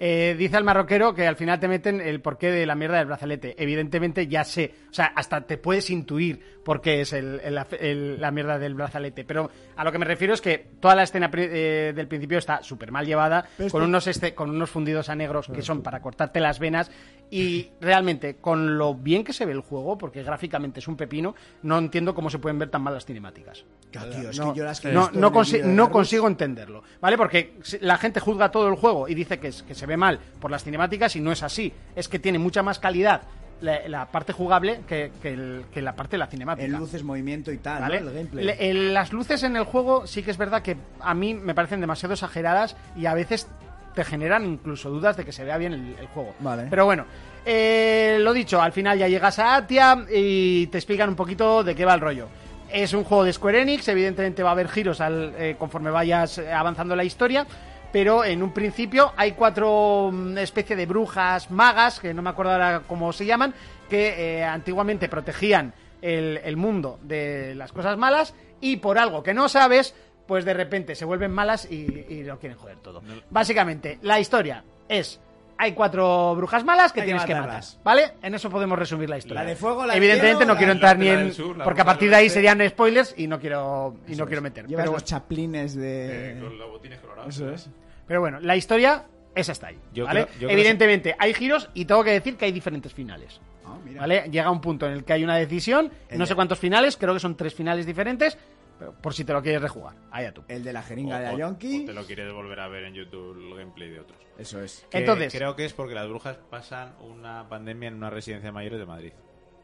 Speaker 3: Eh, dice al marroquero que al final te meten el porqué de la mierda del brazalete. Evidentemente ya sé, o sea, hasta te puedes intuir por qué es el- el- el- la mierda del brazalete. Pero a lo que me refiero es que toda la escena pri- eh, del principio está súper mal llevada,
Speaker 4: Pero
Speaker 3: con,
Speaker 4: esto-
Speaker 3: unos este- con unos fundidos a negros que son para cortarte las venas. Y realmente, con lo bien que se ve el juego, porque gráficamente es un pepino, no entiendo cómo se pueden ver tan mal las cinemáticas.
Speaker 4: Ya, tío, es
Speaker 3: No,
Speaker 4: que yo las ¿eh? que he
Speaker 3: no,
Speaker 4: visto
Speaker 3: no
Speaker 4: en el
Speaker 3: consi-
Speaker 4: vídeo de
Speaker 3: no
Speaker 4: Garrus-
Speaker 3: consigo entenderlo, ¿vale? Porque si- la gente juzga todo el juego y dice que, es- que se ve mal por las cinemáticas y no es así. Es que tiene mucha más calidad la, la parte jugable que, que el- que la parte de la cinemática.
Speaker 4: En luces, movimiento y tal,
Speaker 3: ¿vale?
Speaker 4: ¿no? El gameplay.
Speaker 3: Le- el- las luces en el juego sí que es verdad que a mí me parecen demasiado exageradas y a veces te generan incluso dudas de que se vea bien el, el juego.
Speaker 4: Vale.
Speaker 3: Pero bueno, eh, lo dicho, al final ya llegas a Atia y te explican un poquito de qué va el rollo. Es un juego de Square Enix, evidentemente va a haber giros al- eh, conforme vayas eh, avanzando la historia. Pero en un principio hay cuatro mm, especie de brujas magas, que no me acuerdo ahora cómo se llaman, que eh, antiguamente protegían el, el mundo de las cosas malas y por algo que no sabes, pues de repente se vuelven malas y, y lo quieren joder todo. Básicamente, la historia es... Hay cuatro brujas malas que
Speaker 4: Hay que
Speaker 3: tienes que matar,
Speaker 4: matarlas.
Speaker 3: ¿vale? En eso podemos resumir la historia.
Speaker 4: La de fuego, la de
Speaker 3: Evidentemente
Speaker 4: hielo,
Speaker 3: no quiero
Speaker 4: la-
Speaker 3: entrar
Speaker 6: la
Speaker 3: ni
Speaker 6: del
Speaker 3: en...
Speaker 6: sur, la
Speaker 3: porque a
Speaker 6: bruja
Speaker 3: partir de
Speaker 6: del
Speaker 3: ahí
Speaker 6: oeste.
Speaker 3: serían spoilers y no quiero, y no quiero meter.
Speaker 4: Llevas
Speaker 3: Pero,
Speaker 4: los chaplines de...
Speaker 6: Eh, con los botines colorados.
Speaker 4: Eso es.
Speaker 3: pero bueno, la historia es hasta ahí,
Speaker 6: Yo
Speaker 3: ¿vale?
Speaker 6: creo- yo creo que-
Speaker 3: Evidentemente hay giros y tengo que decir que hay diferentes finales.
Speaker 4: Ah, mira.
Speaker 3: ¿Vale? Llega un punto en el que hay una decisión,
Speaker 4: El
Speaker 3: no
Speaker 4: de-
Speaker 3: sé cuántos finales, creo que son tres finales diferentes, pero por si te lo quieres rejugar. Allá tú.
Speaker 4: El de la jeringa de la
Speaker 6: o
Speaker 4: Yonki.
Speaker 6: te lo quieres volver a ver en YouTube el gameplay de otros.
Speaker 4: Eso es.
Speaker 6: Que
Speaker 3: Entonces-
Speaker 6: Creo que es porque las brujas pasan una pandemia en una residencia de mayores de Madrid.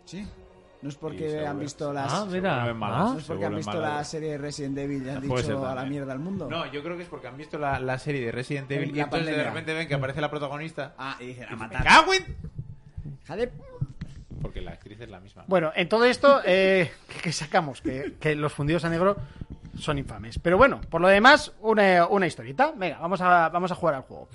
Speaker 4: Sí. No es
Speaker 6: Sí,
Speaker 4: porque
Speaker 6: seguro.
Speaker 4: han visto las.
Speaker 5: Ah, mira.
Speaker 6: vuelven malas.
Speaker 5: Ah.
Speaker 4: No es porque han
Speaker 6: Seguro,
Speaker 4: visto
Speaker 6: en Málaga.
Speaker 4: la serie de Resident Evil y han
Speaker 6: Puede ser
Speaker 4: dicho a la
Speaker 6: también.
Speaker 4: mierda al mundo.
Speaker 6: No, yo creo que es porque han visto la, la serie de Resident Evil y
Speaker 4: la
Speaker 6: entonces de
Speaker 4: pandemia.
Speaker 6: repente ven que aparece la protagonista.
Speaker 4: Ah, y dije, a
Speaker 6: ¡Me
Speaker 4: matar.
Speaker 6: cago en-!
Speaker 4: Hija de-
Speaker 6: Porque la actriz es la misma.
Speaker 3: Bueno, en todo esto, eh, ¿qué- ¿qué sacamos? Que, que los fundidos a negro son infames. Pero bueno, por lo demás, una, una historieta. Venga, vamos a, vamos a jugar al juego.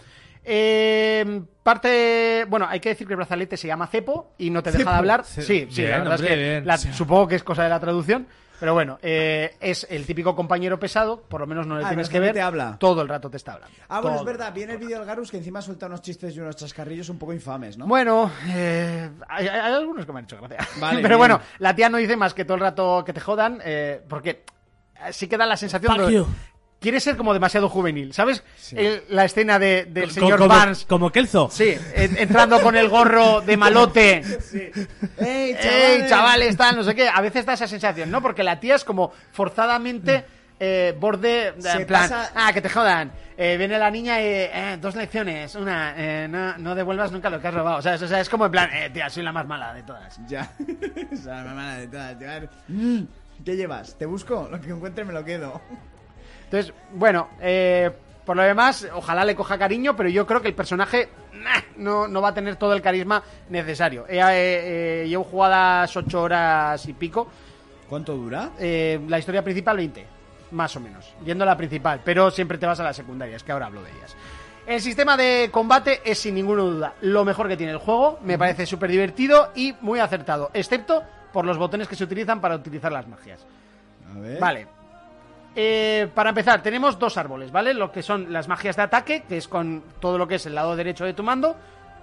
Speaker 3: Eh, parte. Bueno, hay que decir que el brazalete se llama cepo y no te deja de hablar. Sí,
Speaker 5: Sí.
Speaker 3: sí, la
Speaker 5: Bien,
Speaker 3: verdad es que
Speaker 5: hombre, bien.
Speaker 3: la- supongo que es cosa de la traducción. Pero bueno, eh, es el típico compañero pesado, por lo menos no le
Speaker 4: Ah, el
Speaker 3: tienes que ver.
Speaker 4: brazalete habla.
Speaker 3: Todo el rato te está hablando.
Speaker 4: Ah, bueno, es
Speaker 3: Todo el
Speaker 4: verdad. Viene el vídeo del Garus que encima suelta unos chistes y unos chascarrillos un poco infames, ¿no?
Speaker 3: Bueno, eh, hay, hay- hay algunos que me han hecho gracia.
Speaker 4: Vale,
Speaker 3: Pero
Speaker 4: bien.
Speaker 3: bueno, la tía no dice más que todo el rato que te jodan, eh, porque sí que da la sensación
Speaker 5: Fuck
Speaker 3: de...
Speaker 5: you.
Speaker 3: Quiere ser como demasiado juvenil, ¿sabes? El- la escena de, del
Speaker 5: Co-
Speaker 3: señor
Speaker 5: como,
Speaker 3: Barnes.
Speaker 5: Como Kelzo.
Speaker 3: Sí, en- entrando con el gorro de malote.
Speaker 4: ¡Ey,
Speaker 3: ¡Ey, chavales! Tal, no sé qué. A veces da esa sensación, ¿no? Porque la tía es como forzadamente eh, borde.
Speaker 4: Se
Speaker 3: en plan,
Speaker 4: pasa-
Speaker 3: ah, que te jodan. Eh, viene la niña y. eh, dos lecciones. Una, eh, no, no devuelvas nunca lo que has robado. O sea, es, o sea, es como en plan, eh, tía, soy la más mala de todas.
Speaker 4: Ya. O sea, la mamá de todas, llevar- Mm, ¿Qué llevas? ¿Te busco? Lo que encuentre me lo quedo.
Speaker 3: Entonces, bueno, eh, por lo demás, ojalá le coja cariño, pero yo creo que el personaje nah, no, no va a tener todo el carisma necesario. Eh, eh, eh, llevo jugadas ocho horas y pico.
Speaker 4: ¿Cuánto dura?
Speaker 3: eh, la historia principal 20, más o menos, yendo a la principal, pero siempre te vas a las secundarias, que ahora hablo de ellas. El sistema de combate es sin ninguna duda lo mejor que tiene el juego, me parece súper divertido y muy acertado, excepto por los botones que se utilizan para utilizar las magias.
Speaker 4: A ver.
Speaker 3: Vale. Eh, para empezar, tenemos dos árboles, ¿vale? Lo que son las magias de ataque, que es con todo lo que es el lado derecho de tu mando.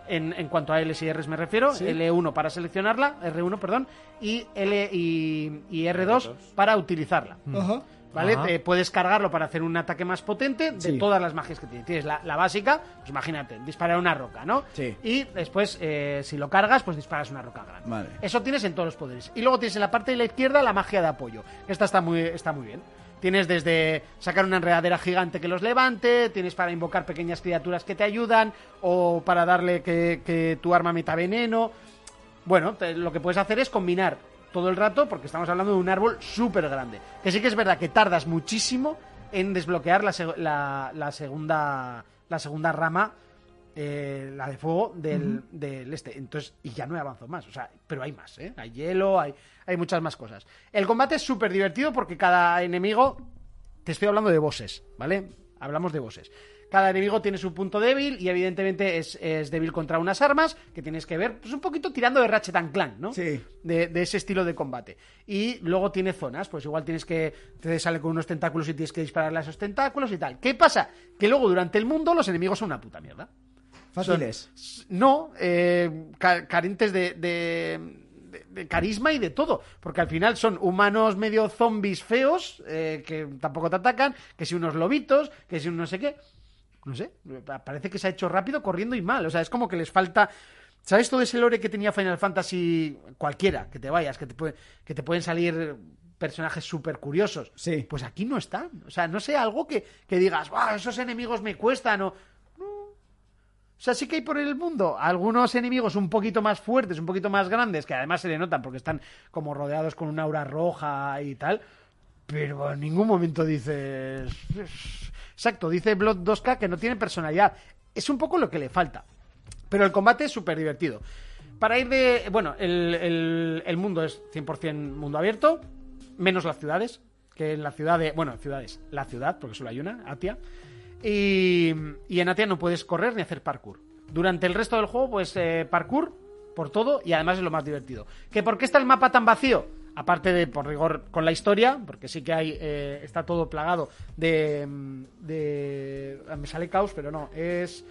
Speaker 3: En, en cuanto a Ls y Rs me refiero, L1 para seleccionarla, R1, perdón, y L y, y R2 para utilizarla.
Speaker 4: Ajá.
Speaker 3: ¿Vale?
Speaker 5: Ajá.
Speaker 3: Te puedes cargarlo para hacer un ataque más potente de
Speaker 4: Sí.
Speaker 3: todas las magias que tienes. Tienes la, la básica, pues imagínate, disparar una roca, ¿no?
Speaker 4: Sí.
Speaker 3: Y después, eh, si lo cargas, pues disparas una roca grande.
Speaker 4: Vale.
Speaker 3: Eso tienes en todos los poderes. Y luego tienes en la parte de la izquierda la magia de apoyo. Esta está muy, está muy bien. Tienes desde sacar una enredadera gigante que los levante, tienes para invocar pequeñas criaturas que te ayudan, o para darle que, que tu arma meta veneno. Bueno, te- lo que puedes hacer es combinar todo el rato, porque estamos hablando de un árbol súper grande. Que sí que es verdad que tardas muchísimo en desbloquear la, seg- la- la segunda, la segunda rama, eh, la de fuego del, del este. Entonces, y ya no he avanzado más. O sea, pero hay más, ¿eh? Hay hielo, hay, hay muchas más cosas. El combate es súper divertido porque cada enemigo. Te estoy hablando de bosses, ¿vale? Hablamos de bosses. Cada enemigo tiene su punto débil y evidentemente es, es débil contra unas armas que tienes que ver, pues un poquito tirando de Ratchet and Clank, ¿no?
Speaker 4: Sí.
Speaker 3: de, de ese estilo de combate. Y luego tiene zonas, pues igual tienes que. Te sale con unos tentáculos y tienes que dispararle a esos tentáculos y tal. ¿Qué pasa? Que luego durante el mundo los enemigos son una puta mierda.
Speaker 4: Fáciles.
Speaker 3: No, eh, ca- carentes de, de- de- de carisma y de todo. Porque al final son humanos medio zombies feos eh, que tampoco te atacan, que si unos lobitos, que si un no sé qué. No sé, pa- parece que se ha hecho rápido, corriendo y mal. O sea, es como que les falta. ¿Sabes todo ese lore que tenía Final Fantasy cualquiera? Que te vayas, que te, puede- que te pueden salir personajes súper curiosos.
Speaker 4: Sí.
Speaker 3: Pues aquí no están. O sea, no sé, algo que, que digas, ¡guau! Esos enemigos me cuestan. O, o sea, sí que hay por el mundo algunos enemigos un poquito más fuertes, un poquito más grandes, que además se le notan porque están como rodeados con una aura roja y tal. Pero en ningún momento dices. Exacto, dice Blood 2K que no tiene personalidad. Es un poco lo que le falta. Pero el combate es súper divertido. Para ir de. Bueno, el, el- el mundo es 100% mundo abierto, menos las ciudades. Que en la ciudad de. Bueno, ciudades. La ciudad, porque solo hay una, Atia. Y, y en Atia no puedes correr ni hacer parkour. Durante el resto del juego, pues eh, parkour por todo y además es lo más divertido. ¿Que ¿Por qué está el mapa tan vacío? Aparte de por rigor con la historia, porque sí que hay. eh, está todo plagado de. mm, de. ah, Me sale caos, pero no. Es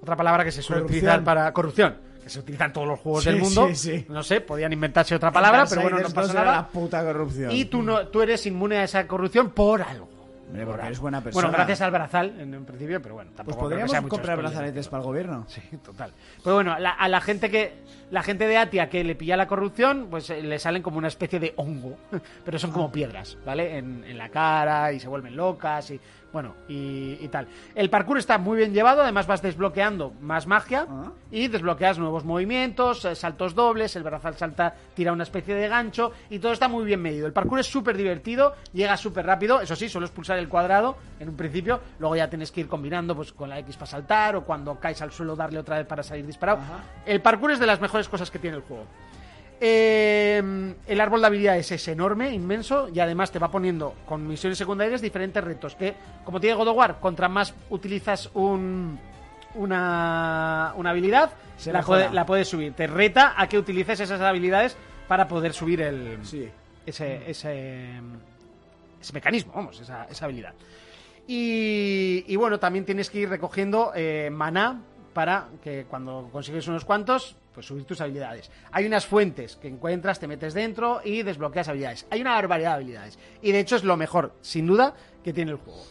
Speaker 3: otra palabra que se suele
Speaker 4: Corrupción.
Speaker 3: utilizar para corrupción, que se utiliza en todos los juegos
Speaker 4: Sí,
Speaker 3: del mundo.
Speaker 4: sí, sí.
Speaker 3: No sé, podían inventarse otra palabra, pero bueno, no
Speaker 4: Darksiders
Speaker 3: pasa
Speaker 4: 2 era
Speaker 3: nada.
Speaker 4: la puta corrupción.
Speaker 3: Y tú, no, tú eres inmune a esa corrupción por algo.
Speaker 4: Hombre, porque eres buena persona.
Speaker 3: Bueno, gracias al brazal en, en principio, pero bueno,
Speaker 4: Pues
Speaker 3: tampoco creo que
Speaker 4: podríamos
Speaker 3: sea mucho
Speaker 4: comprar
Speaker 3: spoiler,
Speaker 4: brazaletes
Speaker 3: pero-
Speaker 4: para el gobierno.
Speaker 3: Sí, total. Pero bueno, la- a la gente que la gente de Atia que le pilla la corrupción, pues eh, le salen como una especie de hongo, pero son como piedras, ¿vale? En, en la cara y se vuelven locas y bueno, y, y tal. El parkour está muy bien llevado, además vas desbloqueando más magia
Speaker 4: Ah.
Speaker 3: y desbloqueas nuevos movimientos, eh, saltos dobles, el brazal salta, tira una especie de gancho y todo está muy bien medido. El parkour es súper divertido, llega súper rápido, eso sí, solo es pulsar el cuadrado en un principio, luego ya tienes que ir combinando pues con la X para saltar o cuando caes al suelo darle otra vez para salir disparado. El parkour es de las mejores cosas que tiene el juego. Eh, el árbol de habilidades es enorme, inmenso, y además te va poniendo con misiones secundarias diferentes retos. Que, como tiene God of War, contra más utilizas un, una, una habilidad,
Speaker 4: Se
Speaker 3: la,
Speaker 4: mejora.
Speaker 3: puede- la puedes subir. Te reta a que utilices esas habilidades para poder subir el,
Speaker 4: Sí.
Speaker 3: ese, ese, ese mecanismo, vamos, esa, esa habilidad. Y, y bueno, también tienes que ir recogiendo eh, maná para que cuando consigues unos cuantos, pues subir tus habilidades. Hay unas fuentes que encuentras, te metes dentro y desbloqueas habilidades. Hay una barbaridad de habilidades. Y de hecho es lo mejor, sin duda, que tiene el juego.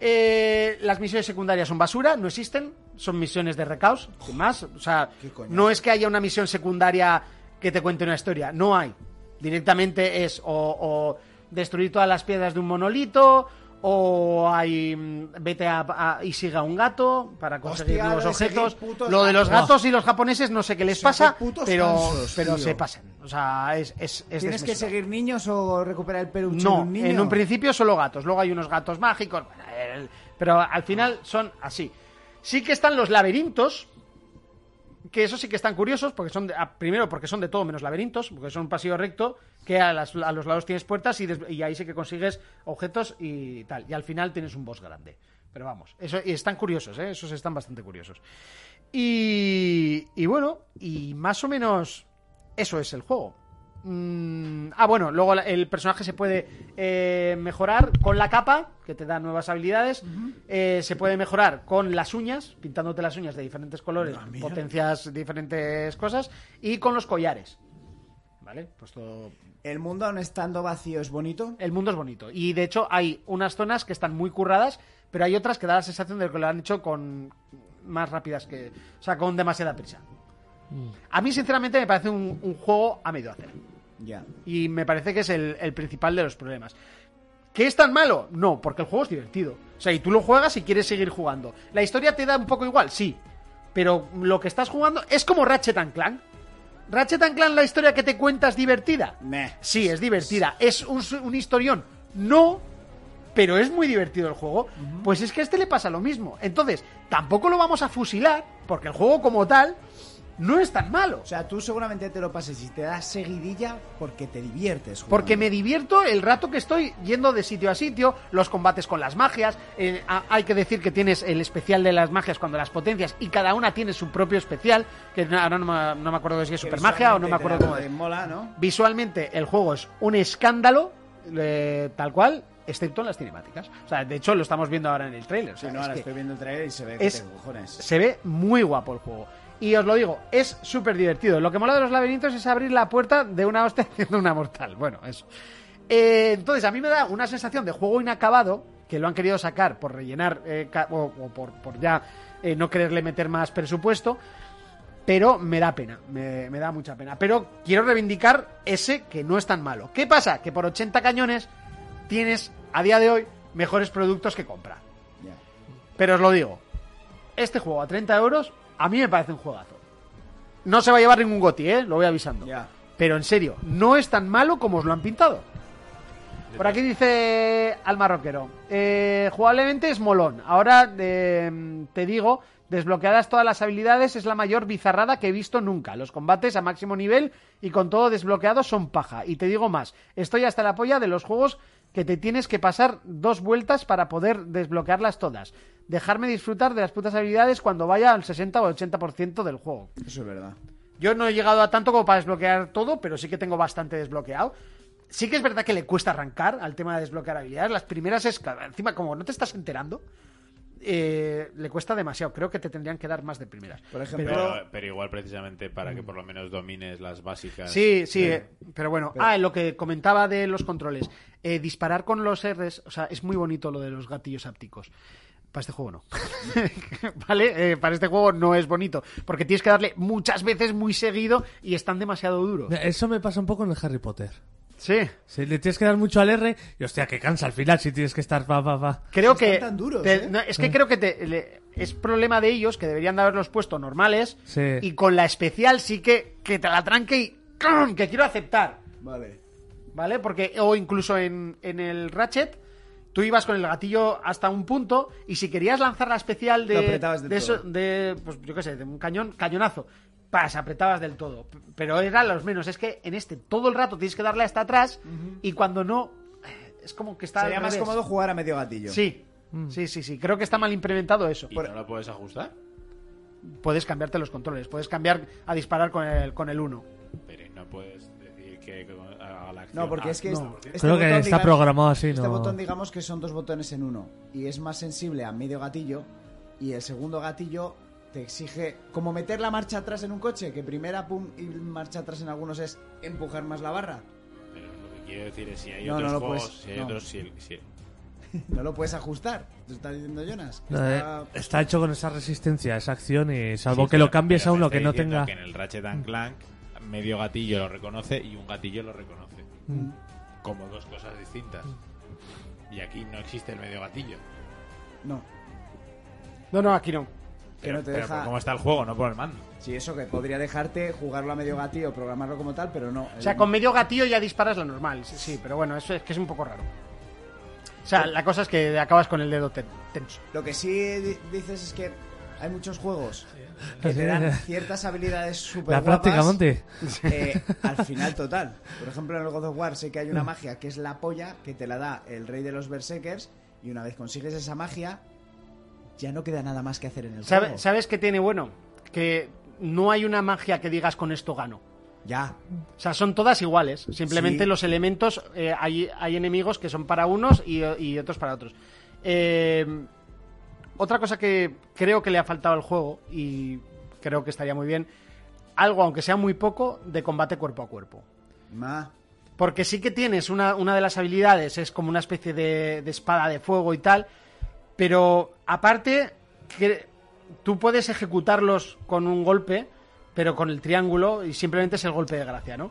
Speaker 3: Eh, las misiones secundarias son basura, no existen, son misiones de recaos, sin más. O sea,
Speaker 4: Qué coñazo.
Speaker 3: no es que haya una misión secundaria que te cuente una historia, no hay. Directamente es o, o destruir todas las piedras de un monolito, o hay mm, vete a, a- y siga un gato para conseguir
Speaker 4: Hostia,
Speaker 3: nuevos
Speaker 4: lo de seguir
Speaker 3: objetos.
Speaker 4: putos
Speaker 3: Lo de los
Speaker 4: gatos.
Speaker 3: gatos y los japoneses no sé qué les
Speaker 4: Son
Speaker 3: pasa,
Speaker 4: qué putos
Speaker 3: pero,
Speaker 4: cansos,
Speaker 3: pero
Speaker 4: tío.
Speaker 3: se pasan. O sea, es, es, este es
Speaker 4: ¿Tienes que
Speaker 3: desmesurado.
Speaker 4: seguir niños o recuperar el peluche de
Speaker 3: No,
Speaker 4: un niño?
Speaker 3: en un principio solo gatos, luego hay unos gatos mágicos, bueno, el- pero al final son así. Sí que están los laberintos, que eso sí que están curiosos, porque son de- ah, primero porque son de todo menos laberintos, porque son un pasillo recto, que a, las- a los lados tienes puertas y, des- y ahí sí que consigues objetos y tal. Y al final tienes un boss grande. Pero vamos, eso, y están curiosos, ¿eh? esos están bastante curiosos. Y, y bueno, y más o menos eso es el juego. Mm, ah, bueno, luego la- el personaje se puede eh, mejorar con la capa, que te da nuevas habilidades. Eh, se puede mejorar con las uñas, pintándote las uñas de diferentes colores, potencias diferentes cosas. Y con los collares. ¿Vale? Pues todo,
Speaker 4: El mundo, aun estando vacío, es bonito.
Speaker 3: el mundo es bonito. Y de hecho hay unas zonas que están muy curradas, pero hay otras que da la sensación de que lo han hecho con más rápidas que... O sea, con demasiada prisa. A mí sinceramente me parece un, un juego a medio hacer.
Speaker 4: Ya.
Speaker 3: Y me parece que es el, el principal de los problemas. ¿Qué es tan malo? No, porque el juego es divertido. O sea, y tú lo juegas y quieres seguir jugando. La historia te da un poco igual, sí. Pero lo que estás jugando es como Ratchet and Clank. Ratchet and Clank, la historia que te cuenta es divertida.
Speaker 4: Meh.
Speaker 3: Sí, es divertida. Es un, un historión. No, pero es muy divertido el juego. Pues es que a este le pasa lo mismo. Entonces, tampoco lo vamos a fusilar, porque el juego como tal no es tan malo.
Speaker 4: O sea, tú seguramente te lo pases y te das seguidilla porque te diviertes. jugando.
Speaker 3: Porque me divierto el rato que estoy yendo de sitio a sitio, los combates con las magias. eh, a- hay que decir que tienes el especial de las magias cuando las potencias y cada una tiene su propio especial. Que no- ahora no, me- no me acuerdo si es super magia o no me
Speaker 4: Visualmente
Speaker 3: acuerdo
Speaker 4: te-
Speaker 3: cómo es.
Speaker 4: te Mola, ¿no?
Speaker 3: Visualmente, el juego es un escándalo, eh, tal cual, excepto en las cinemáticas. O sea, de hecho, lo estamos viendo ahora en el trailer.
Speaker 4: Sí, no, ahora estoy viendo el trailer y se ve que
Speaker 3: es-
Speaker 4: te cojones.
Speaker 3: se ve muy guapo el juego. Y os lo digo, es súper divertido. Lo que mola de los laberintos es abrir la puerta de una hostia haciendo una mortal. Bueno, eso. Eh, entonces, a mí me da una sensación de juego inacabado, que lo han querido sacar por rellenar, eh, ca- o, o por, por ya eh, no quererle meter más presupuesto, pero me da pena, me, me da mucha pena. Pero quiero reivindicar ese que no es tan malo. ¿Qué pasa? Que por 80 cañones tienes, a día de hoy, mejores productos que comprar.
Speaker 4: Ya.
Speaker 3: Pero os lo digo, este juego a 30 euros a mí me parece un juegazo. No se va a llevar ningún goti, ¿eh? Lo voy avisando.
Speaker 4: Ya.
Speaker 3: Pero en serio, no es tan malo como os lo han pintado. Por aquí dice al marroquero, eh, jugablemente es molón. Ahora eh, te digo, desbloqueadas todas las habilidades es la mayor bizarrada que he visto nunca. Los combates a máximo nivel y con todo desbloqueado son paja. Y te digo más, estoy hasta la polla de los juegos que te tienes que pasar dos vueltas para poder desbloquearlas todas. Dejarme disfrutar de las putas habilidades cuando vaya al 60 o 80% del juego.
Speaker 4: Eso es verdad.
Speaker 3: Yo no he llegado a tanto como para desbloquear todo, pero sí que tengo bastante desbloqueado. Sí que es verdad que le cuesta arrancar al tema de desbloquear habilidades. Las primeras es, encima, como no te estás enterando, eh, le cuesta demasiado. Creo que te tendrían que dar más de primeras.
Speaker 4: Por ejemplo,
Speaker 9: Pero, pero igual precisamente para
Speaker 4: Mm.
Speaker 9: que por lo menos domines las básicas.
Speaker 3: Sí, sí, eh, pero bueno. Ah, lo que comentaba de los controles. Eh, disparar con los Rs, o sea, es muy bonito lo de los gatillos ápticos. Para este juego no. ¿Vale? Eh, para este juego no es bonito. Porque tienes que darle muchas veces muy seguido y están demasiado duros.
Speaker 5: Eso me pasa un poco en el Harry Potter.
Speaker 3: Sí.
Speaker 5: Si le tienes que dar mucho al R, y hostia, que cansa al final si tienes que estar va, va, va.
Speaker 3: Creo
Speaker 4: Están
Speaker 3: que.
Speaker 4: tan duros,
Speaker 3: te-
Speaker 4: ¿eh?
Speaker 3: no, es que creo que te- le- es problema de ellos que deberían de haberlos puesto normales.
Speaker 5: Sí.
Speaker 3: Y con la especial sí que, que te la tranque y. ¡cam! Que quiero aceptar.
Speaker 4: vale.
Speaker 3: ¿Vale? Porque, o incluso en, en el Ratchet, tú ibas con el gatillo hasta un punto y si querías lanzar la especial de.
Speaker 4: Lo apretabas del
Speaker 3: de eso-
Speaker 4: todo.
Speaker 3: de, pues yo qué sé, de un cañón, cañonazo. Pas, apretabas del todo. P- Pero era los menos. Es que en este todo el rato tienes que darle hasta atrás y cuando no. eh, Es como que está.
Speaker 4: Sería
Speaker 3: al
Speaker 4: más
Speaker 3: revés.
Speaker 4: cómodo jugar a medio gatillo.
Speaker 3: Sí. Sí, sí, sí. Creo que está mal implementado eso.
Speaker 9: ¿Y no la puedes ajustar?
Speaker 3: Puedes cambiarte los controles. Puedes cambiar a disparar con el, con el 1.
Speaker 9: Pero no puedes decir que haga la acción.
Speaker 4: No, porque
Speaker 9: Ah,
Speaker 4: es que
Speaker 9: no.
Speaker 4: este- este
Speaker 5: Creo que
Speaker 4: botón,
Speaker 5: está programado así,
Speaker 4: Este
Speaker 5: ¿no?
Speaker 4: botón, digamos que son dos botones en uno. Y es más sensible a medio gatillo. Y el segundo gatillo te exige como meter la marcha atrás en un coche, que primera pum y marcha atrás en algunos es empujar más la barra.
Speaker 9: Pero lo que quiero decir es si hay
Speaker 4: No,
Speaker 9: otros
Speaker 4: no lo
Speaker 9: juegos,
Speaker 4: puedes-
Speaker 9: si hay
Speaker 4: no.
Speaker 9: otros, si, el- si-
Speaker 4: No lo puedes ajustar. Te está diciendo Jonas. que
Speaker 5: No, eh,
Speaker 4: está-
Speaker 5: Está hecho con esa resistencia, esa acción, y salvo
Speaker 9: Sí,
Speaker 5: que lo
Speaker 9: pero-
Speaker 5: cambies
Speaker 9: pero
Speaker 5: aún
Speaker 9: me
Speaker 5: lo que
Speaker 9: está
Speaker 5: no
Speaker 9: diciendo
Speaker 5: tenga.
Speaker 9: Que en el Ratchet and Clank medio gatillo lo reconoce y un gatillo lo reconoce.
Speaker 4: Mm.
Speaker 9: Como dos cosas distintas. Y aquí no existe el medio gatillo.
Speaker 4: No,
Speaker 3: No, no, aquí no.
Speaker 9: Pero,
Speaker 4: no te
Speaker 9: pero
Speaker 4: deja-
Speaker 9: por cómo está el juego, no por el mando.
Speaker 4: Sí, eso que podría dejarte jugarlo a medio gatillo, programarlo como tal, pero no.
Speaker 3: O sea, con medio gatillo ya disparas la normal. Sí, sí, pero bueno, eso es que es un poco raro. O sea, la cosa es que acabas con el dedo ten- tenso.
Speaker 4: Lo que sí di- dices es que hay muchos juegos que te dan ciertas habilidades super
Speaker 5: La práctica, Monty.
Speaker 4: eh, al final total. Por ejemplo, en el God of War sé que hay una magia que es la polla que te la da el rey de los berserkers y una vez consigues esa magia ya no queda nada más que hacer en el
Speaker 3: ¿Sabe-
Speaker 4: juego.
Speaker 3: ¿Sabes qué tiene bueno? Que no hay una magia que digas con esto gano.
Speaker 4: Ya.
Speaker 3: O sea, son todas iguales. Simplemente
Speaker 4: Sí.
Speaker 3: los elementos, eh, hay, hay enemigos que son para unos y, y otros para otros. Eh, otra cosa que creo que le ha faltado al juego y creo que estaría muy bien, algo, aunque sea muy poco, de combate cuerpo a cuerpo.
Speaker 4: Ma.
Speaker 3: Porque sí que tienes una, una de las habilidades, es como una especie de, de espada de fuego y tal. Pero aparte, que tú puedes ejecutarlos con un golpe, pero con el triángulo, y simplemente es el golpe de gracia, ¿no?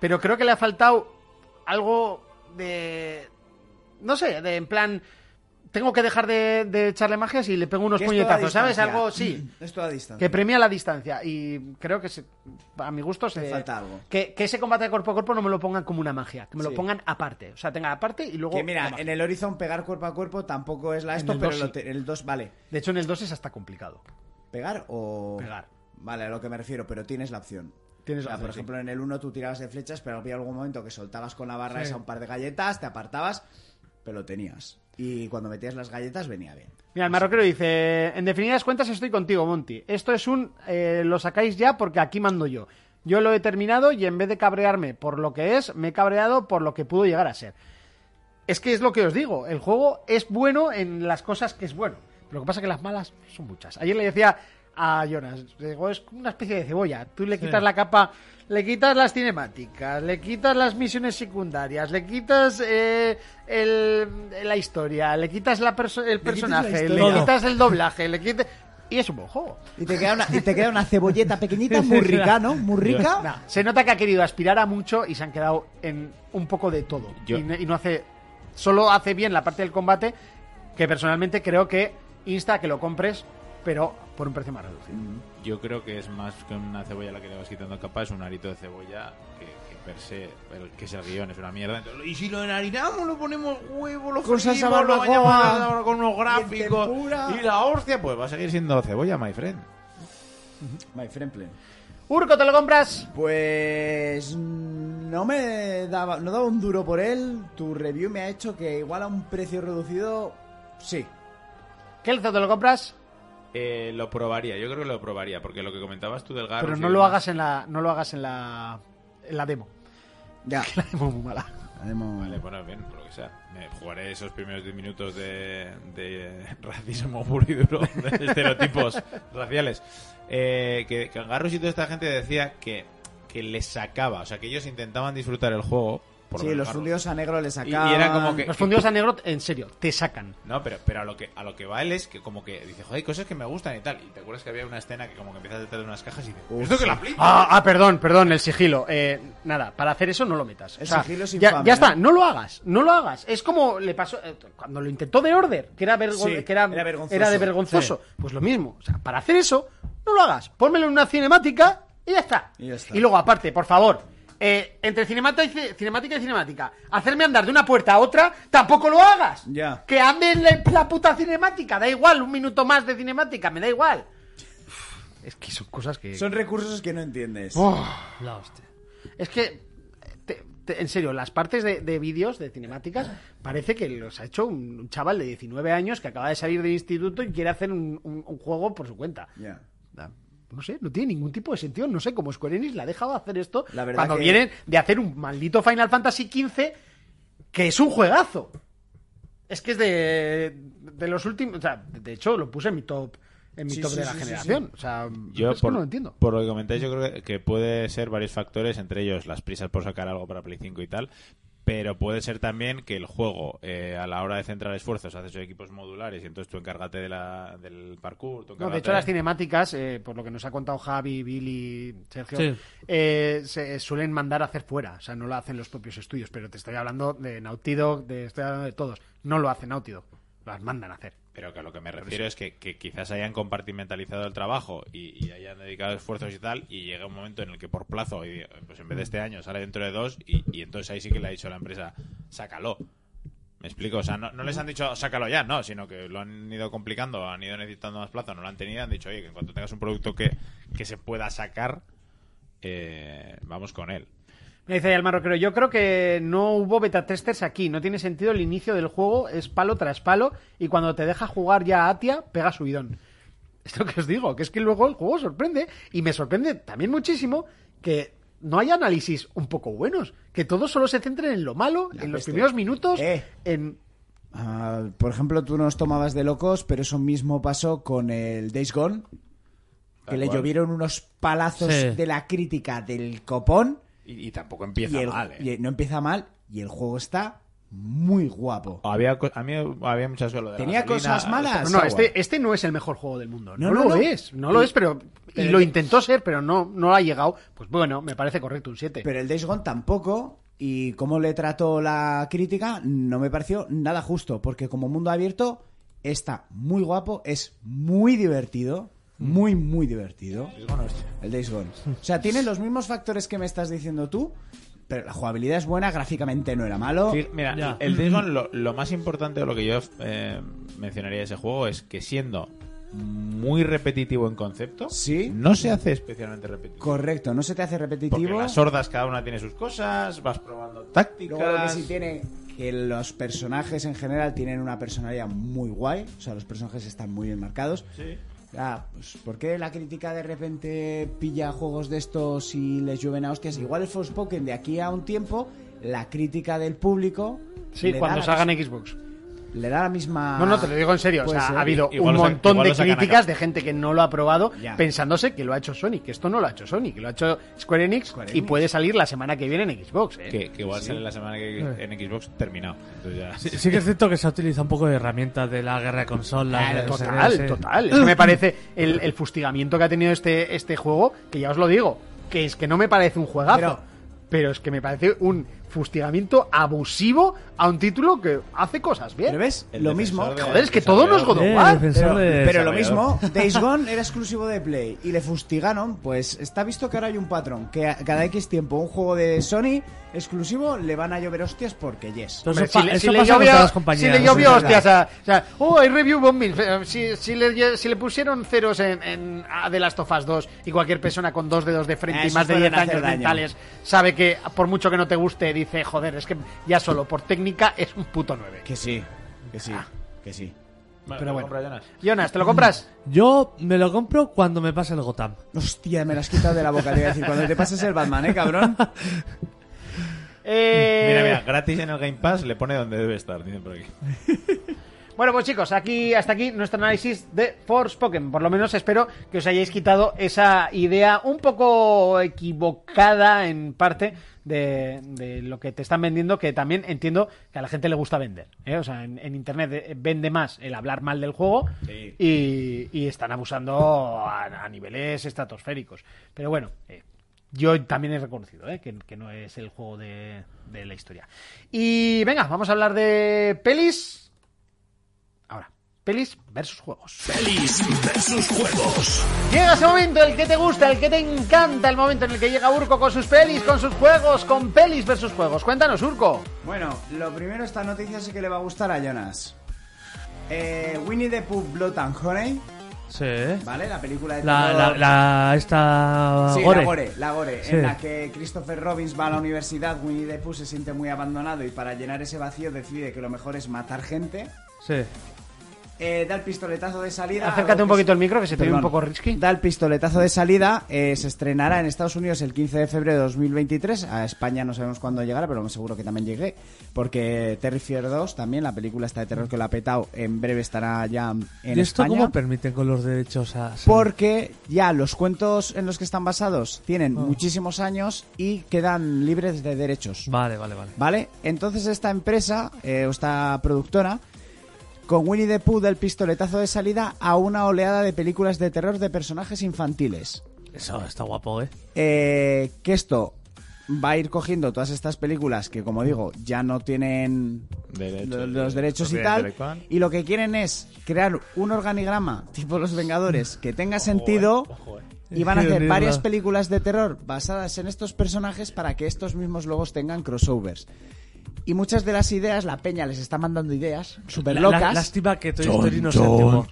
Speaker 3: Pero creo que le ha faltado algo de. No sé, de en plan. Tengo que dejar de, de echarle magias y le pego unos
Speaker 4: Que es toda
Speaker 3: puñetazos, ¿sabes?
Speaker 4: distancia. Mm,
Speaker 3: Algo, sí.
Speaker 4: Es toda distancia.
Speaker 3: Que premia la distancia. Y creo que se- a mi gusto se.
Speaker 4: Te falta algo.
Speaker 3: Que, que ese combate de cuerpo a cuerpo no me lo pongan como una magia. Que me lo
Speaker 4: Sí.
Speaker 3: pongan aparte. O sea, tenga aparte y luego.
Speaker 4: Que
Speaker 3: la
Speaker 4: mira,
Speaker 3: magia.
Speaker 4: en el Horizon pegar cuerpo a cuerpo tampoco es la
Speaker 3: En
Speaker 4: esto,
Speaker 3: el
Speaker 4: pero
Speaker 3: dos
Speaker 4: lo
Speaker 3: sí.
Speaker 4: te- el 2 vale.
Speaker 3: De hecho, en el 2 es hasta complicado.
Speaker 4: ¿Pegar o...?
Speaker 3: Pegar.
Speaker 4: Vale, a lo que me refiero, pero tienes la opción.
Speaker 3: Tienes
Speaker 4: O
Speaker 3: la
Speaker 4: sea, Por
Speaker 3: opción,
Speaker 4: ejemplo, en el 1 tú tirabas de flechas, pero había algún momento que soltabas con la barra esa un par de galletas, te apartabas, pero lo tenías. Y cuando metías las galletas venía bien.
Speaker 3: Mira, el marroquero dice: En definidas cuentas, estoy contigo, Monty. Esto es un. eh, lo sacáis ya porque aquí mando yo. Yo lo he terminado y en vez de cabrearme por lo que es, me he cabreado por lo que pudo llegar a ser. Es que es lo que os digo. El juego es bueno en las cosas que es bueno. Lo que pasa es que las malas son muchas. Ayer le decía a Jonas: digo, Es una especie de cebolla. Tú le quitas la capa. Le quitas las cinemáticas, le quitas las misiones secundarias, le quitas eh, el- la historia, le quitas la perso- el personaje, le
Speaker 5: historia.
Speaker 3: quitas el doblaje, le quitas... Y es un buen juego.
Speaker 4: Y te queda una, y te queda una cebolleta pequeñita, muy rica, ¿no? Muy rica.
Speaker 3: Nah, se nota que ha querido aspirar a mucho y se han quedado en un poco de todo.
Speaker 9: Yo-
Speaker 3: Y, no- y no hace. Solo hace bien la parte del combate, que personalmente creo que insta a que lo compres, pero por un precio más reducido.
Speaker 9: Yo creo que es más que una cebolla a la que le vas quitando capa, es un arito de cebolla que, que per se, el- que es el guión, es una mierda. Entonces, y si lo enharinamos, lo ponemos huevo, lo
Speaker 4: Con salsa
Speaker 9: freímos, lo
Speaker 4: barbacoa,
Speaker 9: bañamos en salsa con unos
Speaker 4: y en
Speaker 9: gráficos
Speaker 4: tempura.
Speaker 9: y la hostia, pues va a seguir siendo cebolla, my friend.
Speaker 4: My friend plan.
Speaker 3: Urco, ¿te lo compras?
Speaker 4: Pues mm, no me daba, no daba un duro por él. Tu review me ha hecho que igual a un precio reducido, sí.
Speaker 3: Kelzo, ¿te lo compras?
Speaker 9: Eh, lo probaría, yo creo que lo probaría, porque lo que comentabas tú del Garrus y
Speaker 3: Pero Ah, pues no lo
Speaker 9: demás-
Speaker 3: hagas en la. No lo hagas en la. En la demo.
Speaker 4: Ya.
Speaker 3: La demo es muy mala.
Speaker 4: Haremos...
Speaker 9: Vale, Eh, bueno, bien, por lo que sea. Me jugaré esos primeros 10 minutos de, de racismo puro y duro, de estereotipos raciales. Eh, que Cangarros y toda esta gente decía que, que les sacaba, o sea, que ellos intentaban disfrutar el juego. Por
Speaker 4: Sí,
Speaker 9: ver
Speaker 4: los
Speaker 9: Garrus.
Speaker 4: fundidos a negro le
Speaker 9: Y,
Speaker 4: sacaban.
Speaker 9: y era como que.
Speaker 3: Los fundidos a negro, en serio, te sacan.
Speaker 9: No, pero, pero a, lo que, a lo que va él es que, como que dice, joder, hay cosas que me gustan y tal. Y te acuerdas que había una escena que, como que empiezas detrás de unas cajas y dices,
Speaker 4: Uf,
Speaker 9: ¿esto que
Speaker 4: sí.
Speaker 9: la aplica?
Speaker 3: Ah, ah, perdón, perdón, el sigilo. Eh, nada, para hacer eso no lo metas.
Speaker 4: El sigilo es
Speaker 3: ya,
Speaker 4: infame,
Speaker 3: ya
Speaker 4: ¿eh?
Speaker 3: está, no lo hagas, no lo hagas. Es como le pasó eh, cuando lo intentó de Order, que era, vergo-
Speaker 4: Sí,
Speaker 3: que era,
Speaker 4: era vergonzoso.
Speaker 3: era de vergonzoso. Pues lo mismo, o sea, para hacer eso, no lo hagas. Pónmelo en una cinemática y ya está.
Speaker 4: Y ya está.
Speaker 3: luego, aparte, por favor, eh, entre cinemática y, ci- cinemática y cinemática, hacerme andar de una puerta a otra, tampoco lo hagas.
Speaker 4: Ya.
Speaker 3: Que ande en la- la puta cinemática, da igual, un minuto más de cinemática, me da igual. Es que son cosas que...
Speaker 4: Son recursos que no entiendes.
Speaker 5: La hostia.
Speaker 3: Es que, te- te- en serio, las partes de, de vídeos, de cinemáticas, parece que los ha hecho un, un chaval de 19 años que acaba de salir del instituto y quiere hacer un, un- un juego por su cuenta.
Speaker 4: Ya.
Speaker 3: Da- No sé, no tiene ningún tipo de sentido. No sé cómo Square Enix la ha dejado hacer esto
Speaker 4: La verdad
Speaker 3: cuando
Speaker 4: que-
Speaker 3: vienen de hacer un maldito Final Fantasy XV que es un juegazo. Es que es de, de los últimos. O sea, de hecho, lo puse en mi top, en mi
Speaker 4: Sí,
Speaker 3: top
Speaker 4: sí,
Speaker 3: de la
Speaker 4: sí, sí,
Speaker 3: generación. O sea,
Speaker 6: Yo,
Speaker 3: es que
Speaker 6: por,
Speaker 3: no lo entiendo.
Speaker 6: por lo que comentáis, yo creo que, que puede ser varios factores, entre ellos las prisas por sacar algo para Play 5 y tal, pero puede ser también que el juego, eh, a la hora de centrar esfuerzos, haces equipos modulares y entonces tú encárgate de la- del parkour. Tú
Speaker 3: No,
Speaker 6: encárgate
Speaker 3: de hecho, las cinemáticas, eh, por lo que nos ha contado Javi, Billy, Sergio,
Speaker 5: Sí.
Speaker 3: eh, se suelen mandar a hacer fuera. O sea, no lo hacen los propios estudios. Pero te estoy hablando de Naughty Dog, de, estoy hablando de todos. No lo hace Naughty Dog. Las mandan a hacer.
Speaker 6: Pero que a lo que me refiero es que, que quizás hayan compartimentalizado el trabajo y, y hayan dedicado esfuerzos y tal, y llega un momento en el que por plazo, y, pues en vez de este año, sale dentro de dos, y, y entonces ahí sí que le ha dicho la empresa, sácalo. ¿Me explico? O sea, no, no les han dicho, sácalo ya, no, sino que lo han ido complicando, han ido necesitando más plazo, no lo han tenido, han dicho, oye, que en cuanto tengas un producto que, que se pueda sacar, eh, vamos con él.
Speaker 3: Me dice el marroquero, yo creo que no hubo beta testers aquí, no tiene sentido el inicio del juego, es palo tras palo, y cuando te deja jugar ya a Atia, pega subidón. Es lo que os digo, que es que luego el juego sorprende, y me sorprende también muchísimo que no haya análisis un poco buenos, que todos solo se centren en lo malo,
Speaker 4: La
Speaker 3: en los
Speaker 4: peste.
Speaker 3: primeros minutos,
Speaker 4: Eh.
Speaker 3: en...
Speaker 4: Ah, por ejemplo, tú nos tomabas de locos, pero eso mismo pasó con el Days Gone, que le llovieron unos palazos
Speaker 5: Sí.
Speaker 4: de la crítica del copón.
Speaker 9: Y, y tampoco empieza
Speaker 4: y el-
Speaker 9: mal, ¿eh?
Speaker 4: y el- no empieza mal y el juego está muy guapo.
Speaker 6: Había, co- a mí había muchas cosas. lo de Oh, la
Speaker 4: Tenía
Speaker 6: gasolina,
Speaker 4: cosas malas.
Speaker 3: No,
Speaker 4: Sawa.
Speaker 3: este, este no es el mejor juego del mundo, no,
Speaker 4: No, no,
Speaker 3: lo
Speaker 4: no.
Speaker 3: es, no lo es, pero... Y
Speaker 4: Pero
Speaker 3: lo
Speaker 4: que-
Speaker 3: intentó ser, pero no, no ha llegado. Pues bueno, me parece correcto un 7.
Speaker 4: Pero el Days Gone tampoco. Y cómo le trató la crítica no me pareció nada justo, porque como mundo abierto está muy guapo, es muy divertido, muy, muy divertido. Mm. El Days Gone. este. O sea, tiene los mismos factores que me estás diciendo tú, pero la jugabilidad es buena, gráficamente no era malo.
Speaker 6: Sí, mira,
Speaker 5: Ya.
Speaker 6: el Days Gone, lo, lo más importante o lo que yo eh, mencionaría de ese juego es que siendo muy repetitivo en concepto,
Speaker 4: Sí.
Speaker 6: no se hace especialmente repetitivo.
Speaker 4: Correcto, no se te hace
Speaker 6: porque
Speaker 4: repetitivo.
Speaker 6: las hordas cada una tiene sus cosas, vas probando tácticas.
Speaker 4: Luego lo que sí tiene que los personajes en general tienen una personalidad muy guay, o sea, los personajes están muy bien marcados. Ah, pues ¿por qué la crítica de repente pilla juegos de estos y les llueven a hostias? Igual el Forspoken de aquí a un tiempo, la crítica del público
Speaker 3: sí,
Speaker 4: le
Speaker 3: cuando
Speaker 4: da la
Speaker 3: salgan Xbox.
Speaker 4: mis- le da la misma
Speaker 3: No, no, te lo digo en serio. O
Speaker 4: Puede
Speaker 3: sea,
Speaker 4: ser.
Speaker 3: ha habido
Speaker 6: Igual
Speaker 3: un
Speaker 6: lo saca-
Speaker 3: montón
Speaker 6: igual
Speaker 3: de
Speaker 6: lo sacan acá.
Speaker 3: críticas de gente que no lo ha probado
Speaker 4: Ya.
Speaker 3: pensándose que lo ha hecho Sony, que esto no lo ha hecho Sony, que lo ha hecho Square Enix,
Speaker 4: Square
Speaker 3: y
Speaker 4: Enix.
Speaker 3: puede salir la semana que viene en Xbox. ¿eh?
Speaker 6: Que, que igual sale la semana que en Xbox terminado. Entonces ya-
Speaker 5: Sí, sí que es cierto que se ha utilizado un poco de herramientas de la guerra de consolas.
Speaker 3: Claro,
Speaker 5: de no sé
Speaker 3: total,
Speaker 5: qué, sí.
Speaker 3: total. Es que me parece el, el fustigamiento que ha tenido este, este juego, que ya os lo digo, que es que no me parece un juegazo, pero,
Speaker 4: Pero-
Speaker 3: es que me parece un fustigamiento abusivo a un título que hace cosas bien.
Speaker 4: Pero ves,
Speaker 6: el
Speaker 4: lo
Speaker 6: defensor
Speaker 4: mismo.
Speaker 6: de-
Speaker 3: Joder, es que todo nos God of
Speaker 5: Eh,
Speaker 3: War.
Speaker 4: Pero,
Speaker 5: defensor de-
Speaker 4: pero lo mismo,
Speaker 6: desarrollador.
Speaker 4: Days Gone era exclusivo de Play y le fustigaron, pues está visto que ahora hay un patrón, que a- cada X tiempo un juego de Sony exclusivo le van a llover hostias porque yes.
Speaker 5: Entonces,
Speaker 3: Hombre, si,
Speaker 5: pa-
Speaker 3: le-
Speaker 5: eso
Speaker 3: si le
Speaker 5: pasa con todas las
Speaker 3: llovió,
Speaker 5: compañías. ¿eh?
Speaker 3: si le
Speaker 5: eso
Speaker 3: llovió,
Speaker 5: es
Speaker 3: hostias,
Speaker 5: verdad.
Speaker 3: a- o sea, oh, hay review bombing. eh, Si, si le, lle- si le pusieron ceros en, en a The Last of Us 2 y cualquier persona con dos dedos de frente
Speaker 4: Ah,
Speaker 3: y
Speaker 4: esos
Speaker 3: más de
Speaker 4: pueden
Speaker 3: 10 años
Speaker 4: hacer daño.
Speaker 3: mentales sabe que por mucho que no te guste, dice, joder, es que ya solo por técnica es un puto 9.
Speaker 4: Que sí, que sí, que sí.
Speaker 6: Vale,
Speaker 3: Pero
Speaker 6: ¿lo
Speaker 3: bueno.
Speaker 6: compras, Jonas?
Speaker 3: Jonas, ¿te lo compras?
Speaker 5: Yo me lo compro cuando me pasa el Gotham.
Speaker 4: Hostia, me las has quitado de la boca, te iba a decir. Cuando te pases el Batman, ¿eh, cabrón?
Speaker 3: Eh,
Speaker 9: Mira, mira, gratis en el Game Pass le pone donde debe estar, dicen por aquí.
Speaker 3: Bueno, pues chicos, aquí hasta aquí nuestro análisis de Forspoken. Por lo menos espero que os hayáis quitado esa idea un poco equivocada en parte de, de lo que te están vendiendo, que también entiendo que a la gente le gusta vender. ¿eh? O sea, en, en internet eh, vende más el hablar mal del juego y, y están abusando a, a niveles estratosféricos. Pero bueno, eh, yo también he reconocido ¿eh? que, que no es el juego de, de la historia. Y venga, vamos a hablar de pelis. Ahora, pelis versus juegos.
Speaker 2: Pelis versus juegos.
Speaker 3: Llega ese momento, el que te gusta, el que te encanta, el momento en el que llega Urco con sus pelis, con sus juegos, con pelis versus juegos. Cuéntanos, Urco.
Speaker 4: Bueno, lo primero, esta noticia sí que le va a gustar a Jonas. Eh, Winnie the Pooh, Blood and Honey,
Speaker 5: Sí. ¿eh?
Speaker 4: ¿vale? La película de
Speaker 5: La, la,
Speaker 4: terror-
Speaker 5: la-
Speaker 3: Ah,
Speaker 5: esta.
Speaker 4: Sí,
Speaker 5: Gore.
Speaker 4: la Gore, la Gore,
Speaker 5: Sí.
Speaker 4: en la que Christopher Robbins va a la universidad, Winnie the Pooh se siente muy abandonado y para llenar ese vacío decide que lo mejor es matar gente.
Speaker 5: Sí.
Speaker 4: Eh, da el pistoletazo de salida.
Speaker 3: Acércate
Speaker 4: algo
Speaker 3: un
Speaker 4: que
Speaker 3: poquito
Speaker 4: se-
Speaker 3: al micro, que se te ve un
Speaker 4: Perdón.
Speaker 3: poco risky.
Speaker 4: Da el pistoletazo de salida, eh, se estrenará en Estados Unidos el 15 de febrero de 2023. A España no sabemos cuándo llegará, pero seguro que también llegue. Porque Terry Fear 2, también la película está de terror que lo ha petado, en breve estará ya en
Speaker 5: ¿Y esto
Speaker 4: España.
Speaker 5: cómo permiten con los derechos a.?
Speaker 4: Porque ya los cuentos en los que están basados tienen muchísimos años y quedan libres de derechos.
Speaker 5: Vale, vale, vale.
Speaker 4: ¿Vale? Entonces esta empresa, eh, o esta productora, con Winnie the Pooh del pistoletazo de salida a una oleada de películas de terror de personajes infantiles.
Speaker 5: Eso está guapo, ¿eh?
Speaker 4: Eh, que esto va a ir cogiendo todas estas películas que, como digo, ya no tienen
Speaker 9: Derechos,
Speaker 4: lo-
Speaker 9: derechos,
Speaker 4: los, derechos y
Speaker 9: propiedad
Speaker 4: tal.
Speaker 9: intelectual.
Speaker 4: Y lo que quieren es crear un organigrama tipo Los Vengadores que tenga sentido.
Speaker 9: eh,
Speaker 4: Y van a
Speaker 5: Quiero
Speaker 4: hacer
Speaker 5: verla.
Speaker 4: varias películas de terror basadas en estos personajes para que estos mismos logos tengan crossovers. Y muchas de las ideas, la peña les está mandando ideas súper
Speaker 5: La-
Speaker 4: locas.
Speaker 5: la-
Speaker 4: La,
Speaker 5: lástima que Toy Story no se activó.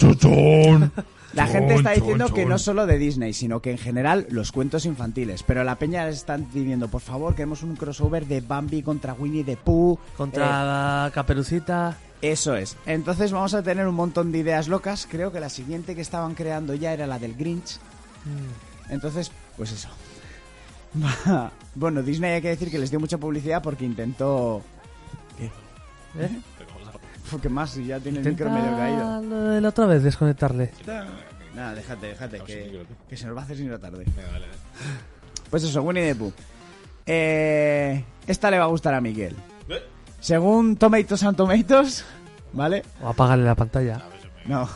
Speaker 4: gente está diciendo que no solo de Disney, sino que en general los cuentos infantiles. Pero la peña les están pidiendo, por favor, queremos un crossover de Bambi contra Winnie the Pooh. eh,
Speaker 5: Contra Caperucita.
Speaker 4: Eso es. Entonces vamos a tener un montón de ideas locas. Creo que la siguiente que estaban creando ya era la del Grinch.
Speaker 5: Mm.
Speaker 4: Entonces, pues eso. bueno, Disney hay que decir que les dio mucha publicidad porque intentó...
Speaker 5: ¿Eh?
Speaker 4: Porque más si ya tiene el micro medio
Speaker 5: Intenta
Speaker 4: caído.
Speaker 5: lo de la otra vez desconectarle.
Speaker 4: Nada, déjate, déjate,
Speaker 9: sin
Speaker 4: que,
Speaker 9: micro, tú.
Speaker 4: que se nos va a hacer sin la tarde.
Speaker 9: Venga, vale,
Speaker 4: Pues eso, Winnie the Pooh. Eh, esta le va a gustar a Miguel.
Speaker 9: vale.
Speaker 4: Según Tomatoes and Tomatoes, ¿vale?
Speaker 5: O apágale la pantalla.
Speaker 4: No.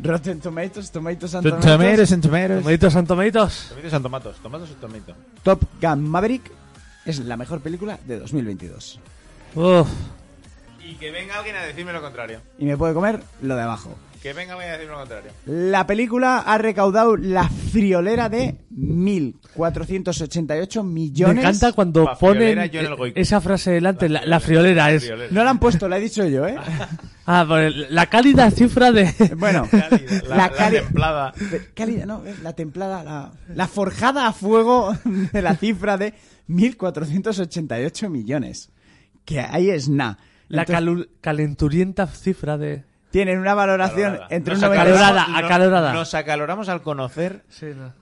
Speaker 4: Rotten Tomatoes, Tomatoes and Tomatoes.
Speaker 9: Tomatoes and tomatoes.
Speaker 5: Tomaditos, santomaditos.
Speaker 9: Tomatoes and tomatos. Tomatos o tomito.
Speaker 4: Top Gun Maverick es la mejor película de 2022.
Speaker 5: Uf.
Speaker 9: Y que venga alguien a decirme lo contrario.
Speaker 4: Y me puede comer lo de abajo.
Speaker 9: Que venga alguien a decirme lo contrario.
Speaker 4: La película ha recaudado la friolera de 1.488
Speaker 5: Me
Speaker 4: millones.
Speaker 5: encanta cuando
Speaker 9: Pa'
Speaker 5: ponen
Speaker 9: friolera, yo en el
Speaker 5: eh,
Speaker 9: goico.
Speaker 5: esa frase delante, la, la
Speaker 9: friolera,
Speaker 5: friolera es.
Speaker 9: friolera.
Speaker 4: No la han puesto, la he dicho yo, ¿eh?
Speaker 5: Ah, por el- la cálida cifra de.
Speaker 4: Bueno,
Speaker 9: Cálida, la, la
Speaker 4: cali-
Speaker 9: templada.
Speaker 4: Pe- Cálida, no, eh, la templada, la, la forjada a fuego de la cifra de 1.488 millones. Que ahí es na.
Speaker 5: La
Speaker 4: Entonces,
Speaker 5: calu- calenturienta cifra de.
Speaker 4: tienen una valoración
Speaker 9: Acalorada.
Speaker 4: entre
Speaker 9: Nos
Speaker 4: un
Speaker 5: acalorada.
Speaker 4: 90
Speaker 9: acaloramos-
Speaker 5: acalorada.
Speaker 9: Nos acaloramos al conocer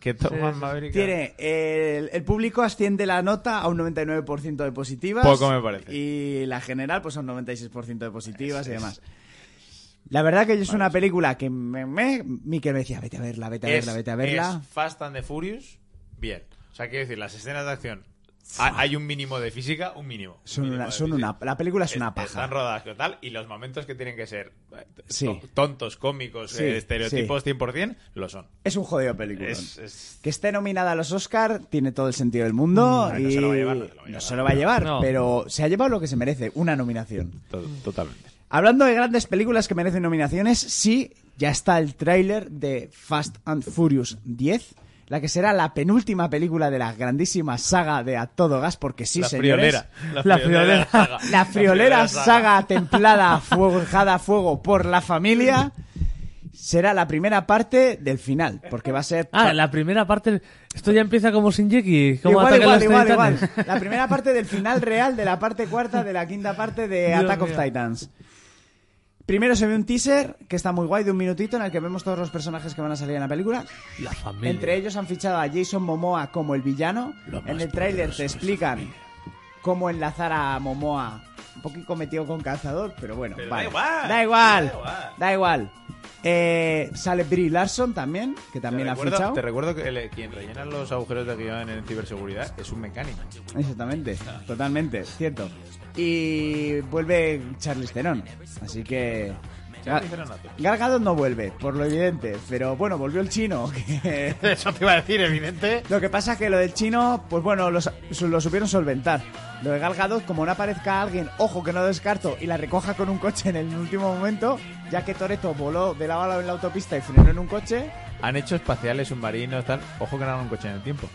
Speaker 9: que Top Gun Maverick...
Speaker 4: Tiene eh, el, el público asciende la nota a un 99% de positivas.
Speaker 9: Poco me parece.
Speaker 4: Y la general pues a un 96% de positivas y demás. La verdad que es una película que me, me Miquel me decía, vete a verla, vete a verla, vete a verla.
Speaker 9: es Fast and the Furious, bien. O sea, quiero decir, las escenas de acción... ha- Hay un mínimo de física, un mínimo.
Speaker 4: Son
Speaker 9: Mínimo
Speaker 4: una,
Speaker 9: de
Speaker 4: son
Speaker 9: física.
Speaker 4: una, la película es una
Speaker 9: Es- Están
Speaker 4: paja.
Speaker 9: rodadas que tal, y los momentos que tienen que ser eh, t-
Speaker 4: Sí.
Speaker 9: to- tontos, cómicos,
Speaker 4: Sí,
Speaker 9: eh, estereotipos 100%, lo son.
Speaker 4: Es un jodido película.
Speaker 9: Es- es-
Speaker 4: Que esté nominada a los Oscar tiene todo el sentido del mundo.
Speaker 9: Mm,
Speaker 4: y
Speaker 9: no se lo va a llevar, no se lo va a
Speaker 4: no
Speaker 9: llevar.
Speaker 4: se lo va a llevar,
Speaker 5: No.
Speaker 4: pero se ha llevado lo que se merece, una nominación.
Speaker 9: to- totalmente.
Speaker 4: Hablando de grandes películas que merecen nominaciones, sí, ya está el tráiler de Fast and Furious 10, la que será la penúltima película de la grandísima saga de A Todo Gas, porque sí,
Speaker 9: la
Speaker 4: señores.
Speaker 9: friolera.
Speaker 5: La friolera.
Speaker 9: saga.
Speaker 4: La friolera
Speaker 9: saga.
Speaker 4: saga templada, forjada a fuego por la familia, será la primera parte del final, porque va a ser...
Speaker 5: Ah, la primera parte. Esto ya empieza como Shinjeki. Como
Speaker 4: Igual,
Speaker 5: atacan
Speaker 4: igual,
Speaker 5: los
Speaker 4: igual,
Speaker 5: titanes.
Speaker 4: igual. La primera parte del final real de la parte cuarta de la quinta parte de
Speaker 5: Dios
Speaker 4: Attack of
Speaker 5: mío.
Speaker 4: Titans. Primero se ve un teaser que está muy guay de un minutito en el que vemos todos los personajes que van a salir en la película.
Speaker 5: La familia.
Speaker 4: Entre ellos han fichado a Jason Momoa como el villano. En el tráiler te explican cómo enlazar a Momoa. Un poquito metido con cazador, pero bueno.
Speaker 6: Pero
Speaker 4: vale.
Speaker 6: da igual,
Speaker 4: Da igual.
Speaker 6: da igual.
Speaker 4: da igual. Eh, sale Brie Larson también, que también
Speaker 6: te,
Speaker 4: ha
Speaker 6: recuerdo,
Speaker 4: fichado.
Speaker 6: te recuerdo que el- quien rellena los agujeros de guión en ciberseguridad es un mecánico.
Speaker 4: Exactamente, totalmente, cierto. Y vuelve Charles Theron, así que...
Speaker 6: Charlize Theron, no.
Speaker 4: Gargado no vuelve, por lo evidente, pero bueno, volvió el chino. que-
Speaker 6: Eso te iba a decir, evidente.
Speaker 4: Lo que pasa es que lo del chino, pues bueno, lo, sa- su- lo supieron solventar. Lo de Gal Gadot, como no aparezca alguien, ojo que no descarto, y la recoja con un coche en el último momento, ya que Toreto voló de lado a lado en la autopista y frenó en un coche,
Speaker 6: Han hecho espaciales, submarinos, tal. Ojo que no hagan un coche en el tiempo.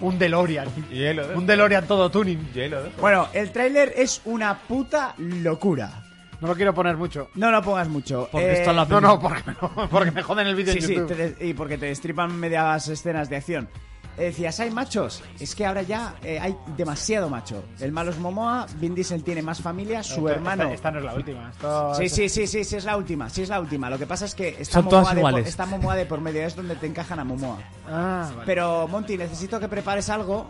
Speaker 3: Un DeLorean.
Speaker 6: Hielo,
Speaker 3: Un DeLorean todo tuning.
Speaker 6: hielo.
Speaker 4: Bueno, el tráiler es una puta locura.
Speaker 3: No lo quiero poner mucho.
Speaker 4: No lo pongas mucho.
Speaker 5: Porque
Speaker 4: eh,
Speaker 5: esto lo
Speaker 3: No, no, porque, no, porque me joden el vídeo
Speaker 4: Sí,
Speaker 3: en
Speaker 4: sí,
Speaker 3: YouTube.
Speaker 4: te des- y porque te destripan medias escenas de acción. Eh, Decías, hay machos. Es que ahora ya eh, hay demasiado macho. El malo es Momoa, Vin Diesel tiene más familia, su
Speaker 3: Esta-
Speaker 4: hermano.
Speaker 3: Esta, esta no es la última. Esto,
Speaker 4: Sí,
Speaker 3: esto-
Speaker 4: sí, sí, sí, sí, es la última, sí es la última. Lo que pasa es que está,
Speaker 5: Son
Speaker 4: Momoa,
Speaker 5: todas
Speaker 4: de por,
Speaker 5: iguales.
Speaker 4: está Momoa de por medio, es donde te encajan a Momoa.
Speaker 3: Ah, vale.
Speaker 4: Pero, Monty, necesito que prepares algo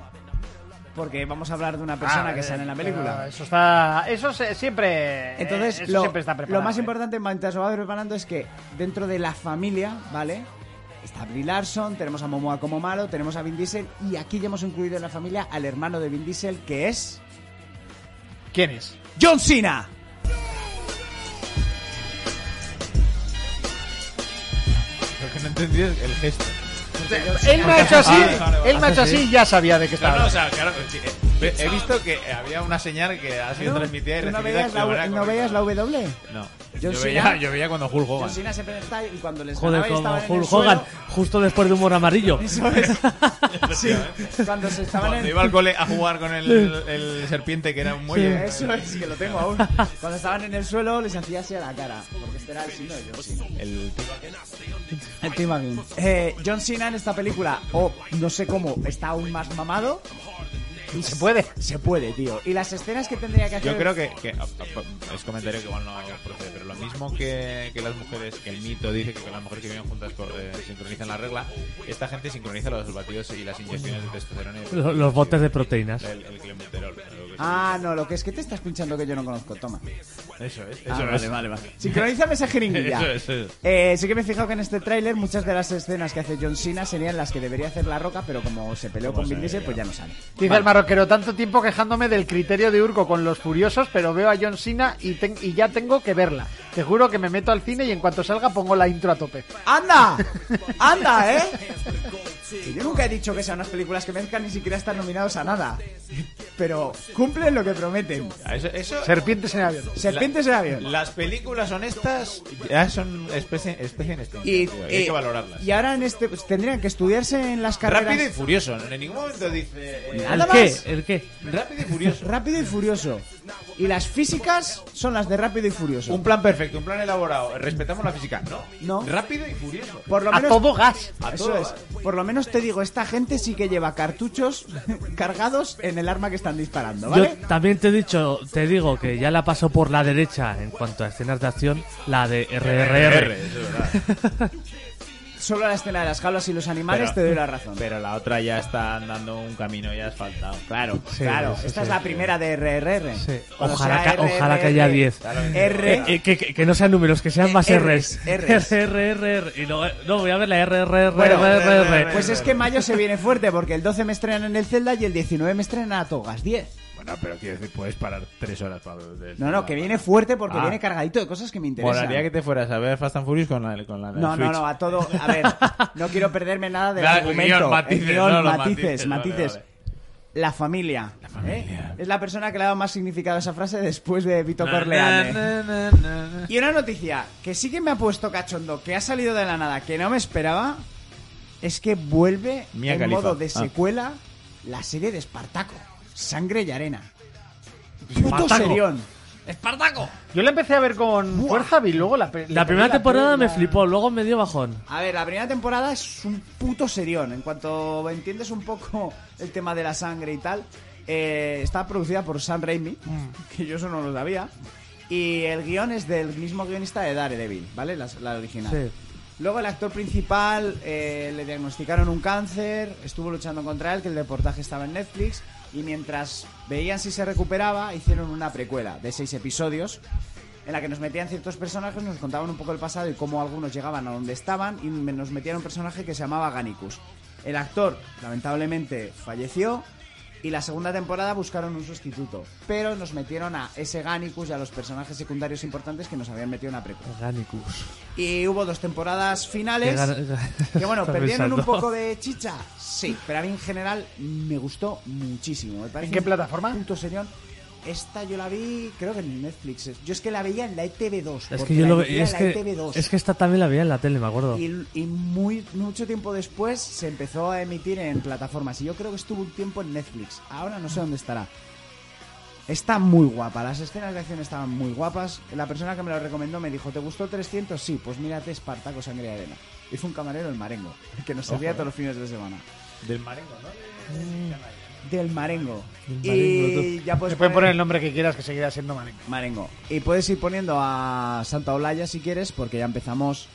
Speaker 4: porque vamos a hablar de una persona
Speaker 3: Ah,
Speaker 4: que sale en la película.
Speaker 3: pero Eso está. Eso se- siempre.
Speaker 4: Entonces,
Speaker 3: eh, eso
Speaker 4: lo,
Speaker 3: siempre está preparado,
Speaker 4: lo más
Speaker 3: eh.
Speaker 4: importante mientras lo va preparando es que dentro de la familia, ¿vale? Está Brie Larson, tenemos a Momoa como malo, tenemos a Vin Diesel y aquí ya hemos incluido en la familia al hermano de Vin Diesel que es
Speaker 3: ¿Quién es?
Speaker 4: John Cena.
Speaker 6: Lo que no he entendido es el gesto.
Speaker 3: Él me ha hecho así.
Speaker 6: Ah, vale, vale.
Speaker 3: Él me ha hecho así y ya sabía de qué estaba.
Speaker 6: No, no, o sea, claro, sí, eh, ve- he visto que había una señal que ha sido
Speaker 4: ¿No?
Speaker 6: transmitida y
Speaker 4: ¿Tú no
Speaker 6: recibida
Speaker 4: veías
Speaker 6: de
Speaker 4: la,
Speaker 6: manera
Speaker 4: ¿no
Speaker 6: correcta.
Speaker 4: veías la W?
Speaker 6: No.
Speaker 4: John
Speaker 6: Yo
Speaker 4: Cena.
Speaker 6: veía, yo veía cuando Hulk Hogan.
Speaker 4: John Cena siempre está y cuando les
Speaker 5: Joder,
Speaker 4: ganaba y
Speaker 5: como
Speaker 4: estaban en el
Speaker 5: Hulk Hogan,
Speaker 4: suelo-
Speaker 5: justo después de humor amarillo.
Speaker 4: Eso es. Sí, cuando se estaban
Speaker 6: Cuando
Speaker 4: en,
Speaker 6: iba al cole a jugar con el, el serpiente que era un muelle.
Speaker 4: Eso es, que lo tengo aún. Cuando estaban en el suelo les hacía así a la cara. Porque este era el signo de John Cena.
Speaker 6: El
Speaker 4: El Team Agin. Eh, John Cena en esta película, o no sé cómo, está aún más mamado. Y se puede. Se puede, tío. Y las escenas que tendría que hacer.
Speaker 6: Yo creo que, que- a- a- es comentario que igual no procede, pero lo mismo que, que las mujeres, que el mito dice que las mujeres que viven juntas co- eh, sincronizan la regla, esta gente sincroniza los batidos y las inyecciones de testosterona. y-
Speaker 5: Lo- Los botes de proteínas.
Speaker 6: El, el clenbuterol, creo que sí.
Speaker 4: Ah, no, lo que es que te estás pinchando que yo no conozco. Toma.
Speaker 6: Eso es, eso
Speaker 4: Ah,
Speaker 6: es.
Speaker 4: vale, vale, vale. Sincronízame esa jeringuilla.
Speaker 6: Eso es, eso es.
Speaker 4: Eh, sí que me he fijado que en este tráiler muchas de las escenas que hace John Cena serían las que debería hacer La Roca, pero como se peleó con Vin Diesel, pues ya no sale.
Speaker 3: Dice el marroquero, tanto tiempo quejándome del criterio de Urco con los furiosos, pero veo a John Cena y, ten- y ya tengo que verla. Te juro que me meto al cine y en cuanto salga pongo la intro a tope.
Speaker 4: ¡Anda! ¡Anda, eh! Que Yo nunca he dicho que sean unas películas que merezcan ni siquiera estar nominados a nada. Pero cumplen lo que prometen.
Speaker 6: Ah, eso- eso-
Speaker 3: Serpientes en avión.
Speaker 4: Serpientes en avión.
Speaker 6: las películas honestas ya son especie, especie en extinción.
Speaker 4: Y,
Speaker 6: tío,
Speaker 4: y-
Speaker 6: hay que valorarlas.
Speaker 4: y ahora en este pues, tendrían que estudiarse en las carreras.
Speaker 6: Rápido y furioso, en ningún momento dice... eh,
Speaker 4: Nada
Speaker 5: ¿El qué?
Speaker 4: más.
Speaker 5: ¿El qué?
Speaker 6: Rápido y furioso.
Speaker 4: Rápido y furioso. Y las físicas son las de rápido y furioso.
Speaker 6: Un plan perfecto, un plan elaborado. Respetamos la física. No,
Speaker 4: No.
Speaker 6: Rápido y furioso.
Speaker 4: Por lo
Speaker 3: A
Speaker 4: menos,
Speaker 3: todo gas.
Speaker 6: A
Speaker 4: Eso
Speaker 6: todo,
Speaker 4: es. Por lo menos te digo, esta gente sí que lleva cartuchos cargados en el arma que están disparando, ¿vale?
Speaker 5: Yo también te he dicho, te digo que ya la paso por la derecha en cuanto a escenas de acción, la de RRR.
Speaker 6: eso es verdad.
Speaker 4: Solo la escena de las jaulas y los animales
Speaker 6: Pero-
Speaker 4: te doy la razón.
Speaker 6: Pero la otra ya está andando un camino ya asfaltado. Claro.
Speaker 5: Sí,
Speaker 4: claro,
Speaker 5: sí,
Speaker 4: esta
Speaker 5: sí,
Speaker 4: es la
Speaker 5: sí.
Speaker 4: primera de RRR.
Speaker 5: Sí.
Speaker 4: Cuando
Speaker 5: Ojalá,
Speaker 4: sea
Speaker 5: que- ojalá que haya
Speaker 4: RRR,
Speaker 5: 10. Eh,
Speaker 4: R.
Speaker 5: eh, que, que- que no sean números, que sean más
Speaker 4: Eh,
Speaker 5: R's.
Speaker 4: Rs.
Speaker 5: RRR. Y luego, eh, no, voy a ver la RRR.
Speaker 4: Bueno,
Speaker 5: RRR.
Speaker 4: Pues es que mayo se viene fuerte porque el 12 me estrenan en el Zelda y el 19 me estrenan a Togas 10.
Speaker 6: Bueno, pero quiero decir, puedes parar tres horas para...
Speaker 4: No, no, que viene fuerte porque
Speaker 6: Ah.
Speaker 4: viene cargadito de cosas que me interesan.
Speaker 6: Molaría que te fueras a ver Fast and Furious con la, con la
Speaker 4: No, no, no, a todo. A ver, no quiero perderme nada del
Speaker 6: Claro, el
Speaker 4: argumento.
Speaker 6: guión,
Speaker 4: El
Speaker 6: matices,
Speaker 4: guión,
Speaker 6: no, los
Speaker 4: matices,
Speaker 6: matices, vale,
Speaker 4: matices.
Speaker 6: vale.
Speaker 4: La familia.
Speaker 6: familia.
Speaker 4: ¿eh? Es la persona que le ha dado más significado a esa frase después de Vito Corleone. Y una noticia que sí que me ha puesto cachondo, que ha salido de la nada, que no me esperaba, es que vuelve
Speaker 6: Mia
Speaker 4: en
Speaker 6: Khalifa.
Speaker 4: modo de
Speaker 6: Ah.
Speaker 4: secuela la serie de Espartaco. Sangre y arena. Puto
Speaker 5: Espartaco.
Speaker 4: serión.
Speaker 3: Yo la empecé a ver con fuerza y luego la, pe-
Speaker 5: La
Speaker 3: le
Speaker 5: primera
Speaker 3: pegué
Speaker 5: temporada me
Speaker 3: la-
Speaker 5: flipó, luego me dio bajón.
Speaker 4: A ver, la primera temporada es un puto serión. En cuanto entiendes un poco el tema de la sangre y tal, eh, está producida por Sam Raimi, que yo eso no lo sabía. Y el guión es del mismo guionista de Daredevil, ¿vale? La, la original.
Speaker 5: Sí.
Speaker 4: Luego el actor principal eh, le diagnosticaron un cáncer, estuvo luchando contra él, que el reportaje estaba en Netflix, Y mientras veían si se recuperaba, hicieron una precuela de seis episodios en la que nos metían ciertos personajes, nos contaban un poco el pasado y cómo algunos llegaban a donde estaban y me- nos metían un personaje que se llamaba Gannicus. El actor, lamentablemente, falleció y la segunda temporada buscaron un sustituto, pero nos metieron a ese Gannicus y a los personajes secundarios importantes que nos habían metido en la precuela. Y hubo dos temporadas finales. Que bueno, perdieron un poco de chicha. Sí, pero a mí en general me gustó muchísimo. Me parece
Speaker 7: ¿En qué
Speaker 4: un
Speaker 7: plataforma?
Speaker 4: Punto serión. Esta yo la vi, creo que en Netflix. Yo es que la veía en la E ETV2.
Speaker 5: Es
Speaker 4: porque
Speaker 5: que yo
Speaker 4: la
Speaker 5: lo
Speaker 4: emitía
Speaker 5: veía. Es
Speaker 4: la E
Speaker 5: que,
Speaker 4: ETV2.
Speaker 5: es que esta también la veía en la tele, me acuerdo.
Speaker 4: Y, y muy mucho tiempo después se empezó a emitir en plataformas. Y yo creo que estuvo un tiempo en Netflix. Ahora no sé dónde estará. Está muy guapa. Las escenas de acción estaban muy guapas. La persona que me lo recomendó me dijo, ¿te gustó 300? Sí, pues mírate Espartaco Sangre y Arena. Hizo un camarero el Marengo, que nos servía todos los fines de semana.
Speaker 9: Del Marengo, ¿no?
Speaker 4: Del Marengo.
Speaker 5: Marengo,
Speaker 4: y ya puedes
Speaker 3: Te puedes poner
Speaker 4: poner-
Speaker 3: el nombre que quieras que seguirá siendo Marengo.
Speaker 4: Marengo. Y puedes ir poniendo a Santa Olaya si quieres, porque ya empezamos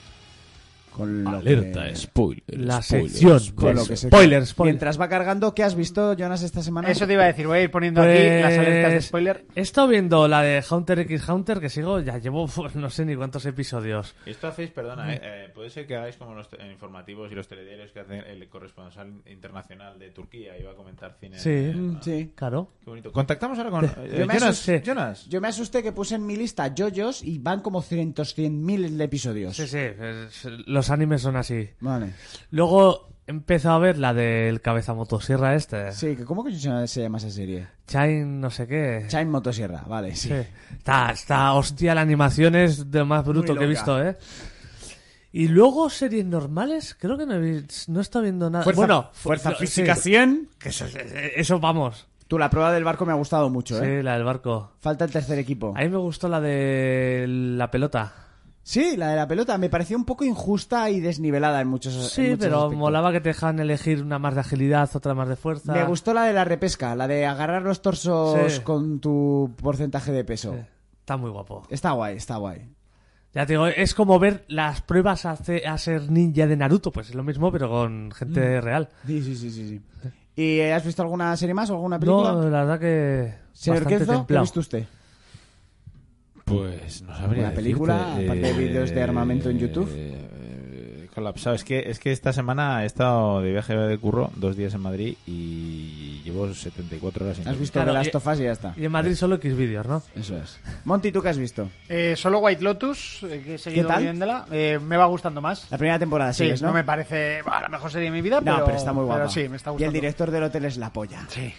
Speaker 4: con lo
Speaker 9: Alerta,
Speaker 4: que...
Speaker 9: spoiler.
Speaker 5: La
Speaker 9: spoiler,
Speaker 5: sección
Speaker 4: con
Speaker 5: con
Speaker 4: lo que se-
Speaker 5: spoilers, spoilers.
Speaker 4: Mientras va cargando, ¿qué has visto, Jonas, esta semana?
Speaker 3: Eso te iba a decir, voy a ir poniendo aquí las alertas de
Speaker 5: Pues,
Speaker 3: spoiler.
Speaker 5: He estado viendo la de Hunter x Hunter, que sigo, ya llevo uf, no sé ni cuántos episodios.
Speaker 9: Esto hacéis, perdona, ¿eh? Eh, puede ser que hagáis como los te- informativos y los telediarios que hacen el corresponsal internacional de Turquía y va a comentar cine.
Speaker 5: Sí.
Speaker 9: Eh,
Speaker 5: Mm,
Speaker 9: ah,
Speaker 4: Sí.
Speaker 5: Claro.
Speaker 9: Qué bonito. Contactamos ahora con. eh,
Speaker 4: Yo me
Speaker 9: Jonas,
Speaker 5: asusté.
Speaker 9: Jonas.
Speaker 4: Yo me asusté que puse en mi lista JoJo's y van como 100.000 de episodios.
Speaker 5: Sí, sí, es- los animes son así.
Speaker 4: Vale.
Speaker 5: Luego he empezado a ver la del cabeza motosierra este.
Speaker 4: Sí, que ¿cómo que se se llama esa serie?
Speaker 5: Chain no sé qué.
Speaker 4: Chain Motosierra, vale, sí.
Speaker 5: Sí. Está, está, hostia, la animación es de lo más bruto que
Speaker 4: loca.
Speaker 5: he visto, ¿eh? Y luego series normales, creo que no, he vis- no he estado viendo nada.
Speaker 4: Fuerza,
Speaker 5: bueno, fu-
Speaker 4: Fuerza
Speaker 5: sí,
Speaker 4: Física 100.
Speaker 5: que eso, eso vamos.
Speaker 4: Tú, la prueba del barco me ha gustado mucho, ¿eh?
Speaker 5: Sí, la del barco.
Speaker 4: Falta el tercer equipo.
Speaker 5: A mí me gustó la de la
Speaker 4: Eh,
Speaker 5: pelota.
Speaker 4: Sí, la de la pelota. Me pareció un poco injusta y desnivelada en muchos en
Speaker 5: Sí,
Speaker 4: muchos
Speaker 5: pero
Speaker 4: aspectos.
Speaker 5: molaba que te dejaban elegir una más de agilidad, otra más de fuerza.
Speaker 4: Me gustó la de la repesca, la de agarrar los torsos
Speaker 5: Sí.
Speaker 4: con tu porcentaje de peso.
Speaker 5: Está muy guapo.
Speaker 4: Está guay, está guay.
Speaker 5: Ya te digo, es como ver las pruebas a, ce- a ser ninja de Naruto, pues es lo mismo, pero con gente
Speaker 4: Mm.
Speaker 5: real.
Speaker 4: Sí, sí, sí, sí, sí. ¿Y eh, has visto alguna serie más o alguna película?
Speaker 5: No, la verdad que.
Speaker 4: Señor
Speaker 5: bastante
Speaker 4: Kenzo, ¿qué ha
Speaker 5: templado.
Speaker 4: visto usted?
Speaker 9: Pues no sabría.
Speaker 4: ¿Alguna película,
Speaker 6: eh,
Speaker 9: decirte,
Speaker 4: aparte de vídeos de armamento en YouTube?
Speaker 9: eh, colapsado. Es que, es que esta semana he estado de viaje de curro, dos días en Madrid y llevo 74 horas sin
Speaker 4: ¿Has
Speaker 9: dormir.
Speaker 4: visto
Speaker 5: Claro,
Speaker 4: The Last
Speaker 5: y-
Speaker 4: of Us y ya está?
Speaker 5: Y en Madrid solo X vídeos, ¿no?
Speaker 4: Eso es. Monty, ¿tú qué has visto?
Speaker 3: Eh, solo White Lotus, eh, que he seguido
Speaker 4: tal?
Speaker 3: viéndola, eh, me va gustando más.
Speaker 4: La primera temporada
Speaker 3: Sí,
Speaker 4: sigues,
Speaker 3: no?
Speaker 4: ¿no?
Speaker 3: me parece bah, la mejor serie de mi vida,
Speaker 4: No,
Speaker 3: pero,
Speaker 4: pero está muy guapa.
Speaker 3: sí, me está
Speaker 4: Y el
Speaker 3: gustando.
Speaker 4: director del hotel es la polla.
Speaker 3: Sí.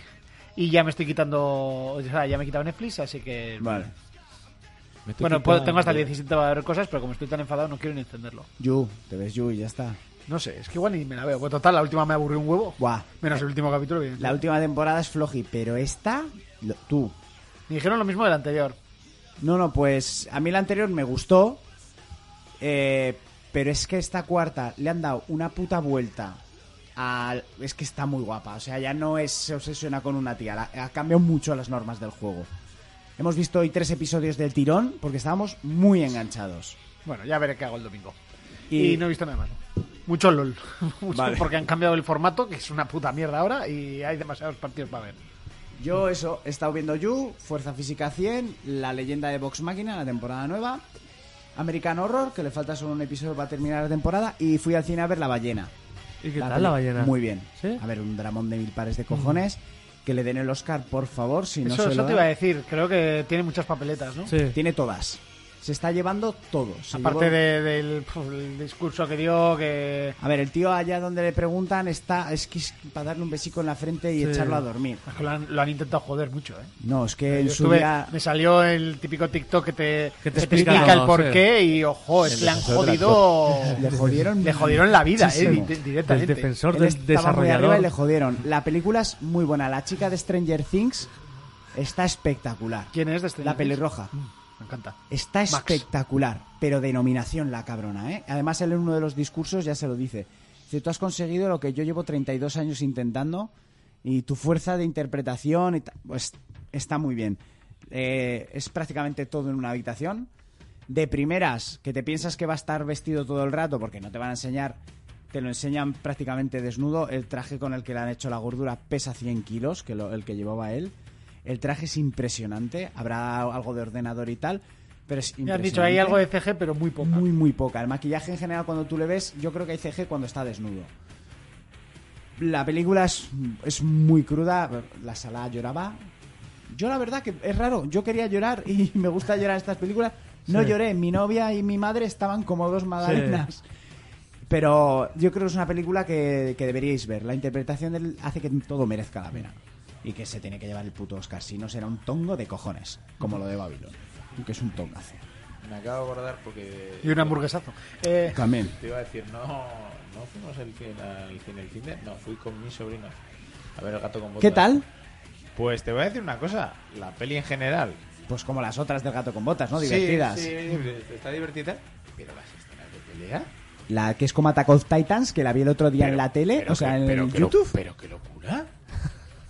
Speaker 3: Y ya me estoy quitando, o sea, ya me he quitado Netflix, así que...
Speaker 4: Vale.
Speaker 9: Me estoy
Speaker 3: Bueno, puedo-
Speaker 9: quitando-
Speaker 3: tengo hasta el 17 para ver cosas, pero como estoy tan enfadado no quiero ni entenderlo.
Speaker 4: You, te ves You y ya está.
Speaker 3: No sé, es que igual ni me la veo. Pues total, la última me aburrió un huevo.
Speaker 4: Buah.
Speaker 3: Menos el último capítulo, bien.
Speaker 4: La última temporada es floji, pero esta, lo- tú.
Speaker 3: Me dijeron lo mismo del anterior.
Speaker 4: No, no, pues a mí la anterior me gustó, eh, pero es que esta cuarta le han dado una puta vuelta. al- es que está muy guapa, o sea, ya no es, se obsesiona con una tía, la- ha cambiado mucho las normas del juego. Hemos visto hoy tres episodios del tirón porque estábamos muy enganchados.
Speaker 3: Bueno, ya veré qué hago el domingo.
Speaker 4: Y-
Speaker 3: Y, no he visto nada más. Mucho LOL. Mucho, Porque han cambiado el formato, que es una puta mierda ahora, y hay demasiados partidos para ver.
Speaker 4: Yo eso, he estado viendo You, Fuerza Física 100, La leyenda de Vox Máquina, la temporada nueva, American Horror, que le falta solo un episodio para terminar la temporada, y fui al cine a ver La ballena.
Speaker 5: ¿Y qué
Speaker 4: La
Speaker 5: tal la
Speaker 4: peli-
Speaker 5: ballena?
Speaker 4: Muy bien.
Speaker 5: ¿Sí?
Speaker 4: A ver, un dramón de mil pares de cojones. Que le den el Oscar, por favor, si no
Speaker 3: Mm. eso
Speaker 4: se
Speaker 3: eso
Speaker 4: lo
Speaker 3: te
Speaker 4: dan.
Speaker 3: iba a decir. Creo que tiene muchas papeletas, ¿no?
Speaker 5: Sí.
Speaker 4: Tiene todas. Se está llevando todo. Se
Speaker 3: Aparte
Speaker 4: llevó-
Speaker 3: de- del puf, el discurso que dio, que...
Speaker 4: A ver, el tío allá donde le preguntan está... Es que es para darle un besico en la frente y
Speaker 5: Sí.
Speaker 4: echarlo a dormir.
Speaker 3: es que Lo han, lo han intentado joder mucho, ¿eh?
Speaker 4: No, es que en
Speaker 3: Yo
Speaker 4: su
Speaker 3: estuve-
Speaker 4: día...
Speaker 3: Me salió el típico TikTok que te,
Speaker 5: Que te
Speaker 3: que te
Speaker 5: explica
Speaker 3: explica, el
Speaker 5: todo,
Speaker 3: porqué y, ojo, es que le han jodido...
Speaker 4: Le jodieron...
Speaker 3: Le jodieron la vida, ¿eh?
Speaker 4: muchísimo.
Speaker 3: di-
Speaker 5: El
Speaker 3: Directamente.
Speaker 5: defensor
Speaker 4: Él
Speaker 5: del
Speaker 4: estaba muy arriba
Speaker 5: desarrollador.
Speaker 4: y le jodieron. La película es muy buena. La chica de Stranger Things está espectacular.
Speaker 3: ¿Quién es de este?
Speaker 4: La pelirroja.
Speaker 3: Me encanta.
Speaker 4: Está
Speaker 3: Max.
Speaker 4: espectacular, pero denominación la cabrona, ¿eh? Además, él en uno de los discursos ya se lo dice. Dice, tú has conseguido lo que yo llevo 32 años intentando y tu fuerza de interpretación y ta- pues, está muy bien. Eh, es prácticamente todo en una habitación. De primeras, que te piensas que va a estar vestido todo el rato porque no te van a enseñar Te lo enseñan prácticamente desnudo. El traje con el que le han hecho la gordura pesa 100 kilos, que lo- el que llevaba él. El traje es impresionante. Habrá algo de ordenador y tal, pero es
Speaker 3: Me
Speaker 4: impresionante.
Speaker 3: has dicho ahí algo de CG, pero muy poco.
Speaker 4: Muy, muy poca. El maquillaje en general, cuando tú le ves, yo creo que hay CG cuando está desnudo. La película es, es muy cruda. La sala lloraba. Yo, la verdad, que es raro. Yo quería llorar y me gusta llorar en estas películas. No lloré. Mi novia y mi madre estaban como dos magdalenas. Pero yo creo que es una película que, que deberíais ver. La interpretación del, hace que todo merezca la pena. Y que se tiene que llevar el puto Oscar. Si no, será un tongo de cojones. Como lo de Babylon. Que es un tongazo.
Speaker 6: Me acabo de acordar porque.
Speaker 3: Y un hamburguesazo. Eh,
Speaker 4: También.
Speaker 6: Te iba a decir, no, no fuimos al fin- al cine el fin de. No, fui con mis sobrinos a ver el gato con botas.
Speaker 4: ¿Qué tal?
Speaker 6: Pues te voy a decir una cosa. La peli en general.
Speaker 4: Pues como las otras del gato con botas, ¿no?
Speaker 6: Sí,
Speaker 4: Divertidas.
Speaker 6: Sí, está divertida. Pero las escenas de pelea.
Speaker 4: La que es como Attack of Titans, que la vi el otro día
Speaker 6: Pero-
Speaker 4: en la tele,
Speaker 6: pero
Speaker 4: o sea,
Speaker 6: que-
Speaker 4: en
Speaker 6: pero que lo-
Speaker 4: YouTube.
Speaker 6: pero qué locura.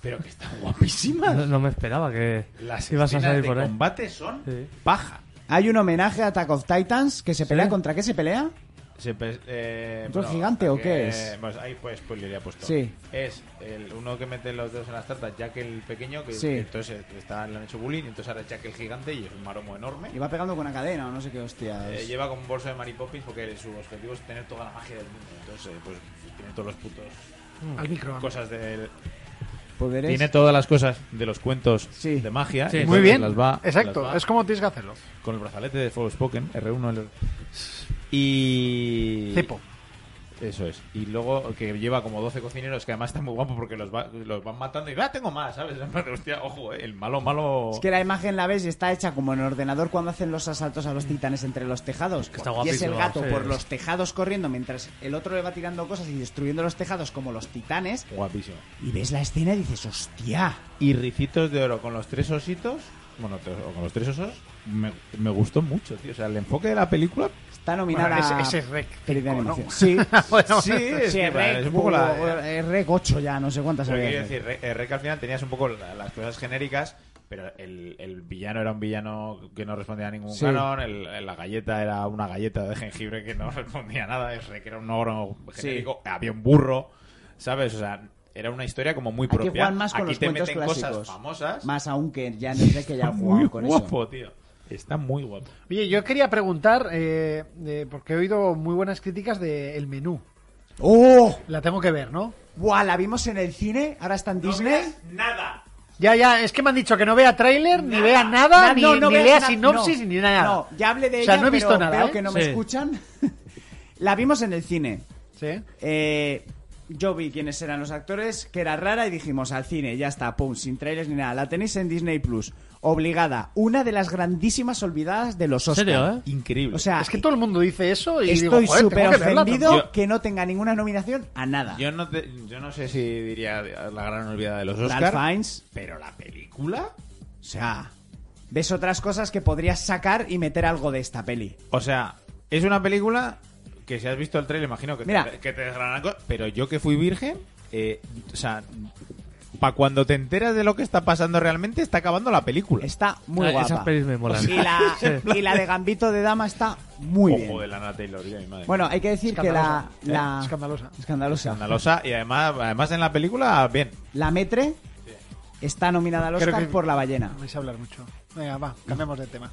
Speaker 6: Pero que están guapísimas.
Speaker 5: No, no me esperaba que
Speaker 6: Las
Speaker 5: ibas a
Speaker 6: escenas
Speaker 5: salir
Speaker 6: de
Speaker 5: por ahí.
Speaker 6: combate son
Speaker 5: Sí.
Speaker 6: paja.
Speaker 4: Hay un homenaje a Attack of Titans que se pelea contra qué se pelea?
Speaker 6: Se pe- eh,
Speaker 4: ¿Otro gigante o
Speaker 6: que-
Speaker 4: qué es?
Speaker 6: Pues ahí pues spoiler ya he puesto.
Speaker 4: Sí.
Speaker 6: Es el uno que mete los dedos en las tartas, Jack el pequeño, que
Speaker 4: Sí.
Speaker 6: que entonces eh, está, le han hecho bullying, y entonces ahora es Jack el gigante y es un maromo enorme.
Speaker 4: Y va pegando con una cadena o no sé qué hostias.
Speaker 6: Eh, lleva como un bolso de Mary Poppins porque su objetivo es tener toda la magia del mundo. Entonces, eh, pues tiene todos los putos
Speaker 3: al
Speaker 4: Ah.
Speaker 3: micro.
Speaker 6: cosas del.
Speaker 4: Poderes.
Speaker 6: Tiene todas las cosas de los cuentos
Speaker 4: Sí.
Speaker 6: de magia.
Speaker 5: Sí.
Speaker 6: y
Speaker 5: Muy
Speaker 6: entonces
Speaker 5: bien,
Speaker 6: las va-
Speaker 3: Exacto,
Speaker 6: las va-
Speaker 3: es como tienes que hacerlo.
Speaker 6: con el brazalete de Forspoken, R1. el- Y.
Speaker 3: Cepo.
Speaker 6: Eso es. Y luego que lleva como 12 cocineros que además está muy guapo porque los, va- los van matando y ¡ah, tengo más! ¿Sabes? En plan de, Hostia, ojo, eh, el malo, malo.
Speaker 4: Es que la imagen la ves y está hecha como en ordenador cuando hacen los asaltos a los titanes entre los tejados.
Speaker 5: está
Speaker 4: y es el
Speaker 5: guapísimo,
Speaker 4: gato
Speaker 5: sí.
Speaker 4: por los tejados corriendo mientras el otro le va tirando cosas y destruyendo los tejados como los titanes.
Speaker 6: Guapísimo.
Speaker 4: Y ves la escena y dices, hostia.
Speaker 6: Y Ricitos de Oro con los tres ositos. Bueno, tres- o con los tres osos. Me, me gustó mucho, tío. O sea, el enfoque de la película.
Speaker 4: Está nominada
Speaker 3: Bueno, ese- ese
Speaker 4: a
Speaker 3: es rec
Speaker 4: Peli de
Speaker 3: cinco,
Speaker 4: animación.
Speaker 3: ¿no?
Speaker 4: Sí,
Speaker 6: sí, es,
Speaker 4: Sí,
Speaker 6: que, vale,
Speaker 4: Rec,
Speaker 6: es un poco la.
Speaker 4: eh, Rec 8 ya, no sé cuántas
Speaker 6: Pero
Speaker 4: había.
Speaker 6: quiero decir, Re- eh, Rec al final tenías un poco la- las cosas genéricas, pero el, el villano era un villano que no respondía a ningún
Speaker 4: Sí.
Speaker 6: canon, el- el- la galleta era una galleta de jengibre que no respondía a nada, el Rec era un ogro genérico, había un burro, ¿sabes? O sea, era una historia como muy
Speaker 4: Aquí
Speaker 6: propia.
Speaker 4: juegan más con
Speaker 6: Aquí
Speaker 4: los
Speaker 6: te
Speaker 4: cuentos
Speaker 6: meten
Speaker 4: clásicos.
Speaker 6: cosas famosas.
Speaker 4: Más aún que ya no sé que ya han
Speaker 6: muy
Speaker 4: jugado con
Speaker 6: guapo, tío. Está muy guapo.
Speaker 3: Oye, yo quería preguntar, eh, eh, porque he oído muy buenas críticas del menú.
Speaker 4: eso. ¡Oh!
Speaker 3: La tengo que ver, ¿no?
Speaker 4: ¡Buah! La vimos en el cine, ahora está en Disney.
Speaker 6: Nada.
Speaker 3: Ya, ya, es que me han dicho que no vea tráiler, ni vea nada,
Speaker 4: Na-
Speaker 3: ni,
Speaker 4: no, no
Speaker 3: ni
Speaker 4: veas
Speaker 3: lea
Speaker 4: na-
Speaker 3: sinopsis,
Speaker 4: no.
Speaker 3: ni nada.
Speaker 4: No, ya hablé de
Speaker 3: O sea,
Speaker 4: ella,
Speaker 3: no he visto
Speaker 4: pero
Speaker 3: nada,
Speaker 4: veo
Speaker 3: ¿eh?
Speaker 4: que no me
Speaker 5: Sí.
Speaker 4: escuchan. la vimos en el cine.
Speaker 3: Sí.
Speaker 4: Eh, yo vi quiénes eran los actores, que era rara, y dijimos al cine, ya está, pum, sin trailers ni nada. La tenéis en Disney Plus. Obligada. Una de las grandísimas olvidadas de los Oscar.
Speaker 5: serio, eh?
Speaker 6: Increíble.
Speaker 4: O sea,
Speaker 3: Es que todo el mundo dice eso y
Speaker 4: estoy
Speaker 3: digo, joder,
Speaker 4: súper
Speaker 3: tengo que verla,
Speaker 4: ofendido
Speaker 3: tío.
Speaker 6: Yo-
Speaker 4: que no tenga ninguna nominación a nada.
Speaker 6: yo no, te- yo no sé si diría la gran olvidada de los
Speaker 4: Ralph
Speaker 6: Oscars,
Speaker 4: Fiennes,
Speaker 6: pero la película
Speaker 4: o sea, ves otras cosas que podrías sacar y meter algo de esta peli.
Speaker 6: O sea, es una película que si has visto el trailer, imagino que
Speaker 4: Mira.
Speaker 6: te, que te desgranarán cosas, Pero yo que fui virgen, eh, o sea, para cuando te enteras de lo que está pasando realmente, está acabando la película.
Speaker 4: Está muy
Speaker 5: Ah, Esas
Speaker 4: guapa.
Speaker 5: pelis me molan.
Speaker 4: Y la, y la de Gambito de Dama está muy
Speaker 6: Ojo
Speaker 4: bien.
Speaker 6: de Lana Taylor, ya, mi madre.
Speaker 4: Bueno, hay que decir que la...
Speaker 3: Escandalosa,
Speaker 4: la-
Speaker 3: ¿eh? Escandalosa.
Speaker 4: Escandalosa.
Speaker 6: Escandalosa, y además, además en la película, bien.
Speaker 4: La Metre está nominada al
Speaker 3: Creo
Speaker 4: Oscar
Speaker 3: que-
Speaker 4: por La Ballena.
Speaker 3: No vais a hablar mucho. Venga, va, cambiamos de tema.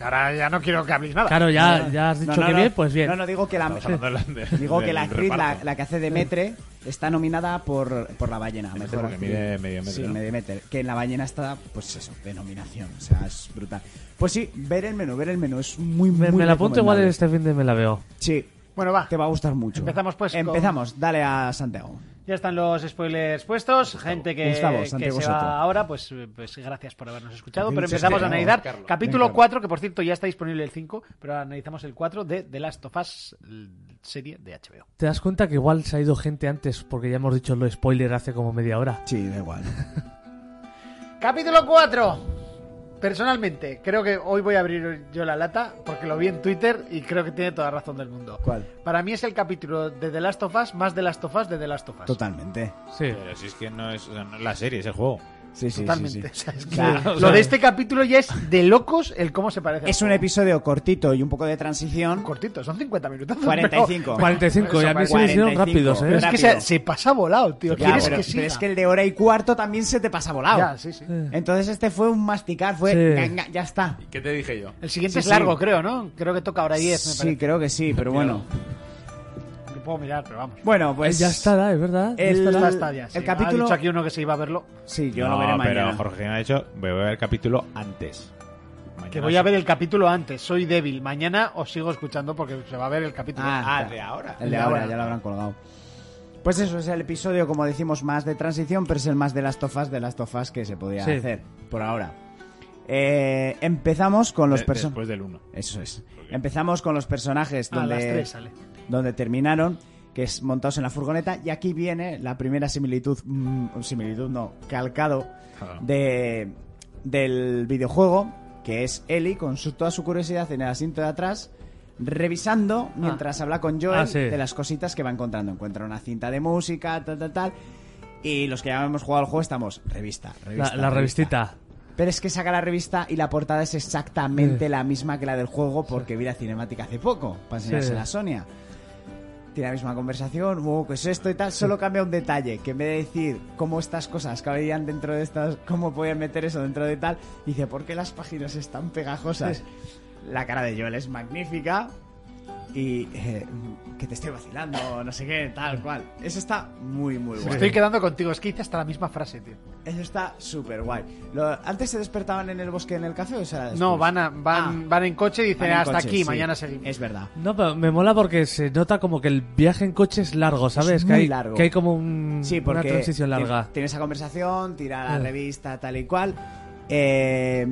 Speaker 3: Ahora ya no quiero que habléis nada.
Speaker 5: Claro, ya, ya has dicho
Speaker 4: No, no,
Speaker 5: que
Speaker 4: no.
Speaker 5: bien, pues bien.
Speaker 4: No, no, digo que la...
Speaker 6: Estamos hablando de-
Speaker 4: Ah, Digo que
Speaker 6: del
Speaker 4: la actriz, la,
Speaker 6: reparto.
Speaker 4: la que hace de Metre, está nominada por, por La Ballena. Mejor
Speaker 6: Este porque
Speaker 4: actriz.
Speaker 6: mide medio metro,
Speaker 4: Sí,
Speaker 6: ¿no?
Speaker 4: medio metro. Que en La Ballena está, pues eso, de nominación. O sea, es brutal. Pues sí, ver el menú, ver el menú. Es muy,
Speaker 5: me,
Speaker 4: muy
Speaker 5: me la apunto igual
Speaker 4: recomendable.
Speaker 5: este fin de me la veo.
Speaker 4: Sí,
Speaker 3: Bueno, va.
Speaker 4: te va a gustar mucho.
Speaker 3: Empezamos, pues, con-
Speaker 4: Empezamos, dale a Santiago.
Speaker 3: Ya están los spoilers puestos. Gente que,
Speaker 4: Gustavo,
Speaker 3: que
Speaker 4: Santiago
Speaker 3: se
Speaker 4: Soto.
Speaker 3: va ahora, pues, eh, pues gracias por habernos escuchado.
Speaker 4: Aquí
Speaker 3: Pero
Speaker 4: dice
Speaker 3: empezamos a
Speaker 4: Santiago,
Speaker 3: analizar
Speaker 6: Carlos.
Speaker 3: capítulo
Speaker 4: Venga.
Speaker 3: 4, que por cierto ya está disponible el 5, pero ahora analizamos el 4 de The Last of Us, l- serie de HBO.
Speaker 5: ¿Te das cuenta que igual se ha ido gente antes porque ya hemos dicho lo spoiler hace como media hora?
Speaker 4: Sí, da igual.
Speaker 3: Capítulo 4. Personalmente, creo que hoy voy a abrir yo la lata porque lo vi en Twitter y creo que tiene toda razón del mundo.
Speaker 4: ¿Cuál?
Speaker 3: Para mí es el capítulo de The Last of Us más The Last of Us de The Last of Us.
Speaker 4: Totalmente.
Speaker 5: Sí.
Speaker 6: Pero si es que no es, o sea, no es la serie, es el juego.
Speaker 4: Sí, sí,
Speaker 3: Totalmente.
Speaker 4: sí,
Speaker 3: O
Speaker 4: sí.
Speaker 3: sea, es que
Speaker 4: Claro,
Speaker 3: lo de este capítulo ya es de locos el cómo se parece. al
Speaker 4: Es un
Speaker 3: juego.
Speaker 4: episodio cortito y un poco de transición.
Speaker 3: cortito, son 50 minutos.
Speaker 4: 45.
Speaker 5: 45, y a mí se me hicieron
Speaker 4: 45.
Speaker 5: rápidos,
Speaker 3: Pero
Speaker 5: ¿eh?
Speaker 3: es que se, se pasa volado, tío.
Speaker 4: Ya,
Speaker 3: ¿Quieres
Speaker 4: pero,
Speaker 3: que
Speaker 4: pero
Speaker 3: siga?
Speaker 4: es que el de hora y cuarto también se te pasa volado.
Speaker 3: Ya, sí, sí.
Speaker 4: Entonces este fue un masticar, fue...
Speaker 5: Sí.
Speaker 4: "Ga, ga", Ya está.
Speaker 6: ¿Qué te dije yo?
Speaker 3: El siguiente
Speaker 4: Sí,
Speaker 3: es largo,
Speaker 4: sí.
Speaker 3: creo, ¿no? Creo que toca ahora 10, me
Speaker 4: Sí, creo que sí, pero bueno.
Speaker 3: parece. Lo puedo mirar, pero vamos.
Speaker 4: Bueno,
Speaker 5: Eh,
Speaker 4: pues...
Speaker 5: ya estará, es verdad. Ya
Speaker 4: el-
Speaker 3: Está,
Speaker 5: estará.
Speaker 3: está ya. sí.
Speaker 4: el
Speaker 3: Ha
Speaker 4: capítulo-
Speaker 3: dicho aquí uno que se iba a verlo.
Speaker 4: Sí, yo
Speaker 6: no,
Speaker 4: lo veré mañana.
Speaker 6: pero Jorge ha dicho, voy a ver el capítulo antes. Mañana
Speaker 3: Que voy a ver el capítulo antes. Soy débil. Mañana os sigo escuchando porque se va a ver el capítulo.
Speaker 4: Ah,
Speaker 6: de ahora.
Speaker 4: El de ahora, ya lo habrán colgado. Pues eso, es el episodio, como decimos, más de transición, pero es el más de las tofas de las tofas que se podía
Speaker 5: Sí.
Speaker 4: hacer por ahora. Eh, empezamos con los
Speaker 6: De-
Speaker 4: personajes.
Speaker 6: después del 1.
Speaker 4: Eso es. Empezamos con los personajes
Speaker 3: a
Speaker 4: donde,
Speaker 3: las 3 sale.
Speaker 4: donde terminaron, que es montados en la furgoneta. Y aquí viene la primera similitud, mm, similitud no, calcado de, del videojuego, que es Ellie con su- toda su curiosidad en el asiento de atrás, revisando mientras habla con Joel
Speaker 5: Ah, sí.
Speaker 4: de las cositas que va encontrando. Encuentra una cinta de música, tal, tal, tal. Y los que ya hemos jugado al juego estamos, revista, revista.
Speaker 5: La, la revistita.
Speaker 4: Pero es que saca la revista y la portada es exactamente la misma que la del juego porque vi la cinemática hace poco, para enseñársela a Sonia. Tiene la misma conversación, wow, ¿qué es esto y tal? Solo cambia un detalle, que en vez de decir cómo estas cosas cabrían dentro de estas, cómo podían meter eso dentro de tal, dice, ¿por qué las páginas están pegajosas? La cara de Joel es magnífica y eh, que te estoy vacilando, no sé qué, tal cual. Eso está muy, muy bueno.
Speaker 3: Estoy quedando contigo. Es que hice hasta la misma frase, tío.
Speaker 4: Eso está súper guay. Lo- ¿Antes se despertaban en el bosque en el café o será después?
Speaker 3: No, van, a- van, van en coche y
Speaker 4: Ah, pues. Van
Speaker 3: dicen
Speaker 4: en
Speaker 3: hasta
Speaker 4: coche,
Speaker 3: aquí,
Speaker 4: sí.
Speaker 3: mañana seguimos.
Speaker 4: Es verdad.
Speaker 5: No, pero me mola porque se nota como que el viaje en coche es largo, ¿sabes? que,
Speaker 4: muy
Speaker 5: hay,
Speaker 4: largo.
Speaker 5: que hay como un-
Speaker 4: Sí, porque
Speaker 5: Mm, una transición larga.
Speaker 4: tiene- Tiene esa conversación, tira la
Speaker 5: Eh.
Speaker 4: revista, tal y cual. eh,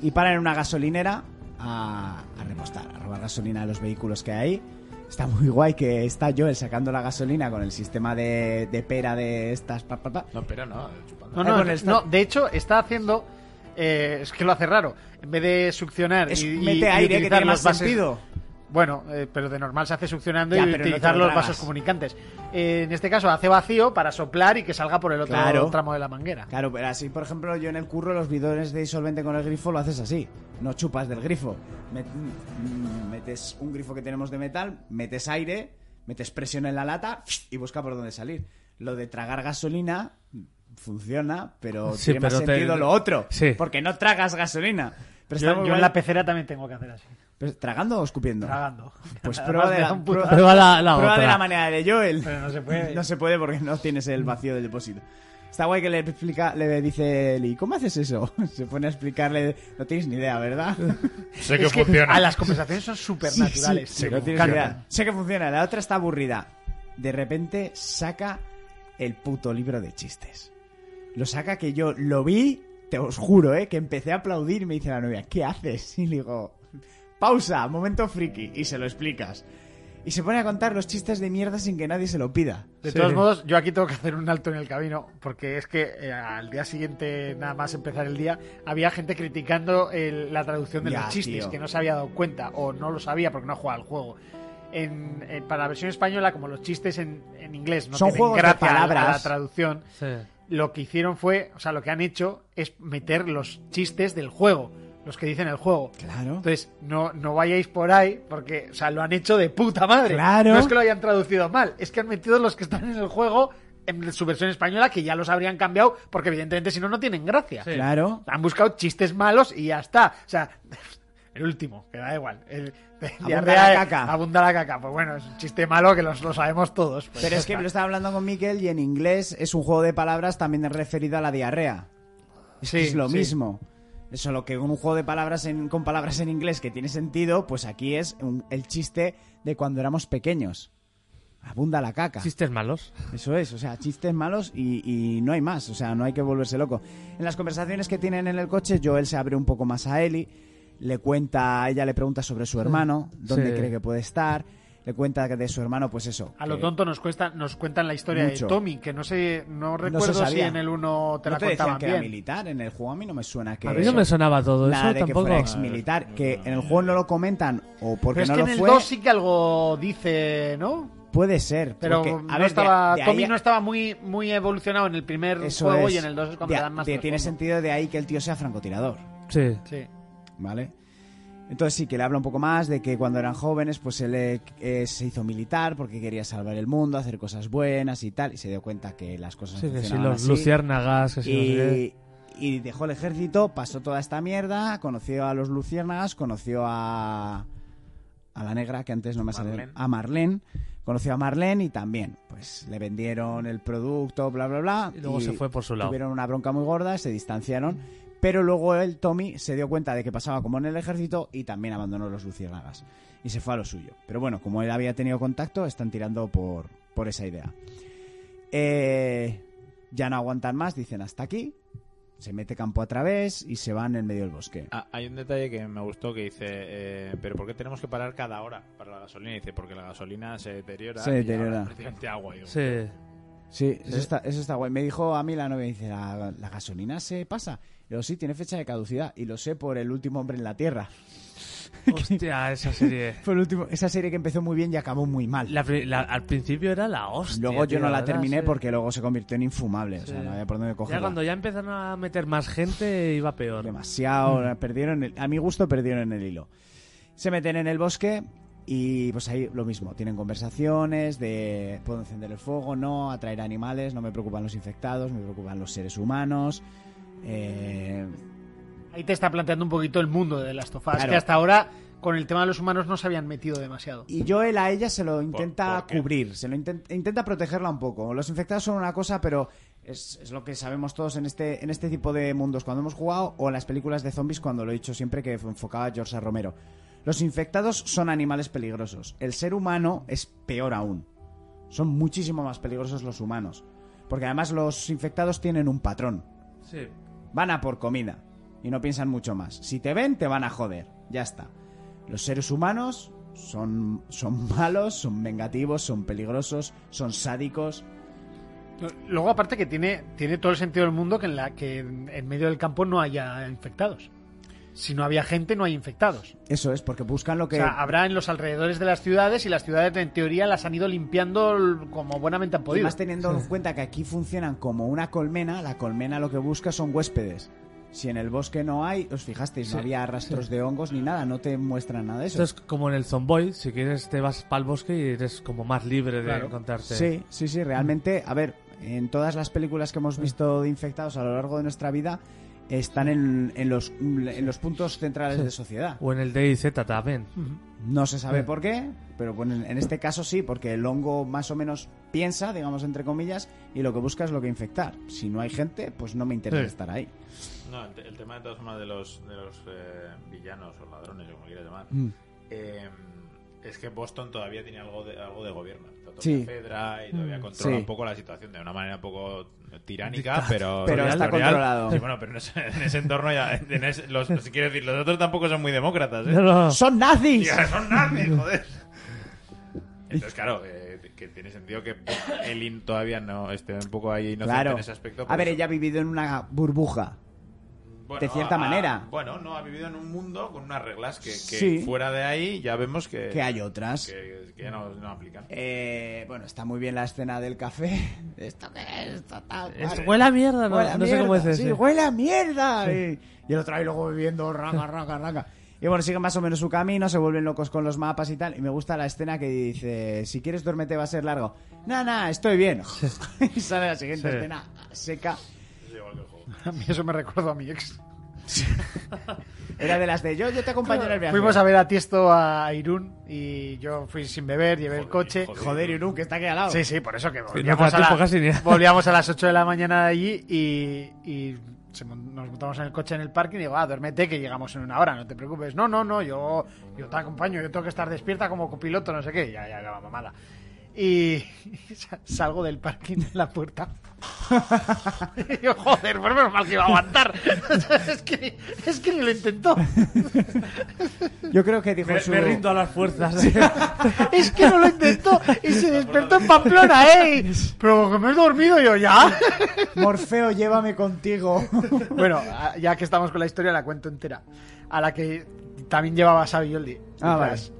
Speaker 4: y paran en una gasolinera a, a repostar, a robar gasolina a los vehículos que hay ahí. Está muy guay que está Joel sacando la gasolina con el sistema de, de pera de estas. pa, pa, pa.
Speaker 6: No, pero no, chupando.
Speaker 3: No,
Speaker 4: Ah,
Speaker 3: no,
Speaker 4: con el
Speaker 3: no, de hecho está haciendo... eh, es que lo hace raro. En vez de succionar
Speaker 4: Es-
Speaker 3: y, y-
Speaker 4: mete
Speaker 3: y
Speaker 4: aire que
Speaker 3: utilizar
Speaker 4: tiene
Speaker 3: los
Speaker 4: más
Speaker 3: vasos-
Speaker 4: sentido.
Speaker 3: Bueno, eh, pero de normal se hace succionando
Speaker 4: Ya,
Speaker 3: y
Speaker 4: pero no te
Speaker 3: utilizar
Speaker 4: lo
Speaker 3: los
Speaker 4: tragas.
Speaker 3: vasos comunicantes. Eh, en este caso hace vacío para soplar y que salga por el otro
Speaker 4: Claro.
Speaker 3: tramo de la manguera.
Speaker 4: Claro, pero así, por ejemplo, yo en el curro los bidones de disolvente con el grifo lo haces así. No chupas del grifo. Met- mm, metes un grifo que tenemos de metal, metes aire, metes presión en la lata y busca por dónde salir. Lo de tragar gasolina funciona, pero
Speaker 5: Sí,
Speaker 4: tiene más
Speaker 5: pero te-
Speaker 4: sentido lo otro.
Speaker 5: Sí.
Speaker 4: Porque no tragas gasolina. Pero está
Speaker 3: Yo,
Speaker 4: muy
Speaker 3: yo en
Speaker 4: guay.
Speaker 3: la pecera también tengo que hacer así,
Speaker 4: Pero, ¿Tragando o escupiendo?
Speaker 3: tragando.
Speaker 4: Pues
Speaker 3: Además
Speaker 4: prueba de
Speaker 3: me
Speaker 4: la-
Speaker 3: da un puto-
Speaker 4: prueba-
Speaker 5: Prueba la, la
Speaker 4: Prueba de
Speaker 5: otra.
Speaker 4: la manera de Joel.
Speaker 3: Pero no se puede.
Speaker 4: No se puede porque no tienes el vacío del depósito. Está guay que le explica, le dice Eli, ¿cómo haces eso? Se pone a explicarle, no tienes ni idea, ¿verdad?
Speaker 6: Sé
Speaker 3: Es que a las conversaciones son súper naturales.
Speaker 4: Sí, no tienes ni idea. Sé que funciona, la otra está aburrida. De repente saca el puto libro de chistes. Lo saca que yo lo vi, te os juro, ¿eh? que empecé a aplaudir y me dice la novia, ¿qué haces? Y le digo, pausa, momento friki, y se lo explicas. Y se pone a contar los chistes de mierda sin que nadie se lo pida.
Speaker 3: De todos modos, yo aquí tengo que hacer un alto en el camino, porque es que eh, al día siguiente, nada más empezar el día, había gente criticando el- la traducción de
Speaker 4: Ya,
Speaker 3: los chistes,
Speaker 4: tío.
Speaker 3: que no se había dado cuenta, o no lo sabía porque no jugaba al juego. En, en- para la versión española, como los chistes en, en inglés no
Speaker 4: Son
Speaker 3: tienen
Speaker 4: juegos de
Speaker 3: gracia a la- a la
Speaker 4: palabras.
Speaker 3: traducción,
Speaker 5: Sí.
Speaker 3: lo que hicieron fue, o sea, lo que han hecho es meter los chistes del juego, los que dicen el juego.
Speaker 4: Claro.
Speaker 3: Entonces, no, no vayáis por ahí, porque, o sea, lo han hecho de puta madre.
Speaker 4: Claro.
Speaker 3: No es que lo hayan traducido mal, es que han metido los que están en el juego en su versión española, que ya los habrían cambiado, porque evidentemente si no, no tienen gracia.
Speaker 4: Claro.
Speaker 3: Han buscado chistes malos y ya está. O sea, el último, que da igual. El, diarrea,
Speaker 4: la
Speaker 3: eh,
Speaker 4: caca.
Speaker 3: Abunda la caca. Pues bueno, es un chiste malo que los- lo sabemos todos. pues
Speaker 4: Pero
Speaker 3: ya
Speaker 4: es que
Speaker 3: está.
Speaker 4: lo estaba hablando con Miquel y en inglés es un juego de palabras también referido a la diarrea. Es, que
Speaker 3: Sí,
Speaker 4: es lo
Speaker 3: sí.
Speaker 4: mismo. Solo que un juego de palabras en- con palabras en inglés que tiene sentido, pues aquí es un- el chiste de cuando éramos pequeños. Abunda la caca.
Speaker 5: Chistes malos.
Speaker 4: Eso es, o sea, chistes malos y, y no hay más, o sea, no hay que volverse loco. En las conversaciones que tienen en el coche, Joel se abre un poco más a Eli, le cuenta, ella le pregunta sobre su hermano, dónde
Speaker 5: Sí.
Speaker 4: cree que puede estar, le cuenta de su hermano, pues eso.
Speaker 3: A lo
Speaker 4: que-
Speaker 3: tonto nos cuesta, nos cuentan la historia
Speaker 4: Mucho.
Speaker 3: de Tommy, que no sé, no
Speaker 4: se
Speaker 3: recuerdo si
Speaker 4: sabía.
Speaker 3: en el 1 te
Speaker 4: no
Speaker 3: la
Speaker 4: te decían
Speaker 3: contaban
Speaker 4: que
Speaker 3: bien.
Speaker 4: era militar, en el juego a mí no me suena que...
Speaker 5: A mí no me sonaba todo
Speaker 4: Nada
Speaker 5: eso
Speaker 4: de que
Speaker 5: tampoco.
Speaker 4: fuera ex militar, que en el juego no lo comentan o
Speaker 3: Pero
Speaker 4: porque
Speaker 3: es
Speaker 4: no
Speaker 3: que
Speaker 4: lo
Speaker 3: en el
Speaker 4: fue.
Speaker 3: 2 sí que algo dice, ¿no?
Speaker 4: Puede ser.
Speaker 3: Pero
Speaker 4: porque, a
Speaker 3: no
Speaker 4: ver, de-
Speaker 3: estaba,
Speaker 4: de ahí
Speaker 3: Tommy
Speaker 4: a-
Speaker 3: no estaba muy, muy evolucionado en el primer
Speaker 4: eso
Speaker 3: juego
Speaker 4: es.
Speaker 3: y en el 2 es cuando
Speaker 4: De-
Speaker 3: le dan más.
Speaker 4: de- Tiene
Speaker 3: trasfondo.
Speaker 4: sentido de ahí que el tío sea francotirador.
Speaker 5: Sí.
Speaker 3: Sí.
Speaker 4: ¿vale? Entonces sí que le habla un poco más de que cuando eran jóvenes pues él eh, eh, se hizo militar porque quería salvar el mundo, hacer cosas buenas y tal, y se dio cuenta que las cosas
Speaker 5: Sí, que si
Speaker 4: funcionaban
Speaker 5: los
Speaker 4: así.
Speaker 5: luciérnagas, que si no sé qué.
Speaker 4: y, y dejó el ejército, pasó toda esta mierda, conoció a los luciérnagas, conoció a a la negra que antes no me salió,
Speaker 9: Marlene.
Speaker 4: a Marlene, conoció a Marlene y también pues le vendieron el producto, bla bla bla,
Speaker 5: Y luego se fue por su lado.
Speaker 4: Tuvieron una bronca muy gorda, se distanciaron, pero luego el Tommy se dio cuenta de que pasaba como en el ejército y también abandonó los luciérnagas y se fue a lo suyo. Pero bueno, como él había tenido contacto, están tirando por, por esa idea. Eh, ya no aguantan más, dicen hasta aquí, se mete campo a través y se van en medio del bosque.
Speaker 9: Ah, hay un detalle que me gustó que dice, eh, pero ¿por qué tenemos que parar cada hora para la gasolina? Y dice, porque la gasolina se deteriora.
Speaker 4: Se
Speaker 9: y
Speaker 4: deteriora.
Speaker 9: ahora es prácticamente agua. Y digo,
Speaker 5: Sí.
Speaker 4: Sí, eh. eso está, eso está guay. Me dijo a mí la novia, dice, ¿la, la gasolina se pasa? Y yo, sí, tiene fecha de caducidad. Y lo sé por El Último Hombre en la Tierra.
Speaker 5: Hostia, esa serie.
Speaker 4: Fue el último, esa serie que empezó muy bien y acabó muy mal.
Speaker 5: La pri- la- al principio era la hostia.
Speaker 4: luego yo
Speaker 5: Pues tío,
Speaker 4: no la
Speaker 5: verdad,
Speaker 4: terminé
Speaker 5: sí.
Speaker 4: porque luego se convirtió en infumable. O sea,
Speaker 5: Sí.
Speaker 4: no había por dónde
Speaker 5: Ya
Speaker 4: cogerla.
Speaker 5: cuando ya empezaron a meter más gente iba peor.
Speaker 4: demasiado. Perdieron el- a mi gusto perdieron el hilo. Se meten en el bosque y pues ahí lo mismo. Tienen conversaciones de puedo encender el fuego, no, atraer animales, no me preocupan los infectados, me preocupan los seres humanos. Eh,
Speaker 3: Ahí te está planteando un poquito el mundo de las tofas,
Speaker 4: Claro.
Speaker 3: que hasta ahora con el tema de los humanos no se habían metido demasiado.
Speaker 4: y Joel a ella se lo intenta
Speaker 9: por qué?
Speaker 4: cubrir, se lo inten- intenta protegerla un poco. Los infectados son una cosa, pero es, es lo que sabemos todos en este, en este tipo de mundos cuando hemos jugado o en las películas de zombies cuando lo he dicho siempre que enfocaba George A. Romero. Los infectados son animales peligrosos. El ser humano es peor aún. Son muchísimo más peligrosos los humanos. Porque además los infectados tienen un patrón
Speaker 5: Sí.
Speaker 4: van a por comida y no piensan mucho más. Si te ven, te van a joder. Ya está. Los seres humanos son, son malos, son vengativos, son peligrosos, son sádicos.
Speaker 3: Luego, aparte, que tiene, tiene todo el sentido del mundo que en, la, que en en medio del campo no haya infectados. Si no había gente, no hay infectados.
Speaker 4: Eso es, porque buscan lo
Speaker 3: O
Speaker 4: que...
Speaker 3: sea, habrá en los alrededores de las ciudades y las ciudades, en teoría, las han ido limpiando l- como buenamente han
Speaker 4: y
Speaker 3: podido.
Speaker 4: más teniendo en cuenta que aquí funcionan como una colmena, la colmena lo que busca son huéspedes. Si en el bosque no hay, os fijasteis, no había rastros de hongos ni nada, no te muestran nada de eso.
Speaker 5: Esto es como en el Zomboy, si quieres te vas para el bosque y eres como más libre de
Speaker 3: Claro.
Speaker 5: encontrarte.
Speaker 4: Sí, sí, sí, realmente, a ver, en todas las películas que hemos visto de infectados a lo largo de nuestra vida, están en, en los, en los puntos centrales de sociedad.
Speaker 5: O en el DIZ también.
Speaker 4: No se sabe por qué, pero bueno, en este caso sí, porque el hongo más o menos piensa, digamos entre comillas, y lo que busca es lo que infectar. Si no hay gente, pues no me interesa
Speaker 5: Sí.
Speaker 4: estar ahí.
Speaker 9: No, el, te- el tema de todas formas de los, de los eh, villanos o ladrones, como quieras llamar,
Speaker 4: Mm.
Speaker 9: eh, es que Boston todavía tiene algo de, algo de gobierno. Está todavía
Speaker 4: Sí. Mm.
Speaker 9: Fedra y todavía controla
Speaker 4: Sí.
Speaker 9: un poco la situación de una manera un poco tiránica, pero,
Speaker 4: Pero está
Speaker 9: real.
Speaker 4: controlado.
Speaker 9: Sí, bueno, pero en ese, en ese entorno ya, en ese- los, los- quiero decir, los otros tampoco son muy demócratas, ¿eh?
Speaker 5: No, no.
Speaker 4: ¡Son nazis!
Speaker 9: Tía, son nazis, joder. Entonces, claro, eh, que tiene sentido que Elin todavía no esté un poco ahí inocente
Speaker 4: Claro.
Speaker 9: en ese aspecto.
Speaker 4: A
Speaker 9: pero
Speaker 4: ver,
Speaker 9: eso-
Speaker 4: ella ha vivido en una burbuja.
Speaker 9: bueno,
Speaker 4: de cierta
Speaker 9: ha-
Speaker 4: manera.
Speaker 9: Bueno, no, ha vivido en un mundo con unas reglas que, que
Speaker 4: Sí.
Speaker 9: fuera de ahí ya vemos que,
Speaker 4: Que hay otras.
Speaker 9: que, que ya no, no aplican.
Speaker 4: Eh, bueno, está muy bien la escena del café. ¿Esto qué es? Esto tal cual.
Speaker 5: Esto huele a mierda, no,
Speaker 4: Huele a
Speaker 5: no sé cómo es
Speaker 4: mierda,
Speaker 5: ese.
Speaker 4: Sí, huele a mierda. Y, y el otro ahí luego bebiendo, raca, raca, raca. Y bueno, siguen más o menos su camino, se vuelven locos con los mapas y tal. Y me gusta la escena que dice, si quieres duérmete va a ser largo. Nah, nah, estoy bien. y sale la siguiente
Speaker 5: Sí.
Speaker 4: escena seca.
Speaker 3: A mí eso me recordó a mi ex.
Speaker 4: Era de las de yo, yo te acompaño en el viaje.
Speaker 3: Fuimos a ver a Tiesto a Irún y yo fui sin beber, llevé el coche.
Speaker 4: Joder, Irún, que está aquí al lado.
Speaker 3: Sí, sí, por eso que
Speaker 5: no te da
Speaker 3: volvíamos, a,
Speaker 5: tiempo
Speaker 3: la-
Speaker 5: casi ni a-
Speaker 3: volvíamos a las 8 de la mañana de allí y, y se mon- nos montamos en el coche en el parking y digo, ah, duérmete que llegamos en una hora, no te preocupes. No, no, no, yo, yo te acompaño, yo tengo que estar despierta como copiloto, no sé qué. Ya, ya, ya, va mamada. Y sa- salgo del parking de la puerta. Y yo, joder, pues menos mal que iba a aguantar. es, que, es que ni lo intentó.
Speaker 4: Yo creo que dijo
Speaker 5: Me,
Speaker 4: su...
Speaker 5: me rindo a las fuerzas.
Speaker 3: Es que no lo intentó y se despertó en Pamplona, ¿eh? Pero que me he dormido yo ya.
Speaker 4: Morfeo, llévame contigo.
Speaker 3: Bueno, a- ya que estamos con la historia, la cuento entera. A la que también llevaba Savioldi.
Speaker 4: Ah,
Speaker 3: detrás.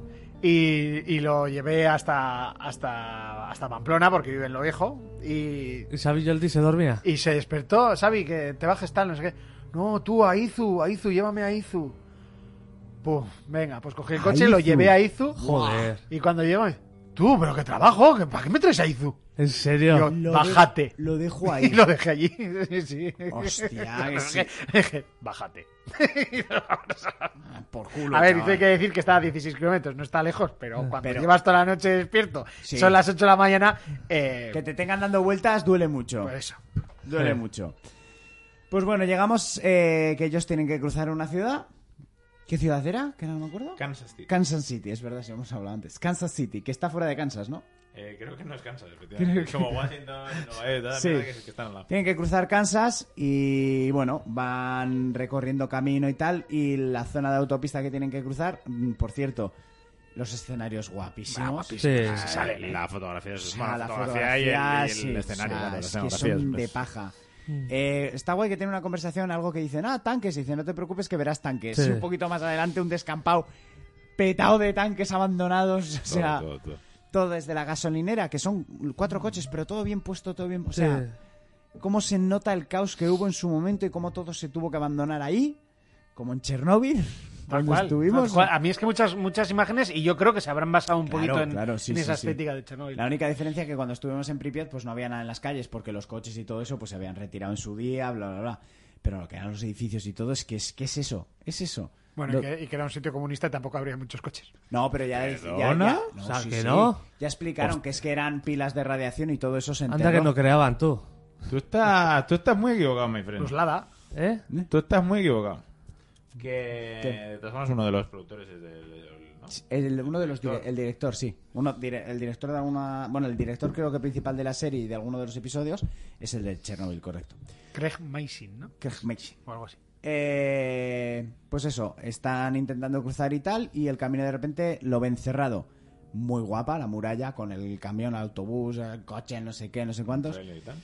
Speaker 3: Y, y lo llevé hasta, hasta, hasta Pamplona, porque vive en lo viejo. Y,
Speaker 5: ¿Y Xavi Jordi se dormía?
Speaker 3: y se despertó, Xavi, que te bajes tal, no sé qué. No, tú, a Izu, a Izu, llévame a Izu. Puf, venga, pues cogí el coche, lo
Speaker 4: Izu.
Speaker 3: llevé a Izu.
Speaker 5: Joder.
Speaker 3: Y cuando llego, tú, pero qué trabajo, ¿que- ¿para qué me traes a Izu?
Speaker 5: ¿En serio?
Speaker 3: Yo-
Speaker 4: Lo de-
Speaker 3: Bájate.
Speaker 4: lo dejo
Speaker 3: Y
Speaker 4: ahí.
Speaker 3: lo dejé allí. Sí, sí.
Speaker 4: Hostia, que sí.
Speaker 3: Dije, Bájate.
Speaker 4: Por culo.
Speaker 3: A ver,
Speaker 4: chaval.
Speaker 3: dice que decir que está a 16 kilómetros, no está lejos, pero cuando
Speaker 4: Ah, Pero-
Speaker 3: llevas toda la noche despierto,
Speaker 4: Sí.
Speaker 3: son las 8 de la mañana, eh,
Speaker 4: Que te tengan dando vueltas duele mucho.
Speaker 3: pues eso.
Speaker 4: Duele mucho. Pues bueno, llegamos eh, que ellos tienen que cruzar una ciudad. ¿Qué ciudad era? Que no me acuerdo.
Speaker 9: Kansas City.
Speaker 4: Kansas City, es verdad, si hemos hablado antes. Kansas City, que está fuera de Kansas, ¿no?
Speaker 9: Eh, creo que no es Kansas, efectivamente. Es como Washington, Nueva York, todas las
Speaker 4: Sí.
Speaker 9: mierdas que- que están al lado.
Speaker 4: Tienen que cruzar Kansas y bueno, van recorriendo camino y tal. Y la zona de autopista que tienen que cruzar, mm, por cierto, los escenarios guapísimos.
Speaker 5: Sí.
Speaker 9: Sale Ah, la fotografía, es
Speaker 4: O sea,
Speaker 9: una
Speaker 4: la
Speaker 9: fotografía y el,
Speaker 4: fotografía,
Speaker 9: y el
Speaker 4: sí, o
Speaker 9: escenario.
Speaker 4: sea,
Speaker 9: claro,
Speaker 4: es
Speaker 9: la
Speaker 4: que
Speaker 9: escenografía
Speaker 4: son
Speaker 9: es- pues
Speaker 4: de
Speaker 9: es-
Speaker 4: paja.
Speaker 5: Mm.
Speaker 4: Eh, está guay que tiene una conversación, algo que dicen, ah, tanques. Y dice, no te preocupes que verás tanques.
Speaker 5: Sí.
Speaker 4: Y un poquito más adelante, un descampado petado de tanques abandonados. O
Speaker 9: todo,
Speaker 4: sea, todo,
Speaker 9: todo, todo.
Speaker 4: desde la gasolinera, que son cuatro coches, pero todo bien puesto, todo bien. O
Speaker 5: Sí.
Speaker 4: sea, cómo se nota el caos que hubo en su momento y cómo todo se tuvo que abandonar ahí, como en Chernóbil,
Speaker 3: Tal
Speaker 4: donde
Speaker 3: cual,
Speaker 4: estuvimos.
Speaker 3: tal cual. A mí es que muchas, muchas imágenes, y yo creo que se habrán basado un
Speaker 4: Claro,
Speaker 3: poquito en,
Speaker 4: claro, sí,
Speaker 3: en
Speaker 4: sí,
Speaker 3: esa
Speaker 4: sí.
Speaker 3: estética de Chernobyl.
Speaker 4: La única diferencia es que cuando estuvimos en Pripyat pues no había nada en las calles porque los coches y todo eso pues se habían retirado en su día, bla, bla, bla. Pero lo que eran los edificios y todo es que es, que es eso, es eso.
Speaker 3: Bueno,
Speaker 4: Lo-
Speaker 3: y que, y que era un sitio comunista y tampoco habría muchos coches.
Speaker 4: No, pero ya... ya-
Speaker 5: ¿Perdona?
Speaker 4: ya-
Speaker 5: O sea, que no.
Speaker 4: Ya explicaron que es que eran pilas de radiación y todo eso se enterró.
Speaker 5: Anda que no creaban tú.
Speaker 9: Tú estás, tú estás muy equivocado, mi
Speaker 3: Los
Speaker 9: friend.
Speaker 3: Lada.
Speaker 5: ¿Eh?
Speaker 9: Tú estás muy equivocado. Que
Speaker 4: ¿Qué?
Speaker 9: de todas formas uno de los productores es del... ¿no?
Speaker 4: El, uno de los dire- el director, sí. Uno, dire- el director de alguna. Bueno, el director creo que principal de la serie y de alguno de los episodios es el de Chernobyl, correcto.
Speaker 3: Craig Mason, ¿no?
Speaker 4: Craig Mason.
Speaker 3: O algo así.
Speaker 4: Eh, pues eso, están intentando cruzar y tal, y el camino de repente lo ven cerrado. Muy guapa la muralla con el camión, el autobús, el coche, no sé qué, no sé cuántos.
Speaker 9: Trailer y tal.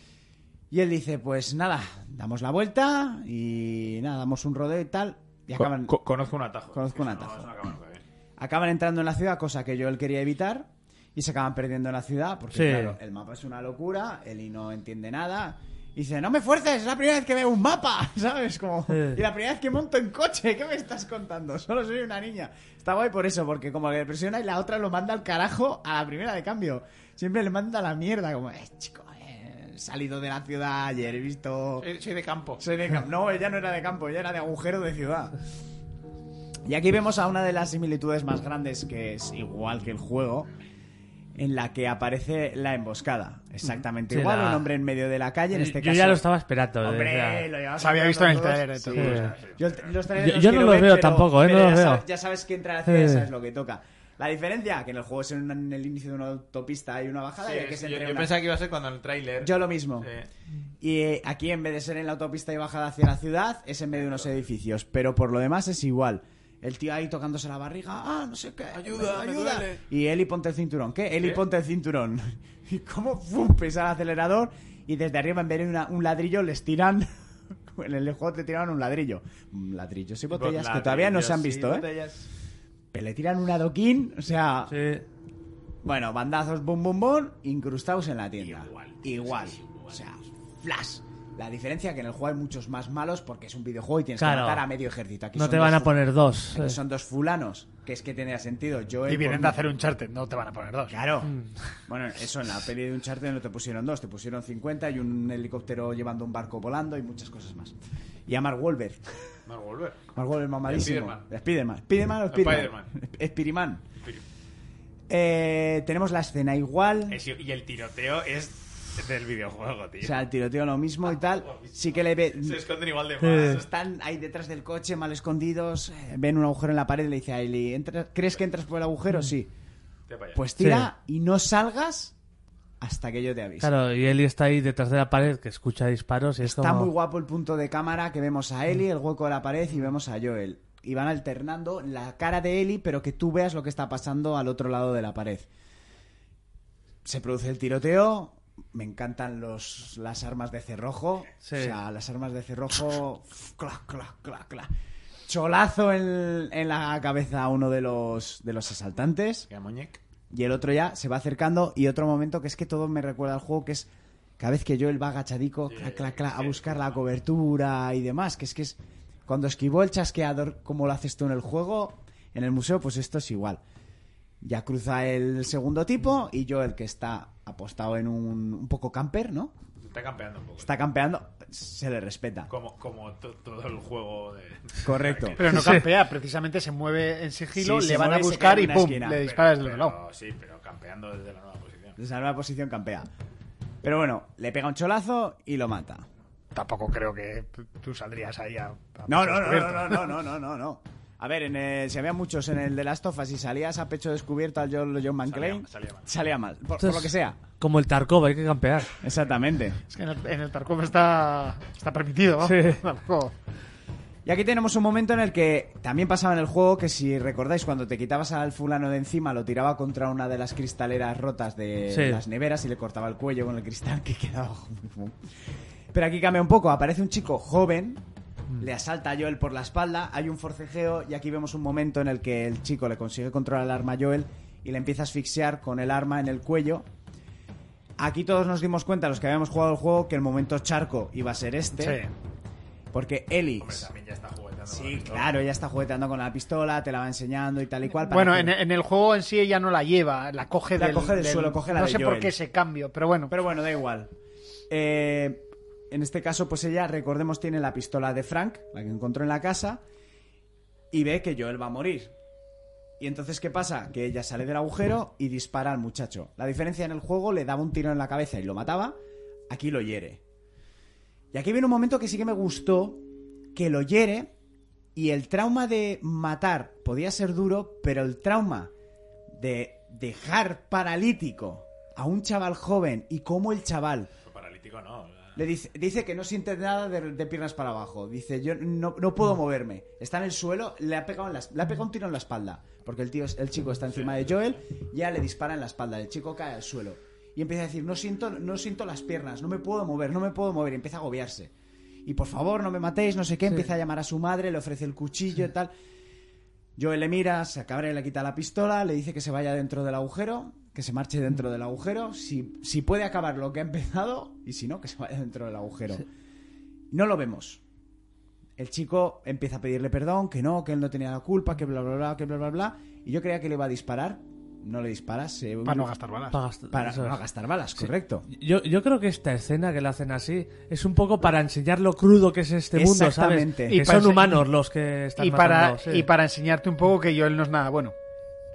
Speaker 4: Y él dice: Pues nada, damos la vuelta y nada, damos un rodeo y tal. Y acaban.
Speaker 9: Co- co- conozco un atajo.
Speaker 4: Conozco un
Speaker 9: Eso no-
Speaker 4: atajo.
Speaker 9: eso no acaba nunca bien.
Speaker 4: acaban entrando en la ciudad, cosa que yo él quería evitar, y se acaban perdiendo en la ciudad, porque
Speaker 5: Sí.
Speaker 4: claro, el mapa es una locura, Eli no entiende nada. Y dice, no me fuerces, es la primera vez que veo un mapa, ¿sabes? Como,
Speaker 5: Eh.
Speaker 4: y la primera vez que monto en coche, ¿qué me estás contando? Solo soy una niña. Está guay por eso, porque como que le presiona y la otra lo manda al carajo a la primera de cambio. Siempre le manda a la mierda, como, eh, chico, eh, he salido de la ciudad ayer, he visto...
Speaker 9: Soy de campo.
Speaker 4: Soy de campo. No, ella no era de campo, ella era de agujero de ciudad. Y aquí vemos a una de las similitudes más grandes, que es igual que el juego, en la que aparece la emboscada. Exactamente
Speaker 5: Sí,
Speaker 4: igual,
Speaker 5: la-
Speaker 4: un hombre en medio de la calle, en este
Speaker 5: yo
Speaker 4: caso.
Speaker 5: ya lo estaba esperando.
Speaker 4: Hombre,
Speaker 5: decía.
Speaker 4: lo llevamos
Speaker 3: Se había visto en el
Speaker 4: hablando
Speaker 3: trailer,
Speaker 4: todos.
Speaker 5: entonces.
Speaker 4: Sí. Yo, el- los trailers
Speaker 5: Yo- yo no
Speaker 4: quiero
Speaker 5: los
Speaker 4: ver,
Speaker 5: veo
Speaker 4: pero-
Speaker 5: tampoco, ¿eh?
Speaker 4: pero
Speaker 5: No
Speaker 4: ya,
Speaker 5: los
Speaker 4: sabes,
Speaker 5: veo.
Speaker 4: ya sabes que entra la ciudad, ya
Speaker 5: Eh.
Speaker 4: sabes lo que toca. La diferencia, que en el juego es en, en el inicio de una autopista y una bajada, y aquí es
Speaker 9: yo,
Speaker 4: entre
Speaker 9: yo
Speaker 4: una-
Speaker 9: pensaba que iba a ser cuando el tráiler...
Speaker 4: yo lo mismo.
Speaker 9: Eh,
Speaker 4: Y eh, aquí, en vez de ser en la autopista y bajada hacia la ciudad, es en medio de unos edificios. Pero por lo demás es igual. El tío ahí tocándose la barriga, ah, no sé qué, ayuda, ayuda. Y Eli ponte el cinturón, ¿qué? Eli ponte el cinturón. Y cómo pum, pisa el acelerador y desde arriba en vez de una- un ladrillo les tiran. En el juego te tiraban un ladrillo. Mm, Ladrillos y botellas que todavía no se han
Speaker 9: sí,
Speaker 4: visto, ¿eh?
Speaker 9: botellas.
Speaker 4: Pero le tiran un adoquín, o sea.
Speaker 5: Sí.
Speaker 4: Bueno, bandazos, bum, bum, bum, incrustados en la tienda. Igual. O sea, flash. La diferencia es que en el juego hay muchos más malos porque es un videojuego y tienes
Speaker 5: Claro.
Speaker 4: que matar a medio ejército. Aquí
Speaker 5: No
Speaker 4: son
Speaker 5: te van
Speaker 4: dos
Speaker 5: a poner dos. eh.
Speaker 4: fu- Aquí son dos fulanos, que es que tenía sentido. Yo
Speaker 3: Y vienen de hacer un charter, no te van a poner dos.
Speaker 4: Claro.
Speaker 5: Mm.
Speaker 4: Bueno, eso en la peli de un charter no te pusieron dos, te pusieron 50 y un helicóptero llevando un barco volando y muchas cosas más. Y a Mark Wahlberg.
Speaker 9: Mark Wahlberg.
Speaker 4: Mark Wahlberg mamadísimo.
Speaker 9: Spiderman.
Speaker 4: Spiderman. Spiderman o Spiderman.
Speaker 9: Spiderman.
Speaker 4: Spiderman. Eh, tenemos la escena igual.
Speaker 9: Es- y el tiroteo es del videojuego, tío.
Speaker 4: O sea, el tiroteo lo mismo y tal. Sí que le
Speaker 9: se
Speaker 4: ve.
Speaker 9: esconden igual de
Speaker 5: Eh.
Speaker 9: mal.
Speaker 4: Están ahí detrás del coche, mal escondidos. eh, Ven un agujero en la pared y le dice a Eli: "Entra- ¿Crees que entras por el agujero? Sí.
Speaker 9: Te vaya.
Speaker 4: Pues tira y no salgas hasta que yo te avise.
Speaker 5: Claro, y Eli está ahí detrás de la pared que escucha disparos y es
Speaker 4: Está
Speaker 5: como-
Speaker 4: muy guapo el punto de cámara que vemos a Eli, el hueco de la pared y vemos a Joel. Y van alternando la cara de Eli, pero que tú veas lo que está pasando al otro lado de la pared. Se produce el tiroteo. Me encantan los, las armas de cerrojo.
Speaker 5: Sí.
Speaker 4: O sea, las armas de cerrojo. uf, Clac, clac, clac, clac. Cholazo en, en la cabeza a uno de los, de los asaltantes.
Speaker 9: Ya, Muñec.
Speaker 4: Y el otro ya se va acercando. Y otro momento que es que todo me recuerda al juego, que es cada vez que Joel va agachadico clac, clac, clac, a buscar la cobertura y demás. Que es que es cuando esquivó el chasqueador, como lo haces tú en el juego, en el museo, pues esto es igual. Ya cruza el segundo tipo y Joel, que está apostado en un, un poco camper, ¿no?
Speaker 9: Está campeando un poco.
Speaker 4: Está campeando, se le respeta.
Speaker 9: Como, como to- todo el juego de.
Speaker 4: Correcto.
Speaker 3: Pero no campea, precisamente se mueve en sigilo,
Speaker 4: Sí, se
Speaker 3: le van a
Speaker 4: mueve y se
Speaker 3: buscar
Speaker 4: queda
Speaker 3: y
Speaker 4: en una
Speaker 3: pum,
Speaker 4: esquina.
Speaker 3: le disparas del
Speaker 9: Pero-
Speaker 3: otro lado.
Speaker 9: Sí, pero campeando desde la nueva posición.
Speaker 4: Desde la nueva posición campea. Pero bueno, le pega un cholazo y lo mata.
Speaker 3: Tampoco creo que tú- tú saldrías ahí a. a
Speaker 4: No, no,
Speaker 3: pecho
Speaker 4: no,
Speaker 3: descubierto.
Speaker 4: no, no, no, no, no, no, no. A ver, en el- si había muchos en el de las tofas y salías a pecho descubierto al John, John McClane,
Speaker 9: salía mal.
Speaker 4: salía mal. Por, por
Speaker 5: Entonces-
Speaker 4: lo que sea.
Speaker 5: Como el Tarkov, hay que campear.
Speaker 4: Exactamente.
Speaker 3: Es que en el, en el Tarkov está, está permitido. ¿no?
Speaker 5: Sí.
Speaker 3: Tampoco.
Speaker 4: Y aquí tenemos un momento en el que también pasaba en el juego que si recordáis cuando te quitabas al fulano de encima lo tiraba contra una de las cristaleras rotas de
Speaker 5: Sí.
Speaker 4: las neveras y le cortaba el cuello con el cristal que quedaba muy fu- Pero aquí cambia un poco, aparece un chico joven, le asalta a Joel por la espalda, hay un forcejeo y aquí vemos un momento en el que el chico le consigue controlar el arma a Joel y le empieza a asfixiar con el arma en el cuello. Aquí todos nos dimos cuenta, los que habíamos jugado el juego, que el momento charco iba a ser este. Porque Elix...
Speaker 9: Hombre, también ya está jugueteando. con la
Speaker 4: Sí,
Speaker 9: pistola.
Speaker 4: claro, ella está jugueteando con la pistola, te la va enseñando y tal y cual. para
Speaker 3: Bueno,
Speaker 4: que-
Speaker 3: en, en el juego en sí ella no la lleva, la coge,
Speaker 4: La
Speaker 3: del,
Speaker 4: coge del suelo, coge la
Speaker 3: No
Speaker 4: de
Speaker 3: sé por
Speaker 4: Joel.
Speaker 3: qué ese cambio, pero bueno.
Speaker 4: Pero bueno, da igual. Eh, en este caso, pues ella, recordemos, tiene la pistola de Frank, la que encontró en la casa, y ve que Joel va a morir. Y entonces, ¿qué pasa? Que ella sale del agujero y dispara al muchacho. La diferencia en el juego le daba un tiro en la cabeza y lo mataba, aquí lo hiere. Y aquí viene un momento que sí que me gustó, que lo hiere y el trauma de matar podía ser duro, pero el trauma de dejar paralítico a un chaval joven y cómo el chaval
Speaker 9: Pues Paralítico no. o sea,
Speaker 4: le dice, dice que no siente nada de, de piernas para abajo. Dice, yo no, no
Speaker 9: Mm.
Speaker 4: puedo moverme. Está en el suelo, le ha, pegado en la- le ha pegado un tiro en la espalda. Porque el, tío, es- el chico está encima de Joel, ya le dispara en la espalda. El chico cae al suelo. Y empieza a decir, no siento, no siento las piernas, no me puedo mover, no me puedo mover. Y empieza a agobiarse. Y por favor, no me matéis, no sé qué. Empieza a llamar a su madre, le ofrece el cuchillo y tal. Joel le mira, se acabra y le quita la pistola, le dice que se vaya dentro del agujero, que se marche
Speaker 5: Mm.
Speaker 4: dentro del agujero, si, si puede acabar lo que ha empezado y si no, que se vaya dentro del agujero. No lo vemos. El chico empieza a pedirle perdón, que no, que él no tenía la culpa, que bla, bla, bla, que bla, bla, bla. Y yo creía que le iba a disparar, no le disparas. se-
Speaker 3: Para no gastar balas.
Speaker 5: Pagas-
Speaker 4: para
Speaker 5: eso es.
Speaker 4: no gastar balas, correcto.
Speaker 5: Yo, yo creo que esta escena que la hacen así es un poco para enseñar lo crudo que es este mundo, ¿sabes?
Speaker 4: Exactamente.
Speaker 5: Y
Speaker 3: Y para
Speaker 5: son
Speaker 3: ense-
Speaker 5: humanos los que están
Speaker 3: Y para,
Speaker 5: matando, sí.
Speaker 3: y para enseñarte un poco que Joel no es nada bueno.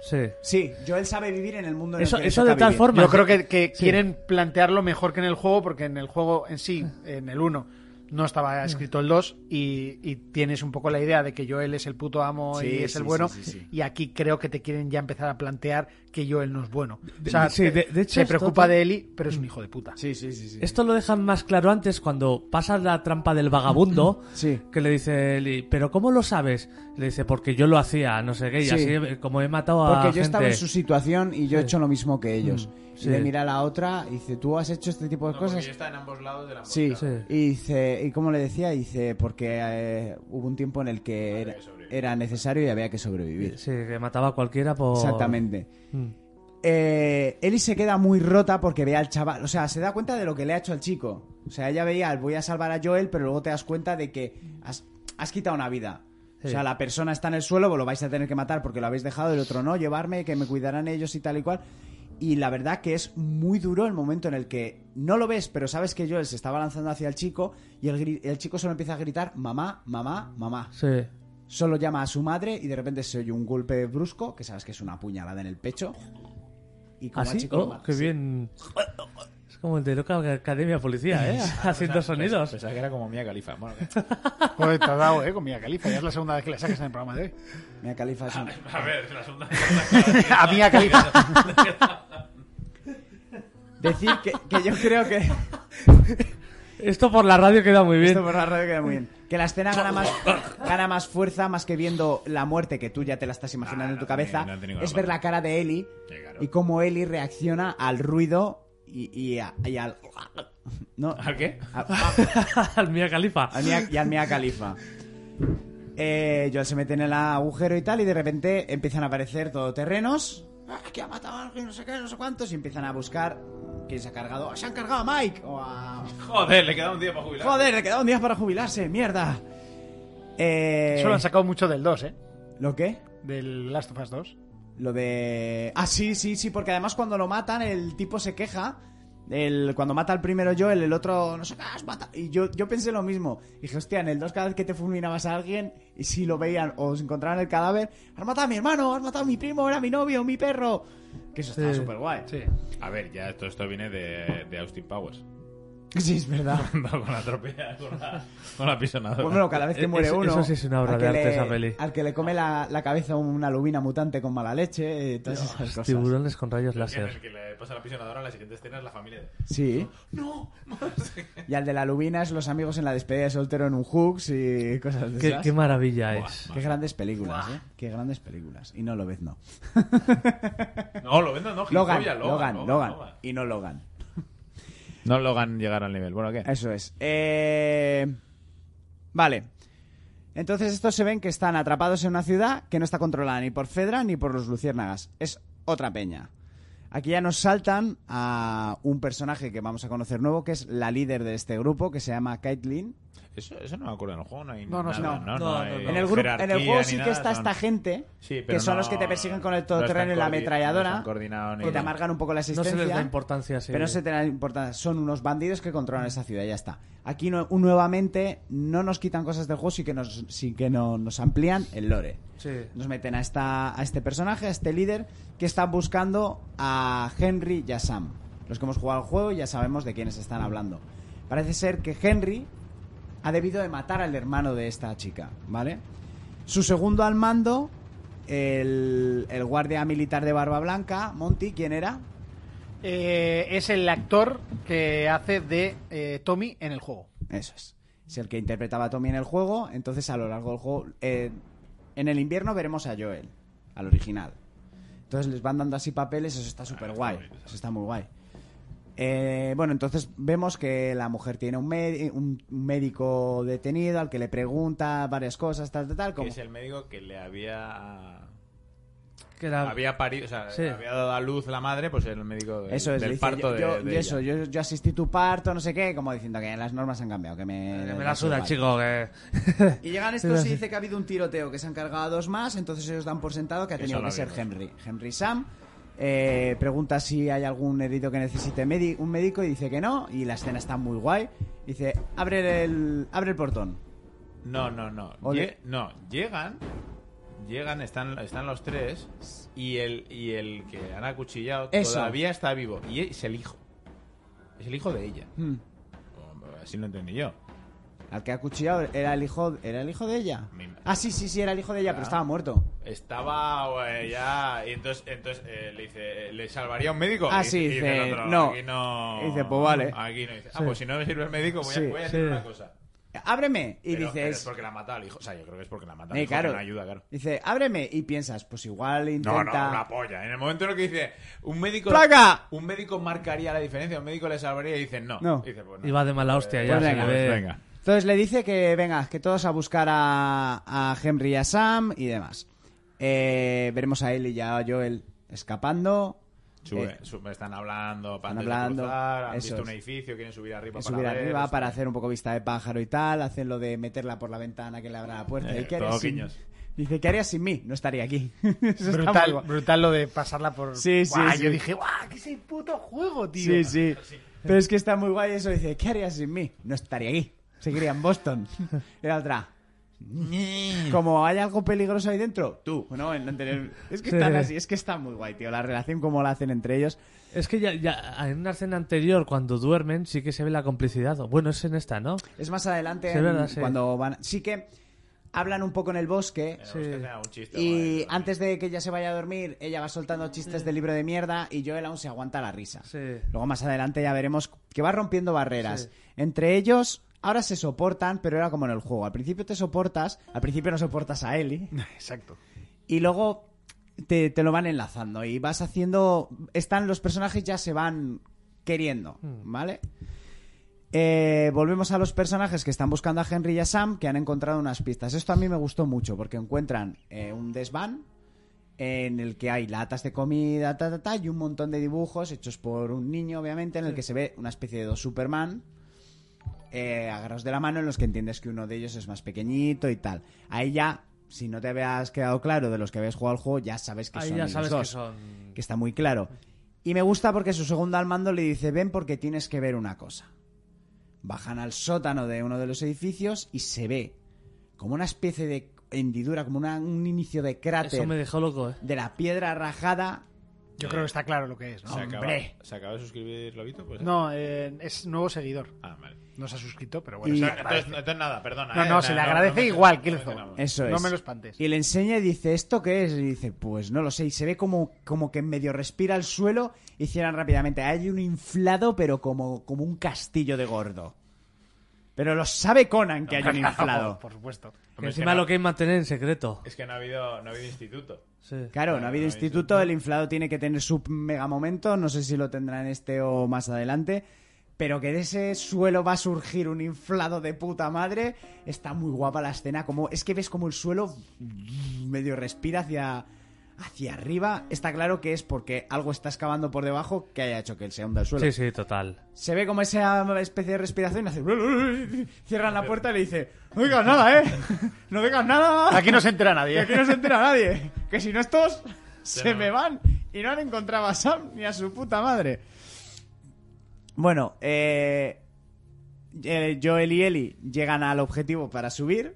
Speaker 5: Sí.
Speaker 4: Sí, Joel sabe vivir en el mundo en el
Speaker 5: Eso,
Speaker 4: que le
Speaker 5: eso
Speaker 4: toca
Speaker 5: de tal
Speaker 4: vivir.
Speaker 5: forma...
Speaker 3: Yo creo que, que
Speaker 5: Sí.
Speaker 3: quieren plantearlo mejor que en el juego, porque en el juego en sí, en el 1, no estaba escrito el 2, y, y tienes un poco la idea de que Joel es el puto amo
Speaker 4: Sí,
Speaker 3: y es
Speaker 4: sí,
Speaker 3: el bueno,
Speaker 4: sí, sí, sí.
Speaker 3: y aquí creo que te quieren ya empezar a plantear que Joel no es bueno. O sea,
Speaker 5: sí,
Speaker 3: te-
Speaker 5: de- de hecho
Speaker 3: se
Speaker 5: esto
Speaker 3: preocupa
Speaker 5: te-
Speaker 3: de Eli, pero es un hijo de puta.
Speaker 4: Sí, sí, sí. sí.
Speaker 5: Esto lo dejan más claro antes cuando pasa la trampa del vagabundo.
Speaker 4: Sí.
Speaker 5: Que le dice Eli, ¿pero cómo lo sabes? Le dice, porque yo lo hacía, no sé qué, y
Speaker 4: Sí.
Speaker 5: así eh, como he matado a.
Speaker 4: Porque yo estaba en
Speaker 5: gente". Mm,
Speaker 4: su situación y yo he hecho lo mismo que ellos.
Speaker 5: sí.
Speaker 4: Y le mira a la otra y dice, ¿tú has hecho este tipo de
Speaker 9: No, porque
Speaker 4: cosas?
Speaker 9: ya está en ambos lados de la
Speaker 4: Sí.
Speaker 9: emboscada.
Speaker 5: Sí.
Speaker 4: Y dice, ¿y cómo le decía? Dice, porque eh, hubo un tiempo en el que era, era necesario y había que sobrevivir.
Speaker 5: Sí, que mataba a cualquiera por.
Speaker 4: Exactamente.
Speaker 5: Mm.
Speaker 4: Eh, Eli se queda muy rota porque ve al chaval, o sea, se da cuenta de lo que le ha hecho al chico. O sea, ella veía, voy a salvar a Joel, pero luego te das cuenta de que has, has quitado una vida. O sea, la persona está en el suelo, vos lo vais a tener que matar porque lo habéis dejado, el otro no, llevarme, que me cuidarán ellos y tal y cual. Y la verdad que es muy duro el momento en el que no lo ves, pero sabes que Joel se estaba lanzando hacia el chico y el, gri- el chico solo empieza a gritar, mamá, mamá, mamá.
Speaker 5: Sí.
Speaker 4: Solo llama a su madre y de repente se oye un golpe brusco, que sabes que es una puñalada en el pecho. Y como al
Speaker 5: Así,
Speaker 4: chico lo
Speaker 5: oh,
Speaker 4: mata,
Speaker 5: qué
Speaker 4: sí.
Speaker 5: bien. Es como el de Loca Academia Policía, ¿eh? Haciendo sonidos.
Speaker 9: Pensaba que era como Mía Califa. Bueno,
Speaker 3: Joder, te has dado, eh, con Mia Khalifa. Ya es la segunda vez que la sacas en el programa de hoy.
Speaker 4: Mira, Califa es un-
Speaker 9: a ver, es la segunda.
Speaker 3: A Mia Khalifa.
Speaker 4: Decir que, que yo creo que...
Speaker 5: Esto por la radio queda muy bien.
Speaker 4: Esto por la radio queda muy bien. Que la escena gana más, gana más fuerza más que viendo la muerte que tú ya te la estás imaginando
Speaker 9: Ah,
Speaker 4: en tu
Speaker 9: no tiene-
Speaker 4: cabeza.
Speaker 9: no tiene ninguna
Speaker 4: es ver la
Speaker 9: parte.
Speaker 4: cara de Eli
Speaker 9: Sí, claro.
Speaker 4: y cómo Eli reacciona al ruido y, y a- y al... ¿no?
Speaker 9: ¿Al qué?
Speaker 4: A- a-
Speaker 5: Al Mía Califa.
Speaker 4: al Mia- y al Mia Khalifa. Eh, Joel se mete en el agujero y tal, y de repente empiezan a aparecer todoterrenos. ¡Ah, que ha matado a alguien, no sé qué, no sé cuántos! Y empiezan a buscar quién se ha cargado. ¡Se han cargado a Mike! O a...
Speaker 6: Joder, le queda un día para jubilar.
Speaker 4: ¡Joder, le quedaron días para jubilarse! ¡Mierda! Eh,
Speaker 3: Eso lo han sacado mucho del 2, ¿eh?
Speaker 4: ¿Lo qué?
Speaker 3: Del Last of Us 2.
Speaker 4: Lo de... Ah, sí, sí, sí, porque además cuando lo matan el tipo se queja. El, cuando mata al primero Joel, el otro no sé qué, has matado. Y yo, yo pensé lo mismo. Dije, hostia, en el 2 cada vez que te fulminabas a alguien y si lo veían o os encontraban el cadáver, has matado a mi hermano, has matado a mi primo, era mi novio, mi perro. Que eso está
Speaker 3: Sí.
Speaker 4: súper guay.
Speaker 3: Sí.
Speaker 6: A ver, ya esto, esto viene de, de Austin Powers.
Speaker 4: Sí, es verdad.
Speaker 6: Anda con la tropea, con la, con la pisonadora.
Speaker 4: Pues bueno, cada vez que
Speaker 5: Eso-
Speaker 4: muere
Speaker 5: eso
Speaker 4: uno.
Speaker 5: sí es una obra
Speaker 4: al que
Speaker 5: de arte,
Speaker 4: le-
Speaker 5: esa peli.
Speaker 4: Al que le come la, la cabeza una lubina mutante con mala leche, eh, todas esas cosas.
Speaker 5: Tiburones con rayos
Speaker 6: En el
Speaker 5: láser.
Speaker 6: que le pasa la pisonadora, la siguiente escena es la familia. de-
Speaker 4: Sí.
Speaker 6: No,
Speaker 4: Y al de la lubina es los amigos en la despedida de soltero en un hooks y cosas de
Speaker 5: Qué,
Speaker 4: esas.
Speaker 5: qué maravilla es.
Speaker 4: Qué grandes películas, ¿eh? Qué grandes películas. Y no lo ves, no.
Speaker 6: no, lo vendo, no,
Speaker 4: Logan,
Speaker 6: gilipollas,
Speaker 4: Logan, Logan. Y no Logan.
Speaker 12: No Logan llegar al nivel. Bueno, ¿qué?
Speaker 4: Eso es. Eh, Vale. Entonces estos se ven que están atrapados en una ciudad que no está controlada ni por Fedra ni por los luciérnagas. Es otra peña. Aquí ya nos saltan a un personaje que vamos a conocer nuevo, que es la líder de este grupo, que se llama Caitlyn.
Speaker 6: Eso, eso no me acuerdo en el juego, no hay
Speaker 4: No, no,
Speaker 6: nada,
Speaker 4: no.
Speaker 6: no,
Speaker 5: No,
Speaker 6: hay
Speaker 5: no, no.
Speaker 4: En el, grupo, en el
Speaker 6: jerarquía
Speaker 4: juego
Speaker 6: ni
Speaker 4: sí que
Speaker 6: nada,
Speaker 4: está
Speaker 6: son-
Speaker 4: esta gente,
Speaker 6: Sí, pero
Speaker 4: que son
Speaker 6: no-
Speaker 4: los que te persiguen con el
Speaker 6: no están
Speaker 4: todoterreno y la
Speaker 6: coordi- no
Speaker 4: ametralladora,
Speaker 6: están coordinados ni
Speaker 4: que te
Speaker 6: nada.
Speaker 4: amargan un poco la
Speaker 5: No
Speaker 4: existencia.
Speaker 5: se les da importancia sí.
Speaker 4: Pero no se te da importancia. Son unos bandidos que controlan esa ciudad, ya está. Aquí no- nuevamente no nos quitan cosas del juego, sí que nos, sí que no, nos amplían el lore.
Speaker 5: Sí.
Speaker 4: Nos meten a, esta, a este personaje, a este líder, que están buscando a Henry y a Sam. Los que hemos jugado al juego ya sabemos de quiénes están hablando. Parece ser que Henry ha debido de matar al hermano de esta chica, ¿vale? Su segundo al mando, el, el guardia militar de Barba Blanca, Monty, ¿quién era?
Speaker 3: Eh, es el actor que hace de eh, Tommy en el juego.
Speaker 4: Eso es. Es el que interpretaba a Tommy en el juego. Entonces, a lo largo del juego. eh, en el invierno veremos a Joel, al original. Entonces les van dando así papeles, eso está súper guay. Eso está muy guay. Eh, bueno, entonces vemos que la mujer tiene un, mé- un médico detenido al que le pregunta varias cosas, tal, tal, tal.
Speaker 6: Que
Speaker 4: Como...
Speaker 6: es el médico que le había.
Speaker 5: Que
Speaker 4: Ah,
Speaker 5: era-
Speaker 6: Había parido, o sea,
Speaker 5: Sí.
Speaker 6: había dado a luz la madre, pues el médico del,
Speaker 4: Eso es, le
Speaker 6: del
Speaker 4: dice,
Speaker 6: parto
Speaker 4: yo,
Speaker 6: de,
Speaker 4: yo-
Speaker 6: de
Speaker 4: yo eso,
Speaker 6: ella.
Speaker 4: yo, yo asistí tu parto, no sé qué, como diciendo que las normas han cambiado, que me...
Speaker 5: que me
Speaker 4: da
Speaker 5: la suda,
Speaker 4: igual.
Speaker 5: chico. Que...
Speaker 4: Y llegan estos y dice que ha habido un tiroteo, que se han cargado a dos más, entonces ellos dan por sentado que ha
Speaker 6: Eso
Speaker 4: tenido
Speaker 6: lo
Speaker 4: que ser
Speaker 6: vimos.
Speaker 4: Henry. Henry Sam eh, pregunta si hay algún herido que necesite medi- un médico y dice que no, y la escena está muy guay. Dice, abre el, abre el portón.
Speaker 6: No, no, no.
Speaker 4: Ole.
Speaker 6: Lle- no, llegan. Llegan, están, están los tres. Y el, y el que han acuchillado
Speaker 4: Eso.
Speaker 6: todavía está vivo. Y e, es el hijo. Es el hijo de ella.
Speaker 4: Hmm.
Speaker 6: Así lo entendí yo.
Speaker 4: Al que ha cuchillado era el hijo, era el hijo de ella.
Speaker 6: Me imagino.
Speaker 4: Ah, sí, sí, sí, era el hijo de ella, pero
Speaker 6: Ah.
Speaker 4: estaba muerto.
Speaker 6: Estaba güey, ya. Y entonces, entonces eh, le dice: eh, ¿le salvaría un médico?
Speaker 4: Ah,
Speaker 6: Y-
Speaker 4: sí,
Speaker 6: y el
Speaker 4: dice,
Speaker 6: otro,
Speaker 4: no.
Speaker 6: Aquí no.
Speaker 4: Y dice, pues vale.
Speaker 6: Aquí no. Y dice, ah, pues si no me sirve el médico, voy a,
Speaker 4: Sí,
Speaker 6: voy a
Speaker 5: sí.
Speaker 6: hacer una cosa.
Speaker 4: Ábreme. Y
Speaker 6: Pero- pero es
Speaker 4: dices,
Speaker 6: porque la mata al hijo. O sea, yo creo que es porque la mata al
Speaker 4: eh,
Speaker 6: hijo.
Speaker 4: claro.
Speaker 6: Que no ayuda, claro.
Speaker 4: Dice, ábreme. Y piensas, pues igual
Speaker 6: No,
Speaker 4: intenta...
Speaker 6: no, una polla. En el momento en el que dice un médico.
Speaker 4: ¡Placa!
Speaker 6: Un médico marcaría la diferencia, un médico le salvaría y dice no.
Speaker 4: No.
Speaker 6: Dice, pues no.
Speaker 5: Iba de mala hostia ya.
Speaker 4: Pues
Speaker 5: se
Speaker 4: venga,
Speaker 5: le ve-
Speaker 4: Entonces le dice que venga, que todos a buscar a, a Henry y a Sam y demás. Eh, veremos a él y ya a Joel escapando.
Speaker 6: Sube,
Speaker 4: Eh,
Speaker 6: sube, están hablando, para
Speaker 4: están
Speaker 6: antes de
Speaker 4: hablando,
Speaker 6: cruzar, han
Speaker 4: eso
Speaker 6: visto
Speaker 4: es.
Speaker 6: un edificio, quieren subir arriba para pues,
Speaker 4: subir
Speaker 6: ver,
Speaker 4: arriba
Speaker 6: eso.
Speaker 4: para hacer un poco vista de pájaro y tal. Hacen lo de meterla por la ventana que le abra la puerta.
Speaker 6: Eh,
Speaker 4: ¿Y qué
Speaker 6: todo
Speaker 4: harías sin-
Speaker 6: guiños.
Speaker 4: Dice, ¿qué harías sin mí? No estaría aquí. Eso está muy
Speaker 3: Brutal,
Speaker 4: guay.
Speaker 3: brutal lo de pasarla por.
Speaker 4: Sí, sí,
Speaker 3: Guau,
Speaker 4: sí.
Speaker 3: Yo dije, ¡guau! ¡Qué ese puto juego, tío!
Speaker 4: Sí, sí.
Speaker 6: Ah,
Speaker 4: Pero es que está muy guay eso. Dice, ¿qué harías sin mí? No estaría aquí. Seguiría en Boston. Y la otra. "Mm". Como hay algo peligroso ahí dentro, tú. No, en- en- en- es que están
Speaker 5: Sí.
Speaker 4: así, es que está muy guay, tío. La relación como la hacen entre ellos.
Speaker 5: Es que ya, ya en una escena anterior, cuando duermen, sí que se ve la complicidad. Bueno, es en esta, ¿no?
Speaker 4: Es más adelante
Speaker 5: Sí, es
Speaker 4: en-
Speaker 5: verdad, sí.
Speaker 4: cuando van. Sí que hablan un poco en el bosque.
Speaker 6: Pero es pues, que sea un chiste,
Speaker 4: Y
Speaker 6: guay,
Speaker 4: antes de que ella se vaya a dormir, ella va soltando chistes del libro de mierda y Joel aún se aguanta la risa.
Speaker 5: Sí.
Speaker 4: Luego más adelante ya veremos que va rompiendo barreras.
Speaker 5: Sí.
Speaker 4: Entre ellos, ahora se soportan, pero era como en el juego. Al principio te soportas, al principio no soportas a Ellie.
Speaker 3: Exacto.
Speaker 4: Y luego te, te lo van enlazando y vas
Speaker 5: Hmm.
Speaker 4: haciendo... Están los personajes ya se van queriendo, ¿vale? Eh, volvemos a los personajes que están buscando a Henry y a Sam, que han encontrado unas pistas. Esto a mí me gustó mucho, porque encuentran eh, un desván en el que hay latas de comida, ta, ta, ta, y un montón de dibujos hechos por un niño, obviamente, en el que se ve una especie de dos Superman eh, agarrados de la mano en los que entiendes que uno de ellos es más pequeñito y tal. Ahí ya, si no te habías quedado claro de los que habías jugado al juego, ya sabes que
Speaker 5: Ahí
Speaker 4: son
Speaker 5: ya
Speaker 4: ellos
Speaker 5: sabes
Speaker 4: dos,
Speaker 5: que son.
Speaker 4: que está muy claro. Y me gusta porque su segundo al mando le dice, ven porque tienes que ver una cosa. Bajan al sótano de uno de los edificios y se ve como una especie de hendidura, como una- un inicio de
Speaker 5: Eso
Speaker 4: cráter
Speaker 5: me dejó loco, eh.
Speaker 4: de la piedra rajada.
Speaker 3: Yo creo que está claro lo que es, ¿no?
Speaker 6: ¿Se acaba,
Speaker 4: Hombre.
Speaker 6: ¿Se acaba de suscribir Lobito? Pues,
Speaker 3: No, eh, es nuevo seguidor.
Speaker 6: Ah, vale.
Speaker 3: No se ha suscrito, pero
Speaker 4: Y-
Speaker 3: bueno. se le agradece.
Speaker 6: Entonces, entonces nada, perdona.
Speaker 3: No,
Speaker 6: eh,
Speaker 3: no, se le agradece
Speaker 6: me-
Speaker 3: igual,
Speaker 6: me
Speaker 3: Killzone.
Speaker 6: mencionamos.
Speaker 4: Eso es.
Speaker 3: No me lo espantes.
Speaker 4: Y le enseña y dice, ¿esto qué es? Y dice, pues no lo sé. Y se ve como, como que medio respira el suelo y cierran rápidamente. Hay un inflado, pero como, como un castillo de gordo. Pero lo sabe Conan que hay un inflado.
Speaker 3: Por supuesto.
Speaker 6: Hombre, es que
Speaker 5: Encima
Speaker 6: no-
Speaker 5: lo que hay que mantener en secreto.
Speaker 6: Es que no ha habido, no ha habido instituto.
Speaker 5: Sí.
Speaker 4: Claro, no ha habido
Speaker 6: no ha
Speaker 4: instituto, el inflado tiene que tener su mega momento, no sé si lo tendrá en este o más adelante, pero que de ese suelo va a surgir un inflado de puta madre, está muy guapa la escena, como es que ves como el suelo medio respira hacia hacia arriba, está claro que es porque algo está excavando por debajo que haya hecho que él se hunda el suelo.
Speaker 5: Sí, sí, total.
Speaker 4: Se ve como esa especie de respiración y hace cierran la puerta y le dice, "No digas nada, eh. No digas nada."
Speaker 3: Aquí no se entera
Speaker 4: Y
Speaker 3: nadie. ¿eh?
Speaker 4: aquí no se entera nadie. Que si no estos, se me van. Y no han encontrado a Sam ni a su puta madre. Bueno, eh, eh, Joel y Eli llegan al objetivo para subir.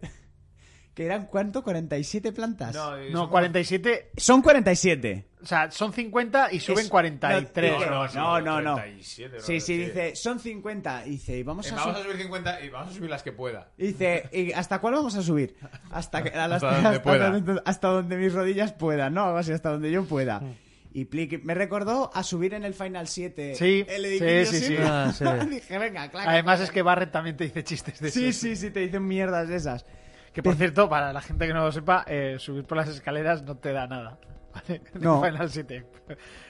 Speaker 4: Que eran cuánto? ¿47 plantas?
Speaker 6: eh,
Speaker 3: No,
Speaker 6: son-
Speaker 3: 47.
Speaker 4: Son 47.
Speaker 3: O sea, son 50 y suben
Speaker 4: Es-
Speaker 3: 43.
Speaker 4: No, no,
Speaker 6: No, no,
Speaker 4: no. no, no.
Speaker 6: 37, bro,
Speaker 4: sí, sí,
Speaker 6: sí.
Speaker 4: dice, son 50. Y dice, y vamos
Speaker 6: eh,
Speaker 4: a,
Speaker 6: vamos
Speaker 4: sub-
Speaker 6: a subir 50 y vamos a subir las que pueda.
Speaker 4: Dice, ¿y hasta cuál vamos a subir? Hasta, que- a las-
Speaker 6: Hasta donde pueda.
Speaker 4: donde- hasta donde mis rodillas puedan, ¿no? Algo así, hasta donde yo pueda.
Speaker 3: Mm.
Speaker 4: Y Plick me recordó a subir en el Final 7.
Speaker 3: Sí,
Speaker 4: el
Speaker 3: sí,
Speaker 4: edificio
Speaker 3: sí, sí.
Speaker 4: Silver.
Speaker 5: Ah, sí.
Speaker 4: Dije, venga, claro.
Speaker 3: Además es que Barrett también te dice chistes de
Speaker 4: Sí,
Speaker 3: esos.
Speaker 4: sí, sí, te dicen mierdas de esas.
Speaker 3: Que por cierto, para la gente que no lo sepa, eh, subir por las escaleras no te da nada. ¿vale? En
Speaker 4: No.
Speaker 3: Final 7.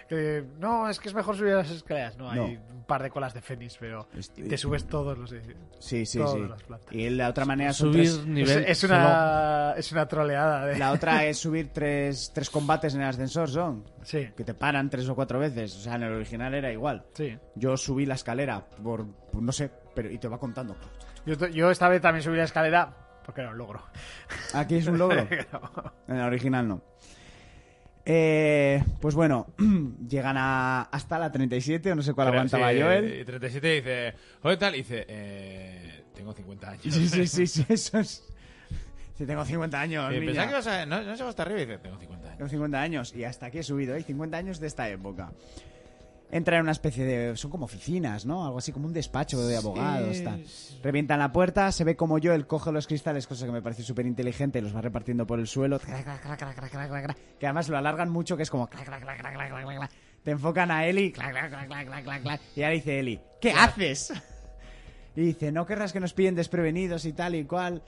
Speaker 3: Que, no, es que es mejor subir a las escaleras. No,
Speaker 4: No.
Speaker 3: hay un par de colas de Fénix, pero
Speaker 4: Estoy-
Speaker 3: te subes todos los edificios.
Speaker 4: Sí, sí,
Speaker 3: Todas
Speaker 4: sí.
Speaker 3: las plantas.
Speaker 4: Y la otra manera son
Speaker 5: Subir
Speaker 4: tres-
Speaker 3: Es,
Speaker 5: nivel.
Speaker 3: es una, es una troleada. De...
Speaker 4: La otra es subir tres, tres combates en el ascensor, son.
Speaker 3: Sí,
Speaker 4: Que te paran tres o cuatro veces. O sea, en el original era igual.
Speaker 3: sí.
Speaker 4: Yo subí la escalera por, por no sé, pero y te va contando.
Speaker 3: Yo, to- yo esta vez también subí la escalera porque era un logro.
Speaker 4: Aquí es un logro. En la original no. Eh, pues bueno, llegan a, hasta la 37, o no sé cuál aguantaba
Speaker 6: Sí, eh,
Speaker 4: Joel.
Speaker 6: Y 37 dice, joder, tal, y dice, eh, tengo 50 años.
Speaker 4: Sí, sí, sí, sí, eso es. Si tengo 50 años,
Speaker 6: Y
Speaker 4: niña.
Speaker 6: Eh, pensaba que ibas a, no, no se va hasta arriba y dice, tengo 50 años.
Speaker 4: Tengo 50 años y hasta aquí he subido, ¿eh? 50 años de esta época. Entra en una especie de... Son como oficinas, ¿no? Algo así como un despacho de abogados. tal. Revientan la puerta, se ve como yo, él coge los cristales, cosa que me parece súper inteligente, los va repartiendo por el suelo. crac, crac, crac, crac, crac, crac, crac, crac, Que además lo alargan mucho, que es como... crac, crac, crac, crac, crac, crac, crac. Te enfocan a Eli. crac, crac, crac, crac, crac, crac, crac, Y ahora dice Eli, ¿qué haces? Y dice, no querrás que nos pillen desprevenidos y tal y cual.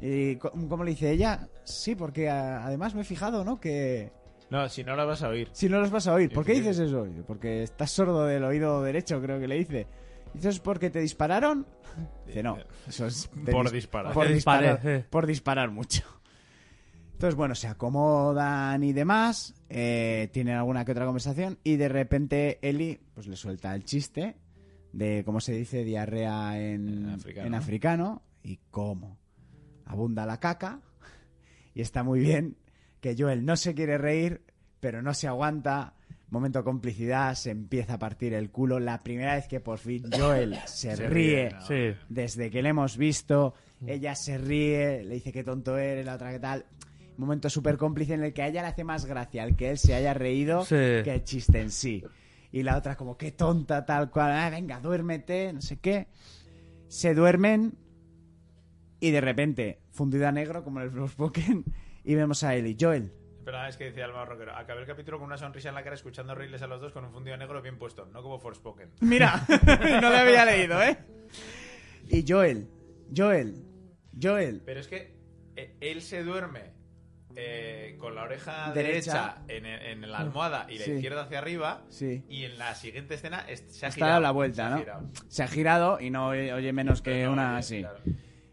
Speaker 4: Y co- ¿Cómo le dice ella? Sí, porque a- además me he fijado, ¿no? Que,
Speaker 6: No, si no la vas a oír.
Speaker 4: si no los vas a oír. ¿Por qué
Speaker 6: Increíble.
Speaker 4: dices eso? Porque estás sordo del oído derecho, creo que le hice. ¿Dices porque te dispararon? Dice, no. Eso es te
Speaker 6: Por
Speaker 4: dis-
Speaker 6: disparar.
Speaker 4: Por
Speaker 5: Te disparé, eh.
Speaker 4: disparar,
Speaker 5: sí.
Speaker 4: por disparar mucho. Entonces, bueno, se acomodan y demás. eh, tienen alguna que otra conversación. Y de repente Eli pues le suelta el chiste de cómo se dice diarrea en,
Speaker 6: En africano.
Speaker 4: en africano. Y cómo. Abunda la caca. Y está muy bien que Joel no se quiere reír, pero no se aguanta. Momento complicidad, se empieza a partir el culo. La primera vez que por fin Joel se, ríe.
Speaker 5: Sí.
Speaker 4: Desde que le hemos visto, ella se ríe, le dice qué tonto eres, la otra qué tal. Momento súper cómplice en el que a ella le hace más gracia el que él se haya reído
Speaker 5: Sí.
Speaker 4: que el chiste en sí. Y la otra como qué tonta tal cual, ah, venga, duérmete, no sé qué. Se duermen y de repente, fundida a negro como en el Forspoken, y vemos a Eli. Joel,
Speaker 6: Espera, es que decía Alma Rockero, acabé el capítulo con una sonrisa en la cara escuchando reírles a los dos con un fundido negro bien puesto, no como Forspoken.
Speaker 4: Mira, no le había leído, ¿eh? Y Joel, Joel, Joel.
Speaker 6: Pero es que eh, él se duerme eh, con la oreja
Speaker 4: Derecha.
Speaker 6: derecha, en, en la almohada y la
Speaker 4: Sí.
Speaker 6: izquierda hacia arriba.
Speaker 4: Sí.
Speaker 6: Y en la siguiente escena es- se ha
Speaker 4: Está
Speaker 6: girado.
Speaker 4: dado la vuelta,
Speaker 6: se ha
Speaker 4: ¿no?
Speaker 6: girado.
Speaker 4: Se ha girado y no oye, oye menos que
Speaker 6: No,
Speaker 4: una
Speaker 6: oye,
Speaker 4: así.
Speaker 6: claro.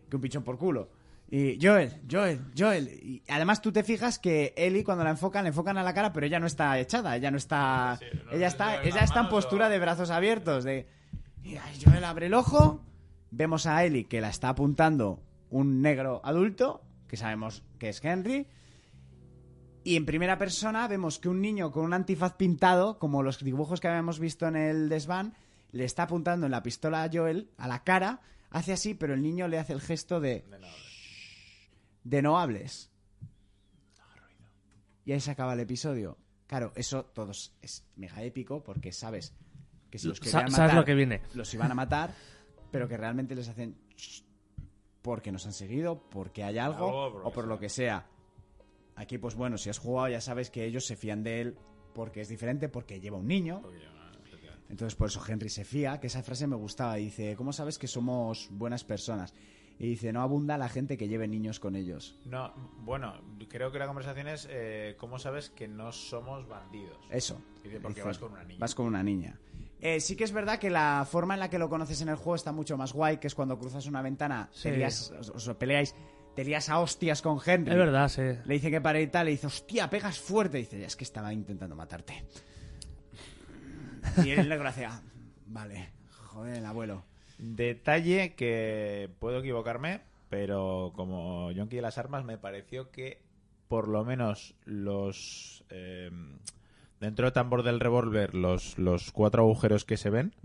Speaker 4: Que un pichón por culo. Y Joel, Joel, Joel. Y además tú te fijas que Ellie cuando la enfocan, le enfocan a la cara, pero ella no está echada, ella no está.
Speaker 6: Sí,
Speaker 4: ella
Speaker 6: no sé si le
Speaker 4: está,
Speaker 6: ven
Speaker 4: ella
Speaker 6: las
Speaker 4: está en
Speaker 6: manos
Speaker 4: postura
Speaker 6: o-
Speaker 4: de brazos abiertos. De y, ay, Joel abre el ojo. Vemos a Ellie que la está apuntando un negro adulto, que sabemos que es Henry. Y en primera persona vemos que un niño con un antifaz pintado, como los dibujos que habíamos visto en el desván, le está apuntando en la pistola a Joel, a la cara, hace así, pero el niño le hace el gesto de... "Shh, De no hables. Y ahí se acaba el episodio. Claro, eso todos es mega épico porque sabes que si los
Speaker 5: Sa-
Speaker 4: querían
Speaker 5: sabes
Speaker 4: matar,
Speaker 5: lo que viene.
Speaker 4: los iban a matar, pero que realmente les hacen "Shh", porque nos han seguido, porque hay algo
Speaker 6: Algo, por lo
Speaker 4: o por
Speaker 6: que
Speaker 4: lo que sea. Aquí, pues bueno, si has jugado ya sabes que ellos se fían de él porque es diferente, porque lleva un niño. Entonces por eso Henry se fía, que esa frase me gustaba. Dice, ¿cómo sabes que somos buenas personas? Y dice, no abunda la gente que lleve niños con ellos.
Speaker 6: No, bueno, creo que la conversación es eh, cómo sabes que no somos bandidos.
Speaker 4: Eso.
Speaker 6: Dice, porque
Speaker 4: Dice,
Speaker 6: vas con una niña.
Speaker 4: Vas con una niña. Eh, sí que es verdad que la forma en la que lo conoces en el juego está mucho más guay, que es cuando cruzas una ventana, te
Speaker 5: Sí.
Speaker 4: lías- os, os peleáis, te lías a hostias con Henry.
Speaker 5: Es verdad, sí.
Speaker 4: Le dice que pare y tal, le dice, hostia, pegas fuerte. dice, ya es que estaba intentando matarte. Y el negro hace, "Ah, vale, joder, el abuelo.
Speaker 6: Detalle que puedo equivocarme, pero como Yonki de las Armas me pareció que por lo menos los... eh, dentro del tambor del revólver, los, los cuatro agujeros que se ven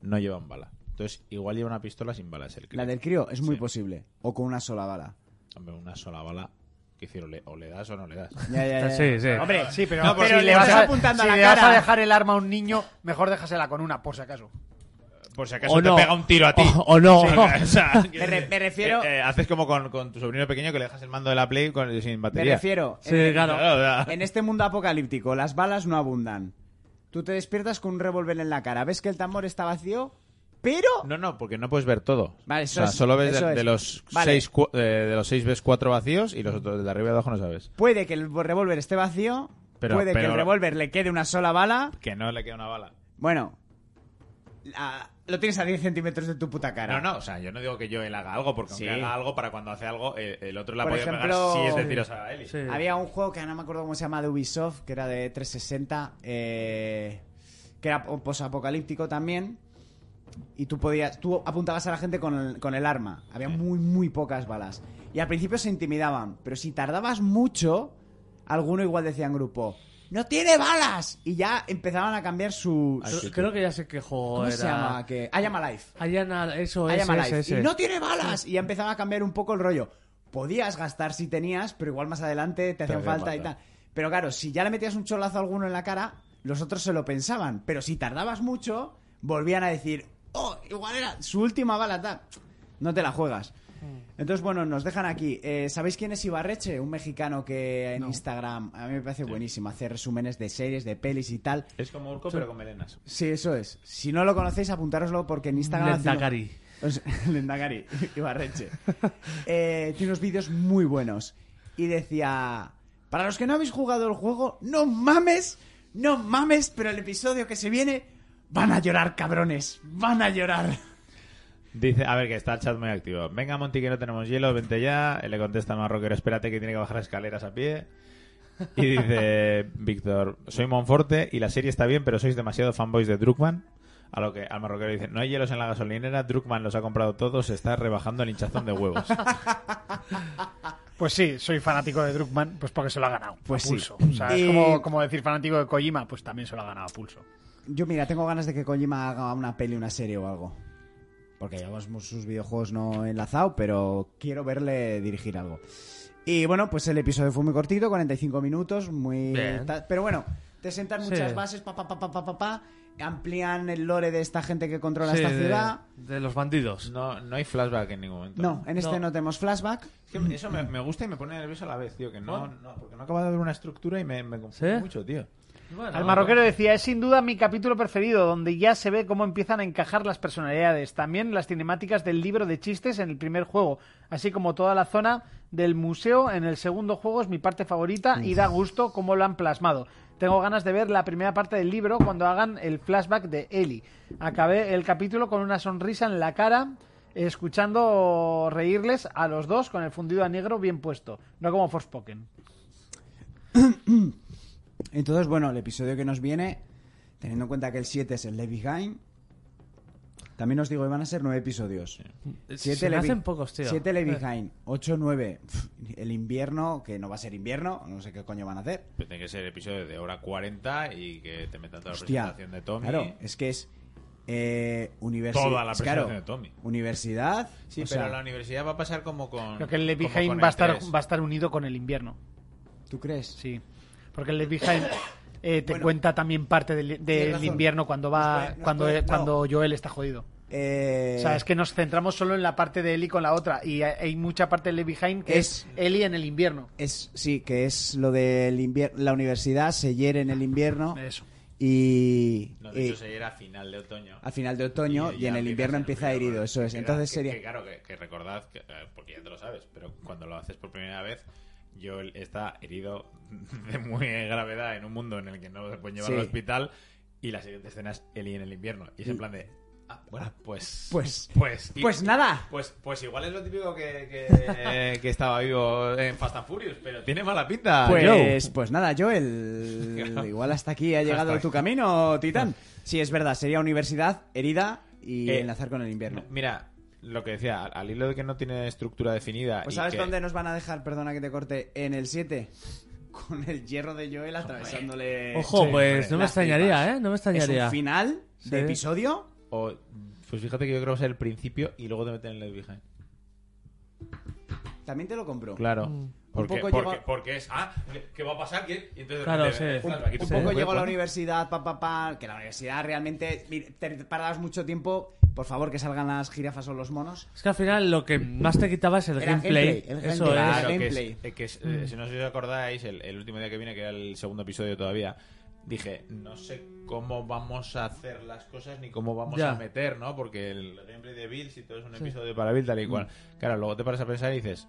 Speaker 6: no llevan bala. Entonces igual lleva una pistola sin balas el crío.
Speaker 4: La del crío es muy
Speaker 6: Sí.
Speaker 4: posible, o con una sola bala.
Speaker 6: Hombre, una sola bala. Que hicieron, le- o le das o no le das.
Speaker 4: Ya, ya, ya.
Speaker 5: Sí, sí.
Speaker 4: Hombre,
Speaker 3: Sí, pero,
Speaker 4: No, pues si le vas
Speaker 3: vas a,
Speaker 4: apuntando
Speaker 3: si
Speaker 4: a la
Speaker 3: le vas
Speaker 4: cara.
Speaker 3: a dejar el arma a un niño, mejor déjasela con una, por si acaso.
Speaker 6: Por si acaso
Speaker 5: O
Speaker 6: te
Speaker 5: no.
Speaker 6: pega un tiro a ti.
Speaker 5: O, o no.
Speaker 6: O sea,
Speaker 4: Me re- me refiero-
Speaker 6: eh, eh, haces como con, con tu sobrino pequeño que le dejas el mando de la Play con, sin
Speaker 4: me
Speaker 6: batería.
Speaker 4: refiero,
Speaker 5: Sí,
Speaker 4: en-
Speaker 5: claro.
Speaker 6: Claro, o sea,
Speaker 4: En este mundo apocalíptico, las balas no abundan. Tú te despiertas con un revólver en la cara, ves que el tambor está vacío, pero...
Speaker 6: No, no, porque no puedes ver todo.
Speaker 4: Vale,
Speaker 6: o
Speaker 4: eso
Speaker 6: sea,
Speaker 4: es-
Speaker 6: solo ves
Speaker 4: eso
Speaker 6: de,
Speaker 4: es.
Speaker 6: de los
Speaker 4: Vale.
Speaker 6: seis, cu- eh, de los seis ves cuatro vacíos y los otros de arriba y de abajo no sabes.
Speaker 4: Puede que el revólver esté vacío,
Speaker 6: Pero-
Speaker 4: puede que
Speaker 6: pero-
Speaker 4: el revólver le quede una sola bala.
Speaker 6: Que no le queda una bala.
Speaker 4: Bueno, la- lo tienes a 10 centímetros de tu puta cara.
Speaker 6: No, no, o sea, yo no digo que yo él haga algo, porque
Speaker 4: Sí.
Speaker 6: aunque haga algo, para cuando hace algo, eh, el otro la
Speaker 4: Por
Speaker 6: puede
Speaker 4: ejemplo-
Speaker 6: pegar siete tiros a él.
Speaker 5: Sí.
Speaker 4: Había un juego que no me acuerdo cómo se llama de Ubisoft, que era de 360, eh, que era po- posapocalíptico también. Y tú podías, tú apuntabas a la gente con el, con el arma. Había muy, muy pocas balas. Y al principio se intimidaban, pero si tardabas mucho, alguno igual decía en grupo, ¡No tiene balas! Y ya empezaban a cambiar su...
Speaker 5: Creo-
Speaker 4: su-
Speaker 5: Creo que ya sé qué juego
Speaker 4: ¿Cómo
Speaker 5: era.
Speaker 4: se llama? Que... I am Alive.
Speaker 5: Ayana, eso
Speaker 4: I
Speaker 5: es.
Speaker 4: am Alive.
Speaker 5: ese,
Speaker 4: Y
Speaker 5: ese.
Speaker 4: no tiene balas. Y ya empezaba a cambiar un poco el rollo. Podías gastar si tenías, pero igual más adelante te hacían
Speaker 6: hacían
Speaker 4: falta y tal.
Speaker 6: falta.
Speaker 4: Pero claro, si ya le metías un cholazo a alguno en la cara, los otros se lo pensaban. Pero si tardabas mucho, volvían a decir, oh, igual era su última bala, tal. No te la juegas.
Speaker 5: Mm.
Speaker 4: Entonces, bueno, nos dejan aquí. Eh, ¿Sabéis quién es Ibarreche? Un mexicano que en Instagram, a mí me parece buenísimo, hace resúmenes de series, de pelis y tal.
Speaker 6: Es como Urco, pero con melenas.
Speaker 4: Sí, eso es. Si no lo conocéis, apuntároslo porque en Instagram... hace uno-
Speaker 5: Lendakari.
Speaker 4: o sea, Lendakari, Ibarreche. Eh, tiene unos vídeos muy buenos. Y decía, para los que no habéis jugado el juego, no mames, no mames, pero el episodio que se viene, van a llorar, cabrones, van a llorar.
Speaker 6: Dice, a ver, que está el chat muy activo. Venga, Monti, que no tenemos hielo, vente ya. Le contesta el marroquero, espérate que tiene que bajar escaleras a pie. Y dice, Víctor, soy Monforte y la serie está bien, pero sois demasiado fanboys de Druckmann. A lo que al marroquero dice, no hay hielos en la gasolinera, Druckmann los ha comprado todos, se está rebajando el hinchazón de huevos.
Speaker 3: Pues sí, soy fanático de Druckmann, pues porque se lo ha ganado.
Speaker 4: Pues
Speaker 3: a
Speaker 4: sí.
Speaker 3: pulso. O sea,
Speaker 4: Y-
Speaker 3: es como, como decir fanático de Kojima, pues también se lo ha ganado a pulso.
Speaker 4: Yo, mira, tengo ganas de que Kojima haga una peli, una serie o algo. Porque llevamos sus videojuegos no enlazado, pero quiero verle dirigir algo. Y bueno, pues el episodio fue muy cortito, 45 minutos, muy...
Speaker 5: Bien.
Speaker 4: ta- Pero bueno, te sentan
Speaker 5: Sí.
Speaker 4: muchas bases, pa, pa, pa, pa, pa, pa, pa, amplían el lore de esta gente que controla
Speaker 5: Sí,
Speaker 4: esta
Speaker 5: de-
Speaker 4: ciudad.
Speaker 5: De, los bandidos.
Speaker 6: No, no hay flashback en ningún momento.
Speaker 4: No, en este no,
Speaker 5: No.
Speaker 4: tenemos flashback.
Speaker 6: Es que Eso me, me gusta y me pone nervioso a la vez, tío, que no, no, porque no acaba de haber una estructura y me, me confunde
Speaker 5: ¿Sí?
Speaker 6: mucho, tío.
Speaker 5: Bueno,
Speaker 3: Al marroquero decía, es sin duda mi capítulo preferido, donde ya se ve cómo empiezan a encajar las personalidades, también las cinemáticas del libro de chistes en el primer juego, así como toda la zona del museo en el segundo juego es mi parte favorita y da gusto cómo lo han plasmado. Tengo ganas de ver la primera parte del libro cuando hagan el flashback de Ellie. Acabé el capítulo con una sonrisa en la cara, escuchando reírles a los dos con el fundido a negro bien puesto, no como
Speaker 6: Mm.
Speaker 3: Forspoken.
Speaker 4: Entonces, bueno, el episodio que nos viene, teniendo en cuenta que el 7 es el Left Behind, también os digo que van a ser 9 episodios.
Speaker 5: Se
Speaker 4: Siete
Speaker 5: me
Speaker 4: Levi-
Speaker 5: hacen pocos, tío. Eh,
Speaker 4: Siete Levi Hind, ocho, nueve. Pf, El invierno, que no va a ser invierno, no sé qué coño van a hacer.
Speaker 6: Pero tiene que ser episodio de hora 40 y que te metan toda la
Speaker 4: Hostia.
Speaker 6: presentación de Tommy.
Speaker 4: Claro, es que es. Eh, universi-
Speaker 6: Toda la
Speaker 4: es claro,
Speaker 6: presentación de Tommy.
Speaker 4: Universidad.
Speaker 6: Sí,
Speaker 4: o
Speaker 6: pero
Speaker 4: sea,
Speaker 6: la universidad va a pasar como con.
Speaker 3: Creo que el Left
Speaker 6: como
Speaker 3: Behind
Speaker 6: con
Speaker 3: va a,
Speaker 6: el
Speaker 3: estar,
Speaker 6: tres.
Speaker 3: va a estar unido con el invierno.
Speaker 4: ¿Tú crees?
Speaker 3: Sí, porque el Left Behind eh, te
Speaker 4: Bueno.
Speaker 3: cuenta también parte del, del
Speaker 4: Tienes razón.
Speaker 3: invierno cuando
Speaker 4: Nos
Speaker 3: va
Speaker 4: puede- nos
Speaker 3: cuando, eh,
Speaker 4: puede- no.
Speaker 3: cuando Joel está jodido.
Speaker 4: Eh,
Speaker 3: O sea, es que nos centramos solo en la parte de Ellie con la otra y hay- hay mucha parte del Left Behind que es,
Speaker 4: Es-
Speaker 3: Ellie en el invierno.
Speaker 4: es- sí, que es lo del invierno. La universidad se hiere en el invierno.
Speaker 3: Eso.
Speaker 4: Y.
Speaker 6: No, de
Speaker 4: y
Speaker 6: hecho, se llega a final de otoño.
Speaker 4: al final de otoño y,
Speaker 6: ya
Speaker 4: en el invierno empieza
Speaker 6: el
Speaker 4: herido,
Speaker 6: frío,
Speaker 4: eso es.
Speaker 6: que-
Speaker 4: Entonces
Speaker 6: que-
Speaker 4: sería.
Speaker 6: que claro, que, que recordad, que, eh, porque ya te lo sabes, pero cuando lo haces por primera vez, Joel está herido de muy gravedad en un mundo en el que no se pueden llevar
Speaker 4: Sí.
Speaker 6: al hospital. Y la siguiente escena es Eli en el invierno. Y es en plan de. Ah, bueno, pues.
Speaker 4: pues-
Speaker 6: Pues. y-
Speaker 4: Pues nada.
Speaker 6: Pues, pues igual es lo típico que, que, que estaba vivo en Fast and Furious, pero tiene mala
Speaker 5: Ah,
Speaker 6: pinta. Joe.
Speaker 4: Pues, pues nada, Joel. Igual hasta aquí ha llegado tu camino, Titán. Sí, es verdad, sería universidad, herida y
Speaker 6: Ah. Eh,
Speaker 4: enlazar con el invierno.
Speaker 6: Mira, lo que decía, al, al hilo de que no tiene estructura definida.
Speaker 4: Pues
Speaker 6: y
Speaker 4: ¿sabes
Speaker 6: que-
Speaker 4: dónde nos van a dejar, perdona que te corte, en el 7? Con el hierro de Joel atravesándole.
Speaker 5: Ojo,
Speaker 6: Sí,
Speaker 5: pues
Speaker 6: hombre,
Speaker 5: no me
Speaker 4: las
Speaker 5: extrañaría,
Speaker 4: tripas.
Speaker 5: ¿eh? No me
Speaker 4: Es
Speaker 5: extrañaría.
Speaker 4: un final de
Speaker 5: Sí.
Speaker 4: episodio.
Speaker 6: O, pues fíjate que yo creo que va a ser el principio y luego te meten en el behind.
Speaker 4: También te lo compro.
Speaker 6: Claro. Mm. Porque,
Speaker 4: poco
Speaker 6: porque,
Speaker 4: llega-
Speaker 6: porque es, ah, ¿qué va a pasar? ¿Qué? Y entonces
Speaker 5: Claro,
Speaker 6: de
Speaker 5: sí.
Speaker 6: repente,
Speaker 5: Un-
Speaker 6: claro, aquí
Speaker 4: Un
Speaker 6: tú-
Speaker 4: poco
Speaker 6: Sí.
Speaker 4: llego a la universidad, pa, pa, pa, que la universidad realmente. mira, Te tardabas mucho tiempo. Por favor, que salgan las jirafas o los monos.
Speaker 5: Es que al final lo que más te quitaba es el
Speaker 4: Era
Speaker 5: gameplay.
Speaker 4: gameplay, el
Speaker 5: Eso
Speaker 4: gameplay.
Speaker 5: es.
Speaker 6: Claro, que es-
Speaker 4: gameplay.
Speaker 6: eh, que es,
Speaker 5: Mm.
Speaker 6: eh, si no os acordáis, el, el último día que viene, que era el segundo episodio todavía, dije, no sé cómo vamos a hacer las cosas ni cómo vamos
Speaker 5: Ya.
Speaker 6: a meter, ¿no? Porque el gameplay de Bill, si todo es un episodio para Bill, tal
Speaker 5: Mm.
Speaker 6: y cual. Claro, luego te paras a pensar y dices,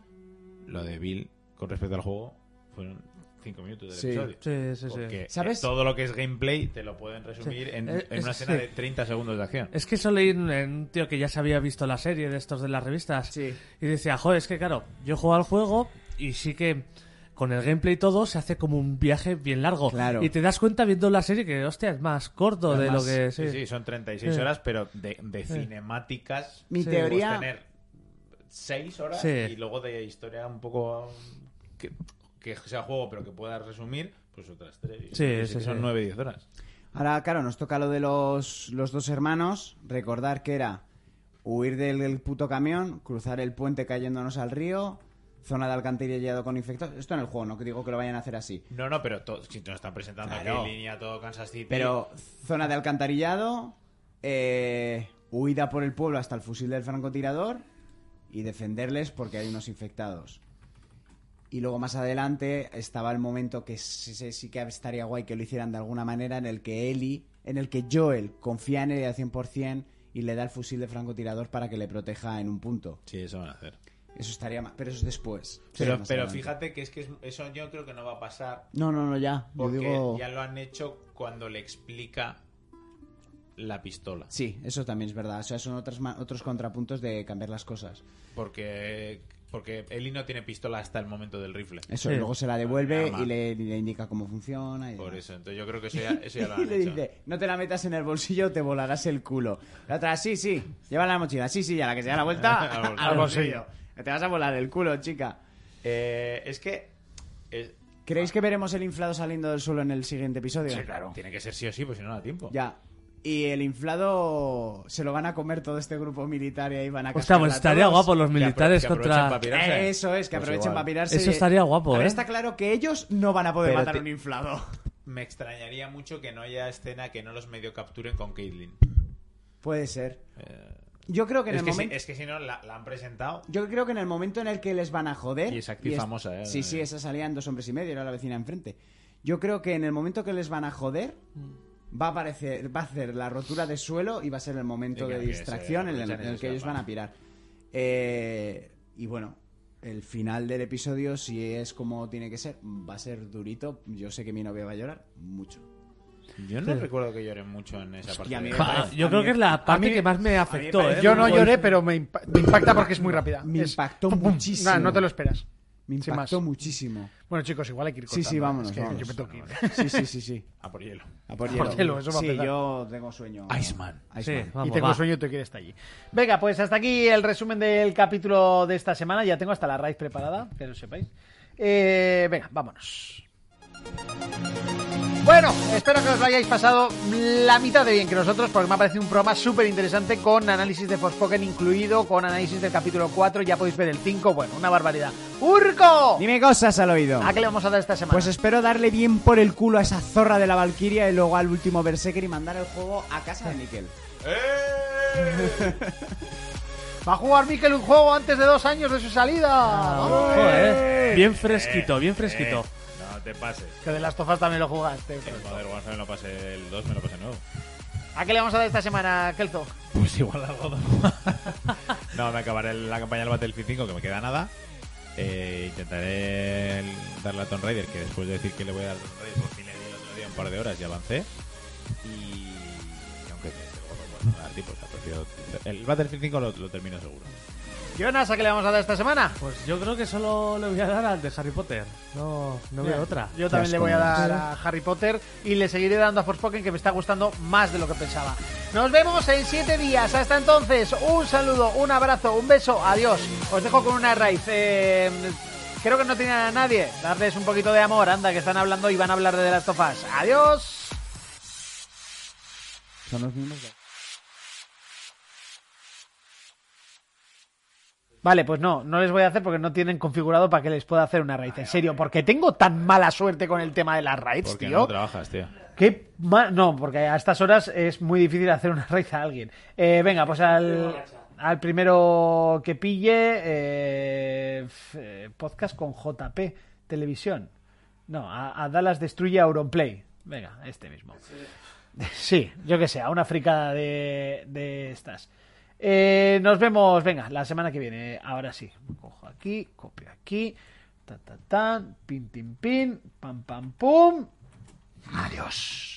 Speaker 6: lo de Bill con respecto al juego fueron 5 minutos del
Speaker 4: Sí.
Speaker 6: episodio.
Speaker 5: Sí, sí, sí.
Speaker 6: Porque eh,
Speaker 4: ¿Sabes?
Speaker 6: todo lo que es gameplay te lo pueden resumir en,
Speaker 5: Eh,
Speaker 6: en una
Speaker 5: es-
Speaker 6: escena
Speaker 5: sí.
Speaker 6: de 30 segundos de acción.
Speaker 5: Es que eso leí en en un tío que ya se había visto la serie de estos de las revistas.
Speaker 4: Sí.
Speaker 5: Y decía, joder, es que claro, yo juego al juego y sí que con el gameplay y todo se hace como un viaje bien largo.
Speaker 4: Claro.
Speaker 5: Y te das cuenta viendo la serie que, hostia, es más corto
Speaker 4: Es
Speaker 5: de
Speaker 4: más-
Speaker 5: lo que...
Speaker 6: Sí,
Speaker 5: Sí,
Speaker 6: sí, son 36
Speaker 5: Sí.
Speaker 6: horas, pero de, de cinemáticas.
Speaker 4: Mi
Speaker 6: sí,
Speaker 4: teoría-
Speaker 6: puedes tener 6 horas
Speaker 5: Sí.
Speaker 6: y luego de historia un poco. um, Que, que sea juego, pero que puedas resumir, pues otras 3.
Speaker 5: Sí, sí,
Speaker 6: son
Speaker 5: sí.
Speaker 6: 9 10 horas.
Speaker 4: Ahora, claro, nos toca lo de los, los dos hermanos. Recordar que era huir del, del puto camión, cruzar el puente cayéndonos al río, zona de alcantarillado con infectados. Esto en el juego, no que digo que lo vayan a hacer así.
Speaker 6: No, no, pero to- si nos están presentando
Speaker 4: Claro.
Speaker 6: aquí en línea todo Kansas City.
Speaker 4: Pero zona de alcantarillado, eh, huida por el pueblo hasta el fusil del francotirador y defenderles porque hay unos infectados. Y luego más adelante estaba el momento que sí, sí- sí que estaría guay que lo hicieran de alguna manera en el que Eli, en el que Joel confía en él al 100% y le da el fusil de francotirador para que le proteja en un punto.
Speaker 6: Sí, eso van a hacer.
Speaker 4: Eso estaría más, pero eso es después.
Speaker 6: Pero,
Speaker 4: Sí, más
Speaker 6: pero
Speaker 4: adelante.
Speaker 6: fíjate que es que es- eso yo creo que no va a pasar
Speaker 4: No, no, no, ya. Yo
Speaker 6: porque
Speaker 4: digo...
Speaker 6: ya lo han hecho cuando le explica la pistola.
Speaker 4: Sí, eso también es verdad. O sea, son otras ma- otros contrapuntos de cambiar las cosas.
Speaker 6: Porque, porque Eli no tiene pistola hasta el momento del rifle.
Speaker 4: Eso,
Speaker 5: Sí.
Speaker 4: luego se la devuelve
Speaker 6: Arma.
Speaker 4: y le, le indica cómo funciona. Y,
Speaker 6: Por
Speaker 4: demás.
Speaker 6: eso, entonces yo creo que eso ya, eso ya lo han
Speaker 4: y le
Speaker 6: hecho.
Speaker 4: dice, no te la metas en el bolsillo, te volarás el culo. La otra, sí, sí, llévala en la mochila. Sí, sí, a la que se da la vuelta,
Speaker 6: Al bolsillo.
Speaker 4: al bolsillo. Que Te vas a volar el culo, chica.
Speaker 6: Eh, es que. es-
Speaker 4: ¿Creéis que veremos el inflado saliendo del suelo en el siguiente episodio?
Speaker 6: Tiene que ser sí o sí, pues si no, no da tiempo.
Speaker 4: Ya. Y el inflado se lo van a comer todo este grupo militar y ahí van a
Speaker 5: Hostia,
Speaker 4: cascarla
Speaker 5: pues estaría
Speaker 4: todos. Eh,
Speaker 5: guapo los
Speaker 6: Que apro-
Speaker 5: militares
Speaker 6: que aprovechen
Speaker 5: contra...
Speaker 6: pa' pirarse.
Speaker 4: Eso es, que
Speaker 6: Pues
Speaker 4: aprovechen
Speaker 6: igual.
Speaker 4: para pirarse.
Speaker 5: Eso estaría guapo,
Speaker 4: Ahora
Speaker 5: ¿eh?
Speaker 4: está claro que ellos no van a poder
Speaker 6: Pero
Speaker 4: matar a
Speaker 6: ti-
Speaker 4: un inflado.
Speaker 6: Me extrañaría mucho que no haya escena que no los medio capturen con Caitlyn.
Speaker 4: Puede ser. Yo creo que en
Speaker 6: Es
Speaker 4: el
Speaker 6: que, si,
Speaker 4: momento...
Speaker 6: es que si no, la, la han presentado.
Speaker 4: Yo creo que en el momento en el que les van a joder.
Speaker 6: Y es actriz famosa, ¿eh?
Speaker 4: Sí, sí, esa salían dos hombres y medio, era la vecina enfrente. Yo creo que en el momento que les van a joder, va a aparecer, va a hacer la rotura de suelo y va a ser el momento
Speaker 6: Sí,
Speaker 4: de
Speaker 6: que- que
Speaker 4: distracción
Speaker 6: se
Speaker 4: en el,
Speaker 6: aprovechan y
Speaker 4: en el
Speaker 6: se
Speaker 4: que ellos
Speaker 6: escapan.
Speaker 4: van a pirar. Eh, y bueno, el final del episodio, si es como tiene que ser, va a ser durito. Yo sé que mi novia va a llorar mucho.
Speaker 6: Yo no recuerdo que lloren mucho en esa
Speaker 4: Hostia, me
Speaker 6: parte. de-
Speaker 4: parece-
Speaker 5: Yo
Speaker 4: a
Speaker 5: creo
Speaker 4: mí-
Speaker 5: que es la parte que más me afectó, ¿eh?
Speaker 3: Yo no lloré, pero me, impa- me impacta porque es muy rápida.
Speaker 4: Me
Speaker 3: Ah, Es-
Speaker 4: impactó
Speaker 3: pum, pum.
Speaker 4: muchísimo.
Speaker 3: Nah, no te lo esperas.
Speaker 4: Me
Speaker 3: Sin más.
Speaker 4: impactó muchísimo.
Speaker 3: Bueno, chicos, igual hay que ir
Speaker 4: Sí, sí,
Speaker 3: cortando,
Speaker 4: vámonos,
Speaker 3: es que
Speaker 4: vámonos.
Speaker 3: Yo me tengo que ir.
Speaker 4: Sí, sí, sí, sí.
Speaker 6: A Ah, por hielo.
Speaker 4: A por
Speaker 3: hielo. hielo, eso va a
Speaker 4: sí,
Speaker 3: petar.
Speaker 4: yo tengo sueño.
Speaker 6: Iceman.
Speaker 5: Sí,
Speaker 4: Iceman.
Speaker 5: vamos,
Speaker 3: y tengo
Speaker 5: va.
Speaker 3: sueño y tú quieres estar allí. Venga, pues hasta aquí el resumen del capítulo de esta semana. Ya tengo hasta la raíz preparada, que lo sepáis. Eh, venga, vámonos. Bueno, espero que os lo hayáis pasado la mitad de bien que nosotros, porque me ha parecido un programa súper interesante con análisis de Forspoken incluido, con análisis del capítulo 4, ya podéis ver el 5, bueno, una barbaridad. ¡Urco!
Speaker 4: Dime cosas al oído.
Speaker 3: ¿A qué le vamos a dar esta semana?
Speaker 4: Pues espero darle bien por el culo a esa zorra de la Valkyria y luego al último Berserker y mandar el juego a casa de Miquel.
Speaker 3: va a jugar Mikel un juego antes de dos años de su salida. Vamos.
Speaker 5: Ah. Joder, bien fresquito, bien fresquito.
Speaker 6: Eh, No te pases.
Speaker 3: Que de las tofas también lo jugaste.
Speaker 5: Eh,
Speaker 6: El Modern Warfare me lo pasé el 2, me lo pasé nuevo.
Speaker 3: ¿A qué le vamos a dar esta semana, Kelzo?
Speaker 6: Pues igual algo. ¿no? no, me acabaré la campaña del Battlefield 5, que me queda nada. Eh, intentaré el- darle a Tomb Raider, que después de decir que le voy a dar a Tomb Raider, por fin le di el otro día un par de horas y avancé. Y, y aunque desde luego no puedo dar tiempo, o sea, prefiero- el Battlefield 5 lo, lo termino seguro.
Speaker 3: Jonas, ¿a qué le vamos a dar esta semana?
Speaker 5: Pues yo creo que solo le voy a dar al de Harry Potter. No, no veo otra.
Speaker 3: Yo también le voy a dar a Harry Potter y le seguiré dando a Forspoken que me está gustando más de lo que pensaba. Nos vemos en siete días. Hasta entonces, un saludo, un abrazo, un beso, adiós. Os dejo con una raíz. Eh, creo que no tiene a nadie. Darles un poquito de amor, anda, que están hablando y van a hablar de The Last of Us. Adiós.
Speaker 4: Son los mismos de-
Speaker 3: Vale, pues no, no les voy a hacer porque no tienen configurado para que les pueda hacer una raíz. En serio, porque tengo tan mala suerte con el tema de las raids,
Speaker 6: Porque
Speaker 3: tío.
Speaker 6: no trabajas, tío.
Speaker 3: ¿Qué ma- No, porque a estas horas es muy difícil hacer una raíz a alguien. Eh, venga, pues al, al primero que pille, eh, f- eh, podcast con JP, televisión. No, a, a Dallas destruye a Auronplay. Venga, este mismo. Sí, yo que sé, a una fricada de, de estas. Eh, nos vemos, venga, la semana que viene. Ahora sí, cojo aquí, copio aquí, ta, ta, tan, pin, pin, pin, pam, pam, pum. Adiós.